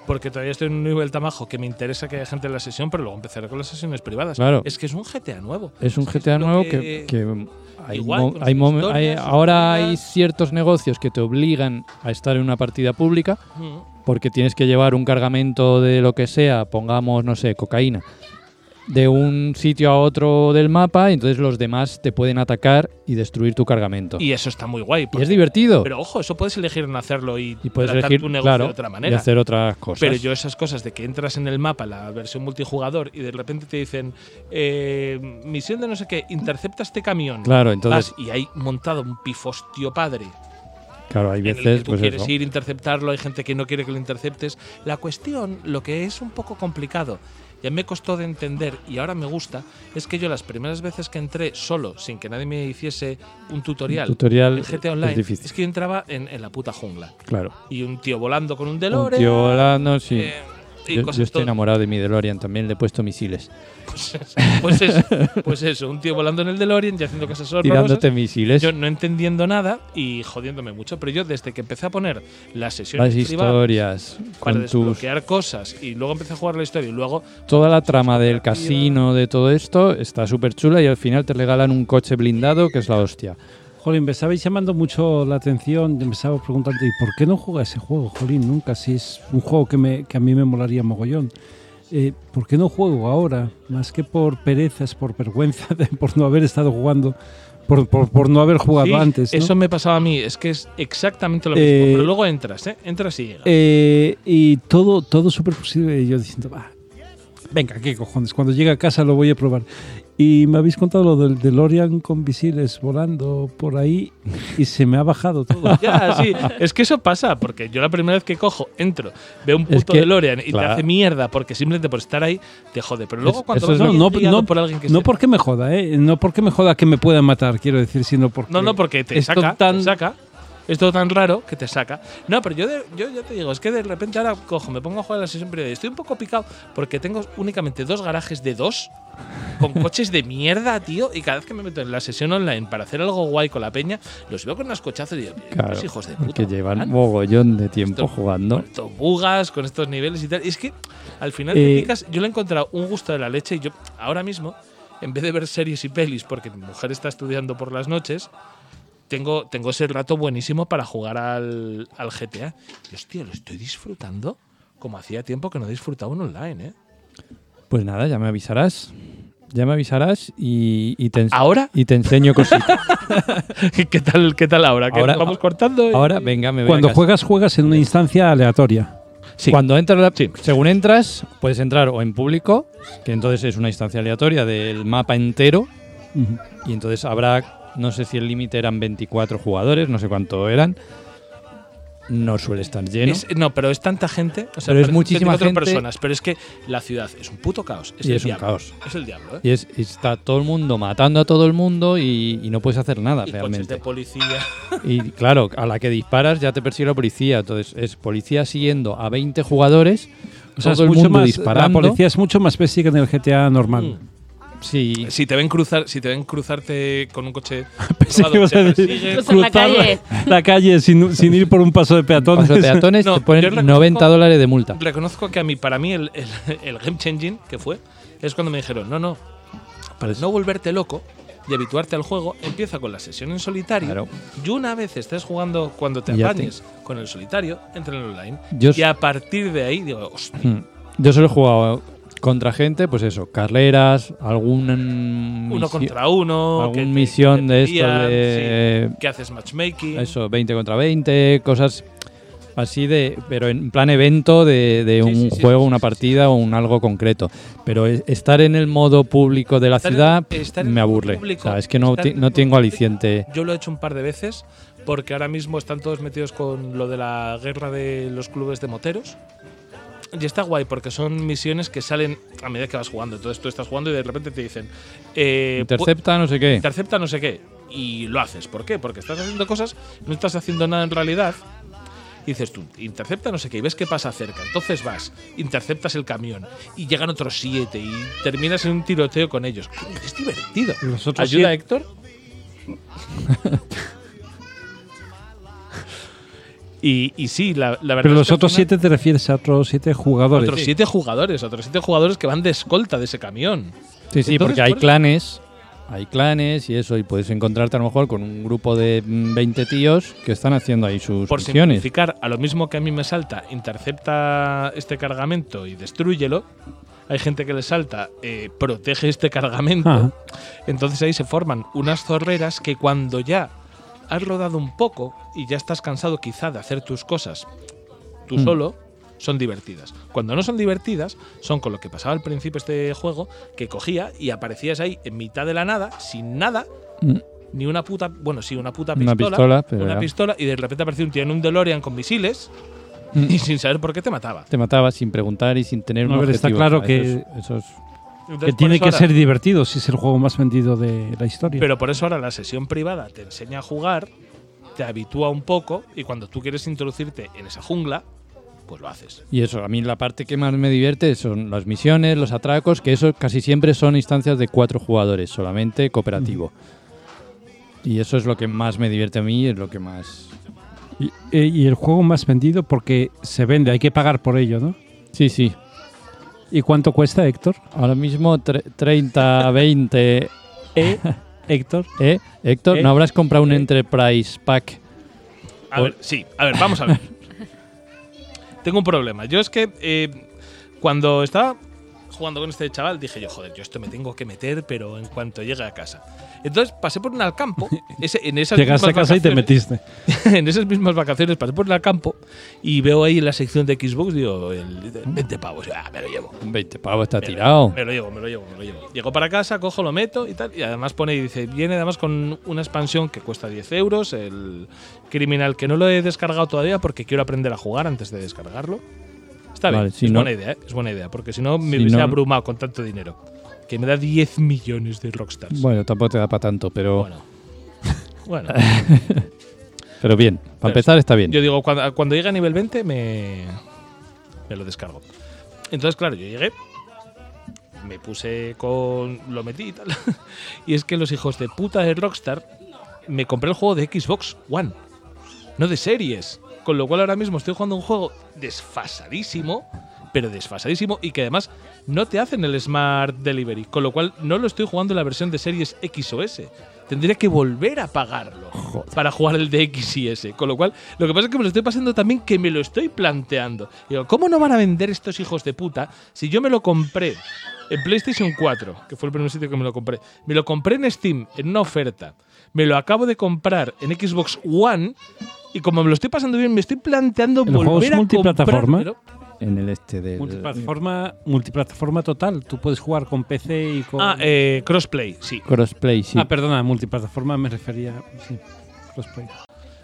[SPEAKER 1] porque todavía estoy en un nivel tan bajo que me interesa que haya gente en la sesión, pero luego empezaré con las sesiones privadas.
[SPEAKER 2] Claro.
[SPEAKER 1] Es que es un GTA nuevo.
[SPEAKER 2] Es un
[SPEAKER 1] Es que
[SPEAKER 2] GTA
[SPEAKER 1] es lo
[SPEAKER 2] nuevo
[SPEAKER 1] que-
[SPEAKER 2] que, que hay
[SPEAKER 1] igual,
[SPEAKER 2] mo-
[SPEAKER 1] con
[SPEAKER 2] hay
[SPEAKER 1] sus
[SPEAKER 2] momen-
[SPEAKER 1] historias,
[SPEAKER 2] hay-
[SPEAKER 1] sus
[SPEAKER 2] ahora hay
[SPEAKER 1] movidas.
[SPEAKER 2] ciertos negocios que te obligan a estar en una partida pública.
[SPEAKER 1] Mm.
[SPEAKER 2] porque tienes que llevar un cargamento de lo que sea, pongamos, no sé, cocaína, de un sitio a otro del mapa, y entonces los demás te pueden atacar y destruir tu cargamento. Y,
[SPEAKER 1] Y eso está muy guay. porque-
[SPEAKER 2] es divertido.
[SPEAKER 1] Pero ojo, eso puedes elegir en hacerlo y,
[SPEAKER 2] y puedes
[SPEAKER 1] tratar
[SPEAKER 2] elegir
[SPEAKER 1] tu negocio
[SPEAKER 2] claro,
[SPEAKER 1] de otra
[SPEAKER 2] y
[SPEAKER 1] manera.
[SPEAKER 2] hacer otras cosas.
[SPEAKER 1] Pero yo esas cosas de que entras en el mapa, la versión multijugador, y de repente te dicen, eh, misión de no sé qué, intercepta este camión.
[SPEAKER 2] Claro, entonces-
[SPEAKER 1] Vas y hay montado un pifostio padre.
[SPEAKER 2] claro, hay
[SPEAKER 1] en el que
[SPEAKER 2] veces
[SPEAKER 1] tú
[SPEAKER 2] pues
[SPEAKER 1] quieres
[SPEAKER 2] eso.
[SPEAKER 1] ir, interceptarlo, hay gente que no quiere que lo interceptes. La cuestión, lo que es un poco complicado, ya me costó de entender y ahora me gusta, es que yo las primeras veces que entré solo, sin que nadie me hiciese un tutorial,
[SPEAKER 2] Un tutorial
[SPEAKER 1] en
[SPEAKER 2] es
[SPEAKER 1] GTA Online, es,
[SPEAKER 2] difícil.
[SPEAKER 1] que yo entraba en, en la puta jungla.
[SPEAKER 2] Claro.
[SPEAKER 1] Y un tío volando con un
[SPEAKER 2] Un
[SPEAKER 1] DeLorean.
[SPEAKER 2] tío volando, sí.
[SPEAKER 1] eh, y
[SPEAKER 2] yo,
[SPEAKER 1] cosas
[SPEAKER 2] yo estoy
[SPEAKER 1] todo-
[SPEAKER 2] enamorado de mi DeLorean también, le he puesto misiles.
[SPEAKER 1] Pues eso, pues eso, pues eso, un tío volando en el DeLorean y haciendo cosas horrorosas.
[SPEAKER 2] Tirándote misiles.
[SPEAKER 1] Yo no entendiendo nada y jodiéndome mucho, pero yo desde que empecé a poner las sesiones
[SPEAKER 2] Las
[SPEAKER 1] privadas
[SPEAKER 2] historias,
[SPEAKER 1] para
[SPEAKER 2] con tus
[SPEAKER 1] desbloquear cosas y luego empecé a jugar la historia y luego
[SPEAKER 2] Toda la trama del
[SPEAKER 1] Cooperativa.
[SPEAKER 2] casino, de todo esto, está súper chula y al final te regalan un coche blindado que es la hostia.
[SPEAKER 4] Jolín, me estabais llamando mucho la atención, me estaba preguntando, ¿y por qué no juega ese juego, Jolín? Nunca, si es un juego que, me, que a mí me molaría mogollón. Eh, ¿Por qué no juego ahora? Más que por perezas, por vergüenza, de- por no haber estado jugando, por, por- por no haber jugado
[SPEAKER 1] Sí,
[SPEAKER 4] antes. ¿no?
[SPEAKER 1] Eso me pasaba a mí, es que es exactamente lo mismo.
[SPEAKER 4] Eh,
[SPEAKER 1] pero luego entras, ¿eh? Entras y llegas.
[SPEAKER 4] Eh, y todo, todo súper posible. Y yo diciendo, "Bah, venga, qué cojones, cuando llegue a casa lo voy a probar. Y me habéis contado lo del DeLorean con visiles volando por ahí y se me ha bajado todo.
[SPEAKER 1] Ya, sí. Es que eso pasa, porque yo la primera vez que cojo, entro, veo un puto
[SPEAKER 2] Es que-
[SPEAKER 1] DeLorean y
[SPEAKER 2] claro.
[SPEAKER 1] te hace mierda porque simplemente por estar ahí te jode. Pero luego
[SPEAKER 2] Es-
[SPEAKER 1] cuando
[SPEAKER 2] eso
[SPEAKER 1] vas
[SPEAKER 2] es lo-
[SPEAKER 1] bien
[SPEAKER 4] no,
[SPEAKER 1] guiado
[SPEAKER 4] no,
[SPEAKER 1] por alguien que
[SPEAKER 4] no
[SPEAKER 1] sepa-
[SPEAKER 4] porque me joda, ¿eh? No porque me joda que me puedan matar, quiero decir, sino porque.
[SPEAKER 1] No, no, porque te
[SPEAKER 4] es todo
[SPEAKER 1] saca,
[SPEAKER 4] tan-
[SPEAKER 1] te saca. Es todo tan raro que te saca. No, pero yo, de- yo ya te digo, es que de repente ahora cojo, me pongo a jugar a la sesión privada y estoy un poco picado porque tengo únicamente dos garajes de dos con coches de mierda, tío. Y cada vez que me meto en la sesión online para hacer algo guay con la peña, los veo con unas cochazos y digo,
[SPEAKER 2] Claro,
[SPEAKER 1] "Estos hijos de puta.
[SPEAKER 2] que llevan
[SPEAKER 1] ¿verdad?
[SPEAKER 2] mogollón de tiempo
[SPEAKER 1] Esto-
[SPEAKER 2] jugando.
[SPEAKER 1] con estos bugas, con estos niveles y tal. Y es que al final
[SPEAKER 4] Eh,
[SPEAKER 1] te picas, yo le he encontrado un gusto de la leche y yo ahora mismo en vez de ver series y pelis, porque mi mujer está estudiando por las noches, tengo, tengo ese rato buenísimo para jugar al, al GTA. Y hostia, lo estoy disfrutando como hacía tiempo que no disfrutaba un online, ¿eh?
[SPEAKER 2] Pues nada, ya me avisarás. Ya me avisarás y, y te, ens-
[SPEAKER 1] ¿Ahora?
[SPEAKER 2] y te enseño cositas.
[SPEAKER 1] ¿Qué tal, qué tal ahora? ¿Que
[SPEAKER 2] Ahora-
[SPEAKER 1] nos vamos cortando? y-
[SPEAKER 2] Ahora, venga, me voy
[SPEAKER 4] Cuando
[SPEAKER 2] a casa.
[SPEAKER 4] juegas, juegas en una instancia aleatoria.
[SPEAKER 1] Sí.
[SPEAKER 2] Cuando entras, la-
[SPEAKER 1] Sí.
[SPEAKER 2] según entras, puedes entrar o en público, que entonces es una instancia aleatoria del mapa entero,
[SPEAKER 4] Ujú.
[SPEAKER 2] y entonces habrá, no sé si el límite eran 24 jugadores, no sé cuánto eran. No suele estar lleno.
[SPEAKER 1] Es- no, pero es tanta gente. O sea,
[SPEAKER 2] Pero es
[SPEAKER 1] parecen
[SPEAKER 2] muchísima
[SPEAKER 1] 24
[SPEAKER 2] gente.
[SPEAKER 1] personas. Pero es que la ciudad es un puto caos. Es
[SPEAKER 2] Y
[SPEAKER 1] el
[SPEAKER 2] es un
[SPEAKER 1] diablo.
[SPEAKER 2] caos.
[SPEAKER 1] Es el diablo, ¿eh?
[SPEAKER 2] y, es, y está todo el mundo matando a todo el mundo y, y no puedes hacer nada
[SPEAKER 1] Y coches de
[SPEAKER 2] realmente.
[SPEAKER 1] policía.
[SPEAKER 2] Y claro, a la que disparas ya te persigue la policía. Entonces es policía siguiendo a 20 jugadores,
[SPEAKER 4] O sea, es
[SPEAKER 2] todo el
[SPEAKER 4] mucho
[SPEAKER 2] mundo
[SPEAKER 4] más-
[SPEAKER 2] disparando.
[SPEAKER 4] La policía es mucho más bestia que en el GTA normal.
[SPEAKER 1] Mm.
[SPEAKER 2] Sí,
[SPEAKER 1] Si te ven cruzar, si te ven cruzarte con un coche
[SPEAKER 4] Pensé
[SPEAKER 1] robado,
[SPEAKER 4] que ibas
[SPEAKER 1] te
[SPEAKER 4] a decir
[SPEAKER 1] persiguen.
[SPEAKER 3] Cruzar la calle.
[SPEAKER 4] la calle sin, sin ir por un paso de peatones.
[SPEAKER 2] paso de peatones
[SPEAKER 1] No, yo
[SPEAKER 2] te
[SPEAKER 1] reconozco-
[SPEAKER 2] ponen 90 dólares de multa.
[SPEAKER 1] Reconozco que a mí, para mí, el, el, el game changing que fue, es cuando me dijeron, no, no, para no volverte loco y habituarte al juego, empieza con la sesión en solitario.
[SPEAKER 2] Claro.
[SPEAKER 1] Y una vez estés jugando cuando te
[SPEAKER 2] Ya te-
[SPEAKER 1] apañes con el solitario, entra en el online.
[SPEAKER 2] Yo
[SPEAKER 1] y a partir de ahí digo, hostia,
[SPEAKER 2] Hmm. Yo solo he jugado contra gente, pues eso, carreras, algún
[SPEAKER 1] uno contra uno.
[SPEAKER 2] algún
[SPEAKER 1] que te-
[SPEAKER 2] misión
[SPEAKER 1] te
[SPEAKER 2] de esto
[SPEAKER 1] pillan,
[SPEAKER 2] de-
[SPEAKER 1] sí, que haces matchmaking.
[SPEAKER 2] eso, 20 contra 20, cosas así de, pero en plan evento de, de
[SPEAKER 1] Sí,
[SPEAKER 2] un
[SPEAKER 1] sí, sí,
[SPEAKER 2] juego,
[SPEAKER 1] sí,
[SPEAKER 2] una
[SPEAKER 1] sí,
[SPEAKER 2] partida o un algo concreto. Pero es- estar en el modo público de la
[SPEAKER 1] Estar en-
[SPEAKER 2] ciudad
[SPEAKER 1] estar en
[SPEAKER 2] me
[SPEAKER 1] el
[SPEAKER 2] aburre.
[SPEAKER 1] público,
[SPEAKER 2] O sea, es que no,
[SPEAKER 1] estar
[SPEAKER 2] ti-
[SPEAKER 1] en el
[SPEAKER 2] no tengo
[SPEAKER 1] público. Eh,
[SPEAKER 2] aliciente.
[SPEAKER 1] Yo lo he hecho un par de veces porque ahora mismo están todos metidos con lo de la guerra de los clubes de moteros. Y está guay porque son misiones que salen a medida que vas jugando. Entonces tú estás jugando y de repente te dicen. Eh, pu-
[SPEAKER 2] Intercepta, no sé qué.
[SPEAKER 1] intercepta no sé qué. Y lo haces. ¿Por qué? Porque estás haciendo cosas, no estás haciendo nada en realidad. Y dices tú, intercepta no sé qué, y ves qué pasa cerca. Entonces vas, interceptas el camión, y llegan otros siete, y terminas en un tiroteo con ellos. Coño, Es divertido.
[SPEAKER 4] Los otros
[SPEAKER 1] ¿Ayuda
[SPEAKER 4] siete-
[SPEAKER 1] Héctor? y, y sí, la, la verdad este
[SPEAKER 4] Pero
[SPEAKER 1] es
[SPEAKER 4] los
[SPEAKER 1] que al
[SPEAKER 4] otros
[SPEAKER 1] final-
[SPEAKER 4] siete te refieres a otros siete jugadores.
[SPEAKER 1] Otros siete jugadores, otros siete jugadores que van de escolta de ese camión.
[SPEAKER 2] Sí, sí,
[SPEAKER 1] Entonces,
[SPEAKER 2] porque hay
[SPEAKER 1] por eso-
[SPEAKER 2] clanes, hay clanes y eso, y puedes encontrarte a lo mejor con un grupo de mm, 20 tíos que están haciendo ahí sus
[SPEAKER 1] por
[SPEAKER 2] misiones.
[SPEAKER 1] simplificar, a lo mismo que a mí me salta, intercepta este cargamento y destruyelo. Hay gente que le salta, eh, protege este cargamento.
[SPEAKER 4] Ajá.
[SPEAKER 1] Entonces ahí se forman unas zorreras que cuando ya has rodado un poco y ya estás cansado quizá de hacer tus cosas tú
[SPEAKER 2] Mm.
[SPEAKER 1] solo, son divertidas. Cuando no son divertidas, son con lo que pasaba al principio este juego, que cogía y aparecías ahí en mitad de la nada, sin nada,
[SPEAKER 2] Mm.
[SPEAKER 1] ni una puta, bueno, sí, una puta pistola,
[SPEAKER 2] Una pistola, pero
[SPEAKER 1] una
[SPEAKER 2] ya.
[SPEAKER 1] pistola, y de repente apareció un tío en un DeLorean con misiles
[SPEAKER 2] Mm.
[SPEAKER 1] y sin saber por qué te mataba.
[SPEAKER 2] Te mataba sin preguntar y sin tener
[SPEAKER 4] No,
[SPEAKER 2] un
[SPEAKER 4] pero está
[SPEAKER 2] objetivo.
[SPEAKER 4] claro
[SPEAKER 2] O sea, eso
[SPEAKER 4] que-
[SPEAKER 2] es- eso es-
[SPEAKER 1] Entonces,
[SPEAKER 4] que
[SPEAKER 1] por
[SPEAKER 4] tiene
[SPEAKER 1] eso
[SPEAKER 4] que
[SPEAKER 1] ahora-
[SPEAKER 4] ser divertido si es el juego más vendido de la historia.
[SPEAKER 1] Pero por eso ahora la sesión privada te enseña a jugar, te habitúa un poco y cuando tú quieres introducirte en esa jungla, pues lo haces.
[SPEAKER 2] Y eso, a mí la parte que más me divierte son las misiones, los atracos, que eso casi siempre son instancias de cuatro jugadores, solamente cooperativo. Y eso es lo que más me divierte a mí, es lo que más...
[SPEAKER 4] y, eh, y el juego más vendido porque se vende, hay que pagar por ello, ¿no?
[SPEAKER 2] Sí, sí.
[SPEAKER 4] ¿Y cuánto cuesta, Héctor?
[SPEAKER 2] Ahora mismo tre- 30, 20...
[SPEAKER 4] ¿Eh? Héctor.
[SPEAKER 2] ¿Eh? Héctor,
[SPEAKER 4] Eh,
[SPEAKER 2] ¿no habrás comprado un
[SPEAKER 4] eh.
[SPEAKER 2] Enterprise Pack?
[SPEAKER 1] A
[SPEAKER 2] Por-
[SPEAKER 1] ver, sí, a ver, vamos a ver. Tengo un problema. Yo es que eh, cuando estaba jugando con este chaval dije yo, joder, yo esto me tengo que meter, pero en cuanto llegue a casa. Entonces pasé por un alcampo, ese, en esas
[SPEAKER 4] Llegaste a
[SPEAKER 1] mismas
[SPEAKER 4] casa y te
[SPEAKER 1] vacaciones-
[SPEAKER 4] metiste.
[SPEAKER 1] en esas mismas vacaciones pasé por el campo y veo ahí en la sección de Xbox, digo, el 20 pavos, ah, me lo llevo.
[SPEAKER 2] 20 pavos está
[SPEAKER 1] Me lo-
[SPEAKER 2] tirado.
[SPEAKER 1] Me lo llevo, me lo llevo, me lo llevo. Llego para casa, cojo, lo meto y tal. Y además pone y dice, viene además con una expansión que cuesta 10 euros, el criminal que no lo he descargado todavía porque quiero aprender a jugar antes de descargarlo. Está bien,
[SPEAKER 2] Vale, si
[SPEAKER 1] es
[SPEAKER 2] no-
[SPEAKER 1] buena idea, ¿eh? es buena idea, porque si no me
[SPEAKER 2] Si
[SPEAKER 1] hubiese
[SPEAKER 2] no-
[SPEAKER 1] abrumado con tanto dinero. Que me da 10 millones de Rockstars.
[SPEAKER 2] Bueno, tampoco te da para tanto, pero,
[SPEAKER 1] Bueno. Bueno,
[SPEAKER 2] pero bien. Para
[SPEAKER 1] Pero
[SPEAKER 2] empezar está bien.
[SPEAKER 1] yo digo, cuando, cuando llegue a nivel 20 me, me lo descargo. Entonces, claro, yo llegué, me puse con... lo metí y tal. Y es que los hijos de puta de Rockstar me compré el juego de Xbox One, no de series. Con lo cual ahora mismo estoy jugando un juego desfasadísimo pero desfasadísimo y que además no te hacen el Smart Delivery, con lo cual no lo estoy jugando en la versión de series X o S. Tendría que volver a pagarlo para jugar el de X y S. Con lo cual, lo que pasa es que me lo estoy pasando también que me lo estoy planteando. Digo, ¿cómo no van a vender estos hijos de puta si yo me lo compré en PlayStation 4, que fue el primer sitio que me lo compré. Me lo compré en Steam, en una oferta. Me lo acabo de comprar en Xbox One. Y como me lo estoy pasando bien, me estoy planteando
[SPEAKER 4] ¿El juego
[SPEAKER 1] volver
[SPEAKER 4] es
[SPEAKER 1] a
[SPEAKER 4] multiplataforma?
[SPEAKER 1] comprar- pero-
[SPEAKER 5] En el este del.
[SPEAKER 4] Multiplataforma, Eh, multiplataforma total. Tú puedes jugar con PC y con.
[SPEAKER 1] Ah, eh, crossplay, sí.
[SPEAKER 2] Crossplay, sí.
[SPEAKER 4] Ah, perdona, multiplataforma me refería. Sí, crossplay.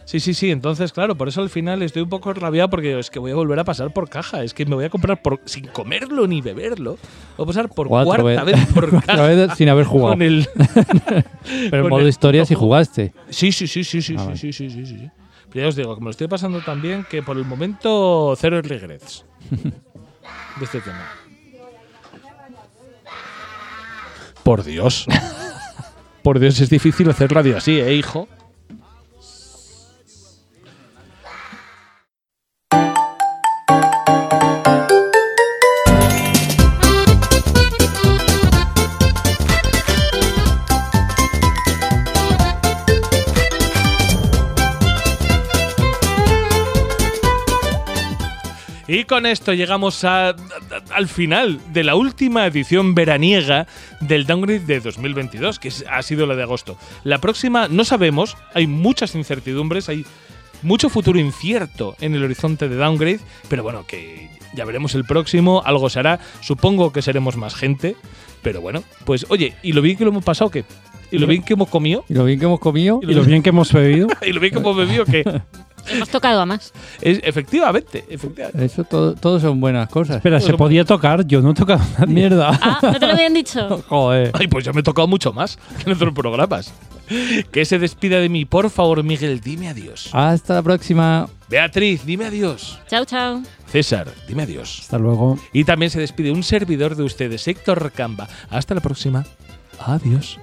[SPEAKER 1] Sí, sí, sí. Entonces, claro, por eso al final estoy un poco rabiado porque digo, es que voy a volver a pasar por caja. Es que me voy a comprar por, sin comerlo ni beberlo. Voy a pasar por
[SPEAKER 2] Cuatro
[SPEAKER 1] cuarta
[SPEAKER 2] ve-
[SPEAKER 1] vez, por
[SPEAKER 2] Otra
[SPEAKER 1] caja.
[SPEAKER 2] vez sin haber jugado.
[SPEAKER 1] Con el,
[SPEAKER 2] Pero en
[SPEAKER 1] con
[SPEAKER 2] modo
[SPEAKER 1] el-
[SPEAKER 2] historia sí jugaste.
[SPEAKER 1] Sí, sí, sí, sí, sí,
[SPEAKER 2] Ah, vale.
[SPEAKER 1] sí, sí, sí, sí, sí, sí. Pero ya os digo, como lo estoy pasando también, que por el momento cero regrets de este tema. Por Dios. por Dios, es difícil hacer radio así, ¿eh, hijo? Y con esto llegamos a- a- al final de la última edición veraniega del Downgrade de 2022, que es- ha sido la de agosto. La próxima no sabemos, hay muchas incertidumbres, hay mucho futuro incierto en el horizonte de Downgrade, pero bueno, que ya veremos el próximo, algo se hará, supongo que seremos más gente, pero bueno, pues oye, ¿y lo bien que lo hemos pasado qué? ¿Y lo bien que hemos comido?
[SPEAKER 2] Y lo bien que hemos comido.
[SPEAKER 4] ¿Y lo bien que hemos bebido?
[SPEAKER 1] ¿Y lo bien que hemos bebido qué?
[SPEAKER 3] Hemos tocado a más.
[SPEAKER 1] Es, efectivamente, efectivamente.
[SPEAKER 2] Eso todo, todo son buenas cosas.
[SPEAKER 4] Espera, ¿se podía tocar? Yo no he tocado nada.
[SPEAKER 2] Mierda.
[SPEAKER 3] Ah, no te lo habían dicho.
[SPEAKER 2] Joder.
[SPEAKER 1] Ay, pues yo me he tocado mucho más que en otros programas. Que se despida de mí, por favor, Miguel, dime adiós.
[SPEAKER 2] Hasta la próxima.
[SPEAKER 1] Beatriz, dime adiós.
[SPEAKER 3] Chao, chao.
[SPEAKER 1] César, dime adiós.
[SPEAKER 4] Hasta luego.
[SPEAKER 1] Y también se despide un servidor de ustedes, Héctor Camba. Hasta la próxima. Adiós.